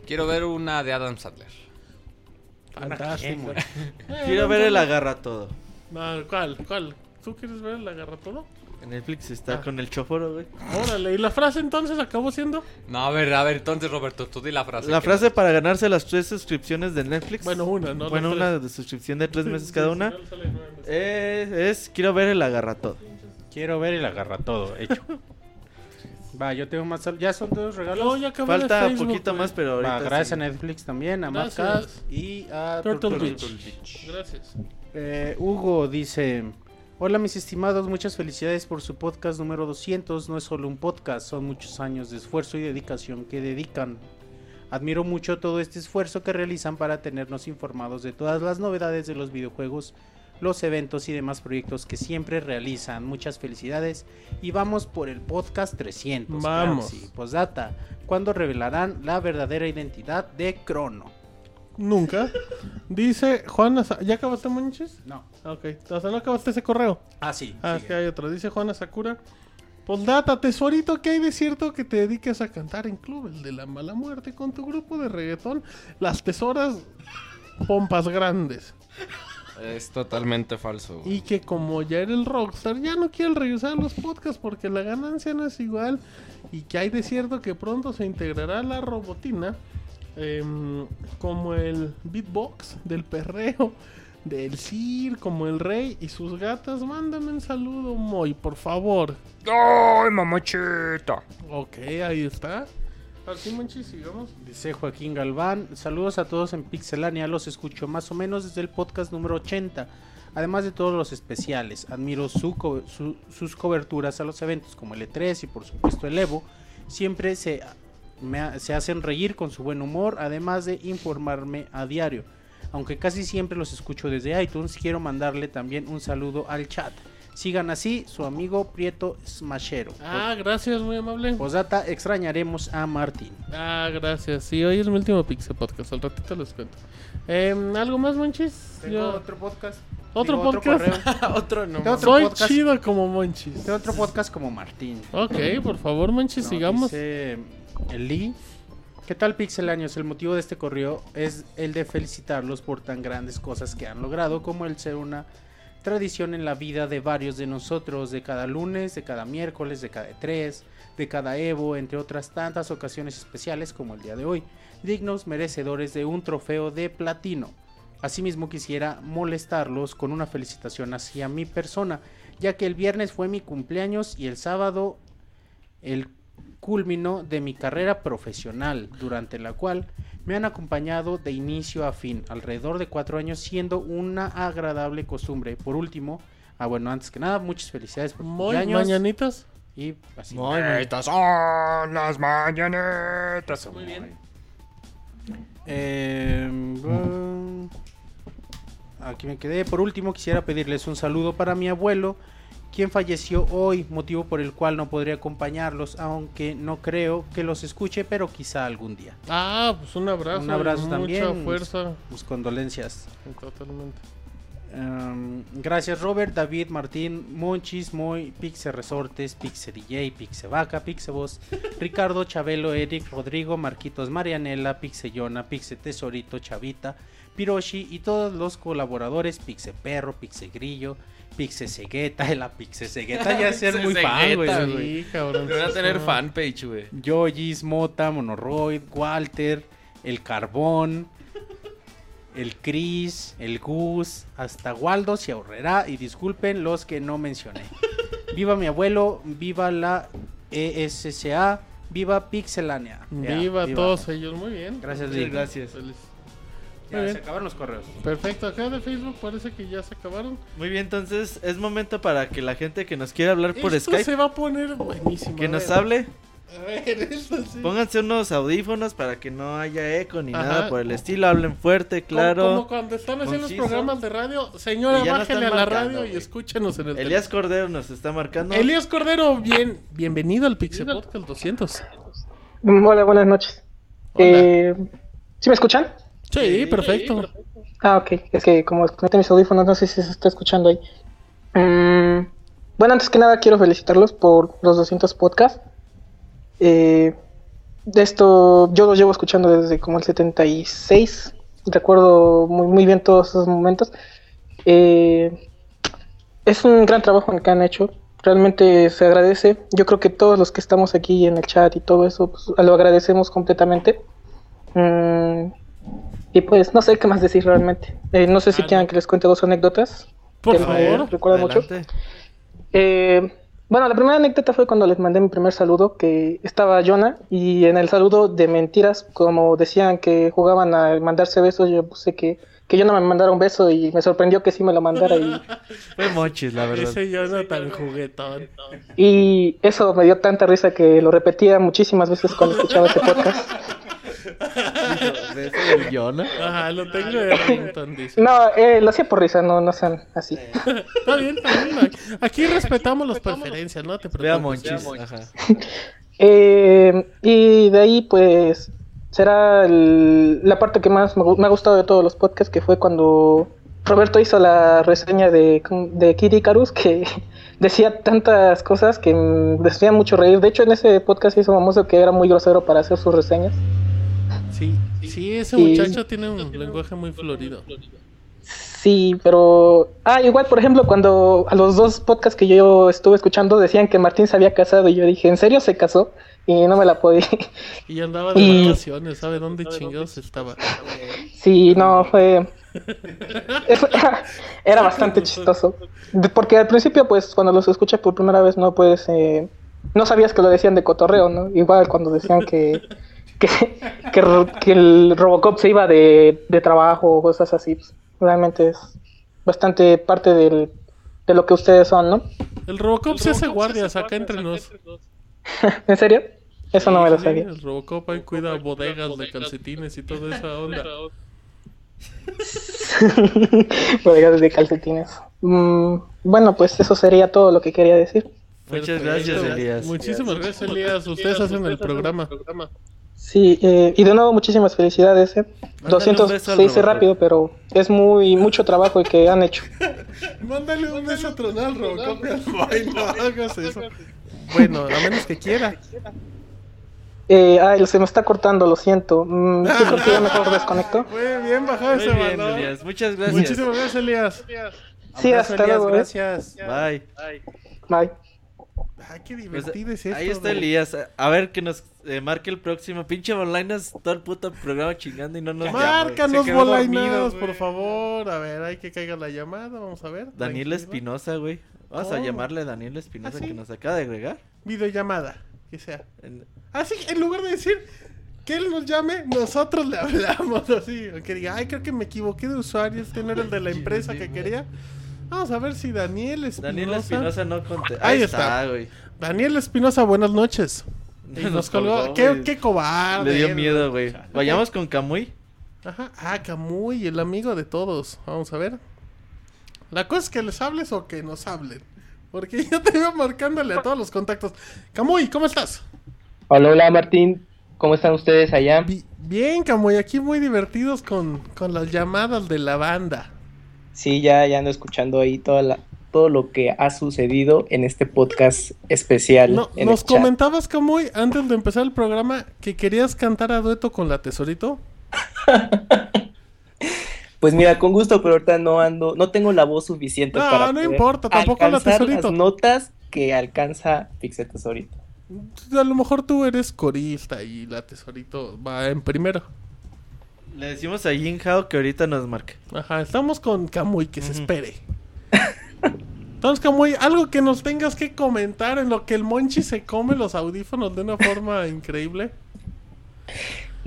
Speaker 6: Quiero ver una de Adam Sadler.
Speaker 3: eh,
Speaker 2: Fantástico. Eh,
Speaker 3: Quiero ver el agarra todo.
Speaker 2: No, Ah, ¿Cuál, cuál? ¿Tú quieres ver el agarratodo?
Speaker 3: En Netflix está
Speaker 2: Ah.
Speaker 3: con el choforo, güey.
Speaker 2: Órale, ¿y la frase entonces acabó siendo?
Speaker 6: No, a ver, a ver, entonces Roberto, tú di la frase.
Speaker 3: La
Speaker 6: que-
Speaker 3: frase para ganarse las tres suscripciones de Netflix.
Speaker 2: Bueno, una, ¿no?
Speaker 3: Bueno,
Speaker 2: Las
Speaker 3: una
Speaker 2: tres.
Speaker 3: de suscripción de tres
Speaker 2: Sí,
Speaker 3: meses
Speaker 2: sí,
Speaker 3: cada
Speaker 2: sí,
Speaker 3: una.
Speaker 2: sale nueve meses.
Speaker 3: Es, es quiero ver el agarra todo.
Speaker 5: Quiero ver el agarra todo, hecho. Va, yo tengo más. sal- Ya son todos regalos.
Speaker 2: No, ya acabé
Speaker 3: Falta
Speaker 2: de Facebook,
Speaker 3: poquito
Speaker 2: güey.
Speaker 3: más, pero
Speaker 5: Va,
Speaker 3: ahorita.
Speaker 5: gracias
Speaker 3: sí.
Speaker 5: a Netflix también, a Mad
Speaker 2: Gracias.
Speaker 5: Cats y a
Speaker 2: Turtle
Speaker 5: Turtle
Speaker 2: Beach.
Speaker 5: Beach.
Speaker 2: Gracias.
Speaker 5: Eh, Hugo dice: Hola, mis estimados, muchas felicidades por su podcast número 200. No es solo un podcast, son muchos años de esfuerzo y dedicación que dedican. Admiro mucho todo este esfuerzo que realizan para tenernos informados de todas las novedades de los videojuegos, los eventos y demás proyectos que siempre realizan. Muchas felicidades y vamos por el podcast 300.
Speaker 2: Vamos.
Speaker 5: Craxi. Postdata, ¿cuándo revelarán la verdadera identidad de Crono?
Speaker 2: Nunca. Dice Juana. Sa- ¿Ya acabaste, Monches?
Speaker 5: No.
Speaker 2: Ah, Ok. O sea, no acabaste ese correo.
Speaker 5: Ah, sí.
Speaker 2: Ah, es que hay otro. Dice Juana Sakura. Postdata, tesorito, ¿qué hay de cierto que te dediques a cantar en clubes de la mala muerte con tu grupo de reggaetón? Las tesoras pompas grandes.
Speaker 9: Es totalmente falso. güey.
Speaker 2: Y que como ya era el rockstar, ya no quiere regresar a los podcasts porque la ganancia no es igual. Y que hay de cierto que pronto se integrará la robotina em, como el beatbox del perreo, del cir, como el rey y sus gatas. Mándame un saludo, Moy, por favor.
Speaker 6: ¡Ay, mamachita!
Speaker 2: Ok, ahí está. Así, Monchi, sigamos.
Speaker 5: Dice Joaquín Galván, saludos a todos en Pixelania, los escucho más o menos desde el podcast número 80, además de todos los especiales. Admiro su co- su- sus coberturas a los eventos como el E3 y por supuesto el Evo. Siempre se, me ha- se hacen reír con su buen humor, además de informarme a diario. Aunque casi siempre los escucho desde iTunes, quiero mandarle también un saludo al chat. Sigan así, su amigo Prieto Smashero.
Speaker 2: Ah, gracias, muy amable.
Speaker 5: Posdata, extrañaremos a Martín.
Speaker 2: Ah, gracias. Sí, hoy es mi último Pixel Podcast. Al ratito les cuento. Em, ¿Algo más, Monchis?
Speaker 5: Tengo
Speaker 2: Yo-
Speaker 5: otro podcast.
Speaker 2: ¿Otro
Speaker 5: Digo,
Speaker 2: podcast?
Speaker 5: correo.
Speaker 9: Otro no.
Speaker 5: Tengo otro
Speaker 2: Soy
Speaker 5: podcast.
Speaker 2: chido como Monchis.
Speaker 5: Tengo otro podcast como Martín.
Speaker 2: Ok, por favor, Monchis,
Speaker 5: No,
Speaker 2: sigamos.
Speaker 5: dice, el Lee. ¿Qué tal Pixel Años? El motivo de este correo es el de felicitarlos por tan grandes cosas que han logrado, como el ser una tradición en la vida de varios de nosotros, de cada lunes, de cada miércoles, de cada E tres, de cada Evo, entre otras tantas ocasiones especiales como el día de hoy, dignos merecedores de un trofeo de platino. Asimismo quisiera molestarlos con una felicitación hacia mi persona, ya que el viernes fue mi cumpleaños y el sábado el culmino de mi carrera profesional, durante la cual me han acompañado de inicio a fin, alrededor de cuatro años, siendo una agradable costumbre. Por último, ah bueno, antes que nada, muchas felicidades por
Speaker 2: Muy
Speaker 5: tus años
Speaker 2: mañanitas.
Speaker 5: y así.
Speaker 6: Estas son las mañanetas. Muy bien.
Speaker 5: Eh, mm, ah, aquí me quedé. Por último, quisiera pedirles un saludo para mi abuelo, quien falleció hoy, motivo por el cual no podría acompañarlos, aunque no creo que los escuche, pero quizá algún día.
Speaker 2: Ah, pues un abrazo.
Speaker 5: Un abrazo
Speaker 2: y Mucha
Speaker 5: también.
Speaker 2: fuerza.
Speaker 5: Mis condolencias.
Speaker 2: Totalmente.
Speaker 5: Um, gracias Robert, David, Martín, Monchis, Moy, Pixe Resortes, Pixe DJ, Pixe Vaca, Pixe Voz, Ricardo, Chabelo, Eric, Rodrigo, Marquitos, Marianela, Pixe Yona, Pixe Tesorito, Chavita, Piroshi y todos los colaboradores, Pixe Perro, Pixe Grillo, Pixe Cegueta, la Pixe Cegueta ya ser muy fan, güey.
Speaker 9: Cegueta,
Speaker 5: güey.
Speaker 2: Sí, cabrón.
Speaker 9: Debería tener fanpage, güey.
Speaker 5: Yoyis, Mota, Monoroid, Walter, El Carbón, El Cris, El Gus, hasta Waldo se ahorrará y disculpen los que no mencioné. Viva mi abuelo, viva la E ESCA, viva Pixelania. Ya,
Speaker 2: Viva todos ellos. Muy bien.
Speaker 5: Gracias,
Speaker 2: Muy bien,
Speaker 5: Vic.
Speaker 3: gracias.
Speaker 2: feliz.
Speaker 5: Ya,
Speaker 2: Muy
Speaker 5: se
Speaker 2: bien.
Speaker 5: acabaron los correos.
Speaker 2: Perfecto. Acá de Facebook parece que ya se acabaron.
Speaker 3: Muy bien, entonces es momento para que la gente que nos quiera hablar por
Speaker 2: Esto
Speaker 3: Skype,
Speaker 2: se va a poner buenísimo.
Speaker 3: que
Speaker 2: a
Speaker 3: nos
Speaker 2: ver.
Speaker 3: hable,
Speaker 2: A ver, esto sí.
Speaker 3: pónganse unos audífonos para que no haya eco ni
Speaker 2: Ajá.
Speaker 3: nada por el estilo, hablen fuerte,
Speaker 2: Como- Como
Speaker 3: claro.
Speaker 2: cuando están haciendo
Speaker 3: conciso.
Speaker 2: los programas de radio. Señora,
Speaker 3: Y ya no
Speaker 2: bájale a
Speaker 3: están
Speaker 2: la
Speaker 3: marcando,
Speaker 2: radio y
Speaker 3: güey.
Speaker 2: escúchenos en el
Speaker 3: Elías Cordero nos está marcando.
Speaker 2: Elías Cordero, bien, bienvenido al Pixel Podcast 200.
Speaker 14: Hola, buenas noches. Eh, ¿Sí me escuchan?
Speaker 2: Sí, perfecto.
Speaker 14: Ah, ok. Es que como no mis audífonos, no sé si se está escuchando ahí. Mm, bueno, antes que nada quiero felicitarlos por los 200 podcasts. Eh, de esto yo los llevo escuchando desde como el 76. Recuerdo muy, muy bien todos esos momentos. Eh, es un gran trabajo el que han hecho. Realmente se agradece. Yo creo que todos los que estamos aquí en el chat y todo eso, pues, lo agradecemos completamente. Mm, y pues no sé qué más decir realmente. Eh, no sé si quieran que les cuente dos anécdotas.
Speaker 2: Ah, Por
Speaker 14: que me
Speaker 2: favor.
Speaker 14: recuerdan mucho.
Speaker 3: Adelante.
Speaker 14: Eh, bueno, la primera anécdota fue cuando les mandé mi primer saludo, que estaba Jonah, y en el saludo de mentiras, como decían que jugaban a mandarse besos, yo puse que, que Jonah me mandara un beso y me sorprendió que sí me lo mandara y,
Speaker 3: Fue Monchis, la verdad.
Speaker 2: Ese Jonathan juguetón.
Speaker 14: y eso me dio tanta risa que lo repetía muchísimas veces cuando escuchaba ese podcast.
Speaker 3: Hijo de ese del Yona.
Speaker 2: Ajá, lo tengo de Rington, dice.
Speaker 14: No, eh, lo hacía por risa, no, no sean así.
Speaker 2: Está bien, está bien. Aquí respetamos las preferencias, no te
Speaker 3: Ve a
Speaker 2: preocupes.
Speaker 3: Monchis. Ajá.
Speaker 14: Eh, y de ahí, pues, será el- la parte que más me, gu- me ha gustado de todos los podcasts, que fue cuando Roberto hizo la reseña de, de Kid Icarus, que decía tantas cosas que mm, les hacía mucho reír. De hecho, en ese podcast hizo famoso que era muy grosero para hacer sus reseñas.
Speaker 2: Sí, sí, ese
Speaker 14: Sí.
Speaker 2: muchacho tiene un lenguaje muy florido.
Speaker 14: Sí, pero... Ah, igual, por ejemplo, cuando a los dos podcasts que yo estuve escuchando decían que Martín se había casado y yo dije, ¿en serio se casó? Y no me la podía...
Speaker 2: Y andaba de
Speaker 14: Y-
Speaker 2: vacaciones, ¿sabe dónde chingados estaba?
Speaker 14: Sí, no, fue... era, era bastante chistoso. De- Porque al principio, pues, cuando los escuchas por primera vez, no puedes... eh, No sabías que lo decían de cotorreo, ¿no? Igual cuando decían que... Que, que ro- que el Robocop se iba de, de trabajo o cosas así. pues, Realmente es bastante parte del, de lo que ustedes son, ¿no?
Speaker 2: El Robocop se hace guardias acá entre nos.
Speaker 14: ¿En serio? Eso no me lo sabía.
Speaker 2: El Robocop ahí cuida bodegas de calcetines y toda esa onda.
Speaker 14: Bodegas de calcetines. Mm, bueno, pues eso sería todo lo que quería decir.
Speaker 3: Muchas gracias, Elías.
Speaker 2: Muchísimas gracias, Elías. Ustedes hacen el programa.
Speaker 14: Sí, eh, y de nuevo muchísimas felicidades. ¿eh?
Speaker 2: un
Speaker 14: 200
Speaker 2: beso al
Speaker 14: se dice
Speaker 2: Roberto.
Speaker 14: rápido, pero es muy mucho trabajo el que han hecho.
Speaker 2: Mándale un beso tronado al Robocop. Ay, no hagas eso. Bueno, a menos que quiera.
Speaker 14: Eh, ay, se me está cortando, lo siento. Mm, yo creo que ya mejor desconecto.
Speaker 2: Muy bien bajado
Speaker 3: Muy
Speaker 2: ese
Speaker 3: bien,
Speaker 2: balón.
Speaker 3: Elías. Muchas gracias.
Speaker 2: Muchísimas gracias, Elías.
Speaker 14: Sí,
Speaker 2: Abrazo,
Speaker 14: hasta
Speaker 2: Elías,
Speaker 14: luego. ¿eh?
Speaker 2: Gracias.
Speaker 3: Bye.
Speaker 14: Bye.
Speaker 2: Ay, qué
Speaker 3: Pues,
Speaker 2: divertido es esto.
Speaker 3: ahí está
Speaker 2: güey.
Speaker 3: Elías. A- A ver que nos eh, marque el próximo. Pinche Bolainas, todo el puto programa chingando y no nos
Speaker 2: Márcanos,
Speaker 3: Se quedó dormido,
Speaker 2: bolainados,
Speaker 3: güey.
Speaker 2: por favor. A ver, hay que caiga la llamada. Vamos a ver.
Speaker 3: Daniel
Speaker 2: Tranquilo.
Speaker 3: Espinosa, güey. Vamos a
Speaker 2: ¿Cómo?
Speaker 3: llamarle a Daniel Espinosa
Speaker 2: Oh. ¿Ah, sí?
Speaker 3: que nos acaba de agregar.
Speaker 2: Videollamada, que sea.
Speaker 3: En-
Speaker 2: Así, en lugar de decir que él nos llame, nosotros le hablamos así. O que diga, ay, creo que me equivoqué de usuario, este no era el de la empresa que quería. Vamos a ver si Daniel Espinosa.
Speaker 3: Daniel Espinosa no contesta.
Speaker 2: Ahí
Speaker 3: Ahí
Speaker 2: está.
Speaker 3: está, güey.
Speaker 2: Daniel Espinosa, buenas noches. Y
Speaker 3: Nos
Speaker 2: nos, colgó.
Speaker 3: colgó,
Speaker 2: ¿Qué,
Speaker 3: güey.
Speaker 2: qué cobarde.
Speaker 3: Le dio miedo, güey. Vayamos con Camuy.
Speaker 2: Ajá. Ah, Camuy, el amigo de todos. Vamos a ver. La cosa es que les hables o que nos hablen. Porque yo te veo marcándole a todos los contactos. Camuy, ¿cómo estás?
Speaker 15: Hola, hola Martín, ¿cómo están ustedes allá?
Speaker 2: Bien, Camuy, aquí muy divertidos con, con las llamadas de la banda.
Speaker 15: Sí, ya, ya ando escuchando ahí toda la, todo lo que ha sucedido en este podcast especial.
Speaker 2: No,
Speaker 15: en
Speaker 2: nos
Speaker 15: el chat.
Speaker 2: comentabas, Camuy, antes de empezar el programa, que querías cantar a dueto con la Tesorito.
Speaker 15: Pues mira, con gusto, pero ahorita no ando, no tengo la voz suficiente
Speaker 2: No,
Speaker 15: para
Speaker 2: no
Speaker 15: poder
Speaker 2: importa, tampoco la
Speaker 15: alcanzar
Speaker 2: Tesorito.
Speaker 15: las notas que alcanza Pixel Tesorito.
Speaker 2: A lo mejor tú eres corista y la Tesorito va en primero.
Speaker 3: Le decimos a Jin Hao que ahorita nos marque.
Speaker 2: Ajá, estamos con Camuy, que se espere. Entonces, Camuy, algo que nos tengas que comentar en lo que el Monchi se come los audífonos de una forma increíble.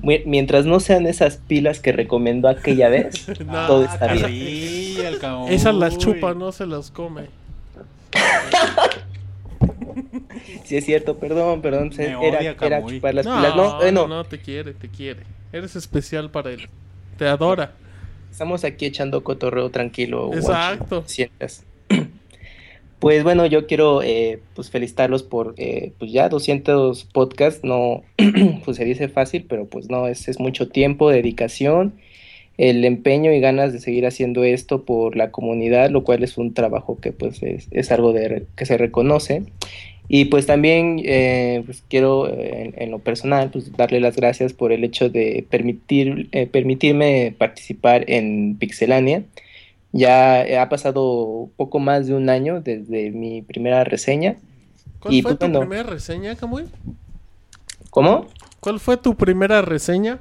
Speaker 15: Mu- Mientras no sean esas pilas que recomendó aquella vez,
Speaker 2: No,
Speaker 15: todo está bien.
Speaker 2: sí, Esas las chupa, no se las come.
Speaker 15: Sí es cierto, perdón, perdón, se-
Speaker 2: Me
Speaker 15: era,
Speaker 2: odia
Speaker 15: era
Speaker 2: Camuy.
Speaker 15: chupar las
Speaker 2: No,
Speaker 15: pilas. No, bueno,
Speaker 2: no, te quiere, te quiere. Eres especial para él. Te adora.
Speaker 15: Estamos aquí echando cotorreo tranquilo. Guachi,
Speaker 2: Exacto.
Speaker 15: sientas. Pues bueno, yo quiero eh, pues felicitarlos por eh, pues ya 200 podcasts, no pues se dice fácil, pero pues no, es, es mucho tiempo, dedicación, el empeño y ganas de seguir haciendo esto por la comunidad, lo cual es un trabajo que pues es, es algo de, re- que se reconoce. Y pues también eh, pues, quiero eh, en, en lo personal pues darle las gracias por el hecho de permitir, eh, permitirme participar en Pixelania. Ya eh, ha pasado poco más de un año desde mi primera reseña.
Speaker 2: ¿Cuál
Speaker 15: Y
Speaker 2: fue
Speaker 15: pues,
Speaker 2: tu
Speaker 15: bueno,
Speaker 2: primera reseña, Camuy?
Speaker 15: ¿Cómo?
Speaker 2: ¿Cuál fue tu primera reseña?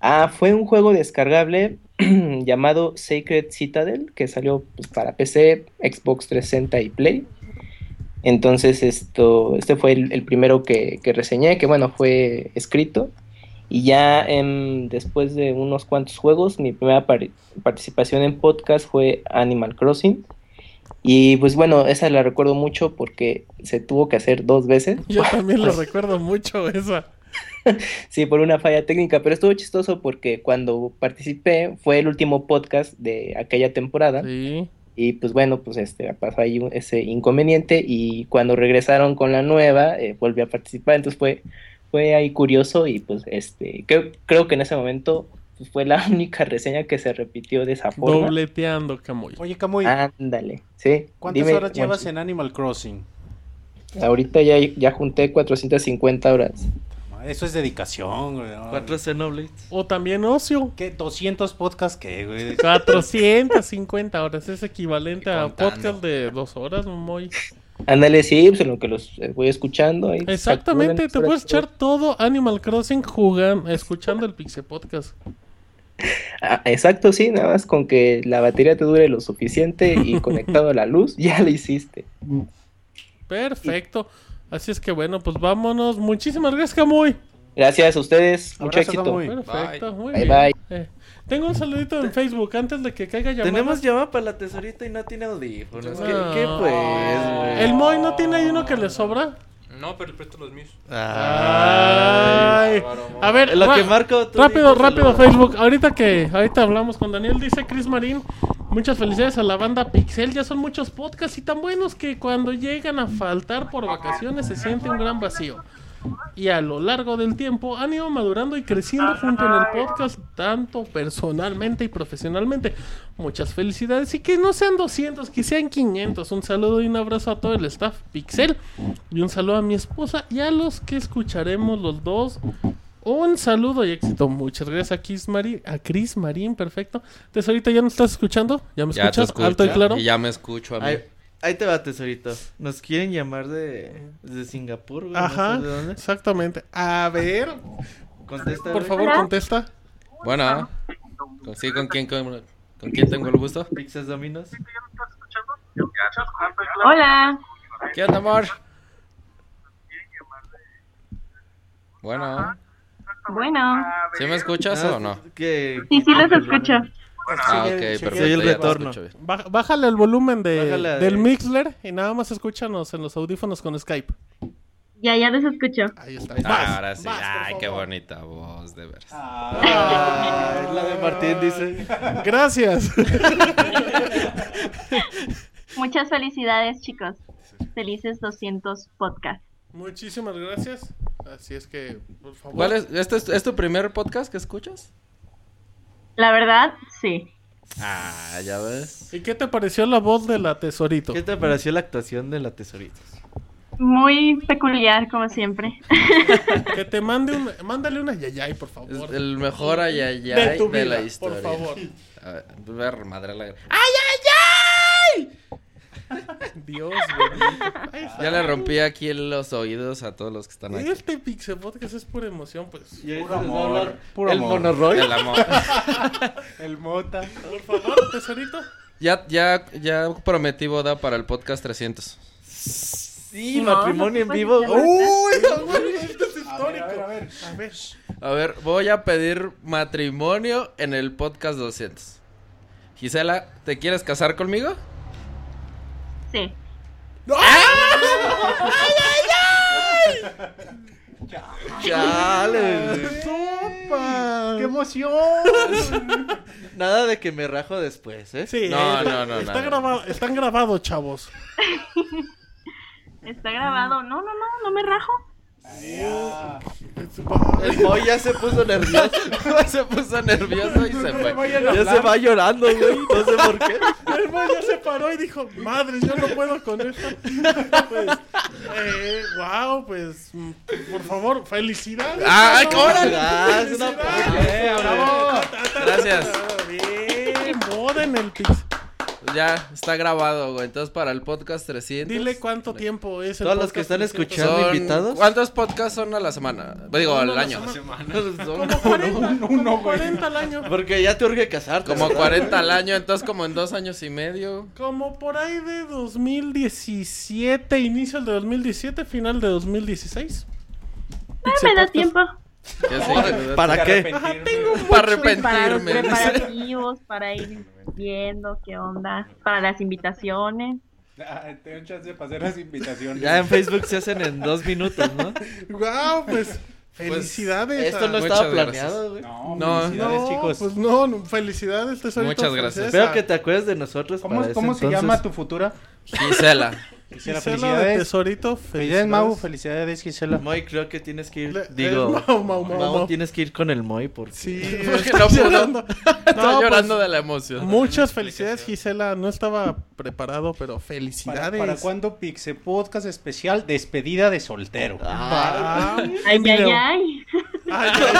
Speaker 15: Ah, fue un juego descargable llamado Sacred Citadel que salió pues, para PC, Xbox 360 y Play. Entonces, esto, este fue el, el primero que, que reseñé, que bueno, fue escrito. Y ya em, después de unos cuantos juegos, mi primera par- participación en podcast fue Animal Crossing. Y pues bueno, esa la recuerdo mucho porque se tuvo que hacer dos veces.
Speaker 2: Yo también
Speaker 15: Pues,
Speaker 2: lo recuerdo mucho eh. esa.
Speaker 15: Sí, por una falla técnica, pero estuvo chistoso porque cuando participé fue el último podcast de aquella temporada. Y pues bueno, pues este pasó ahí un- ese inconveniente y cuando regresaron con la nueva eh, volví a participar, entonces fue fue ahí curioso y pues este creo, creo que en ese momento pues, fue la única reseña que se repitió de esa forma.
Speaker 2: Dobleteando, Camuy.
Speaker 5: Oye, Camuy.
Speaker 15: Ándale, sí.
Speaker 5: ¿Cuántas
Speaker 15: dime,
Speaker 5: horas llevas
Speaker 15: Juanchi.
Speaker 5: en Animal Crossing?
Speaker 15: Ahorita ya, ya junté 450 horas.
Speaker 5: Eso es dedicación, güey.
Speaker 3: Cuatro Xenoblades.
Speaker 2: O también ocio.
Speaker 5: ¿Qué? ¿200 podcasts qué, güey?
Speaker 2: 450 horas. Es equivalente a
Speaker 5: Contando.
Speaker 2: podcast de dos horas, muy.
Speaker 15: Ándale, sí, pues, en lo que los eh, voy escuchando. ahí,
Speaker 2: Exactamente,
Speaker 15: capturan,
Speaker 2: te puedes
Speaker 15: capturan.
Speaker 2: echar todo Animal Crossing jugando, escuchando el Pixel Podcast.
Speaker 15: Ah, exacto, sí, nada más con que la batería te dure lo suficiente y conectado a la luz, ya lo hiciste.
Speaker 2: Perfecto. Así es que bueno, pues vámonos. Muchísimas gracias, Camuy.
Speaker 15: Gracias a ustedes, mucho éxito.
Speaker 2: Perfecto, muy
Speaker 15: Bye,
Speaker 2: bien.
Speaker 15: bye.
Speaker 2: Eh, tengo un saludito en Facebook antes de que caiga llamada.
Speaker 3: Tenemos llamada para la tesorita y no tiene audífonos. ¿Qué,
Speaker 2: No.
Speaker 3: qué pues, güey?
Speaker 2: ¿El Moy no tiene ahí uno que le sobra?
Speaker 6: No, pero el presto los míos.
Speaker 2: Ay. A ver,
Speaker 3: Lo
Speaker 2: ra-
Speaker 3: que Marco, tú
Speaker 2: rápido,
Speaker 3: dices,
Speaker 2: rápido
Speaker 3: saludos.
Speaker 2: Facebook. Ahorita que ahorita hablamos con Daniel, dice Chris Marín, muchas felicidades a la banda Pixel. Ya son muchos podcasts y tan buenos que cuando llegan a faltar por vacaciones se siente un gran vacío. Y a lo largo del tiempo han ido madurando y creciendo junto en el podcast, tanto personalmente y profesionalmente. Muchas felicidades y que no sean 200, que sean 500. Un saludo y un abrazo a todo el staff Pixel. Y un saludo a mi esposa y a los que escucharemos los dos. Un saludo y éxito. Muchas gracias a Chris Marín. A Chris Marín, perfecto. Tesorito, ¿ya nos estás escuchando? ¿Ya me
Speaker 9: Ya te
Speaker 2: escuchas?
Speaker 9: escucho,
Speaker 2: Alto y claro.
Speaker 9: Y ya me escucho a mí.
Speaker 3: Ahí, ahí te va, tesorito. Nos quieren llamar de, de Singapur, güey. no
Speaker 2: Ajá,
Speaker 3: sé de dónde.
Speaker 2: exactamente. A ver,
Speaker 3: Contesta, güey.
Speaker 2: por favor, contesta.
Speaker 16: Ah.
Speaker 9: Bueno, ¿con, sí, ¿con quién, con, con quién tengo el gusto?
Speaker 3: Pizzas Dominos. Ah, pues,
Speaker 16: Hola.
Speaker 9: ¿Qué onda, amor? Bueno,
Speaker 16: Bueno.
Speaker 9: ¿sí me escuchas
Speaker 3: Ah,
Speaker 9: o no?
Speaker 3: Que...
Speaker 16: Sí, sí los escucho.
Speaker 9: Ah, ok, perfecto.
Speaker 3: Se oye el
Speaker 9: ya te
Speaker 3: retorno.
Speaker 9: escucho bien.
Speaker 2: Baj- Bájale el volumen de-
Speaker 3: Bájale,
Speaker 2: del
Speaker 3: eh.
Speaker 2: Mixler y nada más escúchanos en los audífonos con Skype.
Speaker 16: Ya, ya los escucho.
Speaker 2: Ahí está. ahí está. Vas,
Speaker 9: Ah, Ahora sí,
Speaker 2: vas, por
Speaker 9: ay, qué
Speaker 2: favor.
Speaker 9: bonita voz, de veras.
Speaker 2: Ah,
Speaker 3: la de Martín, dice.
Speaker 2: Gracias.
Speaker 16: Muchas felicidades, chicos. Felices 200 podcast.
Speaker 2: Muchísimas gracias. Así es que, por favor.
Speaker 9: ¿Cuál es, este es, es tu primer podcast que escuchas?
Speaker 16: La verdad, sí.
Speaker 9: Ah, ya ves.
Speaker 2: ¿Y qué te pareció la voz de la tesorito?
Speaker 3: ¿Qué te pareció la actuación de la tesorita?
Speaker 16: Muy peculiar, como siempre.
Speaker 2: Que te mande un, mándale una yayay, por favor.
Speaker 9: Es el mejor ayayay
Speaker 2: de
Speaker 9: de,
Speaker 2: tu vida,
Speaker 9: la historia.
Speaker 2: por favor.
Speaker 9: A ver, voy a remadrear la...
Speaker 2: Dios, bendito. Ahí está.
Speaker 9: Ya le rompí aquí los oídos a todos los que están aquí.
Speaker 2: Este Pixel Podcast es pura emoción, pues.
Speaker 3: Y ahorita
Speaker 5: Puro
Speaker 3: les va a
Speaker 5: amor,
Speaker 3: hablar
Speaker 5: puro
Speaker 3: el
Speaker 5: amor.
Speaker 3: monorroy.
Speaker 9: El amor.
Speaker 5: El Mota.
Speaker 2: Por favor, tesorito.
Speaker 9: Ya, ya, ya prometí boda para el podcast 300.
Speaker 3: Sí,
Speaker 16: No,
Speaker 3: matrimonio en
Speaker 16: no se
Speaker 3: vivo. Uh.
Speaker 16: puede.
Speaker 3: ¡Uy!
Speaker 2: Este
Speaker 5: A ver, a ver, a ver.
Speaker 2: A ver.
Speaker 9: A ver, voy a pedir matrimonio en el podcast 200. Gisela, ¿te quieres casar conmigo?
Speaker 16: Sí.
Speaker 3: Chale, güey.
Speaker 2: ¡Sopa!
Speaker 5: ¡Qué emoción!
Speaker 3: Nada de que me rajo después, ¿eh?
Speaker 2: Sí,
Speaker 9: No,
Speaker 2: eh,
Speaker 9: no, no,
Speaker 2: está
Speaker 9: no.
Speaker 2: grabado, Están grabados, chavos.
Speaker 16: Está grabado. No, no, no, no me rajo.
Speaker 3: El boy ya se puso nervioso.
Speaker 9: se puso nervioso y se fue.
Speaker 3: ya se va llorando, güey. No sé por qué.
Speaker 2: El boy ya se paró y dijo, madre, yo no puedo con esto. Pues, eh, wow, pues, mm, por favor, felicidades.
Speaker 9: ¡Ay,
Speaker 2: cabrón.
Speaker 9: órale!
Speaker 3: Ah, es una-
Speaker 2: Felicidades.
Speaker 3: Eh,
Speaker 2: Bravo.
Speaker 9: Gracias.
Speaker 2: Bien, moda en el pix.
Speaker 9: Ya, está grabado, güey. Entonces, para el podcast 300.
Speaker 2: Dile cuánto tiempo es el
Speaker 3: Todos los que
Speaker 2: podcast
Speaker 3: están
Speaker 2: que siento.
Speaker 3: escuchando. ¿Son invitados?
Speaker 9: ¿Cuántos podcasts son a la semana? Digo, al año.
Speaker 2: Como 40, como 40 al año.
Speaker 3: Porque ya te urge casarte.
Speaker 9: Como
Speaker 3: ¿verdad?
Speaker 9: 40 al año, entonces como en dos años y medio.
Speaker 2: Como por ahí de 2017, inicio de 2017, final de 2016.
Speaker 16: Ah, me da tiempo.
Speaker 9: Ya sé,
Speaker 3: ¿Para qué?
Speaker 2: Ajá, tengo un
Speaker 9: Para
Speaker 16: Para los
Speaker 9: arrepentirme.
Speaker 16: preparativos, para ir viendo qué onda, para las invitaciones.
Speaker 7: Ah, Tengo chance de pasar las invitaciones.
Speaker 3: Ya en Facebook se hacen en dos minutos, ¿no?
Speaker 2: Wow, pues felicidades.
Speaker 3: Esto
Speaker 2: a-
Speaker 3: no
Speaker 9: Muchas
Speaker 3: estaba
Speaker 9: gracias.
Speaker 3: planeado, güey.
Speaker 7: No,
Speaker 9: No,
Speaker 7: felicidades,
Speaker 2: No,
Speaker 7: chicos.
Speaker 2: Pues no, no, felicidades, tesorito.
Speaker 9: Muchas gracias.
Speaker 2: felicidades
Speaker 3: Espero
Speaker 2: a-
Speaker 3: que te acuerdes de nosotros.
Speaker 7: ¿Cómo,
Speaker 3: para ese
Speaker 7: cómo se
Speaker 3: entonces.
Speaker 7: llama tu futura?
Speaker 9: Gisela.
Speaker 5: Gisela,
Speaker 2: Gisela de
Speaker 5: felicidades.
Speaker 2: Tesorito,
Speaker 5: Felicidades, Mau. Felicidades, Gisela.
Speaker 3: Moy, creo que tienes que ir.
Speaker 5: Le-
Speaker 3: digo,
Speaker 5: eh, Mau, Mau, Mau,
Speaker 3: Mau,
Speaker 2: Mau.
Speaker 3: tienes que ir con el Moy porque.
Speaker 2: Porque
Speaker 17: no pudo. Está llorando de la emoción.
Speaker 2: Muchas felicidades, Gisela. No estaba preparado, pero
Speaker 5: ¿Para,
Speaker 2: felicidades.
Speaker 5: ¿Para cuándo Pixe Podcast especial despedida de soltero?
Speaker 2: Ah.
Speaker 16: Ay, ay, ay.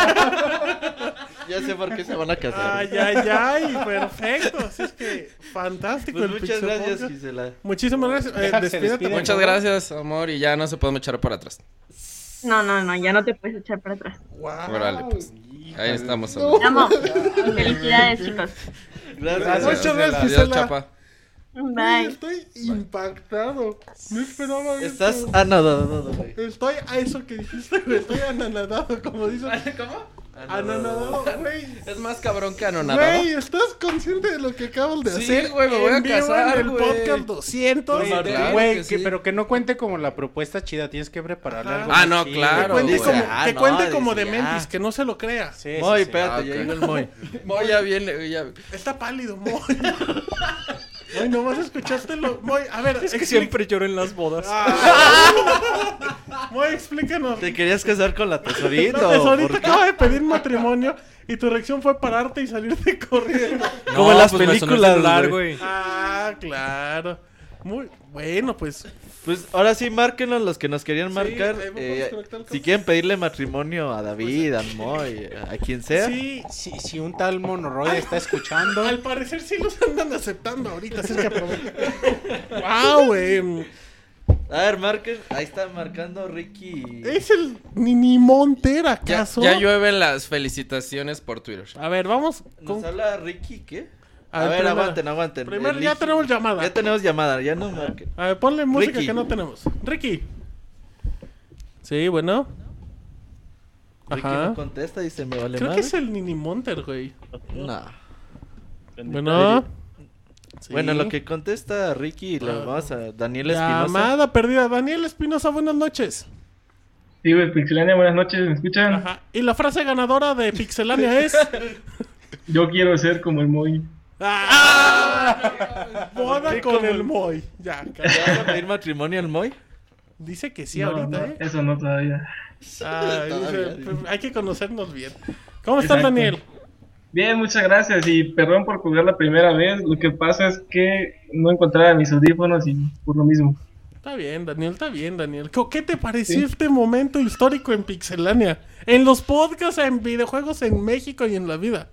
Speaker 3: Ya sé por qué se van a casar.
Speaker 2: Ay, ay, ay, perfecto. Así es que fantástico.
Speaker 3: Pues
Speaker 2: el
Speaker 3: muchas
Speaker 2: Pixel
Speaker 3: gracias,
Speaker 2: Podcast.
Speaker 3: Gisela.
Speaker 2: Muchísimas gracias. Eh, despídete, por
Speaker 9: Muchas
Speaker 2: favor.
Speaker 9: gracias, amor, y ya no se podemos echar para atrás.
Speaker 16: No, no, no, ya no te puedes echar para atrás.
Speaker 9: Órale, pues. Ahí estamos.
Speaker 16: No. Amo. Felicidades, chicos.
Speaker 9: Gracias.
Speaker 2: Muchas gracias,
Speaker 9: Adiós,
Speaker 2: Gisela.
Speaker 9: chapa.
Speaker 16: Bye.
Speaker 2: Estoy impactado. No esperaba esto.
Speaker 3: Estás anonadado, güey.
Speaker 2: Estoy a eso que dijiste, güey. Estoy ananadado, como dicen. ¿Cómo? Ananadado, güey.
Speaker 9: Es más cabrón que anonadado.
Speaker 2: Güey, ¿estás consciente de lo que acabas de
Speaker 9: Sí,
Speaker 2: hacer?
Speaker 9: güey, me voy
Speaker 2: en
Speaker 9: a
Speaker 2: vivo
Speaker 9: casar,
Speaker 2: en el
Speaker 9: güey.
Speaker 2: podcast 200.
Speaker 5: Güey,
Speaker 9: claro
Speaker 5: güey,
Speaker 9: que
Speaker 5: que-
Speaker 9: sí.
Speaker 5: pero que no cuente como la propuesta chida, tienes que prepararle
Speaker 2: Ajá.
Speaker 5: algo.
Speaker 9: Ah,
Speaker 5: más
Speaker 9: no,
Speaker 5: chido.
Speaker 9: claro,
Speaker 2: Que cuente
Speaker 9: güey.
Speaker 2: como,
Speaker 9: Ah,
Speaker 2: que
Speaker 9: no,
Speaker 2: cuente como de
Speaker 9: dice,
Speaker 2: Mentis,
Speaker 9: ah.
Speaker 2: que no se lo crea. Ah, Sí,
Speaker 3: Moy, espérate, ya llegó el Moy.
Speaker 9: Moy ya viene, ya.
Speaker 2: Está pálido, Moy. Moy, nomás escuchaste lo. Moy, a ver.
Speaker 17: Es que
Speaker 2: expli-
Speaker 17: siempre lloro en las bodas.
Speaker 2: Moy, explícanos.
Speaker 3: Ah, ¿Te querías casar con la tesorito?
Speaker 2: No, tesorito
Speaker 3: ¿Por qué?
Speaker 2: acaba de pedir matrimonio y tu reacción fue pararte y salirte corriendo.
Speaker 17: Como en las
Speaker 3: pues, me sonó el
Speaker 17: películas,
Speaker 3: celular,
Speaker 17: güey.
Speaker 2: Ah, claro. Muy bueno, pues.
Speaker 3: Pues ahora sí, márquenos los que nos querían
Speaker 2: Sí,
Speaker 3: marcar.
Speaker 2: ahí vamos,
Speaker 3: eh,
Speaker 2: conectar el
Speaker 3: si quieren pedirle matrimonio a David, a Moy, a quien sea.
Speaker 5: Sí, sí, si un tal Monoroy está escuchando.
Speaker 2: Al parecer sí los andan aceptando ahorita, así es que aprovechen. ¡Wow, güey!
Speaker 3: A ver, marquen. Ahí está marcando Ricky.
Speaker 2: ¿Es el Nini Monter
Speaker 9: Ya,
Speaker 2: acaso?
Speaker 9: ya llueven las felicitaciones por Twitter.
Speaker 2: A ver, vamos.
Speaker 3: ¿Nos habla Ricky qué? A,
Speaker 2: A ver,
Speaker 3: ver,
Speaker 2: primero-
Speaker 3: aguanten, aguanten.
Speaker 2: Primero,
Speaker 3: El
Speaker 2: ya
Speaker 3: Ricky-
Speaker 2: tenemos llamada.
Speaker 3: Ya tenemos llamada, ya no marquen.
Speaker 2: A ver, ponle música
Speaker 3: Ricky.
Speaker 2: que no tenemos. Ricky. Sí, bueno.
Speaker 3: Ricky
Speaker 2: Ajá.
Speaker 3: no contesta, dice, me vale
Speaker 2: Creo
Speaker 3: madre.
Speaker 2: que es el Nini Monter, güey.
Speaker 3: No.
Speaker 2: Bueno. Sí. Ah.
Speaker 3: Bueno, lo que contesta Ricky, lo vamos a Daniel Espinosa.
Speaker 2: Llamada perdida. Daniel Espinosa, buenas noches.
Speaker 18: Sí, güey, Pixelania, buenas noches, ¿me escuchan?
Speaker 2: Y la frase ganadora de Pixelania es...
Speaker 18: Yo quiero ser como el Moy.
Speaker 2: Boda con el Moy. Ya,
Speaker 3: ¿Le van a pedir matrimonio al Moy?
Speaker 2: Dice que sí
Speaker 18: No,
Speaker 2: ahorita,
Speaker 18: no,
Speaker 2: ¿eh?
Speaker 18: Eso no todavía.
Speaker 2: Ah,
Speaker 18: Todavía,
Speaker 2: dice, hay que conocernos bien. ¿Cómo estás,
Speaker 18: Exacto.
Speaker 2: Daniel?
Speaker 18: Bien, muchas gracias y perdón por colgar la primera vez. Lo que pasa es que no encontraba mis audífonos y por lo mismo.
Speaker 2: Está bien, Daniel, está bien, Daniel. Co- ¿Qué te pareció este momento histórico en Pixelania? En los podcasts, en videojuegos en México y en la vida.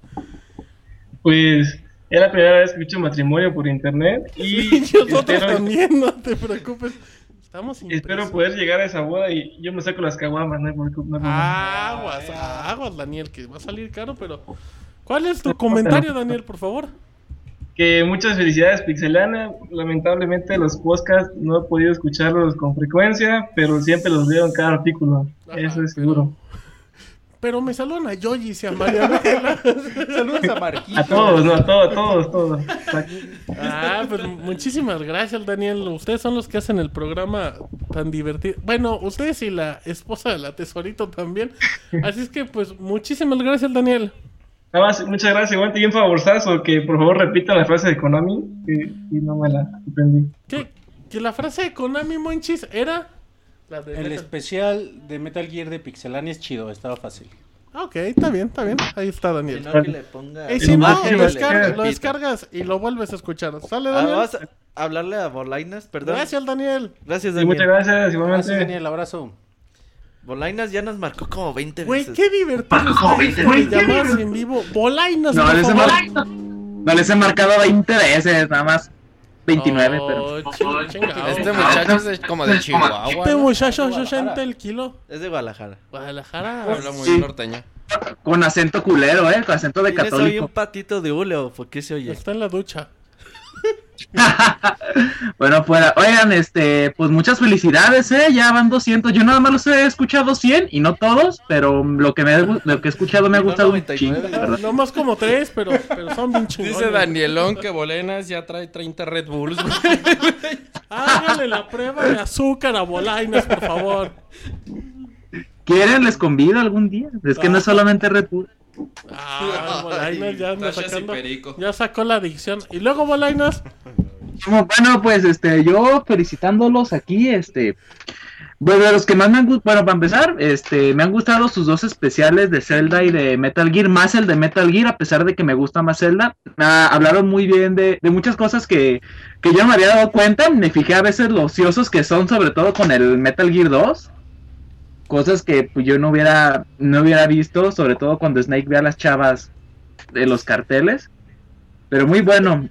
Speaker 18: Pues es la primera vez que escucho matrimonio por internet y
Speaker 2: Nosotros
Speaker 18: espero,
Speaker 2: también, no te preocupes. Estamos
Speaker 18: espero poder llegar a esa boda y yo me saco las caguamas, no hay por- no hay problema.
Speaker 2: Aguas, aguas, Daniel, que va a salir caro, pero... ¿Cuál es tu comentario, Daniel, por favor?
Speaker 18: Que muchas felicidades, Pixelana. Lamentablemente los podcasts no he podido escucharlos con frecuencia, pero siempre los veo en cada artículo. Eso es seguro.
Speaker 2: Pero me saludan a Yoyis y a Marianela.
Speaker 5: Saludos a Marquito.
Speaker 18: A todos, no, a todos, a todos, todos.
Speaker 2: Ah, pues muchísimas gracias, Daniel. Ustedes son los que hacen el programa tan divertido. Bueno, ustedes y la esposa de la tesorito también. Así es que, pues, muchísimas gracias, Daniel.
Speaker 18: Nada más, muchas gracias, igualmente, y un favorzazo, que por favor repitan la frase de Konami, que y no me la aprendí.
Speaker 2: ¿Qué? Que la frase de Konami Monchis era. La de
Speaker 5: El
Speaker 2: Metal-
Speaker 5: especial de Metal Gear de Pixelania es chido, estaba fácil.
Speaker 2: Ah, Ok, está bien, está bien. Ahí está, Daniel.
Speaker 3: Si no, que le ponga-
Speaker 2: Eh, si no,
Speaker 3: Bájale.
Speaker 2: lo, descargas, lo
Speaker 3: Pito.
Speaker 2: descargas y lo vuelves a escuchar. Sale,
Speaker 3: Ah,
Speaker 2: Daniel.
Speaker 3: vamos a hablarle a Bolainas, perdón.
Speaker 2: Gracias, Daniel.
Speaker 3: Gracias,
Speaker 18: Sí,
Speaker 3: Daniel.
Speaker 18: muchas gracias, igualmente.
Speaker 5: Gracias, Daniel, abrazo.
Speaker 3: Bolainas ya nos marcó como 20
Speaker 2: Güey,
Speaker 3: veces.
Speaker 2: qué divertido. es
Speaker 3: Güey,
Speaker 2: esto
Speaker 3: güey,
Speaker 2: de
Speaker 3: qué
Speaker 2: llamadas
Speaker 3: divertido.
Speaker 2: en vivo. Bolainos,
Speaker 19: No,
Speaker 2: por
Speaker 19: les he
Speaker 2: favor.
Speaker 19: mar- No les he marcado 20 veces, nada más 29, pero.
Speaker 9: Este muchacho es de- como de Chihuahua.
Speaker 2: Este
Speaker 9: ¿no?
Speaker 2: muchacho se siente el kilo.
Speaker 3: Es de Guadalajara.
Speaker 2: Guadalajara.
Speaker 9: Habla muy
Speaker 19: Sí.
Speaker 9: norteño.
Speaker 19: Con acento culero, ¿eh? Con acento de
Speaker 3: ¿Tienes hoy un
Speaker 19: católico.
Speaker 3: patito de hule o por qué se oye?
Speaker 2: Está en la ducha.
Speaker 19: Bueno, fuera. Oigan, este, pues muchas felicidades, ¿eh? Ya van 200. Yo nada más los he escuchado 100 y no todos, pero lo que, me, ha gu- lo que he escuchado me ha gustado un chingo, la verdad.
Speaker 2: No más como tres, pero, pero son bien chingones.
Speaker 9: Dice Danielón que Bolenas ya trae 30 Red Bulls, güey.
Speaker 2: Hágale la prueba de azúcar a Bolainas, por favor.
Speaker 19: ¿Quieren? Les convido algún día. Es que no es solamente Red Bull.
Speaker 2: Ah, Bolainas ya anda
Speaker 9: Tachas y
Speaker 2: sacando.
Speaker 9: Perico.
Speaker 2: Ya sacó la adicción. Y luego, Bolainas.
Speaker 19: Bueno, pues este, yo felicitándolos aquí, este. Bueno, de los que más me han gustado, bueno, para empezar, este, me han gustado sus dos especiales de Zelda y de Metal Gear, más el de Metal Gear, a pesar de que me gusta más Zelda. Ah, hablaron muy bien de, de muchas cosas que, que yo no me había dado cuenta, me fijé a veces lo ociosos que son, sobre todo con el Metal Gear 2. Cosas que pues, yo no hubiera, no hubiera visto, sobre todo cuando Snake ve a las chavas de los carteles. Pero muy bueno,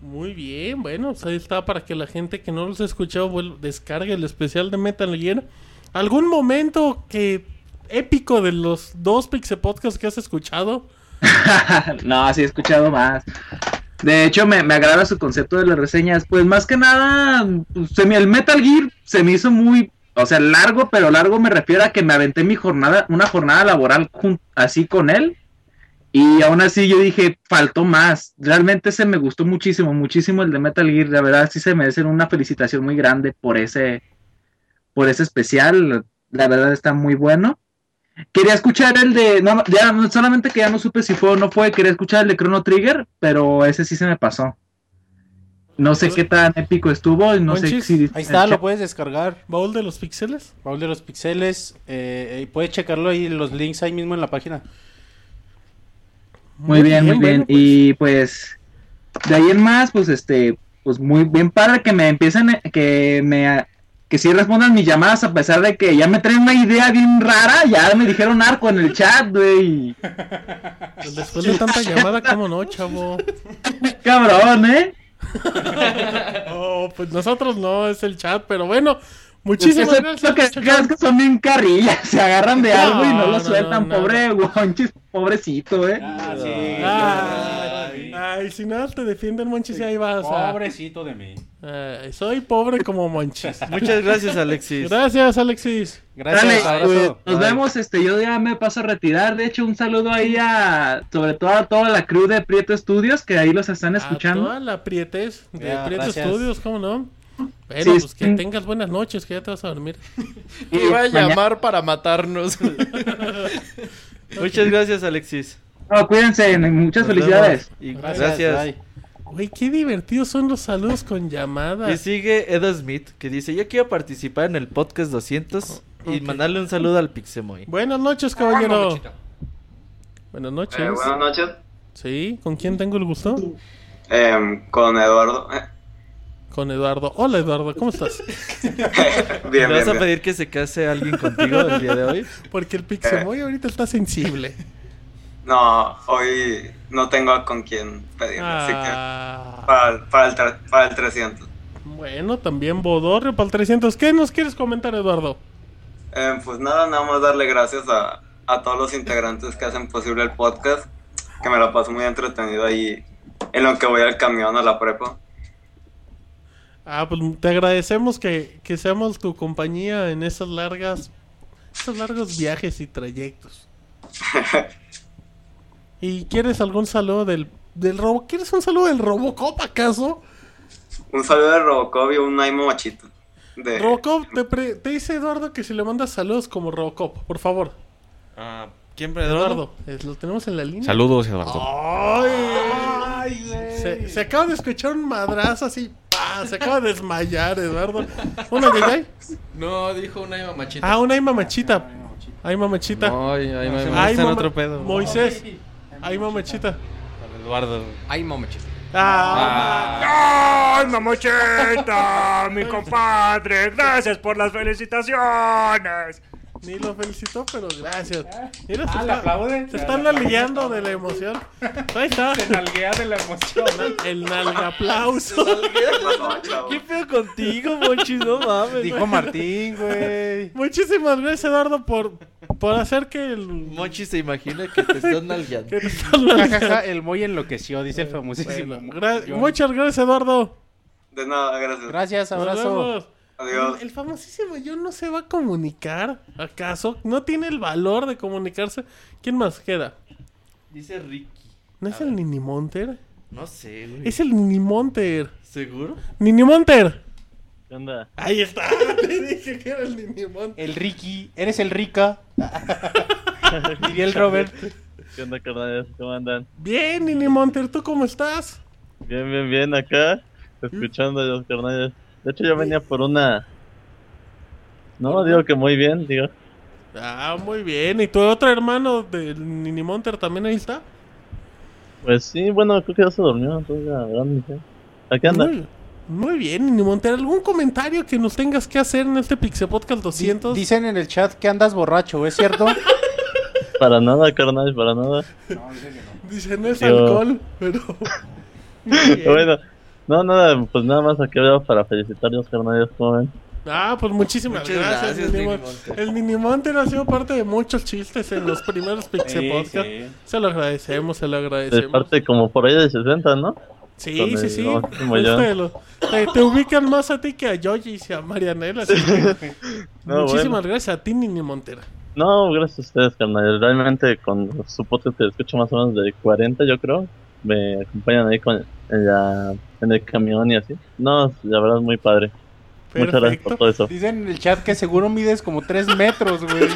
Speaker 2: Muy bien, bueno, pues ahí está para que la gente que no los ha escuchado vuel- descargue el especial de Metal Gear. ¿Algún momento que épico de los dos Pixel Podcasts que has escuchado?
Speaker 19: no, sí he escuchado más. De hecho, me, me agrada su concepto de las reseñas. Pues más que nada, pues, se me- el Metal Gear se me hizo muy, o sea, largo, pero largo me refiero a que me aventé mi jornada, una jornada laboral jun- así con él. Y aún así yo dije, faltó más. Realmente se me gustó muchísimo, muchísimo el de Metal Gear. La verdad, sí se merecen una felicitación muy grande por ese, por ese especial. La verdad está muy bueno. Quería escuchar el de. No, no, ya, no, solamente que ya no supe si fue o no fue. Quería escuchar el de Chrono Trigger, pero ese sí se me pasó. No sé qué tan épico estuvo. y No sé
Speaker 5: Monchis,
Speaker 19: si.
Speaker 5: Ahí está, lo puedes descargar.
Speaker 2: ¿Baúl de los pixeles?
Speaker 5: Baúl de los pixeles. eh, y puedes checarlo ahí, los links ahí mismo en la página.
Speaker 19: Muy bien, muy bien. Y pues. De ahí en más, pues este. Pues muy bien padre que me empiecen. Que me. Que sí respondan mis llamadas, a pesar de que ya me traen una idea bien rara. Ya me dijeron arco en el chat, güey.
Speaker 2: Pues Después de tanta llamada, ¿cómo no, chavo?
Speaker 19: Cabrón, ¿eh?
Speaker 2: Oh, pues nosotros no, es el chat, pero bueno, muchísimas
Speaker 19: Pues Es que
Speaker 2: gracias.
Speaker 19: lo que creas que son bien carrillas, se agarran de
Speaker 2: No,
Speaker 19: algo y no
Speaker 2: no,
Speaker 19: lo sueltan,
Speaker 2: no, Ah, no.
Speaker 19: pobre guanchis, pobrecito, eh.
Speaker 2: Ay, ay, si nada te defienden, Monchis, y ahí vas. a-
Speaker 12: Pobrecito de mí.
Speaker 2: Ay, soy pobre como Monchis.
Speaker 3: Muchas gracias, Alexis.
Speaker 2: Gracias, Alexis.
Speaker 19: Dale, pues, nos vemos, este, yo ya me paso a retirar, de hecho un saludo ahí a, sobre todo a toda la crew de Prieto Studios, que ahí los están escuchando.
Speaker 2: Toda la prietes de
Speaker 19: Ya,
Speaker 2: Prieto
Speaker 19: gracias.
Speaker 2: Studios, ¿cómo no? Bueno,
Speaker 19: Sí,
Speaker 2: pues que
Speaker 19: sí.
Speaker 2: tengas buenas noches, que ya te vas a dormir.
Speaker 17: Iba a llamar para matarnos.
Speaker 3: Muchas gracias, Alexis.
Speaker 19: No, cuídense, muchas
Speaker 3: Nos
Speaker 19: felicidades.
Speaker 3: vemos. Y gracias.
Speaker 2: Güey, qué divertidos son los saludos con llamada.
Speaker 3: Y sigue Eda Smith, que dice, yo quiero participar en el podcast 200
Speaker 2: Oh,
Speaker 3: y mandarle un saludo al Pixemoy.
Speaker 2: Buenas noches, caballero. Buenas noches.
Speaker 20: Eh, buenas noches.
Speaker 2: Sí, ¿con quién tengo el gusto?
Speaker 20: Em, con Eduardo. Eh,
Speaker 2: Con Eduardo. Hola, Eduardo, ¿cómo estás?
Speaker 20: Bien,
Speaker 3: ¿Le vas
Speaker 20: bien,
Speaker 3: a
Speaker 20: bien.
Speaker 3: pedir que se case alguien contigo el día de hoy?
Speaker 2: Porque el Pixemoy
Speaker 20: Eh.
Speaker 2: ahorita está sensible.
Speaker 20: No, hoy no tengo con quién pedirle, así
Speaker 2: que
Speaker 20: para, el- para, el, tre- para el 300.
Speaker 2: Bueno, también Bodorrio para el 300. ¿Qué nos quieres comentar, Eduardo?
Speaker 20: Em, pues nada, nada más darle gracias a, a todos los integrantes que hacen posible el podcast, que me la paso muy entretenido ahí en lo que voy al camión a la prepa.
Speaker 2: Ah, pues te agradecemos que, que seamos tu compañía en esas largas, esos largos viajes y trayectos. ¿Y quieres algún saludo del, del robo? ¿Quieres un saludo del Robocop acaso?
Speaker 20: Un saludo de Robocop y un Naimo Machito. De,
Speaker 2: Robocop, te, pre- te dice Eduardo que si le mandas saludos como Robocop, por favor.
Speaker 3: Ah, ¿Quién,
Speaker 2: Eduardo, Ah. es- lo tenemos en la línea.
Speaker 8: Saludos, Eduardo.
Speaker 2: ¡Ay! se, se acaba de escuchar un madrazo así. ¡pa! Se acaba de desmayar, Eduardo. ¿Una Yayay?
Speaker 10: No, dijo una Ima Machita.
Speaker 2: Ah, una hay mamachita. Hay mamachita.
Speaker 10: No, hay- hay mamachita.
Speaker 2: Hay
Speaker 10: Está en
Speaker 2: mama-
Speaker 10: otro pedo.
Speaker 2: Moisés. Hay mamachita.
Speaker 3: Eduardo.
Speaker 6: Ay, Ah, momachita.
Speaker 2: Ah,
Speaker 21: Ah, ¡Ay, mamochita! ¡Mi compadre! ¡Gracias por las felicitaciones!
Speaker 2: Ni lo felicitó, pero gracias. Mira,
Speaker 21: Ah,
Speaker 2: se,
Speaker 21: le
Speaker 2: está-
Speaker 21: aplauden.
Speaker 2: se están nalgueando de la emoción. Ahí está. Se nalguea de la emoción. El nalgaplauso.
Speaker 3: ¿Qué pedo contigo, Monchis? No mames.
Speaker 2: Dijo Martín, güey. Muchísimas gracias, Eduardo, por, por hacer que el...
Speaker 3: Monchis se imagina que te están nalgueando.
Speaker 2: que te están
Speaker 5: Jajaja,
Speaker 2: nalgueando.
Speaker 5: el Moy enloqueció, dice el famosísimo.
Speaker 2: Bueno, gra- muchas gracias, Eduardo.
Speaker 20: de nada, gracias.
Speaker 5: Gracias,
Speaker 2: Nos vemos.
Speaker 5: abrazo.
Speaker 20: Adiós.
Speaker 2: El famosísimo John no se va a comunicar, ¿acaso? No tiene el valor de comunicarse. ¿Quién más queda?
Speaker 3: Dice Ricky.
Speaker 2: ¿No es el Nini Monter?
Speaker 3: No sé, güey.
Speaker 2: Es el Nini Monter.
Speaker 3: ¿Seguro?
Speaker 2: Nini Monter.
Speaker 12: ¿Qué onda?
Speaker 2: Ahí está. Te dije que era el Nini Monter.
Speaker 5: El Ricky, eres el Rica. Diría el Robert.
Speaker 12: ¿Qué onda, carnales? ¿Cómo andan?
Speaker 2: Bien, Nini Monter, ¿tú cómo estás?
Speaker 12: Bien, bien, bien, acá. escuchando a los carnales. De hecho, yo venía por una. No, digo que muy bien, digo.
Speaker 2: Ah, muy bien. ¿Y tu otro hermano del Ninimonter también ahí está?
Speaker 12: Pues sí, bueno, creo que ya se durmió, entonces ya, la verdad, ni sé. Aquí anda.
Speaker 2: Muy, muy bien, Ninimonter. ¿Algún comentario que nos tengas que hacer en este Pixel Podcast 200?
Speaker 5: Dicen en el chat que andas borracho, ¿es cierto?
Speaker 12: Para nada, carnal, para nada.
Speaker 2: Dice, no es
Speaker 12: Yo-
Speaker 2: alcohol, pero...
Speaker 12: bueno, no, nada, pues nada más aquí veo para felicitarlos, carnales, ¿cómo ven?
Speaker 2: Ah, pues muchísimas
Speaker 12: Muchas
Speaker 2: gracias,
Speaker 12: gracias,
Speaker 2: Minimon-
Speaker 12: Minimonter.
Speaker 2: El Minimonter ha sido parte de muchos chistes en los primeros Pixel
Speaker 12: Sí,
Speaker 2: Podcast.
Speaker 12: sí.
Speaker 2: Se lo agradecemos, se lo
Speaker 12: De
Speaker 2: agradecemos.
Speaker 12: parte como por ahí de 60, ¿no? Con
Speaker 2: Sí,
Speaker 12: el
Speaker 2: sí, sí.
Speaker 12: famosísimo
Speaker 2: Justo
Speaker 12: John.
Speaker 2: de los- te, te ubican más a ti que a Yoji y a Marianela. así que-
Speaker 12: No,
Speaker 2: Muchísimas
Speaker 12: bueno.
Speaker 2: gracias a ti, Nini Montera.
Speaker 12: No, gracias a ustedes, carnal. Realmente con su podcast que escucho más o menos de 40, yo creo. Me acompañan ahí con, en, la- en el camión y así. No, la verdad es muy padre. Muchas gracias por todo eso.
Speaker 5: Dicen en el chat que seguro mides como 3 metros, güey.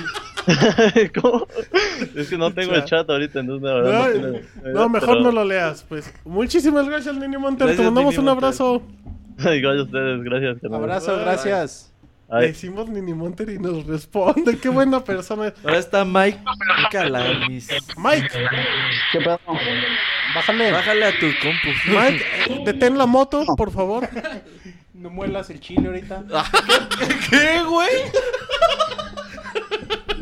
Speaker 12: Es que no tengo el chat ahorita, entonces la verdad
Speaker 2: No,
Speaker 12: no, tengo-
Speaker 2: no, mejor
Speaker 12: pero-
Speaker 2: no lo leas, pues. Muchísimas gracias, Nini Montera. Te
Speaker 12: Gracias,
Speaker 2: mandamos
Speaker 12: Nini
Speaker 2: un
Speaker 12: Montero.
Speaker 2: abrazo.
Speaker 12: Igual a ustedes, gracias. carnal.
Speaker 5: Abrazo, gracias.
Speaker 12: Ay.
Speaker 2: Le decimos Nini Montero y nos responde. Qué buena persona es.
Speaker 3: Ahora está Mike Calamis.
Speaker 2: Mike.
Speaker 3: ¿Qué pedo?
Speaker 5: Bájale.
Speaker 3: Bájale a tu compu.
Speaker 2: Mike, eh, detén la moto, por favor.
Speaker 5: No muelas el chile ahorita.
Speaker 2: ¿Qué, güey?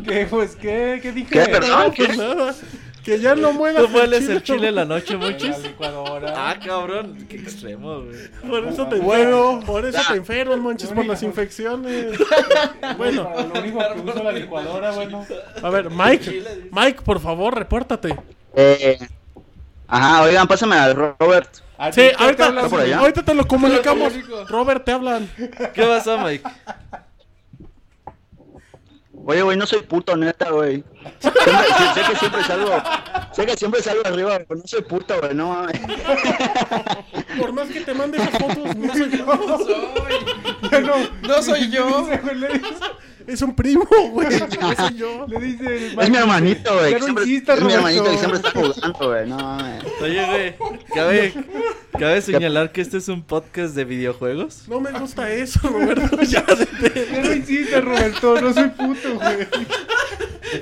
Speaker 5: ¿Qué, pues qué? ¿Qué dije?
Speaker 3: ¿Qué, perdón?
Speaker 2: No, pues nada. Que ya no mueras
Speaker 3: ¿Tú mueles el chile en la noche, Monchis?
Speaker 2: Ah,
Speaker 3: cabrón. Qué extremo, güey.
Speaker 2: Por eso te
Speaker 3: Bueno.
Speaker 2: enfermas, por eso
Speaker 5: Ah.
Speaker 2: te enfermas, Monchis, por las infecciones. Bueno,
Speaker 5: Lo único que uso la licuadora, bueno.
Speaker 2: a ver, Mike, Mike, por favor, repórtate.
Speaker 22: Eh, ajá, oigan, pásame al Ro- Robert.
Speaker 3: Ah,
Speaker 2: Sí,
Speaker 22: ¿Está
Speaker 2: ahorita,
Speaker 22: por allá?
Speaker 2: ahorita te lo comunicamos. Robert, te hablan.
Speaker 3: ¿Qué pasó, Mike?
Speaker 22: Oye, güey, no soy puto, neta, güey. Siempre- sé, sé que siempre salgo, sé que siempre salgo arriba, pero no soy puto, güey, no mames.
Speaker 2: Por más que te mande esas fotos, no soy yo. No soy.
Speaker 17: No soy yo.
Speaker 2: Es un primo, güey. No soy yo.
Speaker 5: Le dice.
Speaker 22: Es mi hermanito, güey. que
Speaker 2: Pero
Speaker 22: siempre-
Speaker 2: insista,
Speaker 22: Es mi
Speaker 2: Roberto.
Speaker 22: hermanito que siempre está jugando, güey, no mames.
Speaker 3: Oye, güey, cabe, cabe señalar que este es un podcast de videojuegos.
Speaker 2: No me gusta eso, Roberto. Ya detén.
Speaker 5: Ya no insiste, Roberto. No soy puto, güey.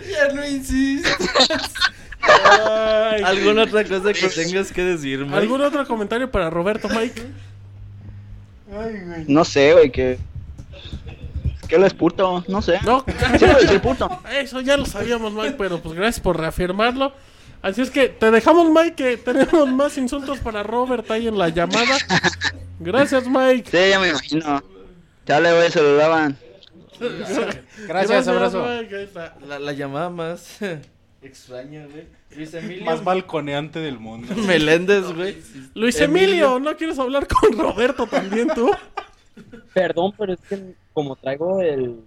Speaker 17: Ya no insistes.
Speaker 3: ¿Alguna otra cosa que tengas que decir, Mike?
Speaker 2: ¿Algún otro comentario para Roberto, Mike?
Speaker 22: No sé, güey, que... ¿Qué lo es puto? No sé.
Speaker 2: No.
Speaker 22: Siempre soy puto.
Speaker 2: Eso ya lo sabíamos, Mike, pero pues gracias por reafirmarlo. Así es que te dejamos, Mike, que tenemos más insultos para Robert ahí en la llamada. Gracias, Mike.
Speaker 22: Sí, ya me imagino. Chale, güey, se lo daban.
Speaker 2: Gracias,
Speaker 3: Gracias, abrazo.
Speaker 2: Mike, ahí está.
Speaker 3: La, la llamada más extraña, güey. Luis Emilio.
Speaker 5: Más balconeante del mundo.
Speaker 3: Meléndez, güey.
Speaker 2: Luis Emilio, ¿no quieres hablar con Roberto también tú?
Speaker 23: Perdón, pero es que como traigo el,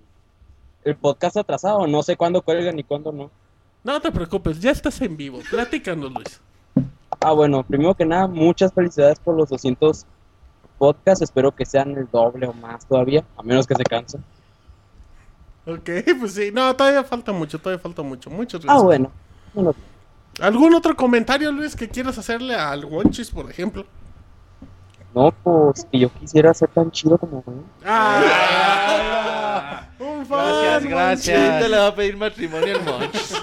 Speaker 23: el podcast atrasado, no sé cuándo cuelgan ni cuándo no.
Speaker 2: No te preocupes, ya estás en vivo. Platícanos, Luis.
Speaker 23: Ah, bueno, primero que nada, muchas felicidades por los 200 podcasts. Espero que sean el doble o más todavía, a menos que se cansen.
Speaker 2: Ok, pues sí, no, todavía falta mucho, todavía falta mucho. Muchas gracias.
Speaker 23: Ah, bueno. Bueno,
Speaker 2: ¿Algún otro comentario, Luis, que quieras hacerle al Wonchis, por ejemplo?
Speaker 23: No, pues que yo quisiera ser tan chido como él.
Speaker 2: Un
Speaker 23: Gracias,
Speaker 2: fan,
Speaker 23: gracias.
Speaker 2: Monchis.
Speaker 23: Te le
Speaker 3: va a pedir matrimonio al Monchis.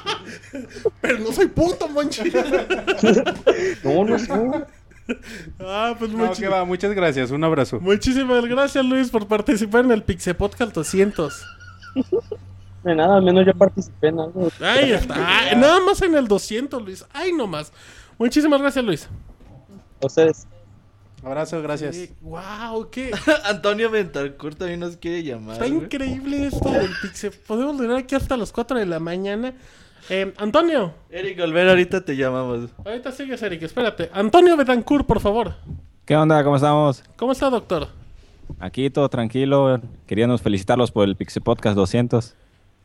Speaker 2: Pero no soy puto, Monchis.
Speaker 23: No, no
Speaker 2: Ah, pues
Speaker 5: No,
Speaker 2: muchis-
Speaker 5: que va, muchas gracias. Un abrazo.
Speaker 2: muchísimas gracias, Luis, por participar en el Pixel Podcast 200.
Speaker 23: De nada, al menos yo participé en algo.
Speaker 2: Ahí está. Ay, nada más en el 200, Luis. Ay, nomás. Muchísimas gracias, Luis.
Speaker 23: Entonces,
Speaker 5: Abrazo, gracias.
Speaker 2: wow, qué
Speaker 3: Antonio Ventarcourt también nos quiere llamar.
Speaker 2: está
Speaker 3: güey.
Speaker 2: increíble esto del Pixel. Podemos durar aquí hasta las 4 de la mañana. Eh, Antonio,
Speaker 3: Eric Olvera, ahorita te llamamos.
Speaker 2: ahorita sigues, Eric. Espérate. Antonio Betancourt, por favor.
Speaker 24: ¿Qué onda? ¿Cómo estamos?
Speaker 2: ¿Cómo está, doctor?
Speaker 24: Aquí todo tranquilo. Queríamos felicitarlos por el Pixie Podcast 200.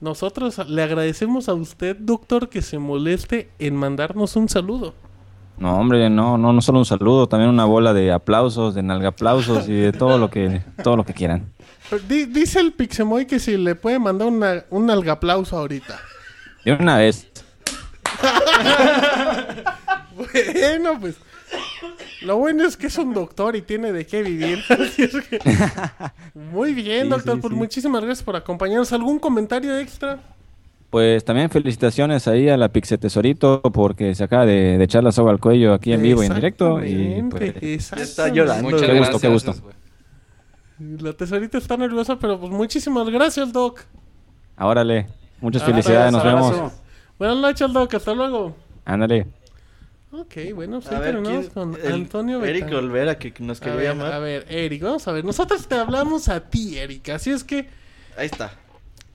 Speaker 2: Nosotros le agradecemos a usted, doctor, que se moleste en mandarnos un saludo.
Speaker 24: No, hombre, no, no, no solo un saludo, también una bola de aplausos, de nalgaplausos y de todo lo que, todo lo que quieran.
Speaker 2: Di- dice el Pixemoy que si le puede mandar una, un algaplauso ahorita.
Speaker 24: De una vez.
Speaker 2: bueno, pues. Lo bueno es que es un doctor y tiene de qué vivir. Así es que- Muy bien,
Speaker 24: Sí,
Speaker 2: doctor.
Speaker 24: sí,
Speaker 2: pues
Speaker 24: sí.
Speaker 2: muchísimas gracias por acompañarnos. ¿Algún comentario extra?
Speaker 24: Pues también felicitaciones ahí a la Pixe Tesorito porque se acaba de, de echar la soga al cuello aquí en vivo y en directo. Y pues,
Speaker 2: Está
Speaker 3: llorando.
Speaker 24: qué
Speaker 3: Muchas
Speaker 24: gusto, qué gusto.
Speaker 2: La tesorita está nerviosa, pero pues muchísimas gracias, Doc.
Speaker 24: Órale, muchas felicidades, nos
Speaker 2: Abrazo.
Speaker 24: vemos.
Speaker 2: Buenas noches, Doc. Hasta luego.
Speaker 24: Ándale.
Speaker 2: Ok, bueno, pues
Speaker 3: A
Speaker 2: ahí
Speaker 3: ver,
Speaker 2: terminamos
Speaker 3: ¿quién-
Speaker 2: con
Speaker 3: el
Speaker 2: Antonio
Speaker 3: Eric
Speaker 2: Betancourt.
Speaker 3: Olvera, que nos quería
Speaker 2: a ver,
Speaker 3: llamar.
Speaker 2: A ver, Eric, vamos a ver. Nosotros te hablamos a ti, Eric. Así es que.
Speaker 3: Ahí está.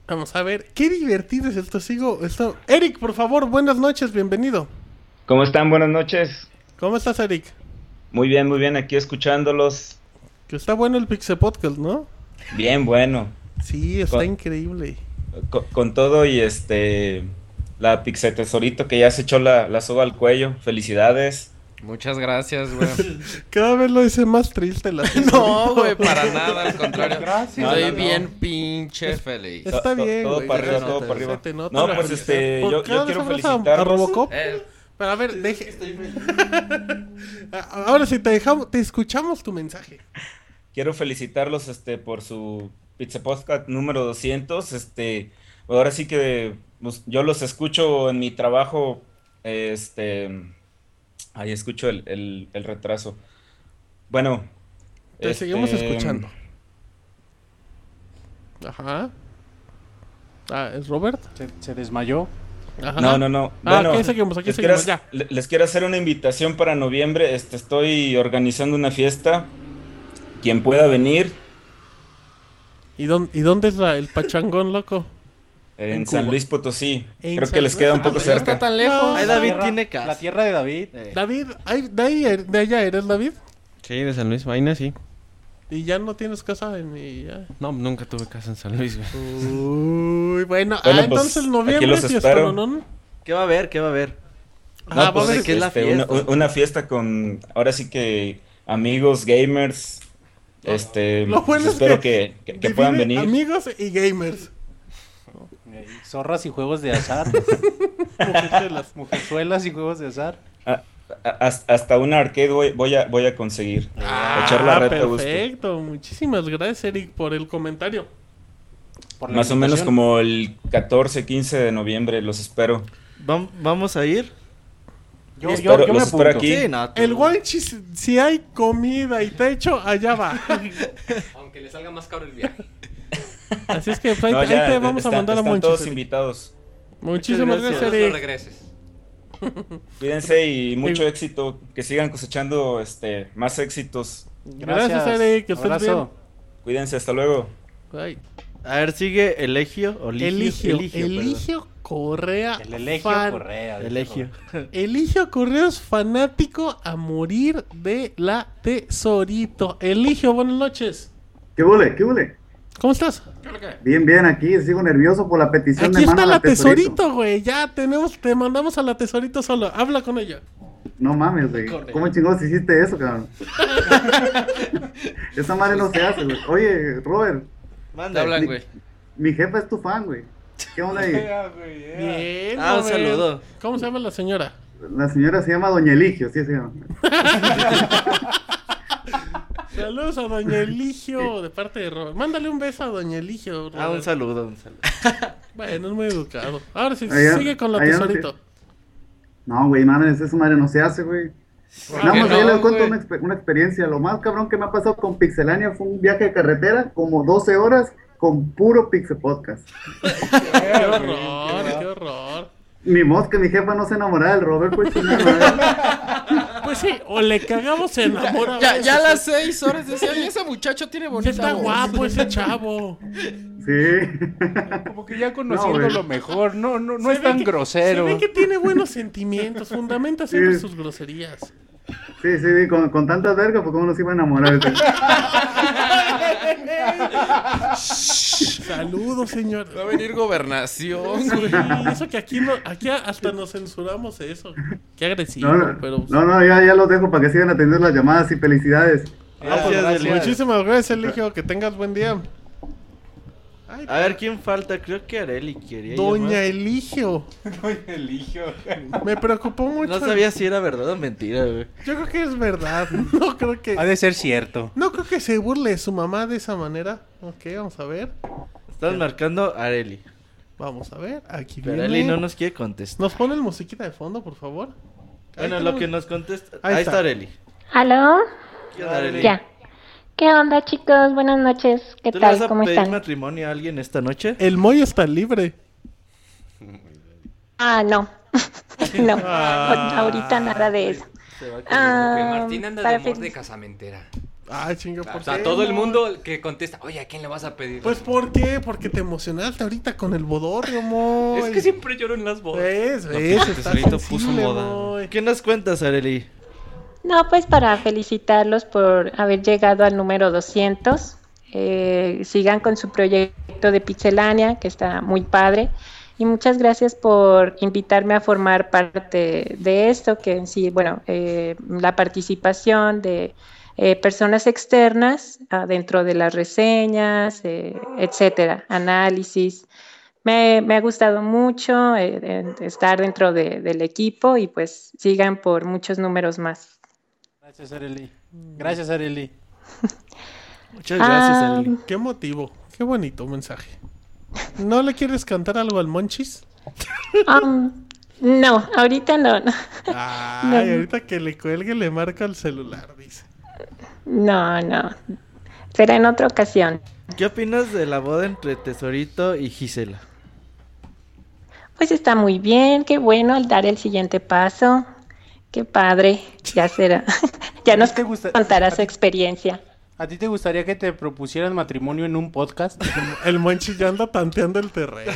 Speaker 2: Vamos a ver. Qué divertido es esto. Sigo. Esto... Eric, por favor, buenas noches. Bienvenido.
Speaker 25: ¿Cómo están? Buenas noches.
Speaker 2: ¿Cómo estás, Eric?
Speaker 25: Muy bien, muy bien, aquí escuchándolos.
Speaker 2: Que está bueno el Pixel Podcast, ¿no?
Speaker 25: Bien, bueno.
Speaker 2: Sí, está
Speaker 25: Con-
Speaker 2: increíble.
Speaker 25: Con, con todo y este. La Pixel Tesorito que ya se echó la, la soga al cuello. Felicidades.
Speaker 9: Muchas gracias, güey.
Speaker 2: Cada vez lo dice más triste la
Speaker 9: pues, No, güey, para nada, al contrario.
Speaker 2: Gracias.
Speaker 9: Estoy
Speaker 2: No, no, no.
Speaker 9: bien pinche
Speaker 2: Es-
Speaker 9: feliz.
Speaker 2: Está bien,
Speaker 25: Todo
Speaker 2: güey,
Speaker 25: para
Speaker 2: se
Speaker 25: arriba,
Speaker 2: nota,
Speaker 25: todo para
Speaker 2: se
Speaker 25: arriba.
Speaker 2: te nota
Speaker 25: No,
Speaker 2: la
Speaker 25: pues este.
Speaker 2: felicidad.
Speaker 25: Yo,
Speaker 2: ¿Por qué
Speaker 25: yo
Speaker 2: no
Speaker 25: quiero
Speaker 2: dejamos a- a
Speaker 25: felicitarlos.
Speaker 2: Robocop?
Speaker 9: Eh.
Speaker 2: Pero a ver, deje... A- Ahora sí, te dejamos, te escuchamos tu mensaje.
Speaker 25: Quiero felicitarlos este, por su Pizza Podcast número 200. Este, ahora sí que pues, yo los escucho en mi trabajo. Este, ahí escucho el, el- el retraso. Bueno.
Speaker 2: Te
Speaker 25: este,
Speaker 2: seguimos escuchando. Ajá. Ah, ¿es Robert?
Speaker 5: Se, desmayó.
Speaker 2: Ajá.
Speaker 25: No, no, no.
Speaker 2: Ah,
Speaker 25: Bueno,
Speaker 2: aquí seguimos, aquí
Speaker 25: les
Speaker 2: seguimos,
Speaker 25: quiero- le- Les quiero hacer una invitación para noviembre. Este, estoy organizando una fiesta. Quien pueda venir
Speaker 2: ¿Y, dónde, ¿Y dónde es la- el pachangón, loco?
Speaker 25: en,
Speaker 2: En
Speaker 25: San
Speaker 2: Cuba.
Speaker 25: Luis Potosí.
Speaker 2: En
Speaker 25: Creo
Speaker 2: San
Speaker 25: que les
Speaker 2: Luis
Speaker 25: queda un
Speaker 5: Ah,
Speaker 25: poco
Speaker 5: pues
Speaker 2: Potosí. No
Speaker 25: cerca.
Speaker 2: está tan lejos. Ahí David tiene
Speaker 5: casa. La tierra de David. eh.
Speaker 2: David, ay, de, ahí er- de allá eres, David.
Speaker 8: Sí, de San Luis Vaina, sí.
Speaker 2: Y ya no tienes casa en mi... ya.
Speaker 8: No, nunca tuve casa en San Luis, güey.
Speaker 2: Uy, bueno,
Speaker 8: Bueno,
Speaker 2: ah,
Speaker 8: pues,
Speaker 2: entonces
Speaker 8: aquí
Speaker 2: noviembre
Speaker 8: los
Speaker 2: sí es
Speaker 8: espero.
Speaker 2: Tononón.
Speaker 3: ¿Qué va a haber? ¿Qué va a haber?
Speaker 25: No,
Speaker 3: Ah,
Speaker 25: pues,
Speaker 3: va a haber que es la
Speaker 25: este, una,
Speaker 3: fiesta.
Speaker 25: una fiesta con, ahora sí que amigos, gamers, este,
Speaker 2: Lo bueno es
Speaker 25: espero
Speaker 2: que
Speaker 25: que, que- que puedan
Speaker 2: Divide
Speaker 25: venir.
Speaker 2: Amigos y gamers.
Speaker 5: Zorras y juegos de azar. Mujerzuelas y juegos de azar.
Speaker 25: A- a- hasta, Ah, hasta una arcade voy, voy a, voy a conseguir. Echar la
Speaker 2: Ah,
Speaker 25: reta a gusto.
Speaker 2: perfecto. Muchísimas gracias, Eric, por el comentario.
Speaker 25: Más o menos como el 14, 15 de noviembre, los espero.
Speaker 3: ¿Vamos a ir?
Speaker 25: Yo- yo- Espero- yo me los espero apunto. aquí.
Speaker 3: Sí, no, tú-
Speaker 2: El guanchi, si si hay comida y techo, allá va.
Speaker 6: Aunque le salga más caro el viaje.
Speaker 2: Así es que pues, ahí,
Speaker 25: No,
Speaker 2: ahí
Speaker 25: ya,
Speaker 2: te vamos
Speaker 25: están-
Speaker 2: a mandar a
Speaker 25: están
Speaker 2: Monchis.
Speaker 25: todos
Speaker 2: Eric.
Speaker 25: invitados.
Speaker 2: Muchísimas gracias,
Speaker 6: Muchas gracias. No
Speaker 2: Eric.
Speaker 6: regreses.
Speaker 25: Cuídense y mucho éxito. Que sigan cosechando este, más éxitos.
Speaker 2: Gracias, Gracias. Eric, que estés Abrazo. bien.
Speaker 25: Cuídense, hasta luego.
Speaker 2: Ay,
Speaker 3: A ver, sigue Elegio o Ligio.
Speaker 2: Eligio, Eligio,
Speaker 3: Eligio, perdón.
Speaker 2: Correa.
Speaker 3: El Elegio Correa, dice Elegio.
Speaker 2: Eligio Correa es fanático a morir de la Tesorito. Eligio, buenas noches.
Speaker 22: ¿Qué hule? ¿Qué hule?
Speaker 2: ¿Cómo estás?
Speaker 22: Bien, bien, aquí sigo nervioso por la petición
Speaker 2: Aquí
Speaker 22: de mano
Speaker 2: está
Speaker 22: a
Speaker 2: la
Speaker 22: tesorita.
Speaker 2: tesorito, güey. Ya tenemos, te mandamos a la tesorito solo. Habla con ella.
Speaker 22: No mames, güey.
Speaker 2: Corre.
Speaker 22: ¿Cómo chingados hiciste eso, cabrón? Esa madre no se hace, güey. Oye, Robert.
Speaker 3: Manda. Te hablan,
Speaker 22: Mi-
Speaker 3: güey.
Speaker 22: Mi jefa es tu fan, güey. ¿Qué onda ahí?
Speaker 2: Bien.
Speaker 22: Ah, un
Speaker 2: Robert.
Speaker 22: saludo.
Speaker 2: ¿Cómo se llama la señora?
Speaker 22: La señora se llama Doña Eligio, sí se llama.
Speaker 2: Saludos a Doña Eligio de parte de Robert. Mándale un beso a Doña
Speaker 3: Ah,
Speaker 2: Eligio.
Speaker 3: un
Speaker 2: Robert.
Speaker 3: saludo, un saludo.
Speaker 2: Bueno, es muy educado. Ahora sí,
Speaker 22: Allá-
Speaker 2: sigue con la
Speaker 22: allá no
Speaker 2: tesorito.
Speaker 22: No, güey, mames, esa madre no se hace, güey.
Speaker 2: ¿Por
Speaker 22: Nada
Speaker 2: qué
Speaker 22: más ahí
Speaker 2: Pues no,
Speaker 22: les cuento
Speaker 2: güey?
Speaker 22: una, exper- una experiencia. Lo más cabrón que me ha pasado con Pixelania fue un viaje de carretera, como 12 horas, con puro Pixel Podcast.
Speaker 2: Qué horror, qué horror.
Speaker 22: Ni modo que mi jefa no se enamorara del Robert, pues chingada.
Speaker 2: Pues sí, o le cagamos se enamora.
Speaker 14: Ya,
Speaker 2: güey.
Speaker 14: ya a las seis horas decía, oye, ese muchacho tiene bonita
Speaker 2: está
Speaker 14: voz".
Speaker 2: guapo ese chavo.
Speaker 22: Sí.
Speaker 5: Como que ya
Speaker 22: No,
Speaker 5: conociendo
Speaker 22: güey.
Speaker 5: lo mejor. No, no, no
Speaker 2: Se
Speaker 5: es
Speaker 2: ve
Speaker 5: tan
Speaker 2: que-
Speaker 5: grosero.
Speaker 2: Se ve que tiene buenos sentimientos, fundamenta siempre
Speaker 22: Sí.
Speaker 2: sus groserías.
Speaker 22: Sí, sí, sí, con, con tantas vergas, pues cómo nos iba a enamorar.
Speaker 2: Saludos, señor.
Speaker 9: Va a venir gobernación, güey.
Speaker 2: Y eso que aquí, no, aquí hasta nos censuramos eso. Qué agresivo,
Speaker 22: No, no,
Speaker 2: pero...
Speaker 22: no, no, ya, ya los dejo para que sigan atendiendo las llamadas y felicidades.
Speaker 2: Ah, pues, Muchísimas gracias, Eligio. Que tengas buen día.
Speaker 3: A ver quién falta, creo que Areli quería.
Speaker 2: Doña
Speaker 3: llamar.
Speaker 2: Eligio.
Speaker 1: Doña Eligio.
Speaker 2: Me preocupó mucho.
Speaker 3: No sabía si era verdad o mentira, güey.
Speaker 2: Yo creo que es verdad. No creo que.
Speaker 5: Ha de ser cierto.
Speaker 2: No creo que se burle de su mamá de esa manera. Ok, vamos a ver.
Speaker 3: Estás marcando Areli.
Speaker 2: Vamos a ver. Aquí
Speaker 3: Pero
Speaker 2: viene.
Speaker 3: Areli no nos quiere contestar.
Speaker 2: ¿Nos pone el musiquita de fondo, por favor? Ahí
Speaker 3: Bueno,
Speaker 2: tenemos-
Speaker 3: lo que nos contesta.
Speaker 2: Ahí
Speaker 3: Ahí,
Speaker 2: está.
Speaker 3: está Areli.
Speaker 7: ¿Aló?
Speaker 3: ¿Qué onda, Areli?
Speaker 7: Ya. ¿Qué onda, chicos? Buenas noches. ¿Qué
Speaker 3: ¿Tú le vas
Speaker 7: tal?
Speaker 3: a
Speaker 7: ¿Cómo
Speaker 3: pedir
Speaker 7: están?
Speaker 3: matrimonio a alguien esta noche?
Speaker 2: El Moy está libre.
Speaker 7: Ah, no. no.
Speaker 2: Ah.
Speaker 7: Ahorita nada de eso.
Speaker 6: Como que
Speaker 7: Ah,
Speaker 6: Martín anda de
Speaker 7: para
Speaker 6: amor
Speaker 7: fel-
Speaker 6: de casamentera.
Speaker 2: Ay, Ah, chinga,
Speaker 6: O
Speaker 2: ¿por
Speaker 6: sea,
Speaker 2: qué,
Speaker 6: todo el
Speaker 2: no?
Speaker 6: mundo el que contesta, oye, ¿a quién le vas a pedir?
Speaker 2: Pues ¿por qué? Porque te emocionaste ahorita con el bodorrio, Moy.
Speaker 6: es que siempre lloro en las bodas.
Speaker 2: ¿Ves?
Speaker 3: No,
Speaker 2: ¿Ves?
Speaker 3: pues,
Speaker 2: Estás
Speaker 3: tesorito
Speaker 2: sensible,
Speaker 3: puso moda.
Speaker 2: Moy.
Speaker 3: ¿Qué nos cuentas, Areli?
Speaker 7: No, pues para felicitarlos por haber llegado al número 200. Eh, sigan con su proyecto de Pixelania, que está muy padre. Y muchas gracias por invitarme a formar parte de esto, que en sí, bueno, eh, la participación de eh, personas externas ah, dentro de las reseñas, eh, etcétera, análisis. Me, me ha gustado mucho eh, eh, estar dentro de- del equipo y pues sigan por muchos números más.
Speaker 5: Gracias, Areli. Gracias, Areli.
Speaker 2: Muchas
Speaker 7: gracias, Ah. Areli.
Speaker 2: Qué motivo. Qué bonito mensaje. ¿No le quieres cantar algo al Monchis?
Speaker 7: Um, no, ahorita no, no.
Speaker 2: Ay, ahorita que le cuelgue le marca el celular, dice.
Speaker 7: No, no. Será en otra ocasión.
Speaker 3: ¿Qué opinas de la boda entre Tesorito y Gisela?
Speaker 7: Pues está muy bien, qué bueno al dar el siguiente paso. Qué padre, ya será. ya nos contará su experiencia.
Speaker 5: ¿A ti te gustaría que te propusieran matrimonio en un podcast?
Speaker 2: El Monchis ya anda tanteando el terreno.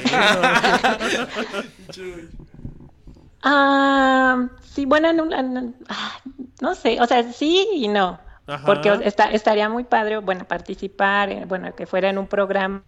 Speaker 7: Ah, sí, bueno, en un- en- ah, no sé, o sea, sí y no,
Speaker 14: Ajá.
Speaker 7: porque o- está- estaría muy padre, bueno, participar, eh, bueno, que fuera en un programa,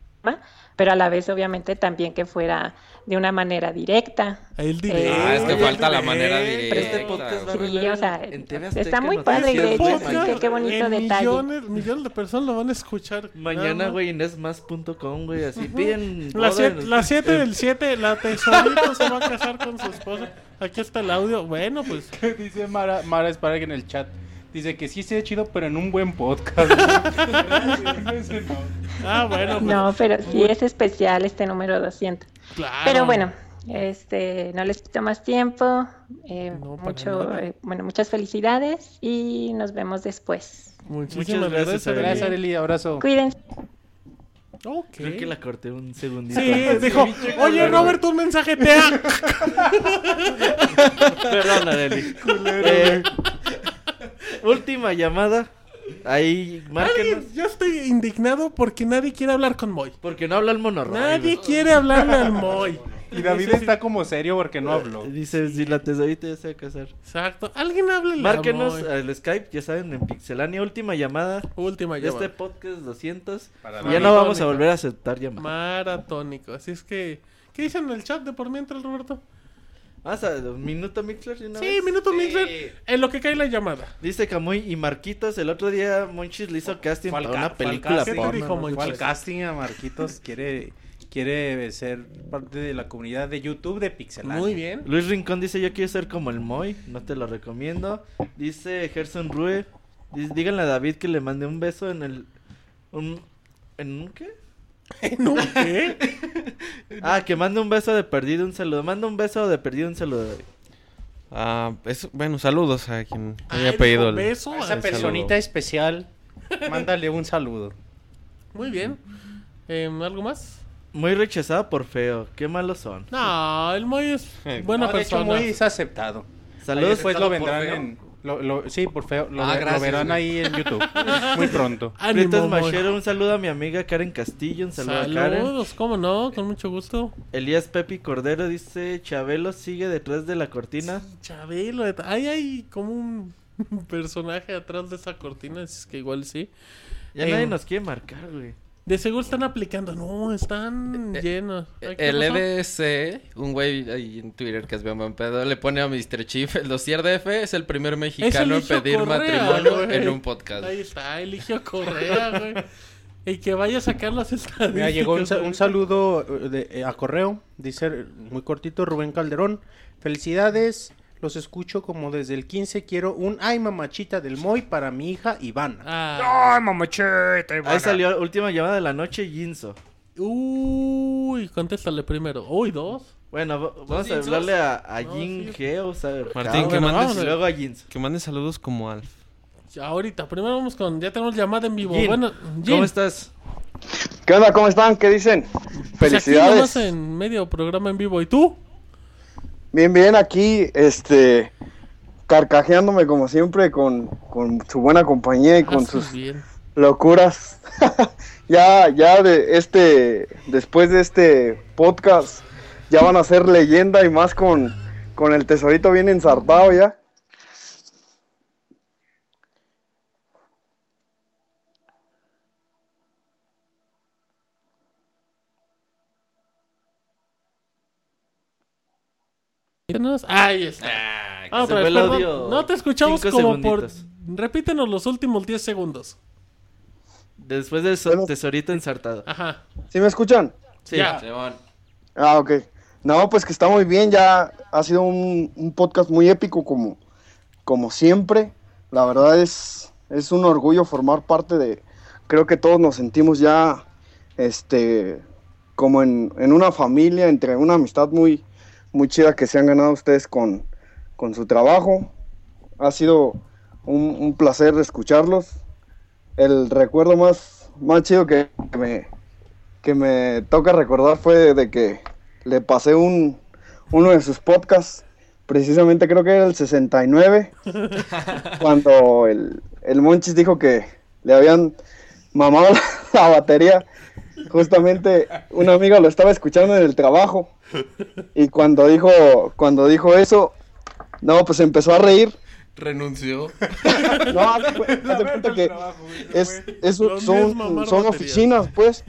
Speaker 7: pero a la vez obviamente también que fuera de una manera directa.
Speaker 2: El
Speaker 7: directo.
Speaker 9: Ah, es que
Speaker 7: Oye,
Speaker 9: falta la
Speaker 7: directo.
Speaker 9: manera
Speaker 7: Pero este
Speaker 9: directa.
Speaker 7: podcast
Speaker 9: güey.
Speaker 7: Sí, o sea, está
Speaker 3: Azteca
Speaker 7: muy
Speaker 3: Noticias,
Speaker 7: padre, de hecho,
Speaker 3: güey.
Speaker 7: sí, qué, qué bonito
Speaker 2: En
Speaker 7: detalle.
Speaker 2: Millones, millones de personas lo van a escuchar.
Speaker 3: Mañana,
Speaker 2: Nada más.
Speaker 3: güey, inesmas.com, güey, así piden... eh,
Speaker 2: La
Speaker 3: boda
Speaker 2: siete-
Speaker 3: en-
Speaker 2: la 7 del 7, la tesorito se va a casar con su esposa. Aquí está el audio. Bueno, pues.
Speaker 5: Dice Mara, Mara Esparag en el chat. Dice que sí sea chido, pero en un buen podcast.
Speaker 2: Ah, bueno. pues.
Speaker 7: No, pero sí es especial este número 200.
Speaker 2: Claro.
Speaker 7: Pero bueno, este, no les quito más tiempo. eh,
Speaker 2: para
Speaker 7: mucho,
Speaker 2: nada.
Speaker 7: eh, bueno, muchas felicidades y nos vemos después.
Speaker 2: Muchísimas
Speaker 3: Muchas gracias,
Speaker 2: gracias, Areli.
Speaker 3: Areli.
Speaker 5: abrazo.
Speaker 7: Cuídense.
Speaker 2: Ok.
Speaker 3: Creo que la corté un segundito.
Speaker 2: Sí, dijo, oye Robert, un mensaje te ha.
Speaker 3: Perdón, Areli.
Speaker 2: Culero,
Speaker 3: Eh, última llamada. Ahí, márquenos.
Speaker 2: Alguien- Yo estoy indignado porque nadie quiere hablar con Moy.
Speaker 3: Porque no habla el monorro.
Speaker 2: Nadie quiere hablarle al Moy.
Speaker 5: Y David está como serio porque no habló.
Speaker 3: Dice, si la tesorita ya se va a casar.
Speaker 2: Exacto. Alguien háblele
Speaker 3: Márquenos
Speaker 2: al Moy.
Speaker 3: al Skype, ya saben, en Pixelania. Última llamada.
Speaker 2: Última
Speaker 3: de
Speaker 2: llamada.
Speaker 3: Este podcast 200.
Speaker 2: Para
Speaker 3: ya
Speaker 2: la
Speaker 3: no vamos a
Speaker 2: maratónica.
Speaker 3: volver a aceptar llamadas.
Speaker 2: Maratónico. Así es que. ¿Qué dicen en el chat de por mientras, Roberto?
Speaker 3: Más a minuto Mixler. de una
Speaker 2: Sí,
Speaker 3: vez?
Speaker 2: minuto mixer. En lo que cae la llamada.
Speaker 3: Dice Camuy y Marquitos. El otro día Monchis le hizo casting para una película
Speaker 5: casting,
Speaker 3: porno,
Speaker 5: dijo
Speaker 3: ¿no?
Speaker 5: Monchis? Fue al casting a Marquitos quiere, quiere ser parte de la comunidad de YouTube de Pixelania.
Speaker 3: Muy bien. Luis Rincón dice, yo quiero ser como el Moy, no te lo recomiendo. Dice Gerson Rue, dice, díganle a David que le mande un beso en el... un- ¿En un qué?
Speaker 2: ¿En un qué?
Speaker 3: ah, que mande un beso de perdido, un saludo. Manda un beso de perdido, un saludo, David.
Speaker 8: Ah, es, bueno, saludos a quien haya
Speaker 2: Ah, dijo
Speaker 8: pedido el
Speaker 2: beso
Speaker 5: A
Speaker 8: el
Speaker 5: esa
Speaker 8: saludo.
Speaker 5: personita especial, mándale un saludo.
Speaker 2: Muy bien. Em, ¿Algo más?
Speaker 3: Muy rechazado por feo, qué malos son.
Speaker 2: No, el Moy es buena
Speaker 5: Eh, No, de hecho,
Speaker 2: persona.
Speaker 5: muy es aceptado.
Speaker 3: Saludos. pues,
Speaker 5: Ahí Después pues, lo
Speaker 3: ¿Aceptado por
Speaker 5: vendrán
Speaker 3: feo?
Speaker 5: en... lo- lo- sí, por feo. Lo,
Speaker 3: Ah,
Speaker 5: ve- lo
Speaker 3: gracias,
Speaker 5: verán
Speaker 3: güey.
Speaker 5: ahí en YouTube. Muy pronto.
Speaker 3: Prietas Machero, un saludo a mi amiga Karen Castillo, un saludo a Karen.
Speaker 2: Saludos, cómo no, con mucho gusto.
Speaker 3: Elías Pepi Cordero dice, Chabelo sigue detrás de la cortina.
Speaker 2: Chabelo, et- ahí hay como un personaje atrás de esa cortina, así es que igual sí.
Speaker 3: Ya
Speaker 2: Em,
Speaker 3: nadie nos quiere marcar, güey.
Speaker 2: De seguro están aplicando, no, están llenos. Ay, ¿qué
Speaker 9: Eh, El
Speaker 2: pasó?
Speaker 9: EDC, un güey ahí en Twitter que es bien buen pedo, le pone a Mr. Chief, el dossier DF es el primer
Speaker 2: Es
Speaker 9: mexicano en
Speaker 2: Eligio
Speaker 9: pedir
Speaker 2: Correa,
Speaker 9: matrimonio
Speaker 2: güey.
Speaker 9: en un podcast.
Speaker 2: Ahí está, eligió Correa, güey. Y que vaya a sacar las estadísticas.
Speaker 5: Mira, llegó un, sa- un saludo eh, de- eh, a correo, dice eh, muy cortito Rubén Calderón. Felicidades, los escucho como desde el 15. Quiero un ay mamachita del Moy para mi hija Ivana. Ah.
Speaker 26: Ay, mamachita, Ivana.
Speaker 3: Ahí salió última llamada de la noche, Jinzo.
Speaker 2: Uy, contéstale primero. Uy, dos.
Speaker 3: Bueno, va- vamos a
Speaker 2: Jinzos?
Speaker 3: hablarle a, a
Speaker 2: No,
Speaker 3: Jin
Speaker 2: sí.
Speaker 3: Geo, ¿sabes?
Speaker 2: Ah,
Speaker 8: Martín, que,
Speaker 3: Bueno,
Speaker 8: mandes,
Speaker 3: vamos a- luego a Jin.
Speaker 8: que mandes saludos como Alf.
Speaker 2: Ahorita, primero vamos con. Ya tenemos llamada en vivo.
Speaker 8: Jin,
Speaker 2: bueno,
Speaker 8: ¿cómo
Speaker 3: estás?
Speaker 17: ¿Qué onda? ¿Cómo están? ¿Qué dicen?
Speaker 2: Pues Aquí
Speaker 17: Felicidades.
Speaker 2: nomás eh. en medio programa en vivo. ¿Y tú?
Speaker 17: Bien, bien, aquí, este, carcajeándome como siempre con, con su buena compañía y con sus
Speaker 2: Ah, bien.
Speaker 17: locuras. ya, ya de este, después de este podcast, ya van a ser leyenda y más con, con el tesorito bien ensartado ya.
Speaker 2: Tenemos- Ahí está. Ah,
Speaker 3: se
Speaker 2: otra
Speaker 3: fue
Speaker 2: vez,
Speaker 3: el
Speaker 2: perdón.
Speaker 3: audio.
Speaker 2: No te escuchamos
Speaker 3: Cinco
Speaker 2: como
Speaker 3: segunditos.
Speaker 2: por. Repítenos los últimos 10 segundos.
Speaker 3: Después de eso, tesorito ensartado.
Speaker 2: Ajá.
Speaker 17: ¿Sí me escuchan?
Speaker 3: Sí.
Speaker 17: Ah, ok. No, pues que está muy bien, ya ha sido un, un podcast muy épico como, como siempre. La verdad es, es un orgullo formar parte de, creo que todos nos sentimos ya este, como en, en una familia, entre una amistad muy, muy chida que se han ganado ustedes con, con su trabajo. Ha sido un, un placer escucharlos. El recuerdo más, más chido que me, que me toca recordar fue de que le pasé un, uno de sus podcasts, precisamente creo que era el 69, cuando el, el Monchis dijo que le habían mamado la, la batería. Justamente una amiga lo estaba escuchando en el trabajo y cuando dijo, cuando dijo eso, no, pues empezó a reír.
Speaker 9: Renunció.
Speaker 17: No, haz de cu- haz de cuenta que es, es-
Speaker 9: Los
Speaker 17: son,
Speaker 9: mismos amaron
Speaker 17: son
Speaker 9: baterías.
Speaker 17: oficinas, pues.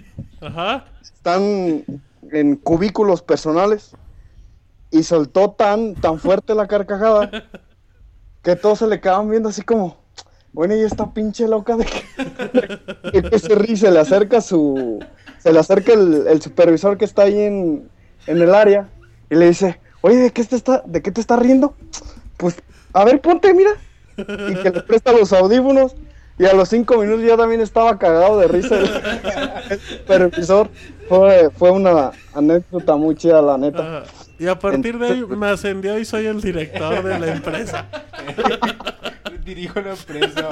Speaker 17: Están en cubículos personales. Y soltó tan, tan fuerte la carcajada que todos se le quedaban viendo así como, bueno, y esta pinche loca de que, de que se ríe, se le acerca su, se le acerca el, el supervisor que está ahí en, en el área y le dice, oye, ¿de qué te está, de qué te está riendo? Pues, a ver, ponte, mira y que le presta los audífonos y a los cinco minutos ya también estaba cagado de risa el, el supervisor. Fue, fue una anécdota muy chida, la neta.
Speaker 2: Y a partir de ahí me ascendió y soy el director de la empresa.
Speaker 5: Dirijo la empresa.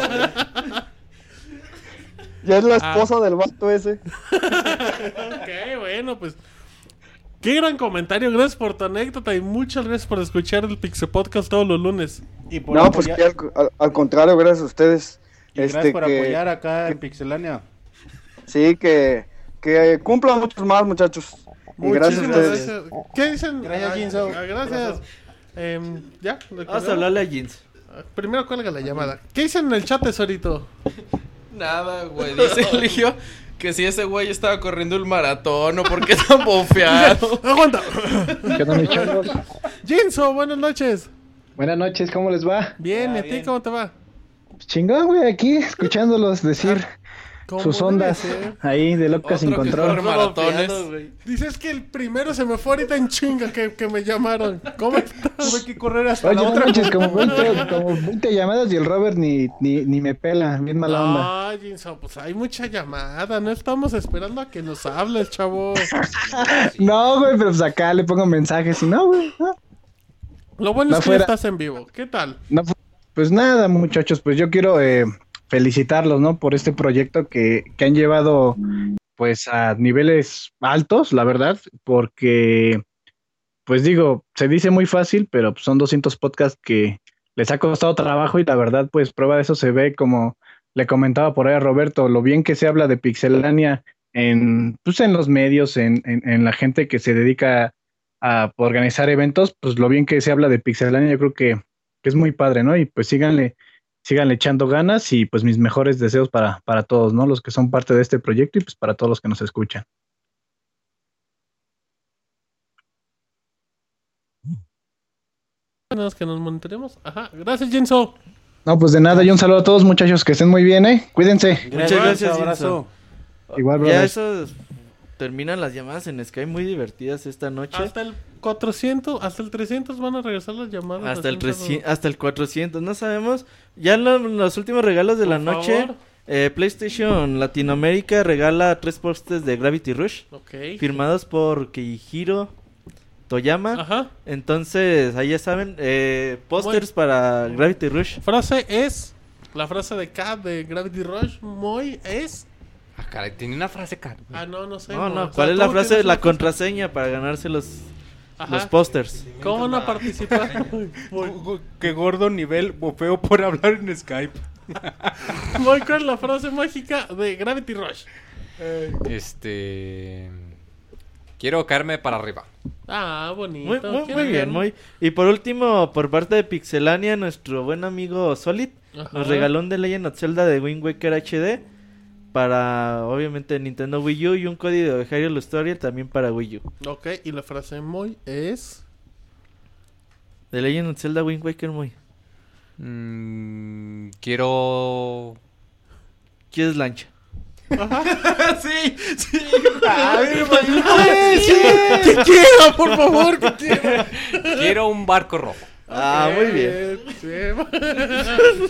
Speaker 17: Ya
Speaker 5: Ah.
Speaker 17: es la esposa del vato ese.
Speaker 2: ok, bueno, pues. Qué gran comentario. Gracias por tu anécdota y muchas gracias por escuchar el Pixel Podcast todos los lunes.
Speaker 5: Y por
Speaker 17: No, pues que al, al- al contrario, gracias a ustedes.
Speaker 5: Gracias
Speaker 17: este,
Speaker 5: por
Speaker 17: que-
Speaker 5: apoyar acá en Pixelania.
Speaker 17: Sí, que, que cumplan muchos más, muchachos. Y gracias a
Speaker 2: Muchísimas
Speaker 17: ustedes.
Speaker 2: gracias. ¿Qué dicen?
Speaker 5: Gracias,
Speaker 2: Ah,
Speaker 5: Jinzo.
Speaker 2: ah, Gracias. Em, ya. ¿Lo
Speaker 3: Vamos
Speaker 2: colgamos?
Speaker 3: a hablarle a Jins.
Speaker 2: Ah, Primero cuelga la llamada. ¿Qué dicen en el chat, tesorito?
Speaker 9: Nada, güey. Dice Eligio que si ese güey estaba corriendo el maratón o por qué tan bofeado.
Speaker 2: Aguanta.
Speaker 16: ¿Qué onda, mis changos?
Speaker 2: Jinzo, buenas noches.
Speaker 16: Buenas noches, ¿cómo les va?
Speaker 2: Ah, Bien, ¿y a ti cómo te va?
Speaker 16: Pues Chingón, güey, aquí escuchándolos decir
Speaker 2: ¿Cómo
Speaker 16: sus
Speaker 2: debe
Speaker 16: ondas
Speaker 2: ser?
Speaker 16: ahí de loca sin control.
Speaker 2: Dices que el primero se me fue ahorita en chinga que, que me llamaron. ¿Cómo estás? Tuve que correr
Speaker 16: Oye, no manches, como 20, como 20 llamadas y el Robert ni, ni, ni me pela, bien mala onda.
Speaker 2: No, Jinzo, pues hay mucha llamada. No estamos esperando a que nos hables, chavo.
Speaker 16: No, güey, pero pues acá le pongo mensajes y no, güey. no.
Speaker 2: Lo bueno
Speaker 16: No
Speaker 2: es que ya
Speaker 16: fuera-
Speaker 2: estás en vivo. ¿Qué tal?
Speaker 16: No, pues nada, muchachos, pues yo quiero eh, felicitarlos, ¿no? Por este proyecto que, que han llevado, pues, a niveles altos, la verdad, porque, pues digo, se dice muy fácil, pero pues, son 200 podcasts que les ha costado trabajo y la verdad, pues, prueba de eso se ve como le comentaba por ahí a Roberto, lo bien que se habla de pixelania en, pues, en los medios, en, en- en la gente que se dedica a organizar eventos, pues lo bien que se habla de pixelania, yo creo que que es muy padre, ¿no? Y pues síganle, síganle echando ganas y pues mis mejores deseos para, para todos, ¿no? Los que son parte de este proyecto y pues para todos los que nos escuchan.
Speaker 2: Nada más que nos monitoreemos. Ajá. Gracias, Jinzo.
Speaker 16: No, pues de nada, y un saludo a todos muchachos, que estén muy bien, ¿eh? Cuídense.
Speaker 2: Muchas gracias, Jinzo.
Speaker 16: Igual,
Speaker 3: ya
Speaker 16: brother.
Speaker 3: eso terminan las llamadas en Sky muy divertidas esta noche.
Speaker 2: Hasta el 400, hasta el 300 van a regresar las llamadas.
Speaker 3: Hasta el,
Speaker 2: así,
Speaker 3: 300, hasta el 400, no sabemos. Ya en lo- los últimos regalos de la
Speaker 2: Por
Speaker 3: noche,
Speaker 2: favor.
Speaker 3: eh, PlayStation Latinoamérica regala tres postes de Gravity Rush.
Speaker 2: Ok.
Speaker 3: Firmados por Keihiro Toyama. Entonces, ahí ya saben, eh, pósters para Gravity Rush.
Speaker 2: Frase es, la frase de K de Gravity Rush, muy es...
Speaker 6: Ah, caray, tiene una frase, cara.
Speaker 2: Ah, no, no sé.
Speaker 3: No,
Speaker 2: güey. O
Speaker 3: no,
Speaker 2: sea,
Speaker 3: ¿cuál es la
Speaker 2: ¿cómo
Speaker 3: frase?
Speaker 2: tienes
Speaker 3: La
Speaker 2: una-
Speaker 3: contraseña para ganarse los,
Speaker 2: Ajá.
Speaker 3: los pósters.
Speaker 2: ¿Cómo no participar? Voy-
Speaker 5: Gu- gu- Que gordo nivel bofeo por hablar en Skype.
Speaker 2: Voy con la frase mágica de Gravity Rush. Eh,
Speaker 6: Este. Quiero caerme para arriba.
Speaker 2: ah, bonito.
Speaker 3: Muy, muy,
Speaker 2: qué
Speaker 3: muy bien, muy. Y por último, por parte de Pixelania, nuestro buen amigo Solid
Speaker 2: Ajá.
Speaker 3: nos regaló un The Legend of Zelda de Wind Waker HD para, obviamente, Nintendo Wii U y un código de Hyrule Story también para Wii U.
Speaker 2: Ok, y la frase muy es...
Speaker 3: The Legend of Zelda Wind Waker muy.
Speaker 6: Mm, quiero.
Speaker 3: ¿Quieres lancha?
Speaker 17: sí, sí.
Speaker 3: A ver,
Speaker 17: maldito.
Speaker 3: Sí, sí.
Speaker 17: Que quiera, por favor, que quiera.
Speaker 6: Quiero un barco rojo.
Speaker 3: Ah, muy bien.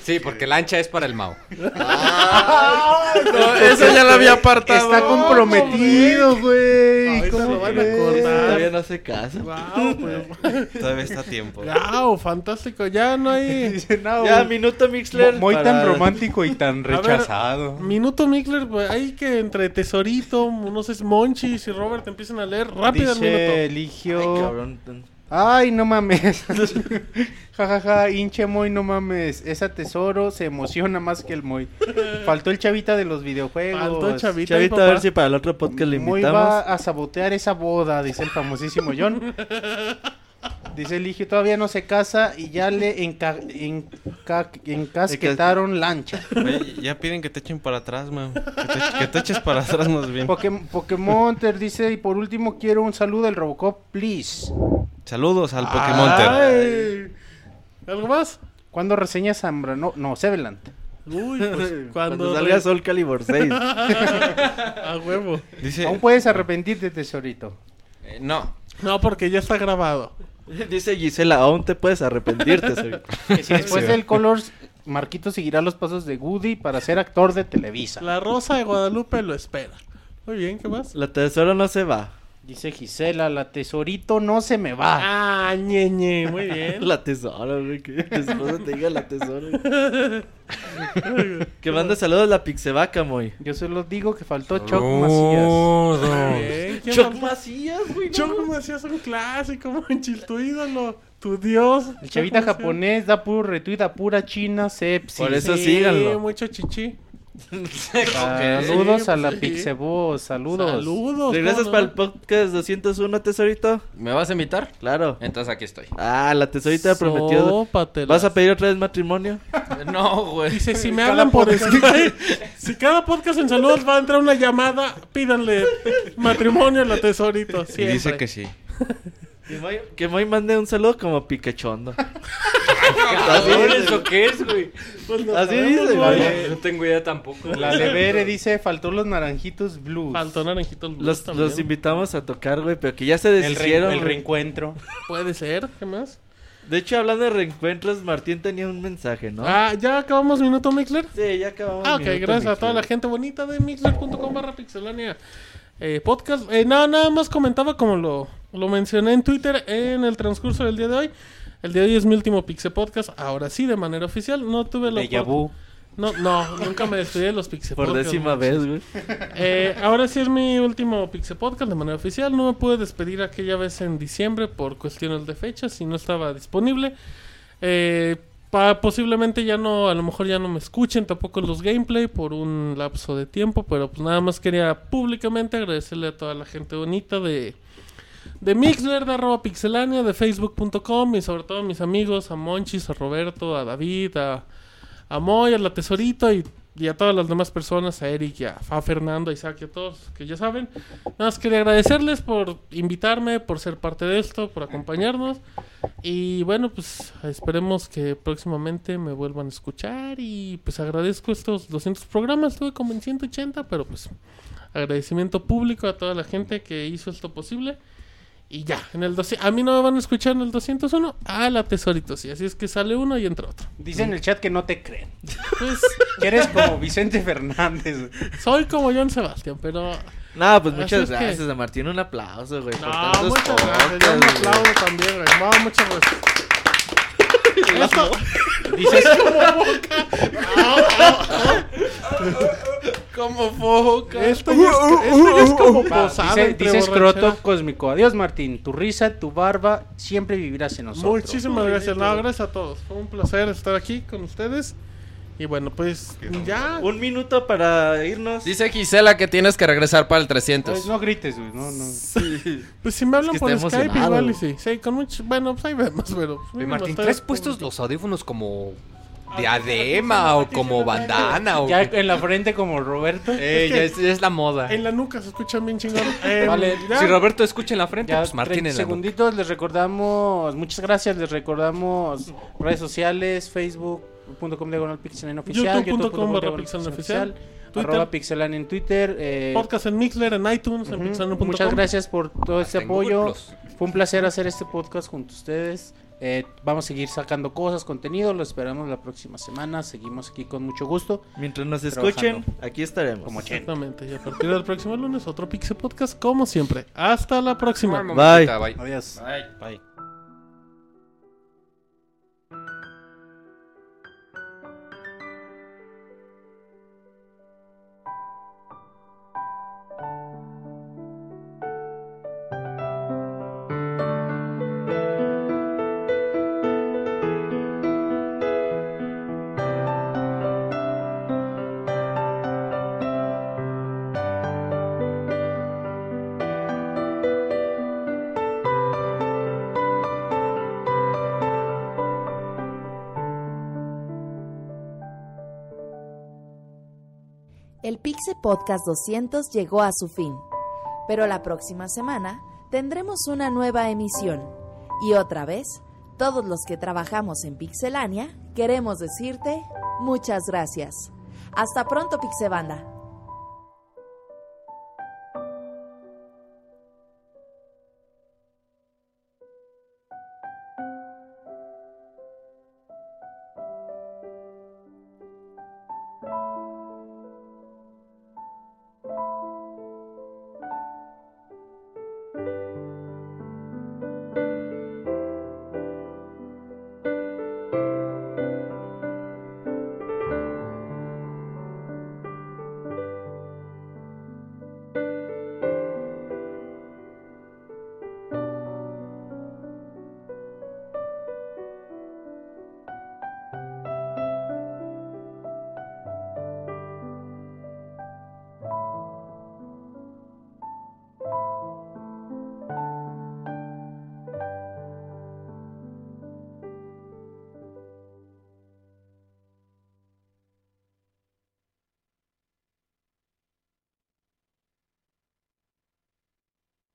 Speaker 6: Sí, porque lancha es para el Mao.
Speaker 17: No,
Speaker 2: eh,
Speaker 17: esa ya la había apartado.
Speaker 5: Está comprometido, güey.
Speaker 2: Ahorita lo
Speaker 5: ¿Cómo
Speaker 2: van a
Speaker 5: crees?
Speaker 3: Todavía
Speaker 2: cortar.
Speaker 3: no hace caso.
Speaker 2: Guau, pues.
Speaker 8: Todavía está a tiempo.
Speaker 2: Guau, fantástico. Ya no hay.
Speaker 3: Ya, minuto Mixler.
Speaker 5: Muy
Speaker 3: para-
Speaker 5: tan romántico y tan
Speaker 2: ver,
Speaker 5: rechazado.
Speaker 2: Minuto Mixler, pues, hay que entre Tesorito, no sé, Monchis y Robert empiecen a leer rápido
Speaker 5: Dice
Speaker 2: el minuto.
Speaker 5: Eligio.
Speaker 3: Ay, cabrón, tan-
Speaker 5: Ay, no mames. Ja, ja, ja, hinche Moy, no mames. Esa tesoro se emociona más que el Moy. Faltó el chavita de los videojuegos.
Speaker 2: Faltó el Chavita,
Speaker 3: Chavita, a ver si para el otro podcast le
Speaker 5: Moy
Speaker 3: invitamos.
Speaker 5: va a sabotear esa boda, dice el famosísimo John. Dice Eligio, todavía no se casa y ya le enca enca- encasquetaron lancha.
Speaker 8: Oye, ya piden que te echen para atrás, man. Que te, que te eches para atrás más bien.
Speaker 5: Pokémon Pokémonter dice, y por último quiero un saludo del Robocop, please.
Speaker 8: Saludos
Speaker 2: Ah,
Speaker 8: al Pokémonter.
Speaker 2: Ay. ¿Algo más?
Speaker 5: ¿Cuándo reseña Zambra? No, no, Seveland.
Speaker 2: Uy, pues cuando,
Speaker 3: Cuando salga Sol Calibur 6.
Speaker 2: a huevo.
Speaker 8: Dice-
Speaker 5: Aún puedes arrepentirte, tesorito.
Speaker 9: no.
Speaker 2: No, porque ya está grabado.
Speaker 3: Dice Gisela, aún te puedes arrepentirte. Sergio".
Speaker 5: Si después del Colors, Marquito seguirá los pasos de Woody para ser actor de Televisa.
Speaker 2: La Rosa de Guadalupe lo espera. Muy bien, ¿qué más?
Speaker 3: La tesoro no se va.
Speaker 5: Dice Gisela, la tesorito no se me va.
Speaker 2: Ah, ñeñe, muy bien.
Speaker 3: La tesoro, güey. Que tu esposa te diga la tesoro. que manda saludos a la pixevaca, Moy.
Speaker 5: Yo se los digo que faltó Choc Macías.
Speaker 2: Bien, ¿quién
Speaker 3: Choc
Speaker 2: más?
Speaker 3: Macías, güey. no
Speaker 2: Choco Macías es un clásico, manchil, tu ídolo, tu dios.
Speaker 5: El chavita
Speaker 2: Choco Macías.
Speaker 5: japonés da puro retweet a pura China sepsi.
Speaker 3: Por eso síganlo.
Speaker 2: mucho chichi.
Speaker 5: Ah, Saludos a la
Speaker 2: Sí.
Speaker 5: Pixeboss, saludos.
Speaker 2: Saludos.
Speaker 3: ¿Regresas
Speaker 2: ¿cómo
Speaker 3: para el
Speaker 2: no?
Speaker 3: podcast 201, tesorito?
Speaker 9: ¿Me vas a invitar?
Speaker 3: Claro.
Speaker 9: Entonces aquí estoy.
Speaker 3: Ah, la tesorita prometió.
Speaker 2: Sópatelas.
Speaker 3: ¿Vas a pedir otra vez matrimonio?
Speaker 9: No, güey.
Speaker 2: Dice, si me hablan por Skype, si cada podcast en saludos va a entrar una llamada, pídanle matrimonio a la tesorito.
Speaker 8: Y
Speaker 2: Siempre.
Speaker 8: dice que sí.
Speaker 3: Que Moy, que Moy mande un saludo como picachondo.
Speaker 6: ¿Así eso qué es, güey?
Speaker 2: Pues no
Speaker 3: Así
Speaker 2: sabemos,
Speaker 3: dice,
Speaker 2: güey.
Speaker 3: güey.
Speaker 6: No tengo idea tampoco.
Speaker 5: La Levere dice, faltó los naranjitos blues.
Speaker 2: Faltó naranjitos blues
Speaker 3: Los,
Speaker 2: también.
Speaker 3: los invitamos a tocar, güey, pero que ya se
Speaker 5: el, re-
Speaker 3: deshicieron.
Speaker 5: el
Speaker 3: güey.
Speaker 5: reencuentro.
Speaker 2: Puede ser, ¿qué más?
Speaker 3: De hecho, hablando de reencuentros, Martín tenía un mensaje, ¿no?
Speaker 2: Ah, ya acabamos minuto Mixler.
Speaker 3: sí, ya acabamos.
Speaker 2: Ah, ok,
Speaker 3: Minuto
Speaker 2: gracias a
Speaker 3: Mixler.
Speaker 2: toda la gente bonita de mixler.com barra pixelania eh, podcast. Eh, nada, nada más comentaba como lo, lo mencioné en Twitter en el transcurso del día de hoy. El día de hoy es mi último Pixel Podcast, ahora sí, de manera oficial. No tuve la
Speaker 5: Déjà
Speaker 2: opor-
Speaker 5: vu.
Speaker 2: No, no, nunca me despedí de los Pixel
Speaker 3: Por
Speaker 2: Podcasts,
Speaker 3: décima vez,
Speaker 2: muchachos.
Speaker 3: güey.
Speaker 2: Eh, ahora sí es mi último Pixel Podcast de manera oficial. No me pude despedir aquella vez en diciembre por cuestiones de fechas y no estaba disponible. Eh, pa- posiblemente ya no, a lo mejor ya no me escuchen tampoco los gameplay por un lapso de tiempo, pero pues nada más quería públicamente agradecerle a toda la gente bonita de, de Mixler, de arroba pixelania, de facebook.com y sobre todo a mis amigos, a Monchis, a Roberto, a David, a, a Moy, a la Tesorito y, y a todas las demás personas, a Eric, y a, a Fernando, a Isaac y a todos que ya saben. Nada más quería agradecerles por invitarme, por ser parte de esto, por acompañarnos. Y bueno, pues esperemos que próximamente me vuelvan a escuchar y pues agradezco estos 200 programas, estuve como en 180, pero pues Agradecimiento público a toda la gente que hizo esto posible. Y ya, en el 200 a mí no me van a escuchar en el 201, a la tesorito, sí. Así es que sale uno y entra otro.
Speaker 5: Dice en el chat que no te creen.
Speaker 2: Pues,
Speaker 5: que eres como Vicente Fernández.
Speaker 2: Soy como John Sebastián, pero...
Speaker 3: Nada, pues
Speaker 2: Así
Speaker 3: muchas
Speaker 2: es que-
Speaker 3: gracias a Martín. Un aplauso, güey. por
Speaker 2: No,
Speaker 3: tantos
Speaker 2: muchas gracias. Yo
Speaker 3: podcasts,
Speaker 2: un
Speaker 3: güey.
Speaker 2: aplauso también, güey. No, muchas gracias. Esto...
Speaker 27: Dices-
Speaker 2: Es como boca.
Speaker 27: Como foca.
Speaker 2: Esto ya es- esto ya es como posada
Speaker 5: Uh, Ah, Dice,
Speaker 2: entre
Speaker 5: dice
Speaker 2: borrachera.
Speaker 5: escroto cósmico. Adiós, Martín. Tu risa, tu barba, siempre vivirás en nosotros.
Speaker 2: Muchísimas gracias. No, gracias a todos. Fue un placer estar aquí con ustedes. Y bueno, pues ya.
Speaker 3: Un minuto para irnos.
Speaker 9: Dice Gisela que tienes que regresar para el 300.
Speaker 2: Pues
Speaker 5: no grites, güey. No, no.
Speaker 2: Pues si me hablan
Speaker 9: Es que
Speaker 2: por
Speaker 9: está
Speaker 2: Skype,
Speaker 9: emocionado.
Speaker 2: igual y sí. Sí, con mucho. Bueno, pues ahí vemos, pero.
Speaker 6: Oye,
Speaker 2: mínimo
Speaker 6: Martín,
Speaker 2: estoy-
Speaker 6: ¿traes puestos los audífonos como
Speaker 5: Ah,
Speaker 6: diadema o como bandana? O...
Speaker 5: Ya en la frente como Roberto.
Speaker 6: Eh, ya es, ya es la moda.
Speaker 2: En la nuca se escuchan bien chingón. Eh,
Speaker 5: Vale,
Speaker 2: ya.
Speaker 6: Si Roberto escucha en la frente,
Speaker 5: Ya,
Speaker 6: pues Martín
Speaker 5: 30
Speaker 6: en la nuca.
Speaker 5: segunditos, les recordamos, muchas gracias, les recordamos redes sociales, facebook.com diagonal pixelania oficial,
Speaker 2: YouTube.com
Speaker 5: youtube.com
Speaker 2: barra
Speaker 5: diagonal
Speaker 2: Pixelania
Speaker 5: oficial,
Speaker 2: oficial,
Speaker 5: arroba pixelania en Twitter, eh,
Speaker 2: Podcast en Mixler, en iTunes, en pixelano.com.
Speaker 5: muchas gracias por todo este
Speaker 2: Hasta en Ah, Google
Speaker 5: apoyo,
Speaker 2: Plus.
Speaker 5: fue un placer hacer este podcast junto a ustedes, eh, vamos a seguir sacando cosas, contenido, lo esperamos la próxima semana, seguimos aquí con mucho gusto.
Speaker 3: Mientras nos
Speaker 5: Trabajando.
Speaker 3: escuchen, aquí estaremos.
Speaker 5: Como
Speaker 2: Exactamente. Y a partir del próximo lunes, otro Pixel Podcast, como siempre. Hasta la próxima.
Speaker 3: Bye. Bye.
Speaker 5: Adiós.
Speaker 3: Bye.
Speaker 1: El Pixe Podcast 200 llegó a su fin, pero la próxima semana tendremos una nueva emisión. Y otra vez, todos los que trabajamos en Pixelania queremos decirte muchas gracias. Hasta pronto, Pixebanda.